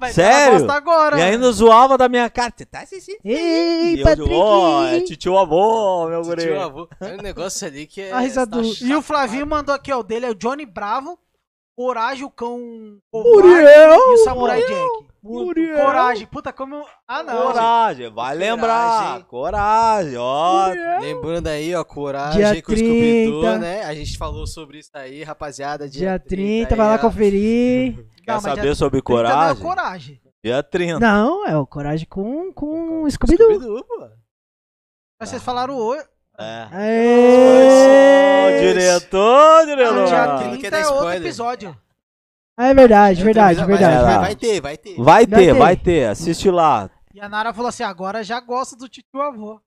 Speaker 4: Vai
Speaker 1: Sério?
Speaker 4: Dar uma bosta agora.
Speaker 1: e ainda zoava da minha cara. Você tá assistindo?
Speaker 2: Ei,
Speaker 1: E eu digo,
Speaker 2: Patrick.
Speaker 1: ó, é titio avô, meu
Speaker 3: Tio
Speaker 1: guri.
Speaker 3: avô. É um negócio ali que é.
Speaker 2: A risada do-
Speaker 4: E o Flavinho mandou aqui, ó. O dele é o Johnny Bravo, Coragem, o Cão Covarde
Speaker 2: Muriel.
Speaker 4: e o Samurai Jack.
Speaker 2: Muriel.
Speaker 4: Coragem. Puta, como... eu- Ah, não.
Speaker 1: Coragem, vai
Speaker 3: Coragem.
Speaker 1: lembrar. Coragem, ó.
Speaker 2: Muriel.
Speaker 3: Lembrando aí, ó, coragem
Speaker 2: Dia
Speaker 3: com o scooby
Speaker 2: 30.
Speaker 3: né? A gente falou sobre isso aí, rapaziada.
Speaker 2: Dia
Speaker 3: Dia, é,
Speaker 2: 30,
Speaker 3: aí,
Speaker 2: vai lá
Speaker 3: ó.
Speaker 2: conferir.
Speaker 1: Quer
Speaker 4: Não, mas
Speaker 1: saber
Speaker 4: dia
Speaker 1: sobre
Speaker 4: 30 não é
Speaker 1: coragem?
Speaker 4: coragem.
Speaker 1: Dia 30.
Speaker 2: Não, é o Coragem com, com Scooby-Doo.
Speaker 3: Scooby-Doo, pô.
Speaker 4: Mas vocês falaram hoje.
Speaker 1: É. Ô,
Speaker 2: Aê!
Speaker 1: diretor,
Speaker 4: Ah,
Speaker 1: diretor.
Speaker 4: dia
Speaker 3: Não
Speaker 4: 30
Speaker 3: quer dar
Speaker 4: é outro
Speaker 3: spoiler.
Speaker 4: episódio.
Speaker 2: Ah, é verdade,
Speaker 3: Eu
Speaker 2: verdade,
Speaker 3: também- mas-
Speaker 2: verdade.
Speaker 3: mas
Speaker 1: Então, Vai lá.
Speaker 3: Vai ter, vai ter.
Speaker 1: Vai
Speaker 2: Vai
Speaker 1: ter,
Speaker 2: ter.
Speaker 1: vai ter. Assiste lá.
Speaker 4: E a Nara falou assim, agora já gosto do tio avô.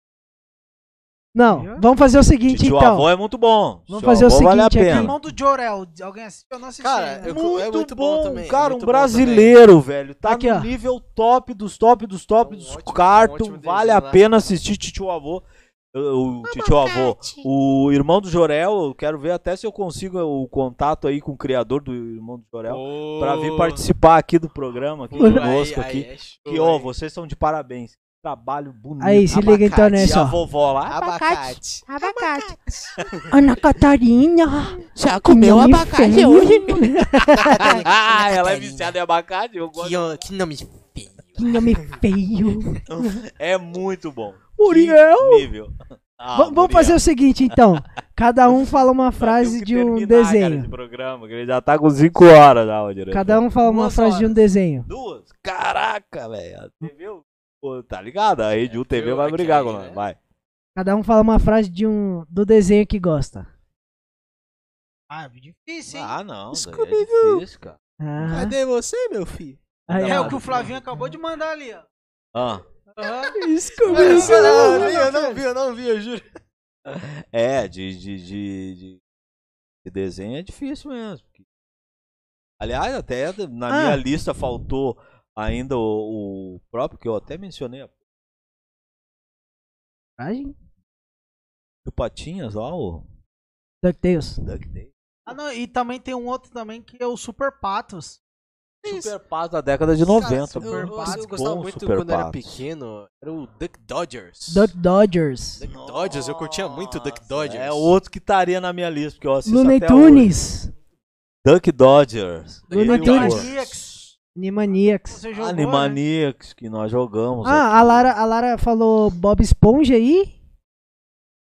Speaker 2: Não, vamos fazer o seguinte
Speaker 1: Tio
Speaker 2: então.
Speaker 1: avô é muito bom.
Speaker 2: Vamos
Speaker 1: Seu
Speaker 2: fazer o
Speaker 1: avô vale a
Speaker 2: seguinte aqui.
Speaker 4: O
Speaker 1: pena.
Speaker 4: irmão do Jorel. Alguém assistiu? Eu não assisti.
Speaker 3: Cara,
Speaker 4: ainda.
Speaker 3: eu-
Speaker 1: Muito,
Speaker 3: é muito bom
Speaker 1: bom,
Speaker 3: também, é
Speaker 1: cara,
Speaker 3: muito
Speaker 1: um
Speaker 3: bom
Speaker 1: brasileiro, velho. Tá
Speaker 2: Aqui,
Speaker 1: no
Speaker 2: ó.
Speaker 1: nível top dos top dos top
Speaker 3: É um
Speaker 1: dos
Speaker 3: ótimo-
Speaker 1: cartoon.
Speaker 3: um ótimo
Speaker 1: vale
Speaker 3: desenho
Speaker 1: a
Speaker 3: lá.
Speaker 1: pena assistir Titio Avô. O Titio Avô. O irmão do Jorel, eu quero ver até se eu consigo o contato aí com o criador do irmão do Jorel.
Speaker 3: Ô,
Speaker 1: Pra vir participar aqui do programa aqui
Speaker 3: pô, aí-
Speaker 1: conosco
Speaker 3: aí
Speaker 1: aqui.
Speaker 3: é show,
Speaker 1: Que, ó,
Speaker 3: hein?
Speaker 1: vocês são de parabéns. Trabalho bonito.
Speaker 2: Aí, se
Speaker 1: é Abacate.
Speaker 2: liga então nessa,
Speaker 1: E a
Speaker 2: ó.
Speaker 1: vovó lá.
Speaker 3: Abacate.
Speaker 5: Abacate.
Speaker 2: Ana Catarina. Já
Speaker 5: comeu abacate
Speaker 2: (laughs)
Speaker 5: hoje?
Speaker 1: (laughs) Ah, ela é viciada em abacate. eu gosto.
Speaker 3: Que, ó, que nome feio.
Speaker 2: Que nome feio.
Speaker 1: É muito bom.
Speaker 2: Muriel.
Speaker 1: Que Nível. Ah,
Speaker 2: Vam- vamos
Speaker 1: Muriel.
Speaker 2: fazer o seguinte então. Cada um fala uma
Speaker 1: Nós
Speaker 2: frase
Speaker 1: temos que
Speaker 2: de um
Speaker 1: terminar, cara, esse
Speaker 2: desenho.
Speaker 1: programa, que ele já tá com 5 horas já, ô diretor.
Speaker 2: Cada um fala uma
Speaker 4: Duas
Speaker 2: frase de um
Speaker 4: horas.
Speaker 2: desenho.
Speaker 1: Duas? Caraca, velho. A TV. o- Pô, Tá ligado? A Rede U TV
Speaker 3: viu?
Speaker 1: vai
Speaker 3: Aqui,
Speaker 1: brigar com
Speaker 3: né?
Speaker 1: nós. Vai.
Speaker 2: Cada um fala uma frase de um do desenho que gosta.
Speaker 4: Ah, difícil, hein?
Speaker 1: Ah, não. daí É
Speaker 3: Scooby-Doo.
Speaker 1: difícil, cara.
Speaker 2: Ah,
Speaker 3: Cadê você, meu filho?
Speaker 1: tá
Speaker 2: aí,
Speaker 4: é
Speaker 2: ó.
Speaker 4: o que o Flavinho acabou de mandar ali, ó.
Speaker 1: Ah,
Speaker 4: Aham.
Speaker 2: Scooby-Doo.
Speaker 4: Isso não,
Speaker 3: vi, eu não vi, eu não vi, eu juro.
Speaker 1: é, de, de, de, de- de desenho é difícil mesmo. porque- Aliás, até na
Speaker 2: Ah.
Speaker 1: minha lista faltou ainda o, o próprio, que eu até mencionei, ó,
Speaker 2: Coragem?
Speaker 1: o Patinhas lá, o
Speaker 2: DuckTales.
Speaker 1: DuckTales.
Speaker 4: Ah, não, e também tem um outro também que é o Super Patos.
Speaker 1: Super Patos da década de 90.
Speaker 3: Cara, eu,
Speaker 1: mano.
Speaker 3: eu- eu
Speaker 1: Patos,
Speaker 3: gostava
Speaker 1: bom
Speaker 3: muito
Speaker 1: Super
Speaker 3: quando eu era
Speaker 1: Patos.
Speaker 3: pequeno. Era o Duck Dodgers.
Speaker 2: Duck Dodgers.
Speaker 3: Duck Dodgers, eu curtia muito o Duck Dodgers.
Speaker 1: É outro que estaria na minha lista, porque eu assisto
Speaker 2: Looney
Speaker 1: até hoje.
Speaker 2: Tunes.
Speaker 1: Duck Dodgers.
Speaker 2: Looney
Speaker 1: Ele- é
Speaker 2: Tunes.
Speaker 4: Animaniacs.
Speaker 2: Animaniacs.
Speaker 4: Você jogou, né?
Speaker 1: Animaniacs, que nós jogamos.
Speaker 2: Ah,
Speaker 1: aqui.
Speaker 2: a Lara, a Lara falou Bob Esponja aí.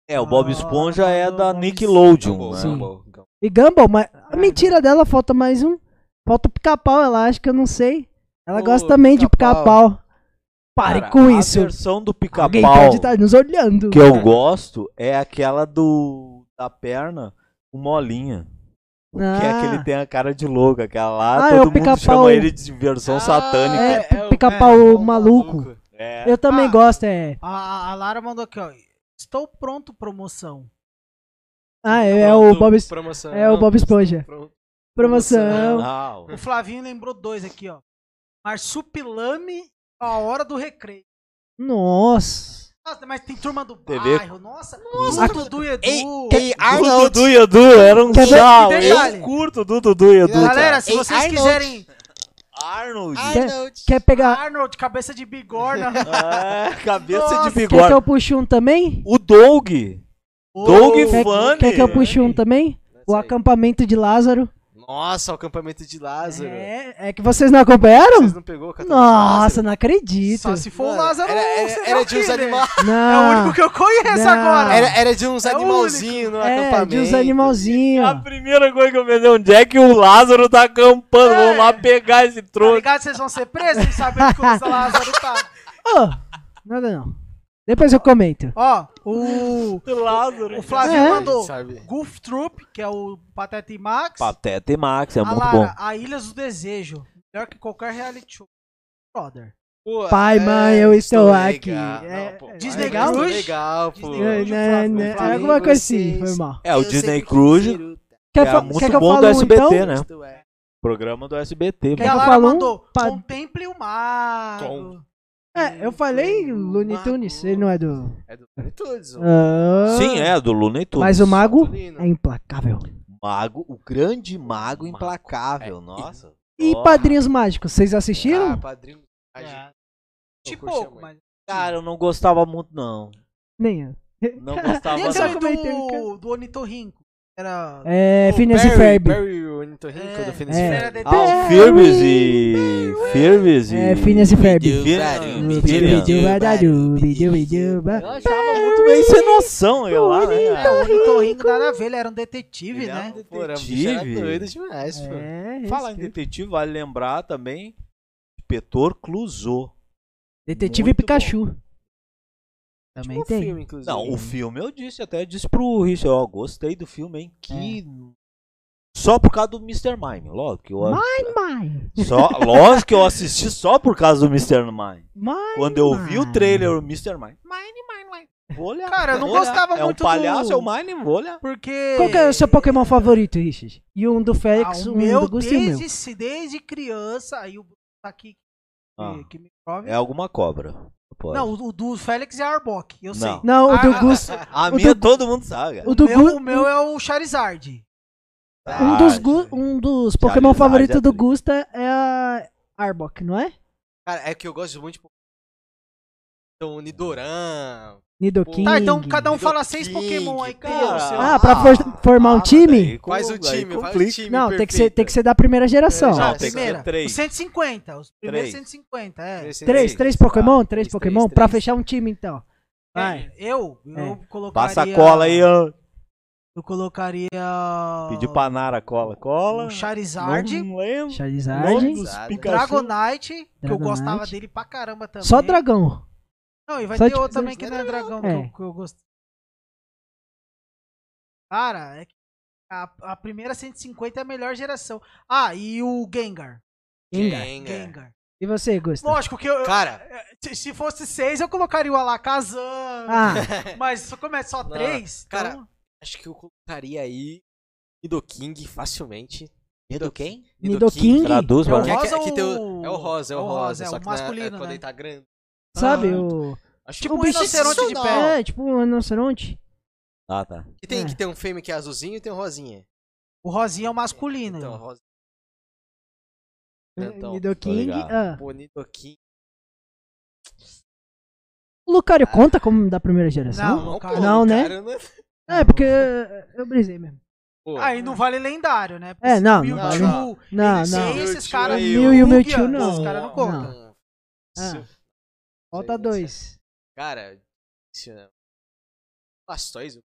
Speaker 1: É, o Bob
Speaker 4: Ah,
Speaker 1: Esponja é da
Speaker 4: Bob
Speaker 1: Nickelodeon,
Speaker 3: Gumball,
Speaker 1: né?
Speaker 2: Sim.
Speaker 3: Gumball, Gumball.
Speaker 2: E Gumball, mas
Speaker 1: É.
Speaker 2: a mentira dela falta mais um. Falta o pica-pau, ela acha que eu não sei. Ela
Speaker 3: Ô,
Speaker 2: gosta também
Speaker 3: Pica-Pau.
Speaker 2: de pica-pau. Pare
Speaker 1: Cara,
Speaker 2: com
Speaker 1: a
Speaker 2: isso.
Speaker 1: versão do
Speaker 2: Alguém
Speaker 1: pica-pau
Speaker 2: pode estar nos olhando.
Speaker 1: que eu gosto é aquela do da perna com molinha.
Speaker 2: ah,
Speaker 1: Que é aquele que tem a cara de louco, aquela lá,
Speaker 2: Ah, é o
Speaker 1: todo mundo
Speaker 2: pica-pau.
Speaker 1: chama ele de versão
Speaker 3: Ah,
Speaker 1: satânica.
Speaker 2: É,
Speaker 3: o
Speaker 2: pica-pau
Speaker 3: Gumball
Speaker 2: maluco.
Speaker 1: É.
Speaker 2: Eu também
Speaker 4: Ah.
Speaker 2: gosto, é.
Speaker 4: A, a Lara mandou aqui, ó. Estou pronto, promoção.
Speaker 2: Ah, é, é o
Speaker 3: Pronto,
Speaker 2: Bob,
Speaker 3: promoção.
Speaker 2: é o Bob Esponja.
Speaker 3: Pronto.
Speaker 2: Promoção.
Speaker 1: Não.
Speaker 4: O Flavinho lembrou dois aqui, ó. Marsupilame, a hora do recreio.
Speaker 2: Nossa.
Speaker 4: Nossa, mas tem turma do
Speaker 1: TV.
Speaker 4: bairro, nossa. Nossa, Dudu e Edu.
Speaker 3: Ei, ei,
Speaker 1: O
Speaker 3: Arnold.
Speaker 1: Dudu e Edu era um
Speaker 2: Quer ver?
Speaker 1: tchau.
Speaker 4: Detalhe.
Speaker 1: Eu curto o Dudu e Edu.
Speaker 4: Galera, se
Speaker 3: Ei,
Speaker 4: vocês
Speaker 3: Arnold.
Speaker 4: quiserem
Speaker 1: cara. Arnold.
Speaker 3: Arnold.
Speaker 2: Quer
Speaker 1: Ah,
Speaker 2: pegar.
Speaker 4: Arnold, cabeça de bigorna.
Speaker 1: (laughs) É, cabeça
Speaker 4: Nossa,
Speaker 1: de
Speaker 2: Quer
Speaker 1: bigode.
Speaker 2: que eu puxe um também?
Speaker 1: O Doug. Doug
Speaker 2: Quer,
Speaker 1: Funny.
Speaker 2: quer que eu puxe um também? O acampamento de Lázaro.
Speaker 3: Nossa, o acampamento de Lázaro.
Speaker 2: É, é que vocês não acompanharam?
Speaker 3: Vocês não pegou o catálogo de
Speaker 2: Nossa,
Speaker 3: Lázaro? Tá,
Speaker 2: não acredito.
Speaker 4: Só se for o
Speaker 3: Mano,
Speaker 4: Lázaro.
Speaker 3: Era,
Speaker 4: você
Speaker 3: era,
Speaker 4: é
Speaker 3: era
Speaker 4: o
Speaker 3: de uns
Speaker 4: killer.
Speaker 3: animais.
Speaker 4: É o
Speaker 2: Não.
Speaker 4: único que eu conheço
Speaker 2: Não.
Speaker 4: agora.
Speaker 3: Era, era de uns
Speaker 4: É o
Speaker 3: animalzinhos tá no
Speaker 2: É,
Speaker 3: acampamento.
Speaker 2: de uns animalzinhos.
Speaker 1: A primeira coisa que eu pensei, onde é que o Lázaro tá acampando?
Speaker 4: É.
Speaker 1: Vamos lá pegar esse
Speaker 4: Tá
Speaker 1: troço.
Speaker 4: ligado? Vocês vão ser presos sem saber que o Lázaro tá.
Speaker 2: Ô, nada não. Depois eu comento.
Speaker 4: Ó, o,
Speaker 1: Lázaro.
Speaker 4: o Flavinho
Speaker 2: É.
Speaker 4: mandou
Speaker 3: Sabe?
Speaker 4: Goof Troop, que é o Pateta e Max.
Speaker 1: Pateta e Max, é
Speaker 4: a
Speaker 1: muito
Speaker 4: Lara,
Speaker 1: bom.
Speaker 4: a Ilha do Desejo. Melhor que qualquer reality show. Brother.
Speaker 3: Pô,
Speaker 2: Pai, mãe, eu estou aqui.
Speaker 3: legal.
Speaker 2: É,
Speaker 3: Não, pô,
Speaker 2: é,
Speaker 4: Disney
Speaker 3: pai, eu estou
Speaker 4: Cruise?
Speaker 3: legal, pô.
Speaker 4: Disney
Speaker 2: Né,
Speaker 4: Cruise.
Speaker 2: né, né,
Speaker 3: Flávio,
Speaker 2: alguma coisa assim,
Speaker 3: vocês-
Speaker 2: foi mal.
Speaker 1: É, o
Speaker 3: Eu
Speaker 1: Disney
Speaker 3: sempre
Speaker 1: Cruise,
Speaker 3: quero-
Speaker 2: Quer,
Speaker 1: que
Speaker 2: fa-
Speaker 1: é muito
Speaker 2: quer que eu
Speaker 1: bom
Speaker 2: fale
Speaker 1: do
Speaker 2: um,
Speaker 1: SBT,
Speaker 2: então?
Speaker 1: né?
Speaker 3: Isto é.
Speaker 1: Programa do SBT.
Speaker 4: Que
Speaker 2: eu
Speaker 4: a
Speaker 1: mano.
Speaker 4: Lara
Speaker 2: falo um
Speaker 4: mandou
Speaker 2: pa-
Speaker 4: Contemple o Mar.
Speaker 3: Com-
Speaker 2: É, eu falei Looney
Speaker 3: Mago.
Speaker 2: Tunes, ele não é do...
Speaker 3: É do Looney Tunes. o
Speaker 2: Ah,
Speaker 1: Sim, é, do Luna e tudo.
Speaker 2: Mas o mago
Speaker 3: Saturnino.
Speaker 2: é implacável.
Speaker 1: Mago, o grande mago
Speaker 3: Mago.
Speaker 1: implacável,
Speaker 3: É.
Speaker 1: nossa.
Speaker 2: E
Speaker 1: Ó.
Speaker 2: Padrinhos Mágicos, vocês
Speaker 3: Ah,
Speaker 2: assistiram?
Speaker 3: padrinho. A gente-
Speaker 4: É. Tipo,
Speaker 3: Eu curtia
Speaker 4: pouco,
Speaker 3: muito.
Speaker 4: mas.
Speaker 1: Cara, eu não gostava muito, não.
Speaker 2: Nem eu.
Speaker 1: Não
Speaker 4: E
Speaker 1: gostava
Speaker 2: Eu
Speaker 1: não.
Speaker 2: só
Speaker 4: aquele
Speaker 2: comentei,
Speaker 1: é-
Speaker 4: do, do Onitorrinco? Era.
Speaker 2: É,
Speaker 3: O
Speaker 2: Phineas e
Speaker 3: Barry-
Speaker 2: Ferb.
Speaker 3: Barry, o Ornitorrinco do Phineas e
Speaker 2: é.
Speaker 3: Ferb.
Speaker 1: Ah, o
Speaker 2: Barry,
Speaker 1: Firbes e... Firbes e...
Speaker 2: É, Phineas e Ferb.
Speaker 1: Firbes-
Speaker 3: Bidu,
Speaker 1: Phineas.
Speaker 3: Bidu,
Speaker 1: Eu achava
Speaker 2: É,
Speaker 1: muito meio sem noção, eu lá, né?
Speaker 4: É, o Onitorrinco nada a ver, ele era um detetive,
Speaker 1: Ele
Speaker 4: né?
Speaker 1: era um
Speaker 3: Pô, era um bicho, era
Speaker 1: Detetive.
Speaker 3: doido demais, pô.
Speaker 2: É,
Speaker 1: Falar em
Speaker 2: esse-
Speaker 1: detetive, vale lembrar também Petor Clouseau.
Speaker 2: Detetive
Speaker 1: Muito
Speaker 2: Pikachu. Também
Speaker 3: Tinha um
Speaker 2: tem.
Speaker 3: filme, inclusive.
Speaker 1: Não, o filme eu disse, até disse pro Richard, ó, gostei do filme, hein? Que. Só por causa do Mr. Mime, lógico que eu.
Speaker 2: Mãe,
Speaker 1: Só, lógico que eu assisti só por causa do Mr. Mime.
Speaker 2: mãe.
Speaker 1: Quando eu vi o
Speaker 2: Mime.
Speaker 1: trailer, o Mr. Mime. Mine, Mine, Mine. Vou olhar.
Speaker 4: Cara, eu não
Speaker 1: vou olhar.
Speaker 4: gostava
Speaker 1: é
Speaker 4: muito
Speaker 1: um palhaço,
Speaker 4: do-
Speaker 1: é o Mine, vou olhar.
Speaker 4: Porque.
Speaker 2: Qual que é o seu Pokémon favorito, Richard? E um do
Speaker 4: Ah,
Speaker 2: Félix,
Speaker 4: o
Speaker 2: um do
Speaker 4: meu
Speaker 2: Gusto e o meu.
Speaker 4: desde, se- desde criança, aí o Bruno tá aqui que,
Speaker 1: Ah.
Speaker 4: que me prove.
Speaker 1: É alguma cobra. Pode.
Speaker 4: Não, o, o do Félix é Arbok, eu sei.
Speaker 1: Não.
Speaker 2: Não, o do
Speaker 4: Ah,
Speaker 2: Gusto.
Speaker 1: a
Speaker 2: o
Speaker 1: minha
Speaker 2: do-
Speaker 1: todo mundo sabe. cara.
Speaker 2: O do
Speaker 4: O meu,
Speaker 2: Gu-
Speaker 4: o meu é o Charizard.
Speaker 2: Um dos,
Speaker 1: Ah,
Speaker 2: gu- um dos Pokémon
Speaker 3: é
Speaker 1: Charizard,
Speaker 2: favoritos do
Speaker 1: Atriz.
Speaker 2: Gusta é a Arbok, não é?
Speaker 3: Cara, é que eu gosto muito de Pokémon. Então, Nidoran.
Speaker 2: Nidoking.
Speaker 4: Tá, então cada um
Speaker 3: King,
Speaker 4: fala seis Pokémon aí,
Speaker 3: cara.
Speaker 4: cara.
Speaker 2: Ah, pra for- formar um
Speaker 1: mas
Speaker 2: time?
Speaker 1: daí com-
Speaker 3: Faz o
Speaker 1: aí
Speaker 3: time, faz o
Speaker 1: complica.
Speaker 3: time.
Speaker 2: Não, tem que, ser,
Speaker 3: perfeito.
Speaker 2: tem que ser da primeira geração.
Speaker 1: Não,
Speaker 4: Já,
Speaker 1: tem que ser
Speaker 4: primeira.
Speaker 1: três.
Speaker 4: Os 150, os primeiros
Speaker 1: Três.
Speaker 4: 150, é.
Speaker 3: Esse
Speaker 2: Três,
Speaker 3: aí.
Speaker 2: três Pokémon? Três
Speaker 3: Três,
Speaker 2: Pokémon?
Speaker 3: três,
Speaker 2: Pra
Speaker 3: três.
Speaker 2: fechar um time, então. Vai.
Speaker 4: É, Eu, eu colocaria...
Speaker 1: Passa a cola aí, ó.
Speaker 4: Eu colocaria...
Speaker 1: Pedi pra Nara cola. Cola.
Speaker 4: o Charizard,
Speaker 1: Não lembro.
Speaker 2: Um Charizard.
Speaker 1: Nome dos Pikachu.
Speaker 4: Dragonite, que eu gostava
Speaker 2: Dragonite.
Speaker 4: dele pra caramba também.
Speaker 2: Só dragão.
Speaker 4: Não, e vai
Speaker 2: Só
Speaker 4: ter
Speaker 2: de-
Speaker 4: outro também que não é dragão, que,
Speaker 2: É.
Speaker 4: eu, que eu gosto. Cara, é que. A, a primeira 150 é a melhor geração. Ah, e o Gengar.
Speaker 2: Gengar.
Speaker 3: Gengar.
Speaker 4: Gengar.
Speaker 2: E você, Gusta?
Speaker 4: Lógico que eu. eu-
Speaker 3: Cara,
Speaker 4: se- se fosse seis, eu colocaria o Alakazam.
Speaker 2: Ah,
Speaker 4: Mas só como é só
Speaker 3: Não,
Speaker 4: três.
Speaker 3: cara,
Speaker 4: então-
Speaker 3: acho que eu colocaria aí Nidoking facilmente.
Speaker 4: Nidoking?
Speaker 2: Nidoking.
Speaker 1: Traduz
Speaker 2: é
Speaker 1: pra
Speaker 2: o-
Speaker 3: Que é,
Speaker 4: Rosa
Speaker 3: que- que tem
Speaker 4: ou-
Speaker 3: o, é o rosa, é o rosa.
Speaker 4: é
Speaker 3: só
Speaker 4: o
Speaker 3: que na- é
Speaker 4: masculino,
Speaker 3: quando
Speaker 4: né?
Speaker 3: ele tá grande.
Speaker 2: Sabe,
Speaker 4: Ah.
Speaker 2: o.
Speaker 3: Acho
Speaker 4: Tipo
Speaker 3: que-
Speaker 4: um rinoceronte de pé.
Speaker 2: É, tipo um rinoceronte.
Speaker 1: Ah, tá.
Speaker 3: Que tem,
Speaker 2: É.
Speaker 3: que tem um fêmea que é azulzinho e tem um rosinha.
Speaker 4: O Rosinha é o masculino.
Speaker 3: Então, rosa. Então,
Speaker 2: Nidoking.
Speaker 1: tô ligado.
Speaker 2: Ah.
Speaker 3: Pô, Nidoking.
Speaker 2: O Lucario conta como da primeira geração?
Speaker 4: Não,
Speaker 3: Não,
Speaker 4: cara.
Speaker 3: pô,
Speaker 2: Não, né?
Speaker 3: cara,
Speaker 2: É, porque eh, eu brisei mesmo.
Speaker 3: Pô,
Speaker 4: Aí não vale lendário, né?
Speaker 2: É, não,
Speaker 4: Mewtwo,
Speaker 3: não vale.
Speaker 2: Não,
Speaker 4: Eles-
Speaker 2: não.
Speaker 4: e Esses
Speaker 3: Mewtwo
Speaker 4: caras.
Speaker 2: O
Speaker 3: aí,
Speaker 2: Mew e o
Speaker 4: Gugia,
Speaker 2: Mewtwo não.
Speaker 4: Os caras não
Speaker 2: Não.
Speaker 4: contam.
Speaker 2: Ah,
Speaker 3: Se-
Speaker 2: Falta dois.
Speaker 3: Cara, isso é né? não. Blastoise.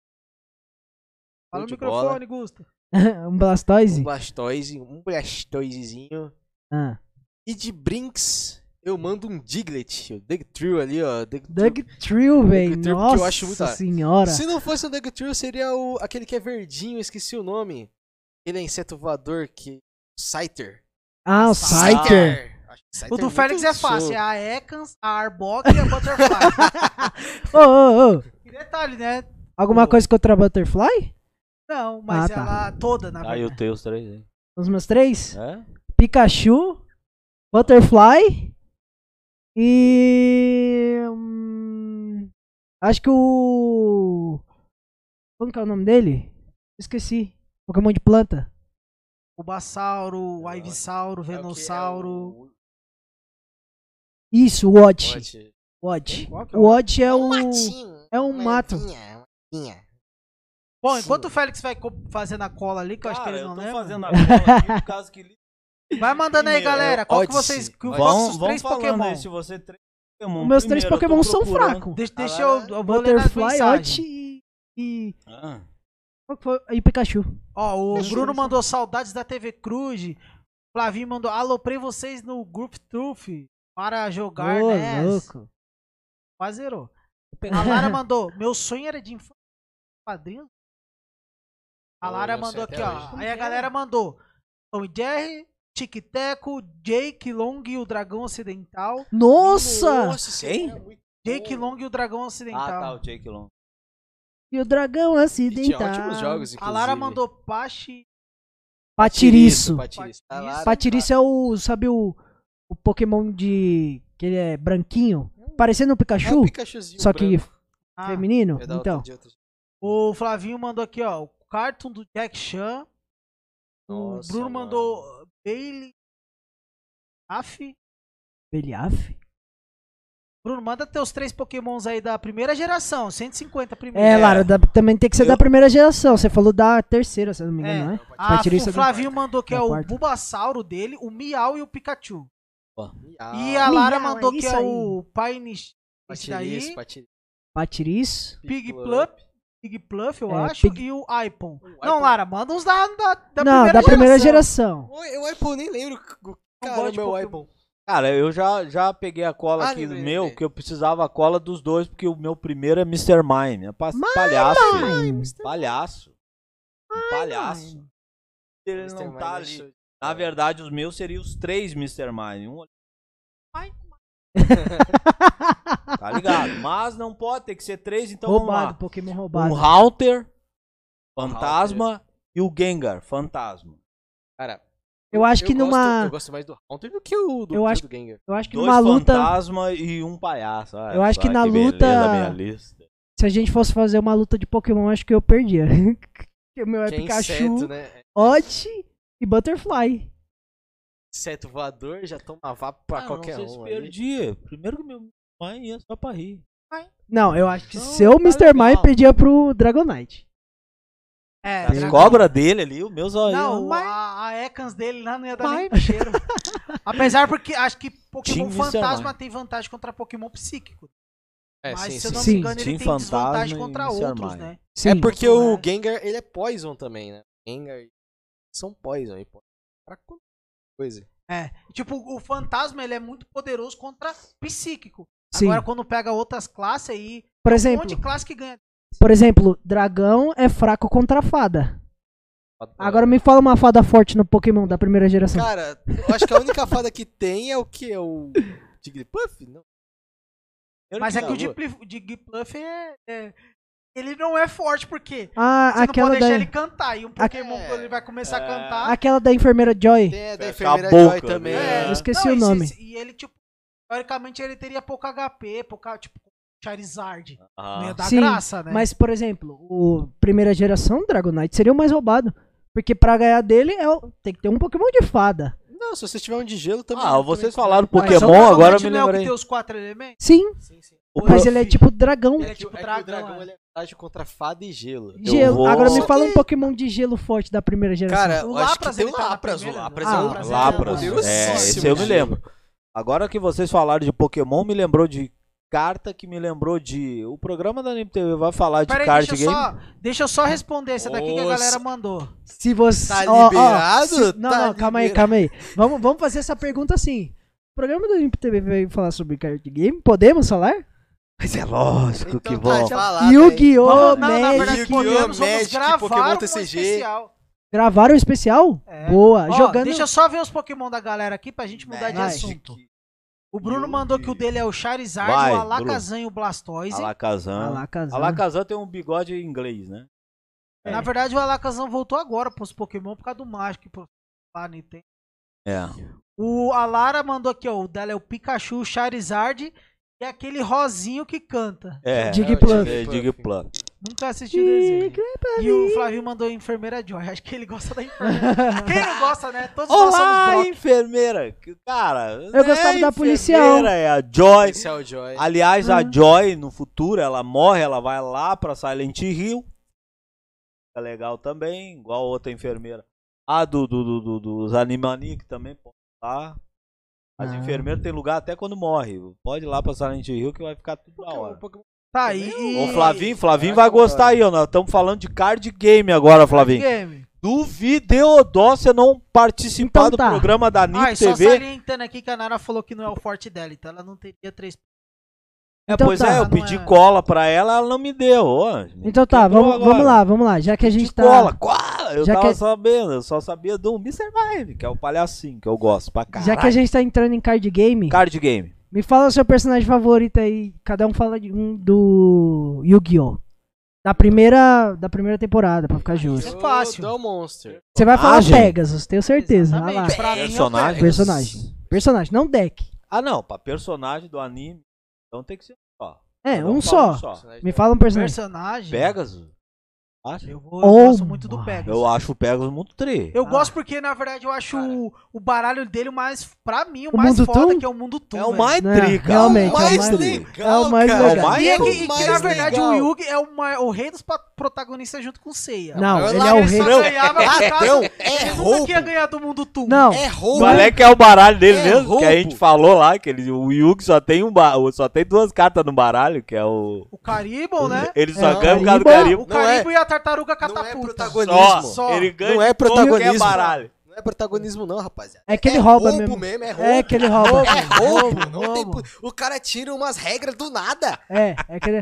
Speaker 4: Fala no
Speaker 3: Show de bola.
Speaker 4: microfone, Gusta.
Speaker 2: (laughs)
Speaker 3: é
Speaker 2: um Blastoise?
Speaker 3: Um Blastoise, um Blastoisezinho.
Speaker 2: Ah.
Speaker 3: E de Brinks, eu mando um Diglett. O Dugtrio ali, ó. Dugtrio.
Speaker 2: Doug Trill, velho.
Speaker 3: Trill,
Speaker 2: Nossa
Speaker 3: porque eu acho muito da-
Speaker 2: senhora.
Speaker 3: Se não fosse o Dugtrio, seria o, aquele que é verdinho, eu esqueci o nome. Ele é inseto voador que... Scyther.
Speaker 2: Ah, o Scyther.
Speaker 3: Acho que Scyther
Speaker 4: O do
Speaker 3: muito
Speaker 4: Félix é fácil.
Speaker 3: show.
Speaker 4: É a Ekans, a Arbok e a Butterfly.
Speaker 2: (laughs) Ô, ô, ô.
Speaker 4: e detalhe, né?
Speaker 2: Alguma
Speaker 4: Pô.
Speaker 2: coisa contra a Butterfly?
Speaker 4: Não, mas
Speaker 2: Ah, tá.
Speaker 4: ela toda, na
Speaker 1: Aí
Speaker 4: verdade.
Speaker 1: eu tenho os três, hein?
Speaker 2: Os meus três?
Speaker 1: É?
Speaker 2: Pikachu, Butterfly e. hum, acho que o. Como que é o nome dele? Esqueci. Pokémon de planta.
Speaker 4: O Bassauro, o Ivisauro,
Speaker 3: É o
Speaker 4: o
Speaker 3: que- é
Speaker 4: Venossauro.
Speaker 3: o-
Speaker 2: Isso, o Watch.
Speaker 3: Watch.
Speaker 2: Watch.
Speaker 4: Qual que é
Speaker 2: O
Speaker 4: o-
Speaker 2: Watch
Speaker 3: um
Speaker 2: é o. é um
Speaker 3: uma
Speaker 2: mato.
Speaker 3: ervinha, uma ervinha.
Speaker 4: Bom, enquanto o Félix vai co- fazendo a cola ali, que eu acho que ele não
Speaker 1: a
Speaker 4: lembra.
Speaker 1: cola aqui
Speaker 4: (laughs)
Speaker 1: por causa que...
Speaker 4: Vai mandando aí,
Speaker 1: Primeiro,
Speaker 4: galera. Qual que
Speaker 3: Odyssey.
Speaker 4: vocês. que-
Speaker 3: Vão-
Speaker 4: Qual que os
Speaker 1: Vão,
Speaker 4: três
Speaker 1: vão falando
Speaker 4: Pokémon?
Speaker 1: aí se você... Três Pokémon.
Speaker 2: Os meus três
Speaker 1: Primeiro, eu tô
Speaker 2: Pokémon são
Speaker 1: procurando.
Speaker 2: fracos.
Speaker 4: Deixa, deixa
Speaker 1: Galera,
Speaker 4: eu, eu vou ler nas
Speaker 2: Butterfly, Watch
Speaker 4: mensagens.
Speaker 2: e. E,
Speaker 1: Ah.
Speaker 2: qual que foi? e Pikachu.
Speaker 4: Ó, o
Speaker 2: Deixa eu
Speaker 4: Bruno
Speaker 2: ver só.
Speaker 4: mandou saudades da TV Cruz. Flavinho mandou, aloprei vocês no Group Truth para jogar
Speaker 2: Ô,
Speaker 4: NES.
Speaker 2: louco.
Speaker 4: Quase zerou. A
Speaker 2: (laughs)
Speaker 4: Lara mandou, meu sonho era de infância. Padrinho. A
Speaker 3: Ô,
Speaker 4: Lara
Speaker 3: meu sonho
Speaker 4: mandou
Speaker 3: até
Speaker 4: aqui, ó.
Speaker 3: hoje.
Speaker 4: Aí a galera mandou. Tom e Jerry, Tic Teco, Jake Long e o Dragão Ocidental.
Speaker 2: Nossa!
Speaker 3: isso aí é muito
Speaker 4: Jake
Speaker 3: bom.
Speaker 4: Long e o Dragão
Speaker 1: Ah, tá,
Speaker 2: Então.
Speaker 4: Ocidental.
Speaker 1: o Jake Long.
Speaker 2: E o dragão
Speaker 3: E tinha
Speaker 2: acidental.
Speaker 3: é ótimos jogos, inclusive.
Speaker 4: a Lara mandou Pache.
Speaker 2: Patiriço.
Speaker 3: Patiriço. A
Speaker 4: Patiriço.
Speaker 3: Tá, Lara-
Speaker 2: Patirice é o, sabe o, o Pokémon de que ele é branquinho, parecendo um
Speaker 3: É
Speaker 2: Pikachu,
Speaker 3: um Pikachuzinho
Speaker 2: só que
Speaker 3: branco.
Speaker 4: Ah,
Speaker 2: feminino.
Speaker 3: É da outra-
Speaker 2: Então,
Speaker 3: de outra-
Speaker 4: o Flavinho mandou aqui, ó. O Cartoon do Jack Chan. O
Speaker 3: Nossa,
Speaker 4: Bruno
Speaker 3: mano.
Speaker 4: mandou Bailey. Af.
Speaker 2: Beliaf.
Speaker 4: Bruno, manda teus três pokémons aí da primeira geração, 150 primeiro.
Speaker 2: É, Lara, da- também tem que ser da primeira geração. Você falou da terceira, se eu não me engano, não é?
Speaker 4: Ah,
Speaker 2: Vai tirar isso da
Speaker 4: o Flavinho mandou que é
Speaker 2: da
Speaker 4: o
Speaker 2: quarta.
Speaker 4: Bulbasauro dele, o Miau e o Pikachu.
Speaker 3: Ah,
Speaker 4: e a Lara
Speaker 2: Miau, é
Speaker 4: mandou que
Speaker 2: isso
Speaker 4: é
Speaker 2: aí.
Speaker 4: o Painish. Esse
Speaker 3: Patiriço,
Speaker 4: daí,
Speaker 3: Patiriço.
Speaker 2: Patiriço.
Speaker 4: Pig
Speaker 3: Plump.
Speaker 4: Plup, Pig Pluff, eu
Speaker 2: É,
Speaker 4: acho,
Speaker 2: Pig-
Speaker 4: e o Ipon. Não,
Speaker 3: Ipon.
Speaker 4: Lara, manda os da, da, da
Speaker 2: não,
Speaker 4: primeira
Speaker 2: da primeira geração.
Speaker 3: Oi, o iPhone nem lembro.
Speaker 4: gosto
Speaker 3: Cara,
Speaker 4: de
Speaker 3: meu
Speaker 4: Pokémon.
Speaker 3: iPhone.
Speaker 1: Cara, eu já, já peguei a cola
Speaker 3: Ah,
Speaker 1: aqui do
Speaker 3: lembrei,
Speaker 1: meu,
Speaker 3: lembrei.
Speaker 1: que eu precisava a cola dos dois, porque o meu primeiro é Mr. Mime. É pa- palhaço. filho. Palhaço. Um palhaço. Ele
Speaker 3: Mr.
Speaker 1: não
Speaker 3: Mime
Speaker 1: tá
Speaker 3: é
Speaker 1: ali.
Speaker 3: show.
Speaker 1: Na verdade, os meus seriam os três Mr. Mime. Um ali. Ai, (laughs) Tá ligado? Mas não pode, tem que ser três, então
Speaker 2: roubado,
Speaker 1: vamos lá.
Speaker 2: Pokémon
Speaker 1: Um
Speaker 2: roubado.
Speaker 1: Haunter, Fantasma e o Gengar, Fantasma.
Speaker 3: Cara,
Speaker 2: Eu acho que
Speaker 3: gosto-
Speaker 2: numa-
Speaker 3: eu gosto mais do Haunter do que o do,
Speaker 2: Eu
Speaker 3: do
Speaker 2: acho-
Speaker 3: Gengar.
Speaker 2: eu acho que
Speaker 1: Dois
Speaker 2: numa luta,
Speaker 1: fantasma e um palhaço. Olha
Speaker 2: Eu acho
Speaker 1: só
Speaker 2: que na
Speaker 1: beleza
Speaker 2: luta-
Speaker 1: minha lista.
Speaker 2: se a gente fosse fazer uma luta de Pokémon, acho que eu perdia. (laughs) Porque o meu é
Speaker 3: Que é
Speaker 2: Pikachu,
Speaker 3: inseto, né? É
Speaker 2: Odd e Butterfly.
Speaker 3: Inseto voador, já toma vapo pra
Speaker 1: Ah,
Speaker 3: qualquer
Speaker 1: não sei se
Speaker 3: um. ali.
Speaker 1: perdi. Primeiro que meu pai ia só pra rir.
Speaker 2: Não, eu acho que
Speaker 1: Não,
Speaker 2: se o
Speaker 1: tá
Speaker 2: Mr. Mime
Speaker 1: legal.
Speaker 2: pedia pro Dragonite.
Speaker 3: Tá
Speaker 4: É,
Speaker 1: As
Speaker 4: Dragão-
Speaker 1: cobras dele ali, o meu zóio.
Speaker 4: Não,
Speaker 1: mas...
Speaker 4: a, a Ekans dele lá não ia dar nem
Speaker 2: (laughs)
Speaker 4: cheiro. Apesar porque acho que Pokémon
Speaker 1: Team Mr.
Speaker 4: Fantasma
Speaker 1: Mime.
Speaker 4: tem vantagem contra Pokémon Psíquico.
Speaker 3: né? É,
Speaker 4: mas
Speaker 3: sim,
Speaker 4: se eu
Speaker 3: sim,
Speaker 4: não
Speaker 3: sim.
Speaker 2: Sim.
Speaker 4: me engano,
Speaker 1: Team
Speaker 4: ele tem desvantagem
Speaker 1: Fantasma e
Speaker 4: contra
Speaker 1: Mr.
Speaker 4: outros,
Speaker 1: Mime.
Speaker 4: né?
Speaker 2: Sim.
Speaker 3: É porque
Speaker 4: Né?
Speaker 3: o Gengar, ele é Poison também, né? Gengar e- são Poison. E Poison pra qualquer coisa.
Speaker 4: É. Tipo, o fantasma ele é muito poderoso contra psíquico.
Speaker 2: Sim.
Speaker 4: Agora, quando pega outras classes aí,
Speaker 2: Por
Speaker 4: um
Speaker 2: exemplo,
Speaker 4: monte de classe que ganha.
Speaker 2: por exemplo, dragão é fraco contra fada.
Speaker 4: Ah.
Speaker 2: Agora me fala uma fada forte no Pokémon da primeira geração.
Speaker 3: Cara, eu acho que a única fada que tem é o que? É o Jigglypuff? Não. Eu não
Speaker 4: Mas é
Speaker 3: sei,
Speaker 4: que
Speaker 3: não,
Speaker 4: o
Speaker 3: eu-
Speaker 4: Jigglypuff- Jigglypuff é, é. Ele não é forte, porque
Speaker 2: ah,
Speaker 4: você
Speaker 2: aquela
Speaker 4: não pode
Speaker 2: da,
Speaker 4: deixar ele cantar. E um Pokémon,
Speaker 3: É.
Speaker 4: quando ele vai começar a cantar.
Speaker 2: aquela da enfermeira Joy.
Speaker 3: Tem a da
Speaker 1: Fecha a
Speaker 3: enfermeira
Speaker 1: boca,
Speaker 3: Joy também.
Speaker 1: né?
Speaker 2: Eu
Speaker 3: É.
Speaker 2: esqueci o
Speaker 4: e se-
Speaker 2: nome.
Speaker 4: se- E ele, tipo, teoricamente ele teria pouco HP, pouca, tipo, Charizard.
Speaker 1: Ah.
Speaker 4: não ia dar
Speaker 2: Sim,
Speaker 4: graça, né?
Speaker 2: Mas, por exemplo, o primeira geração Dragonite seria o mais roubado. Porque pra ganhar dele é o- tem que ter um Pokémon de fada.
Speaker 3: Não, se você tiver um de gelo também.
Speaker 1: Ah, vocês falaram
Speaker 4: Mas
Speaker 1: Pokémon,
Speaker 4: o
Speaker 1: agora eu
Speaker 4: Dragonite
Speaker 1: me
Speaker 4: não é o que
Speaker 1: lembrei.
Speaker 4: tem os quatro elementos?
Speaker 2: Sim,
Speaker 3: Sim, sim.
Speaker 1: O
Speaker 2: mas
Speaker 1: pro-
Speaker 2: ele é tipo dragão.
Speaker 4: Ele
Speaker 3: É
Speaker 4: é
Speaker 3: que, o-
Speaker 4: tipo
Speaker 3: é que o
Speaker 4: dragão,
Speaker 3: dragão
Speaker 4: é.
Speaker 3: ele é verdade contra fada e gelo.
Speaker 1: Eu
Speaker 2: Gelo.
Speaker 1: vou-
Speaker 2: Agora me fala um
Speaker 3: Ok.
Speaker 2: Pokémon de gelo forte da primeira geração.
Speaker 3: Cara,
Speaker 4: O
Speaker 3: eu acho que
Speaker 4: Lapras,
Speaker 3: tem o
Speaker 4: ele tá na
Speaker 3: Lapras. O
Speaker 4: primeira, né?
Speaker 3: Lapras
Speaker 2: Ah,
Speaker 3: é um
Speaker 4: Lapras,
Speaker 1: Lapras.
Speaker 3: poderosíssimo
Speaker 1: É, esse eu me
Speaker 3: gelo.
Speaker 1: lembro. Agora que vocês falaram de Pokémon, me lembrou de carta que me lembrou de. O programa da Nintendo TV vai falar de
Speaker 4: Peraí,
Speaker 1: card
Speaker 4: deixa eu,
Speaker 1: game.
Speaker 4: só, deixa eu só responder essa daqui que a
Speaker 3: Nossa.
Speaker 4: galera mandou.
Speaker 2: Se você.
Speaker 3: Tá
Speaker 2: ó, ó,
Speaker 3: liberado?
Speaker 2: se- Não,
Speaker 3: Tá
Speaker 2: não, calma aí,
Speaker 3: liberado.
Speaker 2: calma aí. Vamos, vamos fazer essa pergunta assim. O programa do Limp TV veio falar sobre card game? Podemos falar?
Speaker 1: Mas é lógico que
Speaker 3: Então tá,
Speaker 1: vão.
Speaker 3: já falado,
Speaker 2: E o
Speaker 3: hein?
Speaker 2: Guiô,
Speaker 4: Vamos- não, na verdade,
Speaker 3: Yu-Gi-Oh!
Speaker 4: podemos, vamos
Speaker 3: Magic,
Speaker 4: gravar
Speaker 3: Pokémon
Speaker 4: um
Speaker 3: TCG.
Speaker 4: especial.
Speaker 2: Gravaram o especial?
Speaker 4: É.
Speaker 2: Boa.
Speaker 4: Ó,
Speaker 2: jogando.
Speaker 4: Deixa eu só ver os Pokémon da galera aqui pra gente mudar de
Speaker 2: Magic.
Speaker 4: assunto. O Bruno mandou que o dele é o Charizard,
Speaker 1: Vai,
Speaker 4: o
Speaker 1: Bruno.
Speaker 4: Alakazam e o Blastoise.
Speaker 2: Ah,
Speaker 1: Alakazam.
Speaker 2: Alakazam.
Speaker 1: Alakazam tem um bigode em inglês, né?
Speaker 4: Na verdade, o Alakazam voltou agora pros Pokémon por causa do Magic. Pro... lá, Nintendo.
Speaker 1: É.
Speaker 4: O Alara mandou aqui, ó. O dela é o Pikachu, o Charizard e aquele rosinho que canta.
Speaker 1: É.
Speaker 2: Jigglypuff.
Speaker 1: É, Jigglypuff.
Speaker 4: Nunca assisti o desenho. E o Flavinho mandou a enfermeira Joy. Acho que ele gosta
Speaker 1: (laughs)
Speaker 4: da enfermeira. Quem não gosta, né? Todos nós somos
Speaker 1: Olá,
Speaker 4: Brock.
Speaker 1: enfermeira! Que- Cara, não é
Speaker 2: gostava da
Speaker 1: enfermeira,
Speaker 2: policial. Uhum.
Speaker 1: É a Joy.
Speaker 3: Esse é o Joy.
Speaker 1: Aliás, a Joy, no futuro, ela morre, ela vai lá pra Silent Hill. É legal também, igual a outra enfermeira. A do, do, do, do- dos Animaniacs também pode estar. As
Speaker 2: Ah.
Speaker 1: enfermeiras tem lugar até quando morre. Pode ir lá pra Silent Hill que vai ficar
Speaker 3: é
Speaker 1: tudo da
Speaker 3: um
Speaker 1: hora.
Speaker 4: Tá aí. e-
Speaker 1: Ô Flavinho, Flavinho
Speaker 3: Caraca,
Speaker 1: vai gostar aí, ó. Nós estamos falando de card game agora, Flavinho.
Speaker 4: Game.
Speaker 1: Duvideu você não participar
Speaker 2: Então
Speaker 1: do
Speaker 2: tá.
Speaker 1: programa da NIP
Speaker 4: Ah, e só
Speaker 1: TV.
Speaker 4: salientando aqui que a Nara falou que não é o forte dela, então ela não teria três.
Speaker 1: É,
Speaker 2: Então
Speaker 1: pois
Speaker 2: tá.
Speaker 1: é, eu
Speaker 4: Não
Speaker 1: pedi
Speaker 4: é.
Speaker 1: cola pra ela, ela não me deu. Ó,
Speaker 2: Então tá,
Speaker 1: Quebrou
Speaker 2: vamos,
Speaker 1: agora.
Speaker 2: vamos lá, vamos lá. Já que a gente
Speaker 1: de
Speaker 2: tá.
Speaker 1: cola, cola. Eu
Speaker 2: Já
Speaker 1: tava
Speaker 2: que-
Speaker 1: sabendo, eu só sabia do Mr. Vibe, que é o palhacinho que eu gosto pra caralho.
Speaker 2: Já que a gente tá entrando em card game,
Speaker 1: Card game.
Speaker 2: me fala o seu personagem favorito aí. Cada um fala de um do Yu-Gi-Oh! Da primeira, da primeira temporada, pra ficar justo.
Speaker 4: É fácil.
Speaker 3: Duel um Monster.
Speaker 2: Você vai falar
Speaker 1: Personagem?
Speaker 2: Pegasus, tenho certeza. Vai lá.
Speaker 4: Ah, Exatamente.
Speaker 3: Ah,
Speaker 4: Pra mim é o
Speaker 1: Personagem.
Speaker 4: Pegasus.
Speaker 2: Personagem. Personagem, não deck.
Speaker 1: Ah, não, pra personagem do anime. Então tem que ser só.
Speaker 2: É,
Speaker 1: Cada
Speaker 2: um
Speaker 1: fala
Speaker 2: só.
Speaker 3: é
Speaker 2: Me fala um
Speaker 1: é.
Speaker 2: personagem.
Speaker 4: Personagem.
Speaker 1: Pegasus? Acho.
Speaker 4: Eu, vou, eu
Speaker 2: Oh
Speaker 4: gosto muito do
Speaker 2: my.
Speaker 4: Pegasus.
Speaker 1: Eu acho o Pegasus muito tri.
Speaker 4: Eu gosto porque, na verdade, eu acho
Speaker 3: Ah. Cara.
Speaker 4: o, o baralho dele o mais, pra mim, o,
Speaker 2: O
Speaker 4: mais
Speaker 2: Mundo
Speaker 4: foda,
Speaker 2: Toon?
Speaker 4: que é o mundo Toon.
Speaker 1: É o
Speaker 4: velho.
Speaker 1: mais
Speaker 2: Não,
Speaker 1: tri, cara.
Speaker 2: realmente, é o
Speaker 1: mais
Speaker 2: mais
Speaker 1: tri.
Speaker 2: É o mais
Speaker 3: cara.
Speaker 2: legal.
Speaker 1: mais
Speaker 4: E é que,
Speaker 1: legal.
Speaker 4: e que,
Speaker 3: mais
Speaker 4: na verdade,
Speaker 3: legal.
Speaker 4: o Yugi é o, mai- o rei dos pa- protagonistas junto com o Seiya.
Speaker 2: Não,
Speaker 3: Eu
Speaker 2: ele
Speaker 3: lá
Speaker 2: é o
Speaker 4: Ele
Speaker 2: rei. então,
Speaker 4: só
Speaker 3: Não,
Speaker 4: ganhava
Speaker 3: é
Speaker 4: por
Speaker 3: ladrão,
Speaker 4: causa...
Speaker 3: é
Speaker 4: Ele nunca
Speaker 3: roubo.
Speaker 4: ia ganhar do mundo Toon.
Speaker 2: Não,
Speaker 3: É roubo.
Speaker 1: Qual é que é o baralho dele
Speaker 3: É
Speaker 1: mesmo?
Speaker 3: roubo.
Speaker 1: Que a gente falou lá, que ele, o Yugi só tem, um ba- só tem duas cartas no baralho, que é o.
Speaker 4: O Caribou, né?
Speaker 1: Ele só
Speaker 2: É,
Speaker 3: Não,
Speaker 1: ganha por causa do carimbo.
Speaker 2: Caribou.
Speaker 4: O
Speaker 3: Não é-
Speaker 4: Caribou e a tartaruga
Speaker 3: Não é
Speaker 4: catapulta.
Speaker 3: protagonismo.
Speaker 1: Só,
Speaker 4: Só.
Speaker 1: Ele ganha
Speaker 3: Não é
Speaker 1: de todo que
Speaker 3: protagonismo.
Speaker 1: baralho.
Speaker 3: Não é protagonismo não, rapaziada.
Speaker 2: É que ele rouba mesmo.
Speaker 3: É roubo.
Speaker 2: É que ele rouba.
Speaker 3: É roubo.
Speaker 2: Roubo,
Speaker 3: Não tem
Speaker 2: roubo.
Speaker 3: pu- O cara tira umas regras do nada.
Speaker 2: É, é que ele.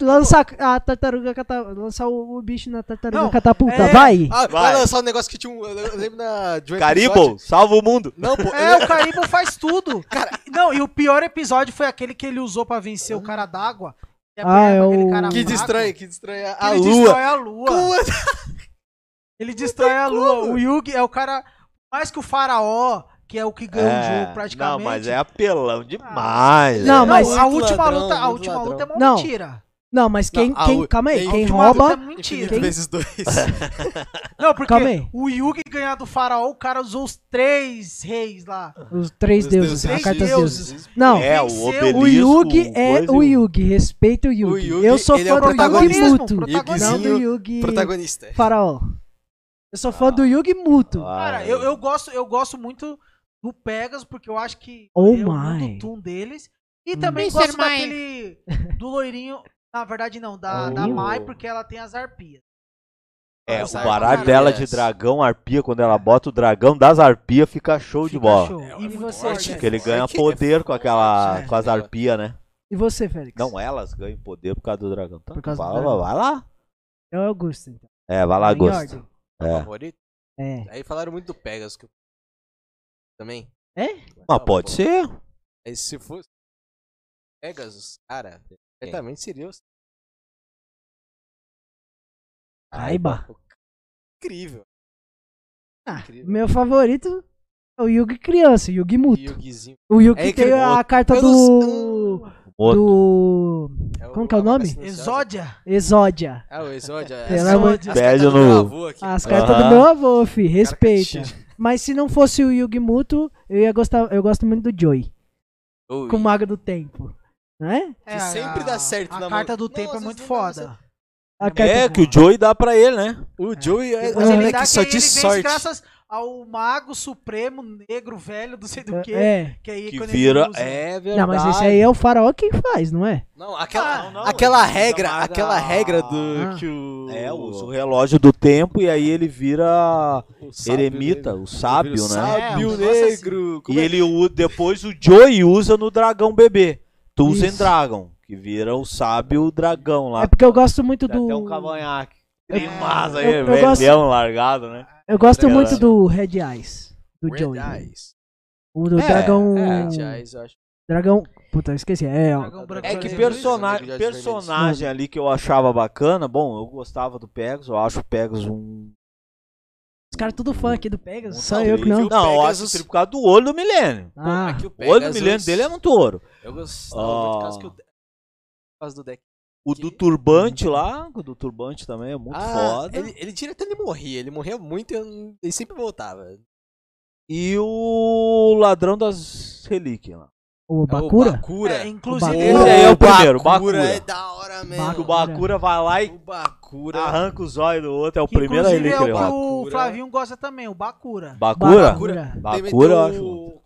Speaker 2: Lança a tartaruga catapulta. Lançar o, o bicho na tartaruga
Speaker 4: Não,
Speaker 2: catapulta.
Speaker 4: é-
Speaker 2: Vai!
Speaker 3: Ah,
Speaker 1: Vai.
Speaker 3: vai lançar um negócio que tinha um... Eu lembro na... de um episódio-
Speaker 1: Caribou, salva o mundo.
Speaker 3: Não, pô.
Speaker 4: (laughs) É, o Caribou faz
Speaker 3: (laughs)
Speaker 4: tudo. Não, e o pior episódio foi aquele que ele usou pra vencer o cara d'água. E a
Speaker 2: Ah,
Speaker 4: perna
Speaker 2: é
Speaker 4: daquele
Speaker 2: o-
Speaker 3: Hum. Que
Speaker 4: fraco,
Speaker 3: destrói, que destrói a,
Speaker 4: que
Speaker 3: a
Speaker 4: ele
Speaker 3: lua.
Speaker 4: destrói a lua.
Speaker 3: (laughs)
Speaker 4: Ele destrói a lua. O Yugi é o cara mais que o faraó, que é o que ganha o jogo praticamente.
Speaker 1: Não, mas é apelão demais.
Speaker 2: Não,
Speaker 1: é.
Speaker 4: Não,
Speaker 2: mas-
Speaker 4: a
Speaker 3: Muito
Speaker 4: última
Speaker 3: ladrão,
Speaker 4: luta, a
Speaker 3: muito
Speaker 4: última
Speaker 3: ladrão.
Speaker 4: luta é uma
Speaker 2: Não.
Speaker 4: mentira.
Speaker 2: Não, mas quem.
Speaker 3: Não, a
Speaker 2: quem
Speaker 3: u-
Speaker 2: calma aí,
Speaker 3: a
Speaker 2: quem
Speaker 4: última luta é
Speaker 2: rouba.
Speaker 4: mentira.
Speaker 3: Infinito
Speaker 2: Quem-
Speaker 3: vezes dois.
Speaker 4: Não, porque
Speaker 2: Calma aí.
Speaker 4: o Yugi ganhar do faraó, o cara usou os três reis lá.
Speaker 2: Os três
Speaker 3: Os
Speaker 2: deuses,
Speaker 3: deuses,
Speaker 2: a carta dos
Speaker 4: deuses.
Speaker 2: deuses. Não,
Speaker 1: É, o
Speaker 4: venceu.
Speaker 1: obelisco.
Speaker 2: Ah, o Yugi é
Speaker 1: coisa
Speaker 2: o
Speaker 1: e
Speaker 2: Yugi, respeita o Yugi.
Speaker 3: Yugi,
Speaker 2: Eu sou
Speaker 3: ele é
Speaker 2: fã
Speaker 3: o
Speaker 2: do Yugi
Speaker 4: protagonismo,
Speaker 2: Muto.
Speaker 4: protagonismo.
Speaker 2: Não do Yugi
Speaker 3: Protagonista.
Speaker 2: Faraó. Eu sou fã
Speaker 1: Ah.
Speaker 2: do Yugi Muto.
Speaker 1: Ah,
Speaker 4: Cara, eu, eu gosto, eu gosto muito do Pegasus, porque eu acho que
Speaker 2: Oh
Speaker 4: é o
Speaker 2: my.
Speaker 4: mundo Toon deles. E
Speaker 2: Hum.
Speaker 4: também
Speaker 5: Mr.
Speaker 4: gosto
Speaker 5: Mai.
Speaker 4: daquele. Do loirinho. Na verdade, não, da, da
Speaker 1: Oh.
Speaker 4: Mai, porque ela tem as arpias.
Speaker 1: É, o
Speaker 3: As
Speaker 1: baralho
Speaker 3: arpias.
Speaker 1: dela de dragão, arpia, quando ela bota o dragão das arpias, fica show de
Speaker 4: Fica
Speaker 1: bola.
Speaker 4: show.
Speaker 3: É,
Speaker 4: E
Speaker 3: é muito
Speaker 4: você,
Speaker 3: forte,
Speaker 4: Jeff?
Speaker 1: Porque ele ganha
Speaker 3: É que-
Speaker 1: poder com aquela.
Speaker 3: É.
Speaker 1: com as arpias, né?
Speaker 2: E você, Félix?
Speaker 1: Não, elas ganham poder por causa do dragão. Então,
Speaker 2: Por causa do
Speaker 1: vai,
Speaker 2: dragão.
Speaker 1: vai lá.
Speaker 2: É o Augusto. Então.
Speaker 1: É, vai lá,
Speaker 2: Em
Speaker 1: Augusto.
Speaker 2: ordem.
Speaker 1: É.
Speaker 3: favorito.
Speaker 2: É.
Speaker 3: Aí falaram muito do Pegasus. Que... eu- Também.
Speaker 2: É?
Speaker 3: Tá
Speaker 1: Ah, pode
Speaker 3: pô.
Speaker 1: ser.
Speaker 3: Aí se fosse Pegasus, cara, certamente seria o...
Speaker 2: Aiba.
Speaker 3: incrível.
Speaker 2: Ah,
Speaker 3: Incrível.
Speaker 2: meu favorito é o Yugi criança, o Yugi
Speaker 3: E
Speaker 2: Muto.
Speaker 3: o Guizinho. Ah,
Speaker 2: O Yugi
Speaker 3: É
Speaker 2: tem
Speaker 3: incrível.
Speaker 2: a carta Tá do.
Speaker 1: Outro.
Speaker 2: do. Como que é o
Speaker 3: a vaca
Speaker 2: nome?
Speaker 3: silenciosa.
Speaker 4: Exódia.
Speaker 2: Exódia.
Speaker 3: Ah, o Exódia.
Speaker 4: é
Speaker 2: Pelo
Speaker 3: As-
Speaker 2: amor
Speaker 3: as
Speaker 2: de- Ah,
Speaker 3: cartas
Speaker 1: Pede
Speaker 3: do meu
Speaker 1: no-
Speaker 3: avô aqui.
Speaker 2: As
Speaker 1: Aham.
Speaker 2: cartas do meu avô, fi,
Speaker 3: Ah. Cara que
Speaker 2: respeita.
Speaker 3: tira.
Speaker 2: Mas se não fosse o Yugi Muto, eu ia gostar. Eu gosto muito do Joey.
Speaker 3: Ui.
Speaker 2: Com o Mago do Tempo. Né?
Speaker 4: É,
Speaker 3: sempre
Speaker 4: a-
Speaker 3: dá certo
Speaker 4: A
Speaker 3: na mão.
Speaker 4: carta do
Speaker 3: Nossa,
Speaker 4: tempo é
Speaker 3: isso
Speaker 4: muito
Speaker 3: não dá
Speaker 4: foda.
Speaker 2: A
Speaker 1: É,
Speaker 2: carta-
Speaker 1: que o Joey dá pra ele, né?
Speaker 3: O Joey é, é
Speaker 2: Mas
Speaker 3: um
Speaker 2: ele
Speaker 4: Ele
Speaker 3: moleque
Speaker 4: dá que
Speaker 3: só
Speaker 4: ele
Speaker 3: de
Speaker 4: vence
Speaker 3: sorte.
Speaker 4: graças ao mago supremo negro velho do sei do que.
Speaker 2: É.
Speaker 4: Que, aí,
Speaker 1: Que
Speaker 4: quando ele
Speaker 1: vira.
Speaker 4: usa-
Speaker 1: É verdade.
Speaker 2: Não, mas esse aí é o faraó quem faz, não é?
Speaker 3: Não, aquela,
Speaker 4: Ah,
Speaker 1: não, não,
Speaker 3: aquela
Speaker 1: ele usa
Speaker 3: regra,
Speaker 1: mais
Speaker 3: aquela
Speaker 1: a-
Speaker 3: regra do
Speaker 2: Ah.
Speaker 3: que o
Speaker 1: É, usa o relógio do tempo e aí ele vira
Speaker 3: o sábio
Speaker 1: eremita,
Speaker 3: negro.
Speaker 1: o sábio,
Speaker 3: Ele vira o
Speaker 1: né?
Speaker 4: É,
Speaker 3: Sábio
Speaker 4: um negócio
Speaker 3: negro.
Speaker 1: E
Speaker 3: Como é
Speaker 1: ele u- depois o Joey usa no dragão bebê. Tuzen
Speaker 2: Isso.
Speaker 1: Dragon, que vira o sábio dragão lá.
Speaker 2: É porque eu gosto muito
Speaker 1: Tem
Speaker 2: do.
Speaker 1: até um cavanhaque.
Speaker 2: Eu-
Speaker 1: Trimassa aí,
Speaker 2: eu- eu
Speaker 1: velhão
Speaker 2: gosto-
Speaker 1: largado, né?
Speaker 2: Eu gosto
Speaker 1: Caralho.
Speaker 2: muito do Red Eyes. Do
Speaker 3: Red
Speaker 2: Joey.
Speaker 3: Eyes.
Speaker 2: O do
Speaker 1: É,
Speaker 2: dragão.
Speaker 1: é,
Speaker 3: Red Eyes, eu acho.
Speaker 2: Dragão. Puta, eu esqueci. É, ó.
Speaker 4: Dragão branco
Speaker 1: É
Speaker 3: Eu
Speaker 1: que
Speaker 4: vermelho.
Speaker 3: lembro disso,
Speaker 1: personagem,
Speaker 3: eu lembro de Olhos
Speaker 1: personagem ali que eu achava bacana, bom, eu gostava do Pegasus, eu acho o Pegasus um...
Speaker 2: Os caras tudo fã aqui do Pegasus.
Speaker 1: um
Speaker 2: Só eu que não.
Speaker 3: incrível.
Speaker 1: Não, eu acho
Speaker 3: Pegasus-
Speaker 1: ele por causa do olho do milênio.
Speaker 2: Ah,
Speaker 3: Aqui o
Speaker 1: O olho do
Speaker 3: Pegasus,
Speaker 1: milênio dele é um touro.
Speaker 3: Eu gostava muito por causa que o... Por causa do deck.
Speaker 1: O do turbante lá, o do turbante também é muito
Speaker 3: Ah,
Speaker 1: foda.
Speaker 3: Ele, ele direto ele morria. Ele morria muito e eu não- ele sempre voltava.
Speaker 1: E o ladrão das relíquias lá.
Speaker 2: o
Speaker 3: É, o
Speaker 2: Bakura?
Speaker 3: Bakura.
Speaker 4: É, inclusive,
Speaker 2: Bakura.
Speaker 4: ele-
Speaker 1: Esse aí é o primeiro,
Speaker 3: Bakura.
Speaker 1: Bakura.
Speaker 3: é da hora
Speaker 1: Que o
Speaker 3: mesmo.
Speaker 2: Bakura.
Speaker 1: Bakura vai lá e
Speaker 3: O Bakura.
Speaker 1: arranca os olhos do outro, é o
Speaker 4: que
Speaker 1: primeiro
Speaker 4: inclusive
Speaker 1: relíquia.
Speaker 4: é o que
Speaker 1: lá.
Speaker 4: o
Speaker 3: Bakura.
Speaker 4: Flavinho gosta também, o Bakura.
Speaker 1: Bakura?
Speaker 2: Bakura.
Speaker 3: Tem- tem
Speaker 1: Bakura, eu
Speaker 3: o-
Speaker 1: acho.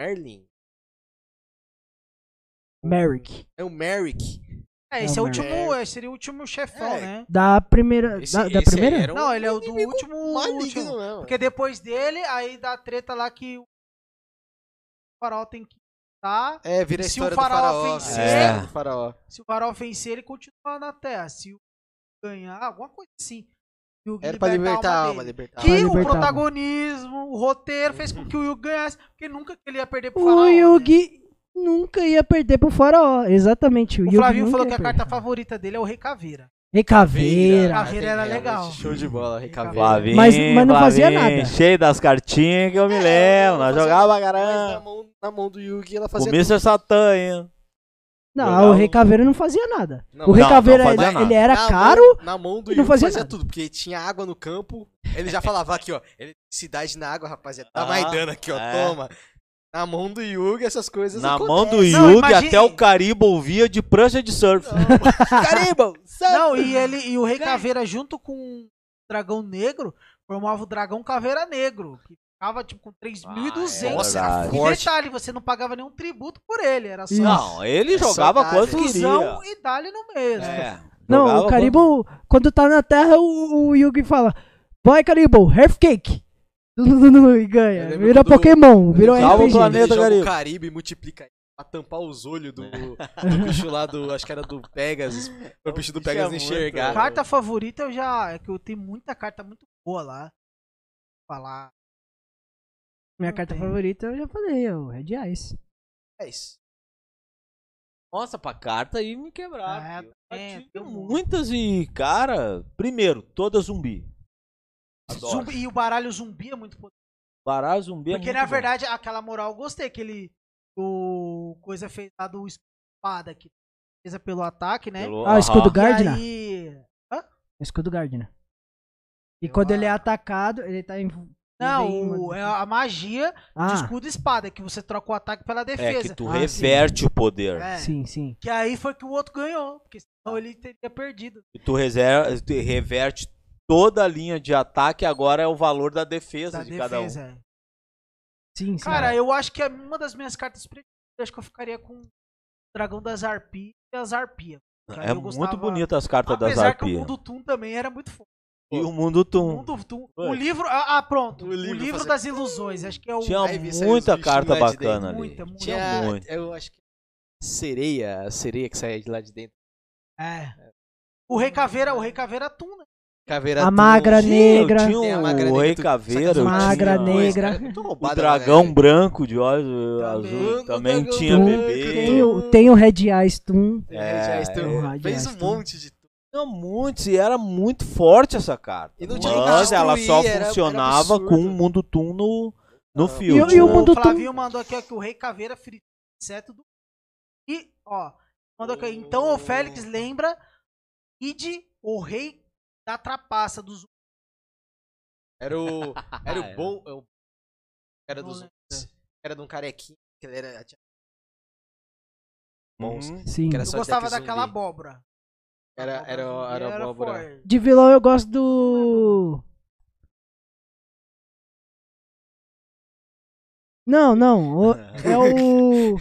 Speaker 3: Merlin.
Speaker 2: Merrick.
Speaker 3: É o Merrick.
Speaker 4: É, esse é o
Speaker 2: Não,
Speaker 4: último,
Speaker 3: mas-
Speaker 4: é, seria o último chefão,
Speaker 3: É.
Speaker 4: né?
Speaker 2: Da primeira.
Speaker 3: Esse-
Speaker 2: da, da
Speaker 3: esse aí
Speaker 2: primeira?
Speaker 3: era um
Speaker 4: Não, ele é o do
Speaker 3: inimigo
Speaker 4: último,
Speaker 3: Maligno
Speaker 4: último.
Speaker 3: mesmo.
Speaker 4: Porque depois dele, aí dá a treta lá que o farol tem que tá.
Speaker 3: É, vira a
Speaker 4: Se o
Speaker 3: história
Speaker 4: faraó
Speaker 3: do faraó.
Speaker 4: vencer-
Speaker 3: né? A
Speaker 1: É.
Speaker 3: história do faraó.
Speaker 4: Se o farol vencer, ele continua na Terra. Se o ganhar, alguma coisa assim. E o Gui
Speaker 3: Era pra libertar a alma,
Speaker 4: dele.
Speaker 3: libertar a
Speaker 4: Que
Speaker 2: Pra
Speaker 4: o
Speaker 2: libertar a alma.
Speaker 4: protagonismo, o roteiro fez com que o Yugi ganhasse, porque nunca que ele ia perder pro
Speaker 2: O
Speaker 4: Faraó. né?
Speaker 2: Yugi nunca ia perder pro faraó. Exatamente. O,
Speaker 4: O
Speaker 2: Yugi
Speaker 4: Flavinho
Speaker 2: nunca
Speaker 4: falou
Speaker 2: ia
Speaker 4: que a
Speaker 2: perder.
Speaker 4: carta favorita dele é o Rei Caveira.
Speaker 2: E caveira.
Speaker 3: Ah,
Speaker 4: Caveira. era legal.
Speaker 3: Show de bola, recaveira.
Speaker 1: Flavinho,
Speaker 2: Mas- mas não fazia
Speaker 1: Flavinho,
Speaker 2: nada.
Speaker 1: Cheio das cartinhas que eu
Speaker 3: É,
Speaker 1: me lembro. Nós jogava
Speaker 3: Mas na
Speaker 1: caramba.
Speaker 3: mão, na mão do Yugi ela fazia.
Speaker 1: Comício é Satã ainda.
Speaker 2: Não,
Speaker 1: Jogava-
Speaker 2: o Rei Caveira não fazia nada.
Speaker 3: Não,
Speaker 2: o Rei
Speaker 1: não,
Speaker 2: Caveira,
Speaker 1: não fazia
Speaker 2: ele,
Speaker 1: nada.
Speaker 2: ele era
Speaker 3: Na mão-
Speaker 2: caro.
Speaker 3: na mão do
Speaker 2: e não
Speaker 3: Yugi
Speaker 2: fazia
Speaker 3: fazia,
Speaker 2: nada.
Speaker 3: tudo, porque tinha água no campo. Ele já falava aqui, ó. Ele cidade na água, rapaziada. Tá
Speaker 1: Ah,
Speaker 3: mais dando aqui, ó.
Speaker 1: é.
Speaker 3: Toma. Na mão do Yugi, essas coisas.
Speaker 1: Na
Speaker 3: acontecem.
Speaker 1: mão do
Speaker 4: Não,
Speaker 1: Yugi,
Speaker 4: imagine-
Speaker 1: até o Caribe ouvia de prancha de surf.
Speaker 4: (laughs)
Speaker 3: Caramba!
Speaker 4: Não, e ele e o Rei Caveira junto com o Dragão Negro formava o Dragão Caveira Negro, que ficava tipo com 3.200.
Speaker 1: Ah, é
Speaker 4: e
Speaker 1: verdade.
Speaker 4: detalhe, você não pagava nenhum tributo por ele, era só
Speaker 1: Não, ele
Speaker 3: É
Speaker 1: jogava
Speaker 3: saudável.
Speaker 1: quanto queria.
Speaker 4: fusão e dá-lhe no mesmo.
Speaker 1: É, jogava
Speaker 2: Não, o
Speaker 1: quanto-
Speaker 2: Caribou, quando tá na terra, o, o Yugi fala: Vai, Caribou, half cake. (laughs) E
Speaker 3: Eu
Speaker 2: ganha.
Speaker 3: lembro
Speaker 2: Vira
Speaker 3: quando-
Speaker 2: Pokémon, virou
Speaker 1: Salva o
Speaker 2: RPG.
Speaker 1: planeta. É.
Speaker 3: Ele joga
Speaker 1: Caribe.
Speaker 3: o Caribe e multiplica pra tampar os olhos do, do bicho lá do. Acho que era do Pegasus. Pro bicho do
Speaker 1: bicho é
Speaker 3: Pegasus
Speaker 1: muito-
Speaker 3: enxergar.
Speaker 4: Carta favorita eu já. É que eu tenho muita carta muito boa lá. Falar.
Speaker 2: Minha carta
Speaker 4: Não tem.
Speaker 2: favorita eu já falei, é o Red Eyes.
Speaker 3: É isso.
Speaker 1: Nossa, pra carta aí me
Speaker 2: Ah,
Speaker 1: quebraram.
Speaker 4: É,
Speaker 1: Ah, Eu
Speaker 4: é,
Speaker 1: tive
Speaker 4: tem um monte.
Speaker 1: muitas e, cara, primeiro, toda zumbi. Adoro.
Speaker 4: Zumbi- e o baralho zumbi é muito poderoso.
Speaker 1: Baralho zumbi é
Speaker 4: Porque
Speaker 1: muito
Speaker 4: na
Speaker 1: bom.
Speaker 4: verdade, aquela moral eu gostei. Que ele. O coisa feita lá do espada que pesa pelo ataque, né?
Speaker 1: Pelo-
Speaker 2: Ah, o escudo
Speaker 1: Aham.
Speaker 2: Gardner.
Speaker 4: E aí.
Speaker 2: É Escudo Gardner. E
Speaker 4: Eu
Speaker 2: quando ele é
Speaker 4: acho.
Speaker 2: atacado, ele tá em.
Speaker 4: Não, o- é a magia de
Speaker 2: assim. Ah,
Speaker 4: escudo e espada, que você troca o ataque pela
Speaker 1: É
Speaker 4: defesa.
Speaker 1: que tu
Speaker 2: Ah,
Speaker 1: reverte o poder.
Speaker 4: É,
Speaker 2: sim, sim.
Speaker 4: que aí foi que o outro ganhou. Porque
Speaker 1: Tá.
Speaker 4: senão ele teria perdido.
Speaker 1: E tu, reserva, tu reverte toda a linha de ataque, agora é o valor da defesa
Speaker 4: Da
Speaker 1: de cada um.
Speaker 4: defesa. é.
Speaker 2: Sim, sim.
Speaker 4: Cara, eu acho que é uma das minhas cartas preferidas. Acho que eu ficaria com o Dragão das Arpias e as Arpias. Cara,
Speaker 1: É
Speaker 4: eu gostava-
Speaker 1: muito bonita as cartas das
Speaker 4: Apesar que o
Speaker 1: arpias.
Speaker 4: Mundo Tum também era muito foda.
Speaker 1: E o mundo
Speaker 4: O
Speaker 1: Tum.
Speaker 4: Mundo Tum.
Speaker 1: Ué.
Speaker 4: O livro. Ah, ah, pronto.
Speaker 3: O
Speaker 4: O livro,
Speaker 3: livro fazia-
Speaker 4: das Ilusões. Acho que é o.
Speaker 1: Tinha
Speaker 3: Aí vi saiu
Speaker 1: muita
Speaker 3: os bichinhos
Speaker 1: carta
Speaker 3: lá de dentro.
Speaker 1: bacana ali.
Speaker 4: Muita, muita.
Speaker 3: Tinha,
Speaker 1: é muito.
Speaker 3: eu acho que sereia, a sereia que saía de lá de dentro.
Speaker 4: É. O Rei Caveira, o Rei Caveira Tum, né?
Speaker 3: Caveira
Speaker 2: A magra
Speaker 3: Tunes.
Speaker 2: negra.
Speaker 1: Tinha, eu
Speaker 3: Tem
Speaker 1: tinha
Speaker 3: a
Speaker 1: um
Speaker 3: magra é, negra
Speaker 1: oi
Speaker 3: do-
Speaker 1: caveira. eu
Speaker 2: Magra
Speaker 1: tinha um
Speaker 2: negra.
Speaker 1: O
Speaker 3: né?
Speaker 1: dragão branco de olhos eh,
Speaker 4: Também.
Speaker 1: azul também
Speaker 3: Dragão
Speaker 1: tinha
Speaker 2: branco, Tem
Speaker 1: bebê.
Speaker 2: o, tem o Red Eyes Toon.
Speaker 1: É,
Speaker 3: É,
Speaker 2: é.
Speaker 3: fez um monte de tudo.
Speaker 1: Tinha muitos e era muito forte essa carta.
Speaker 3: E não tinha como
Speaker 1: Mas ela
Speaker 3: destruir,
Speaker 1: só
Speaker 3: era- era
Speaker 1: funcionava
Speaker 3: absurdo.
Speaker 1: com o mundo Tum no, no
Speaker 3: Ah.
Speaker 1: field.
Speaker 2: E o- e o
Speaker 1: né?
Speaker 2: mundo-
Speaker 4: Tipo, O Flavinho mandou aqui ó, que o Rei Caveira fritou o inseto do. E, ó, mandou aqui. ó, Então o
Speaker 3: Oh.
Speaker 4: Félix lembra Id, o rei da trapaça dos.
Speaker 3: Era
Speaker 2: (laughs)
Speaker 3: o. Era o
Speaker 2: Ah,
Speaker 1: Era.
Speaker 3: bom. é o- Era
Speaker 4: Não
Speaker 3: dos.
Speaker 4: lembro.
Speaker 3: Era de um carequinho. Que ele era.
Speaker 1: Uhum.
Speaker 2: Sim.
Speaker 3: Que era
Speaker 4: Eu
Speaker 3: só
Speaker 4: gostava
Speaker 3: ataque
Speaker 4: daquela
Speaker 3: zumbi.
Speaker 4: abóbora.
Speaker 3: Era,
Speaker 4: A
Speaker 3: era,
Speaker 4: abóbora
Speaker 3: era,
Speaker 4: zumbi
Speaker 3: era abóbora.
Speaker 4: forte.
Speaker 2: De vilão eu gosto do. Não, não. o- é o.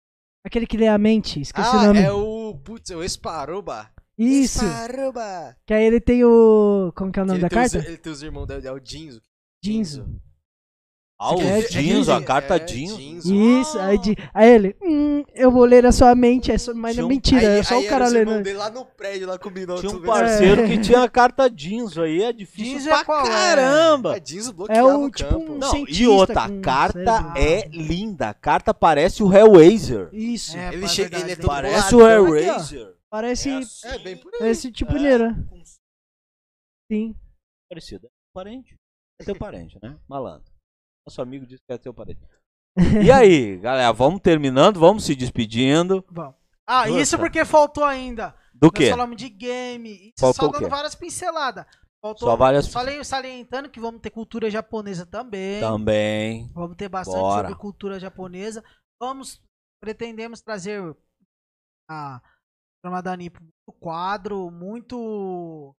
Speaker 3: (laughs)
Speaker 2: Aquele que lê a mente. Esqueci o
Speaker 3: Ah,
Speaker 2: nome.
Speaker 3: é o. Putz, é o Esparoba.
Speaker 2: Isso.
Speaker 3: Esparoba.
Speaker 2: Que aí ele tem o. Como que é o nome da
Speaker 3: Ele tem os-
Speaker 2: carta?
Speaker 3: Ele tem os irmãos dele, é o Jinzo.
Speaker 2: Jinzo.
Speaker 1: Ah, o
Speaker 2: É,
Speaker 1: Jeans, a
Speaker 2: Jinzo,
Speaker 1: carta
Speaker 3: é,
Speaker 1: Jeans.
Speaker 2: Isso, aí, de, aí ele, hum, eu vou ler a sua mente, é só, mas não é
Speaker 1: Tinha um-
Speaker 2: mentira, é só
Speaker 3: aí
Speaker 2: o
Speaker 3: era
Speaker 2: cara
Speaker 3: os irmãos
Speaker 2: lendo.
Speaker 3: dele lá no prédio, lá combinando.
Speaker 1: Tinha um
Speaker 3: tudo.
Speaker 1: parceiro que tinha a carta Jeans aí, é difícil
Speaker 4: Jeans é
Speaker 1: pra
Speaker 4: qual é?
Speaker 1: caramba.
Speaker 3: É, Jinzo
Speaker 2: É
Speaker 3: bloqueava
Speaker 2: o
Speaker 3: o
Speaker 2: tipo
Speaker 3: campo.
Speaker 2: um
Speaker 1: Não, e
Speaker 2: cientista
Speaker 1: outra,
Speaker 2: com
Speaker 1: a carta
Speaker 2: cérebro.
Speaker 1: é linda. A carta parece o Hellraiser.
Speaker 2: Isso,
Speaker 4: É,
Speaker 3: Ele
Speaker 4: pá,
Speaker 3: chega- ele é
Speaker 4: verdade,
Speaker 3: todo-
Speaker 4: hein?
Speaker 1: Parece
Speaker 3: Aqui,
Speaker 1: o
Speaker 3: ó.
Speaker 1: Hellraiser.
Speaker 2: parece
Speaker 1: assim,
Speaker 3: É, bem por aí.
Speaker 2: esse tipo
Speaker 1: é.
Speaker 2: neira.
Speaker 1: com-
Speaker 2: Sim.
Speaker 1: Parecido. É parente. É teu parente, né? Malandro. Nosso amigo disse que é teu parente. E aí, galera, vamos terminando, vamos se despedindo.
Speaker 4: Bom. Ah,
Speaker 1: Nossa.
Speaker 4: isso porque faltou ainda.
Speaker 1: Do quê?
Speaker 4: Nós falamos de game. Isso
Speaker 1: Faltou o
Speaker 4: só dando
Speaker 1: quê?
Speaker 4: várias pinceladas. Faltou
Speaker 1: Só várias
Speaker 4: sali- salientando que vamos ter cultura japonesa também.
Speaker 1: Também.
Speaker 4: Vamos ter bastante
Speaker 1: Bora.
Speaker 4: sobre cultura japonesa. Vamos, pretendemos trazer a Ramada Nipo muito quadro, muito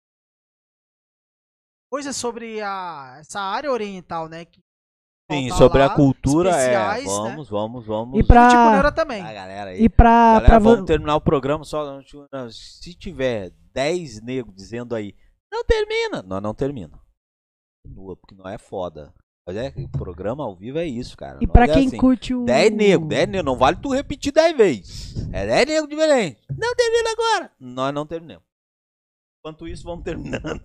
Speaker 4: coisas sobre a essa área oriental, né? que
Speaker 1: Sim,
Speaker 4: falta
Speaker 1: sobre a
Speaker 4: lá,
Speaker 1: cultura é.
Speaker 4: especiais, né?
Speaker 1: Vamos, vamos, vamos.
Speaker 2: E
Speaker 4: E tipo
Speaker 2: pra.
Speaker 4: Neura também.
Speaker 1: Ah, galera aí.
Speaker 2: E pra.
Speaker 1: Galera,
Speaker 2: pra vo-
Speaker 1: vamos terminar o programa só. tipo, Se tiver 10 negros dizendo aí, não termina. Nós não termina. Continua, porque não é foda. Mas é, o programa ao vivo é isso, cara.
Speaker 2: E
Speaker 1: Nós
Speaker 2: pra
Speaker 1: é
Speaker 2: quem
Speaker 1: assim.
Speaker 2: curte o.
Speaker 1: 10 nego, 10 nego, não vale tu repetir 10 vezes. É 10 nego diferente. Não termina agora. Nós não terminamos. Enquanto isso, vamos terminando.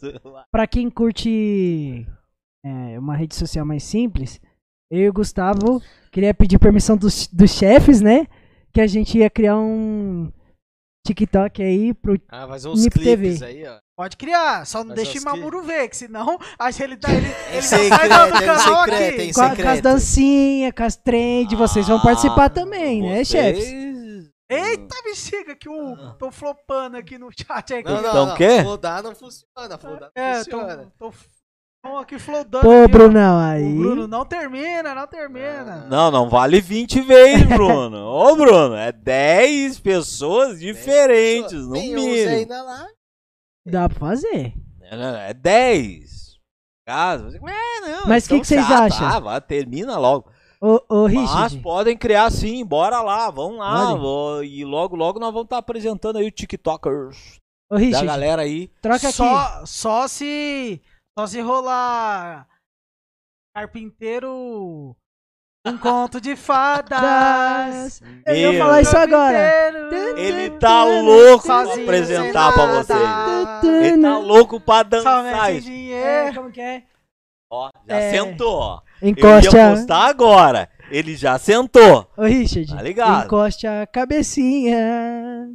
Speaker 2: Pra quem curte é, uma rede social mais simples, eu e o Gustavo queria pedir permissão dos, dos chefes, né? Que a gente ia criar um TikTok aí pro.
Speaker 3: Ah, mas uns
Speaker 2: Nip
Speaker 3: clipes
Speaker 2: TV.
Speaker 3: aí, ó.
Speaker 4: Pode criar, só
Speaker 3: Mas
Speaker 4: não deixe
Speaker 3: acho
Speaker 4: Mamuro ver, que senão a gente ele tá ele, ele já
Speaker 3: secreto,
Speaker 4: sai do
Speaker 3: é no
Speaker 4: canal
Speaker 3: secreto,
Speaker 4: aqui.
Speaker 3: hein?
Speaker 2: Com, a- com as
Speaker 3: secreto.
Speaker 2: dancinhas, com as trends, vocês vão
Speaker 1: Ah,
Speaker 2: participar também, né, chefes?
Speaker 1: vocês-
Speaker 4: Eita bexiga que o tô flopando aqui no chat aqui.
Speaker 3: Ah. Não, não,
Speaker 1: Então
Speaker 3: não.
Speaker 1: quê?
Speaker 3: Flodar não funciona. Flodar não
Speaker 4: é, tô,
Speaker 3: funciona.
Speaker 4: tô, tô aqui flodando.
Speaker 2: Pô,
Speaker 4: aqui, ó.
Speaker 2: Brunão, aí.
Speaker 4: O Bruno, não termina, não termina.
Speaker 3: Ah.
Speaker 1: Não, não vale 20
Speaker 2: (laughs)
Speaker 1: vezes, Bruno. Ô, Bruno, é 10 pessoas diferentes, no
Speaker 3: Tem uns
Speaker 1: mínimo.
Speaker 3: ainda lá.
Speaker 2: Dá pra fazer.
Speaker 1: Não, não, É 10. Caso, você- é, não,
Speaker 2: Mas
Speaker 1: eles
Speaker 4: então
Speaker 2: que que
Speaker 1: são
Speaker 2: vocês
Speaker 1: chatos.
Speaker 2: acham?
Speaker 1: Ah, vai, termina logo.
Speaker 2: Ô, ô
Speaker 1: Mas
Speaker 2: Richard,
Speaker 1: podem criar sim, bora lá, vamos lá.
Speaker 2: Olha.
Speaker 1: vou- e logo, logo nós vamos estar apresentando aí o TikTokers
Speaker 2: ô
Speaker 1: da
Speaker 2: Richard,
Speaker 1: galera aí.
Speaker 2: troca aqui.
Speaker 4: Só, só se. Só se rolar. Carpinteiro. Um conto de fadas.
Speaker 2: Das-
Speaker 1: Eu
Speaker 2: ia falar isso agora.
Speaker 4: Carpinteiro,
Speaker 1: Ele tá louco pra
Speaker 4: sozinho,
Speaker 1: apresentar
Speaker 4: sem
Speaker 1: pra
Speaker 4: nada.
Speaker 1: vocês.
Speaker 2: vocês.
Speaker 1: Ele tá louco pra dançar.
Speaker 4: Somente
Speaker 1: isso.
Speaker 2: É,
Speaker 4: dinheiro.
Speaker 2: como que é?
Speaker 1: Ó, já
Speaker 2: É.
Speaker 1: sentou, ó. Eu ia
Speaker 2: Encosta.
Speaker 1: postar agora. Ele já sentou.
Speaker 2: Ô Richard,
Speaker 1: Tá ligado.
Speaker 2: encoste a cabecinha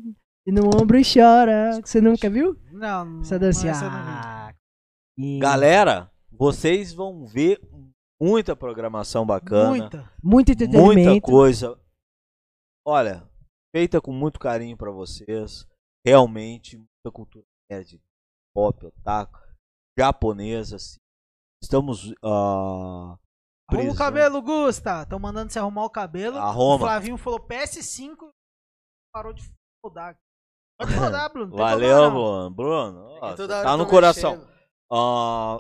Speaker 2: e no ombro e chora. que Você nunca viu?
Speaker 4: Não, não.
Speaker 2: Essa dancinha.
Speaker 4: essa eu não
Speaker 2: Ah,
Speaker 4: vi.
Speaker 2: E-
Speaker 1: Galera, vocês vão ver muita programação bacana.
Speaker 4: Muita.
Speaker 2: Muito
Speaker 1: muita
Speaker 2: entretenimento.
Speaker 1: coisa. Olha, feita com muito carinho pra vocês. Realmente, muita cultura nerd, pop, otaku, japonesa. assim. Estamos ah,
Speaker 4: Arruma o
Speaker 1: presos-
Speaker 4: cabelo, Gusta. Tão mandando você arrumar o cabelo. O
Speaker 1: Arruma.
Speaker 4: Flavinho falou PS5 parou de rodar.
Speaker 1: (laughs)
Speaker 4: Pode rodar, Bruno. não tem
Speaker 1: Valeu,
Speaker 4: problema, não.
Speaker 1: Bruno. Bruno, ó,
Speaker 3: E toda hora
Speaker 1: tá
Speaker 3: eu
Speaker 1: no
Speaker 3: tô
Speaker 1: coração.
Speaker 3: mexendo.
Speaker 1: Ah,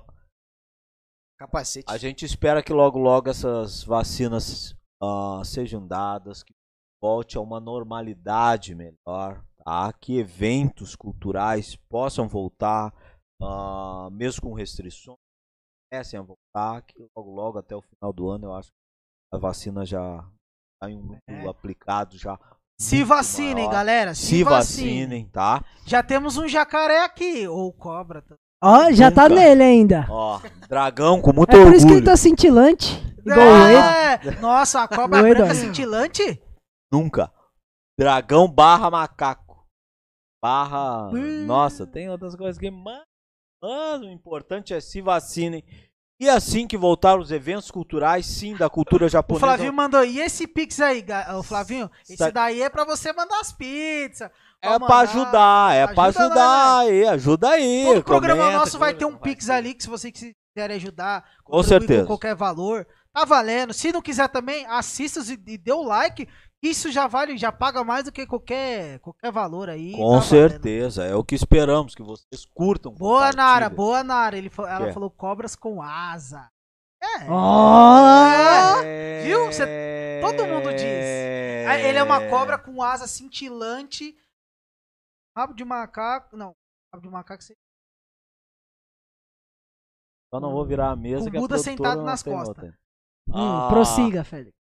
Speaker 3: Capacete.
Speaker 1: a gente espera que logo, logo essas vacinas ah, sejam dadas, que volte a uma normalidade melhor, tá? que eventos culturais possam voltar, ah, mesmo com restrições, comecem a voltar, que logo, logo até o final do ano eu acho que a vacina já está em um número
Speaker 4: É.
Speaker 1: aplicado já.
Speaker 4: Se
Speaker 1: muito
Speaker 4: vacinem,
Speaker 1: maior.
Speaker 4: galera. Se,
Speaker 1: Se
Speaker 4: vacinem.
Speaker 1: vacinem, tá?
Speaker 4: Já temos um jacaré aqui. Ou cobra. tá?
Speaker 2: Ó, já tá
Speaker 1: Nunca.
Speaker 2: nele ainda.
Speaker 1: Ó, dragão com muito
Speaker 2: É por
Speaker 1: orgulho.
Speaker 2: isso que ele tá cintilante. Igual o Ed.
Speaker 4: é, Nossa, a cobra
Speaker 2: Igual o Ed,
Speaker 4: branca
Speaker 2: ó.
Speaker 4: cintilante?
Speaker 1: Nunca. Dragão barra macaco. Barra.
Speaker 4: Hum.
Speaker 1: Nossa, tem outras coisas que. Mano, mano, o importante é se vacinem. E assim que voltar os eventos culturais, sim, da cultura
Speaker 4: O
Speaker 1: japonesa.
Speaker 4: Flavinho mandou. E esse Pix aí, ga- o Flavinho?
Speaker 1: Sa-
Speaker 4: Esse daí é pra você mandar as pizzas.
Speaker 1: é pra
Speaker 4: pra mandar.
Speaker 1: ajudar, é pra
Speaker 4: Ajuda, né,
Speaker 1: ajudar aí, ajuda aí.
Speaker 4: Todo programa
Speaker 1: comenta.
Speaker 4: nosso vai ter um
Speaker 3: comenta, vai
Speaker 4: Pix
Speaker 3: ter.
Speaker 4: ali que se você quiser ajudar,
Speaker 1: Com
Speaker 4: contribuir
Speaker 1: certeza.
Speaker 4: qualquer valor, tá valendo. Se não quiser também, assista e, e dê o like. Isso já vale, já paga mais do que qualquer, qualquer valor aí. tá
Speaker 1: Com
Speaker 4: valendo.
Speaker 1: certeza, é o que esperamos, que vocês curtam.
Speaker 4: Boa,
Speaker 1: compartilhem.
Speaker 4: Nara, boa, Nara. Ele, fa- ela
Speaker 1: Que é?
Speaker 4: falou cobras com asa. É.
Speaker 2: Ó!
Speaker 4: Viu? todo mundo diz. Ah, Ele é uma cobra com asa cintilante, rabo de macaco. Não, rabo de macaco sem
Speaker 1: Só não vou virar a mesa
Speaker 4: Hum. Com
Speaker 1: que a
Speaker 4: Buda
Speaker 1: produtora
Speaker 4: sentado
Speaker 1: não
Speaker 4: nas
Speaker 1: tem
Speaker 4: costas.
Speaker 1: outra.
Speaker 2: Hum,
Speaker 1: Ah.
Speaker 2: prossiga, Félix.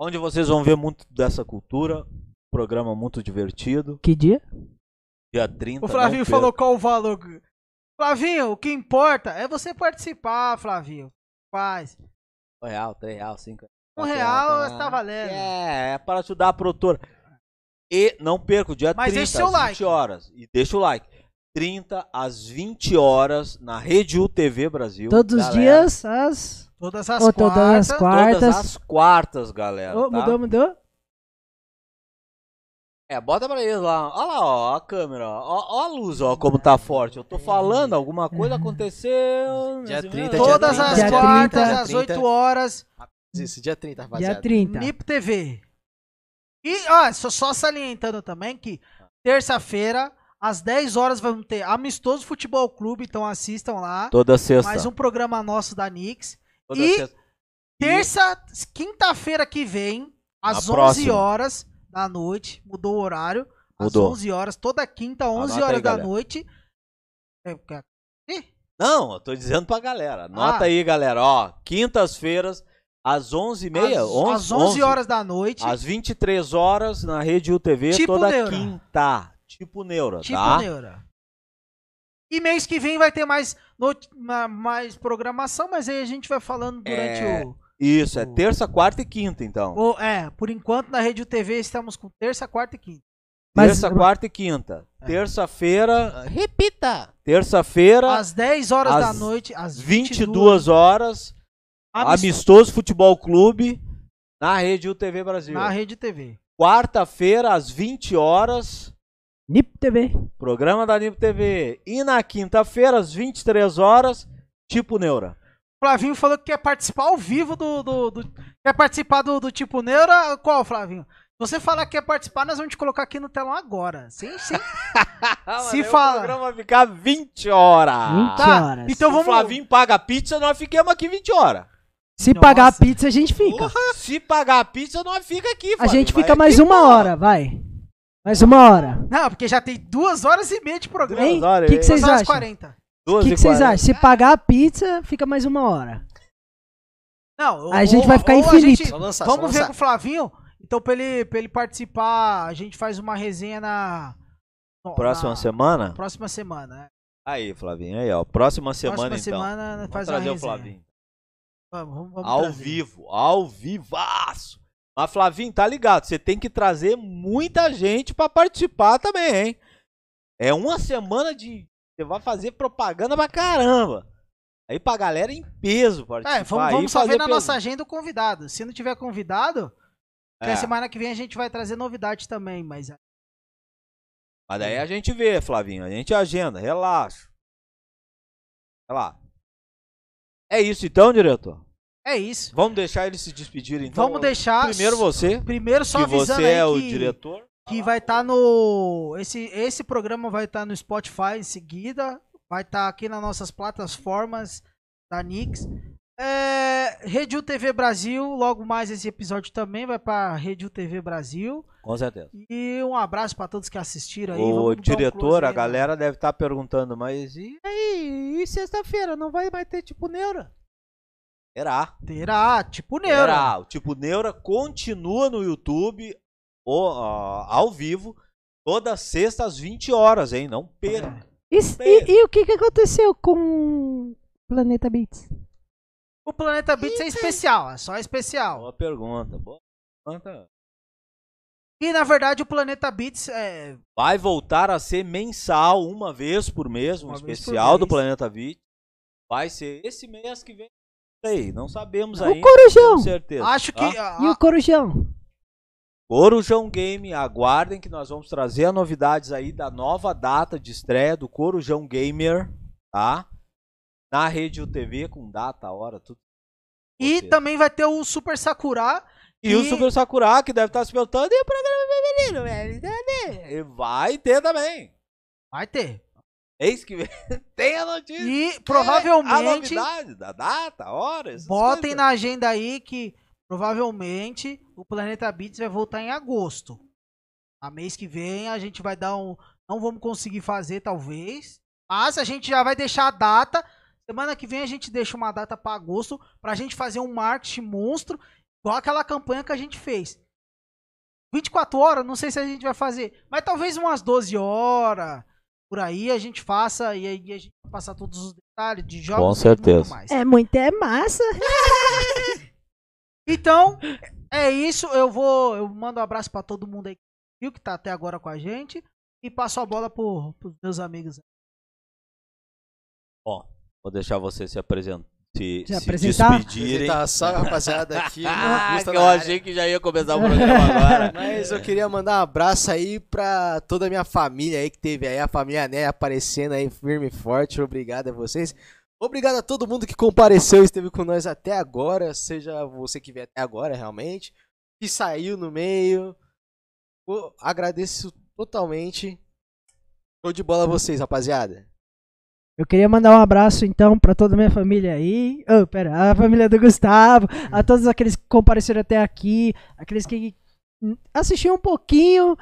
Speaker 1: Onde vocês vão ver muito dessa cultura. Programa muito divertido.
Speaker 2: Que dia?
Speaker 1: Dia 30.
Speaker 4: O Flavinho
Speaker 1: não
Speaker 4: falou qual o valor. Flavinho, o que importa é você participar, Flavinho. Faz.
Speaker 1: percam. Um real, três real, cinco
Speaker 4: Um
Speaker 1: quatro
Speaker 4: real
Speaker 1: tá
Speaker 4: está
Speaker 1: lá.
Speaker 4: valendo.
Speaker 1: É, é para ajudar a produtora. E não perca o dia
Speaker 4: Mas
Speaker 1: 30
Speaker 4: deixa seu
Speaker 1: às
Speaker 4: like.
Speaker 1: 20 horas. E deixa o like. 30 às 20 horas na Rede UTV Brasil.
Speaker 2: Todos os
Speaker 1: galera.
Speaker 2: dias, as.
Speaker 4: Todas as
Speaker 2: Ou
Speaker 4: quartas.
Speaker 2: todas as
Speaker 1: Todas
Speaker 2: quartas.
Speaker 1: as quartas, galera.
Speaker 2: Ô,
Speaker 1: tá?
Speaker 2: Mudou, mudou?
Speaker 1: É, bota pra eles lá. Olha lá, ó, a câmera, ó. ó. ó a luz, ó, como tá forte. Eu tô falando, alguma coisa aconteceu.
Speaker 3: Dia
Speaker 1: nesse
Speaker 3: 30,
Speaker 1: momento.
Speaker 4: Todas
Speaker 3: dia
Speaker 4: as
Speaker 2: 30,
Speaker 4: quartas,
Speaker 3: dia
Speaker 4: às
Speaker 3: 30.
Speaker 4: 8 horas,
Speaker 3: Isso, dia 30, rapaziada.
Speaker 2: Dia 30.
Speaker 4: NIP TV. E, ó, só, só salientando também que terça-feira, às 10 horas, vamos ter Amistoso Futebol Clube, então assistam lá.
Speaker 1: Toda sexta.
Speaker 4: Mais um programa nosso da Nix.
Speaker 1: Toda
Speaker 4: e-
Speaker 1: sexta.
Speaker 4: Terça, quinta-feira que vem, às
Speaker 1: Na
Speaker 4: 11
Speaker 1: próxima.
Speaker 4: horas da noite, mudou o horário.
Speaker 1: Mudou.
Speaker 4: Às 11 horas, toda quinta, 11
Speaker 1: Anota
Speaker 4: horas
Speaker 1: aí,
Speaker 4: da
Speaker 1: galera.
Speaker 4: noite. É, ca-
Speaker 1: Não, eu tô dizendo pra
Speaker 4: Ah.
Speaker 1: galera. Anota aí, galera. Ó, quintas-feiras, às 11h30.
Speaker 4: às, às 11 horas da noite.
Speaker 1: Às 23 horas na Rede UTV,
Speaker 4: Tipo
Speaker 1: toda
Speaker 4: Neura.
Speaker 1: quinta. Tipo Neura,
Speaker 4: tipo
Speaker 1: tá?
Speaker 4: neura. E mês que vem vai ter mais, noti- ma- mais programação, mas aí a gente vai falando durante
Speaker 1: É.
Speaker 4: o,
Speaker 1: Isso, é terça, quarta e quinta, então.
Speaker 4: o- É, por enquanto na Rede TV estamos com terça, quarta e quinta.
Speaker 2: Mas-
Speaker 1: Terça, quarta e quinta.
Speaker 4: É.
Speaker 1: Terça-feira,
Speaker 5: Repita.
Speaker 1: terça-feira,
Speaker 4: Às 10 horas da
Speaker 1: Ah. às
Speaker 4: noite, às
Speaker 1: às 22 horas,
Speaker 4: Amistoso
Speaker 1: Amistoso Futebol Clube na Rede UTV Brasil.
Speaker 4: na Rede TV.
Speaker 1: Quarta-feira, às 20 horas,
Speaker 2: Nip TV.
Speaker 1: programa da Nipo TV. E na quinta-feira, às 23 horas, Tipo Neura.
Speaker 4: Flavinho falou que quer participar ao vivo do. do- do- quer participar do, do tipo Neura? Qual, Flavinho? Se você falar que quer participar, nós vamos te colocar aqui no telão agora. Sim, sim. Se
Speaker 1: Aí
Speaker 4: fala.
Speaker 1: Ah, O programa vai ficar 20 horas.
Speaker 2: 20
Speaker 1: Tá.
Speaker 2: horas.
Speaker 4: Então
Speaker 1: Se o
Speaker 4: vamos.
Speaker 1: Flavinho paga a pizza, nós ficamos aqui 20 horas.
Speaker 2: Se
Speaker 4: Nossa.
Speaker 2: pagar a pizza, a gente fica.
Speaker 1: Se pagar a pizza, nós fica aqui.
Speaker 2: A
Speaker 1: Flavinho.
Speaker 2: gente
Speaker 1: Vai
Speaker 2: fica mais
Speaker 1: aqui,
Speaker 2: uma
Speaker 1: pô.
Speaker 2: hora, vai. Mais uma hora.
Speaker 4: Não, porque já tem duas horas e meia de programa.
Speaker 1: Duas
Speaker 2: Hein?
Speaker 1: horas,
Speaker 2: O que, que
Speaker 1: hein?
Speaker 2: vocês
Speaker 4: Duas horas e
Speaker 2: acham?
Speaker 4: 40.
Speaker 2: O
Speaker 1: Duas
Speaker 2: que,
Speaker 1: e
Speaker 2: que vocês
Speaker 1: quarenta.
Speaker 2: acham? Se pagar a pizza, fica mais uma hora.
Speaker 4: Não,
Speaker 2: A gente vai ficar
Speaker 4: a
Speaker 2: infinito.
Speaker 3: Só lançar, só
Speaker 4: vamos ver
Speaker 3: lançar.
Speaker 4: com o Flavinho. Então, pra ele, pra ele participar, a gente faz uma resenha na. no-
Speaker 1: Próxima
Speaker 2: Ah.
Speaker 4: na-
Speaker 1: semana?
Speaker 4: Próxima semana. é.
Speaker 1: Aí, Flavinho, aí, ó. Próxima semana,
Speaker 4: próxima
Speaker 1: então.
Speaker 4: semana né,
Speaker 1: Vamos
Speaker 4: faz uma
Speaker 1: trazer
Speaker 4: resenha.
Speaker 1: o Flavinho.
Speaker 4: Vamos, vamos, vamos
Speaker 1: ao
Speaker 4: trazer.
Speaker 1: vivo, ao vivaço. Mas Flavinho, tá ligado? Você tem que trazer muita gente pra participar também, hein? É uma semana de você vai fazer propaganda pra caramba. Aí pra galera em peso participar.
Speaker 4: É, vamos,
Speaker 1: aí
Speaker 4: vamos só
Speaker 1: fazer
Speaker 4: ver na
Speaker 1: peso.
Speaker 4: nossa agenda o convidado. Se não tiver convidado, que
Speaker 1: É,
Speaker 4: a semana que vem a gente vai trazer novidade também, mas
Speaker 1: Mas daí a gente vê, Flavinho, a gente agenda, relaxa. Relaxa. É isso então, diretor.
Speaker 4: é isso.
Speaker 1: Vamos deixar eles se despedirem então.
Speaker 4: Vamos deixar.
Speaker 1: primeiro você,
Speaker 4: Primeiro só
Speaker 1: que
Speaker 4: avisando
Speaker 1: você é
Speaker 4: aí
Speaker 1: o
Speaker 4: que,
Speaker 1: diretor.
Speaker 4: que vai estar no esse esse programa vai estar no Spotify em seguida, vai estar aqui nas nossas plataformas da Nix. É, Rede UTV Brasil, logo mais esse episódio também vai para Rede UTV Brasil.
Speaker 1: Com certeza.
Speaker 4: E um abraço para todos que assistiram aí. Vamos dar
Speaker 1: O
Speaker 4: um close
Speaker 1: diretor,
Speaker 4: aí
Speaker 1: a
Speaker 4: na-
Speaker 1: galera deve estar perguntando, mas e aí? E sexta-feira? Não vai mais ter tipo neura? Será?
Speaker 4: Terá, tipo neuro.
Speaker 1: Será? O tipo neura continua no YouTube ó, ó, ao vivo toda sexta às 20 horas, hein? Não perca.
Speaker 2: E, e- e o que, que aconteceu com Planeta Beats?
Speaker 4: O Planeta Beats é especial, é só especial.
Speaker 1: Boa pergunta. Boa pergunta.
Speaker 4: E na verdade o Planeta Beats é.
Speaker 1: Vai voltar a ser mensal, uma vez por mês, um
Speaker 4: Uma vez por
Speaker 1: especial do
Speaker 4: mês.
Speaker 1: Planeta Vit. Vai ser esse mês que vem. Não sei, não sabemos
Speaker 4: É
Speaker 2: O
Speaker 1: ainda.
Speaker 2: Corujão!
Speaker 1: Com certeza.
Speaker 4: Acho que.
Speaker 1: tá?
Speaker 2: E o
Speaker 4: a-
Speaker 2: Corujão?
Speaker 1: Corujão Game, aguardem que nós vamos trazer novidades aí da nova data de estreia do Corujão Gamer, tá? Na Rede UTV, com data, hora, tudo.
Speaker 4: e tá
Speaker 1: Roteiro.
Speaker 4: também vai ter o Super Sakura.
Speaker 1: E o
Speaker 4: que-
Speaker 1: Super Sakura, que deve estar se perguntando, e o programa feminino, velho? E Vai ter também.
Speaker 4: Vai ter.
Speaker 1: Eis que (laughs) vem. tem a notícia.
Speaker 4: E
Speaker 1: A
Speaker 4: provavelmente.
Speaker 1: novidade da data, hora, essas
Speaker 4: Botem
Speaker 1: coisas.
Speaker 4: na agenda aí que provavelmente o Planeta Beats vai voltar em agosto. A mês que vem a gente vai dar um. Não vamos conseguir fazer, talvez. Mas a gente já vai deixar a data. Semana que vem a gente deixa uma data para agosto pra gente fazer um marketing monstro, igual aquela campanha que a gente fez. 24 horas, não sei se a gente vai fazer, mas talvez umas 12 horas por aí a gente faça e aí a gente vai passar todos os detalhes de jogos
Speaker 1: Com
Speaker 4: e muito
Speaker 1: certeza.
Speaker 4: mais.
Speaker 5: É muito é massa.
Speaker 4: Então, é isso. Eu vou. Eu mando um abraço pra todo mundo aí que viu, que tá até agora com a gente. E passo a bola pro, pros meus amigos.
Speaker 1: Ó, vou deixar vocês se apresentar. Se,
Speaker 2: Se
Speaker 1: se
Speaker 2: apresentar?
Speaker 1: despedirem.
Speaker 3: Tá só a rapaziada aqui.
Speaker 1: (laughs) Ah,
Speaker 3: Augusta
Speaker 1: que eu
Speaker 3: na área.
Speaker 1: achei que já ia começar o
Speaker 4: (laughs)
Speaker 1: programa agora.
Speaker 3: Mas eu queria mandar um abraço aí pra toda a minha família aí que teve aí, a família Né aparecendo aí firme e forte. Obrigado a vocês. Obrigado a todo mundo que compareceu e esteve com nós até agora, seja você que veio até agora realmente, que saiu no meio. Eu agradeço totalmente. Show de bola a vocês, rapaziada.
Speaker 2: Eu queria mandar um abraço então pra toda a minha família aí. Oh, pera, a família do Gustavo, a todos aqueles que compareceram até aqui, aqueles que hum, assistiram um pouquinho,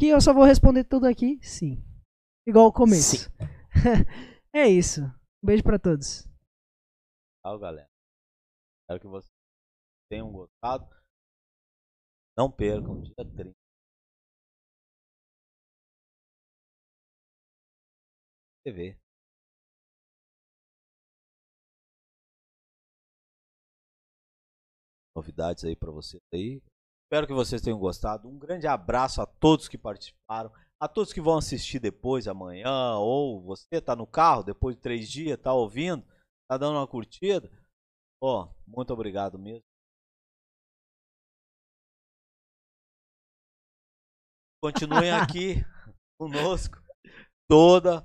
Speaker 2: que eu só vou responder tudo aqui, sim. Igual o começo. (laughs) é isso. Um beijo pra todos.
Speaker 1: Tchau, galera. Espero que vocês tenham gostado. Não percam, dia 30. TV. Novidades aí pra vocês aí. Espero que vocês tenham gostado. Um grande abraço a todos que participaram, a todos que vão assistir depois, amanhã, ou você tá no carro depois de três dias, tá ouvindo tá dando uma curtida. Ó, muito obrigado mesmo. Continuem aqui conosco toda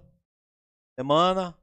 Speaker 1: semana.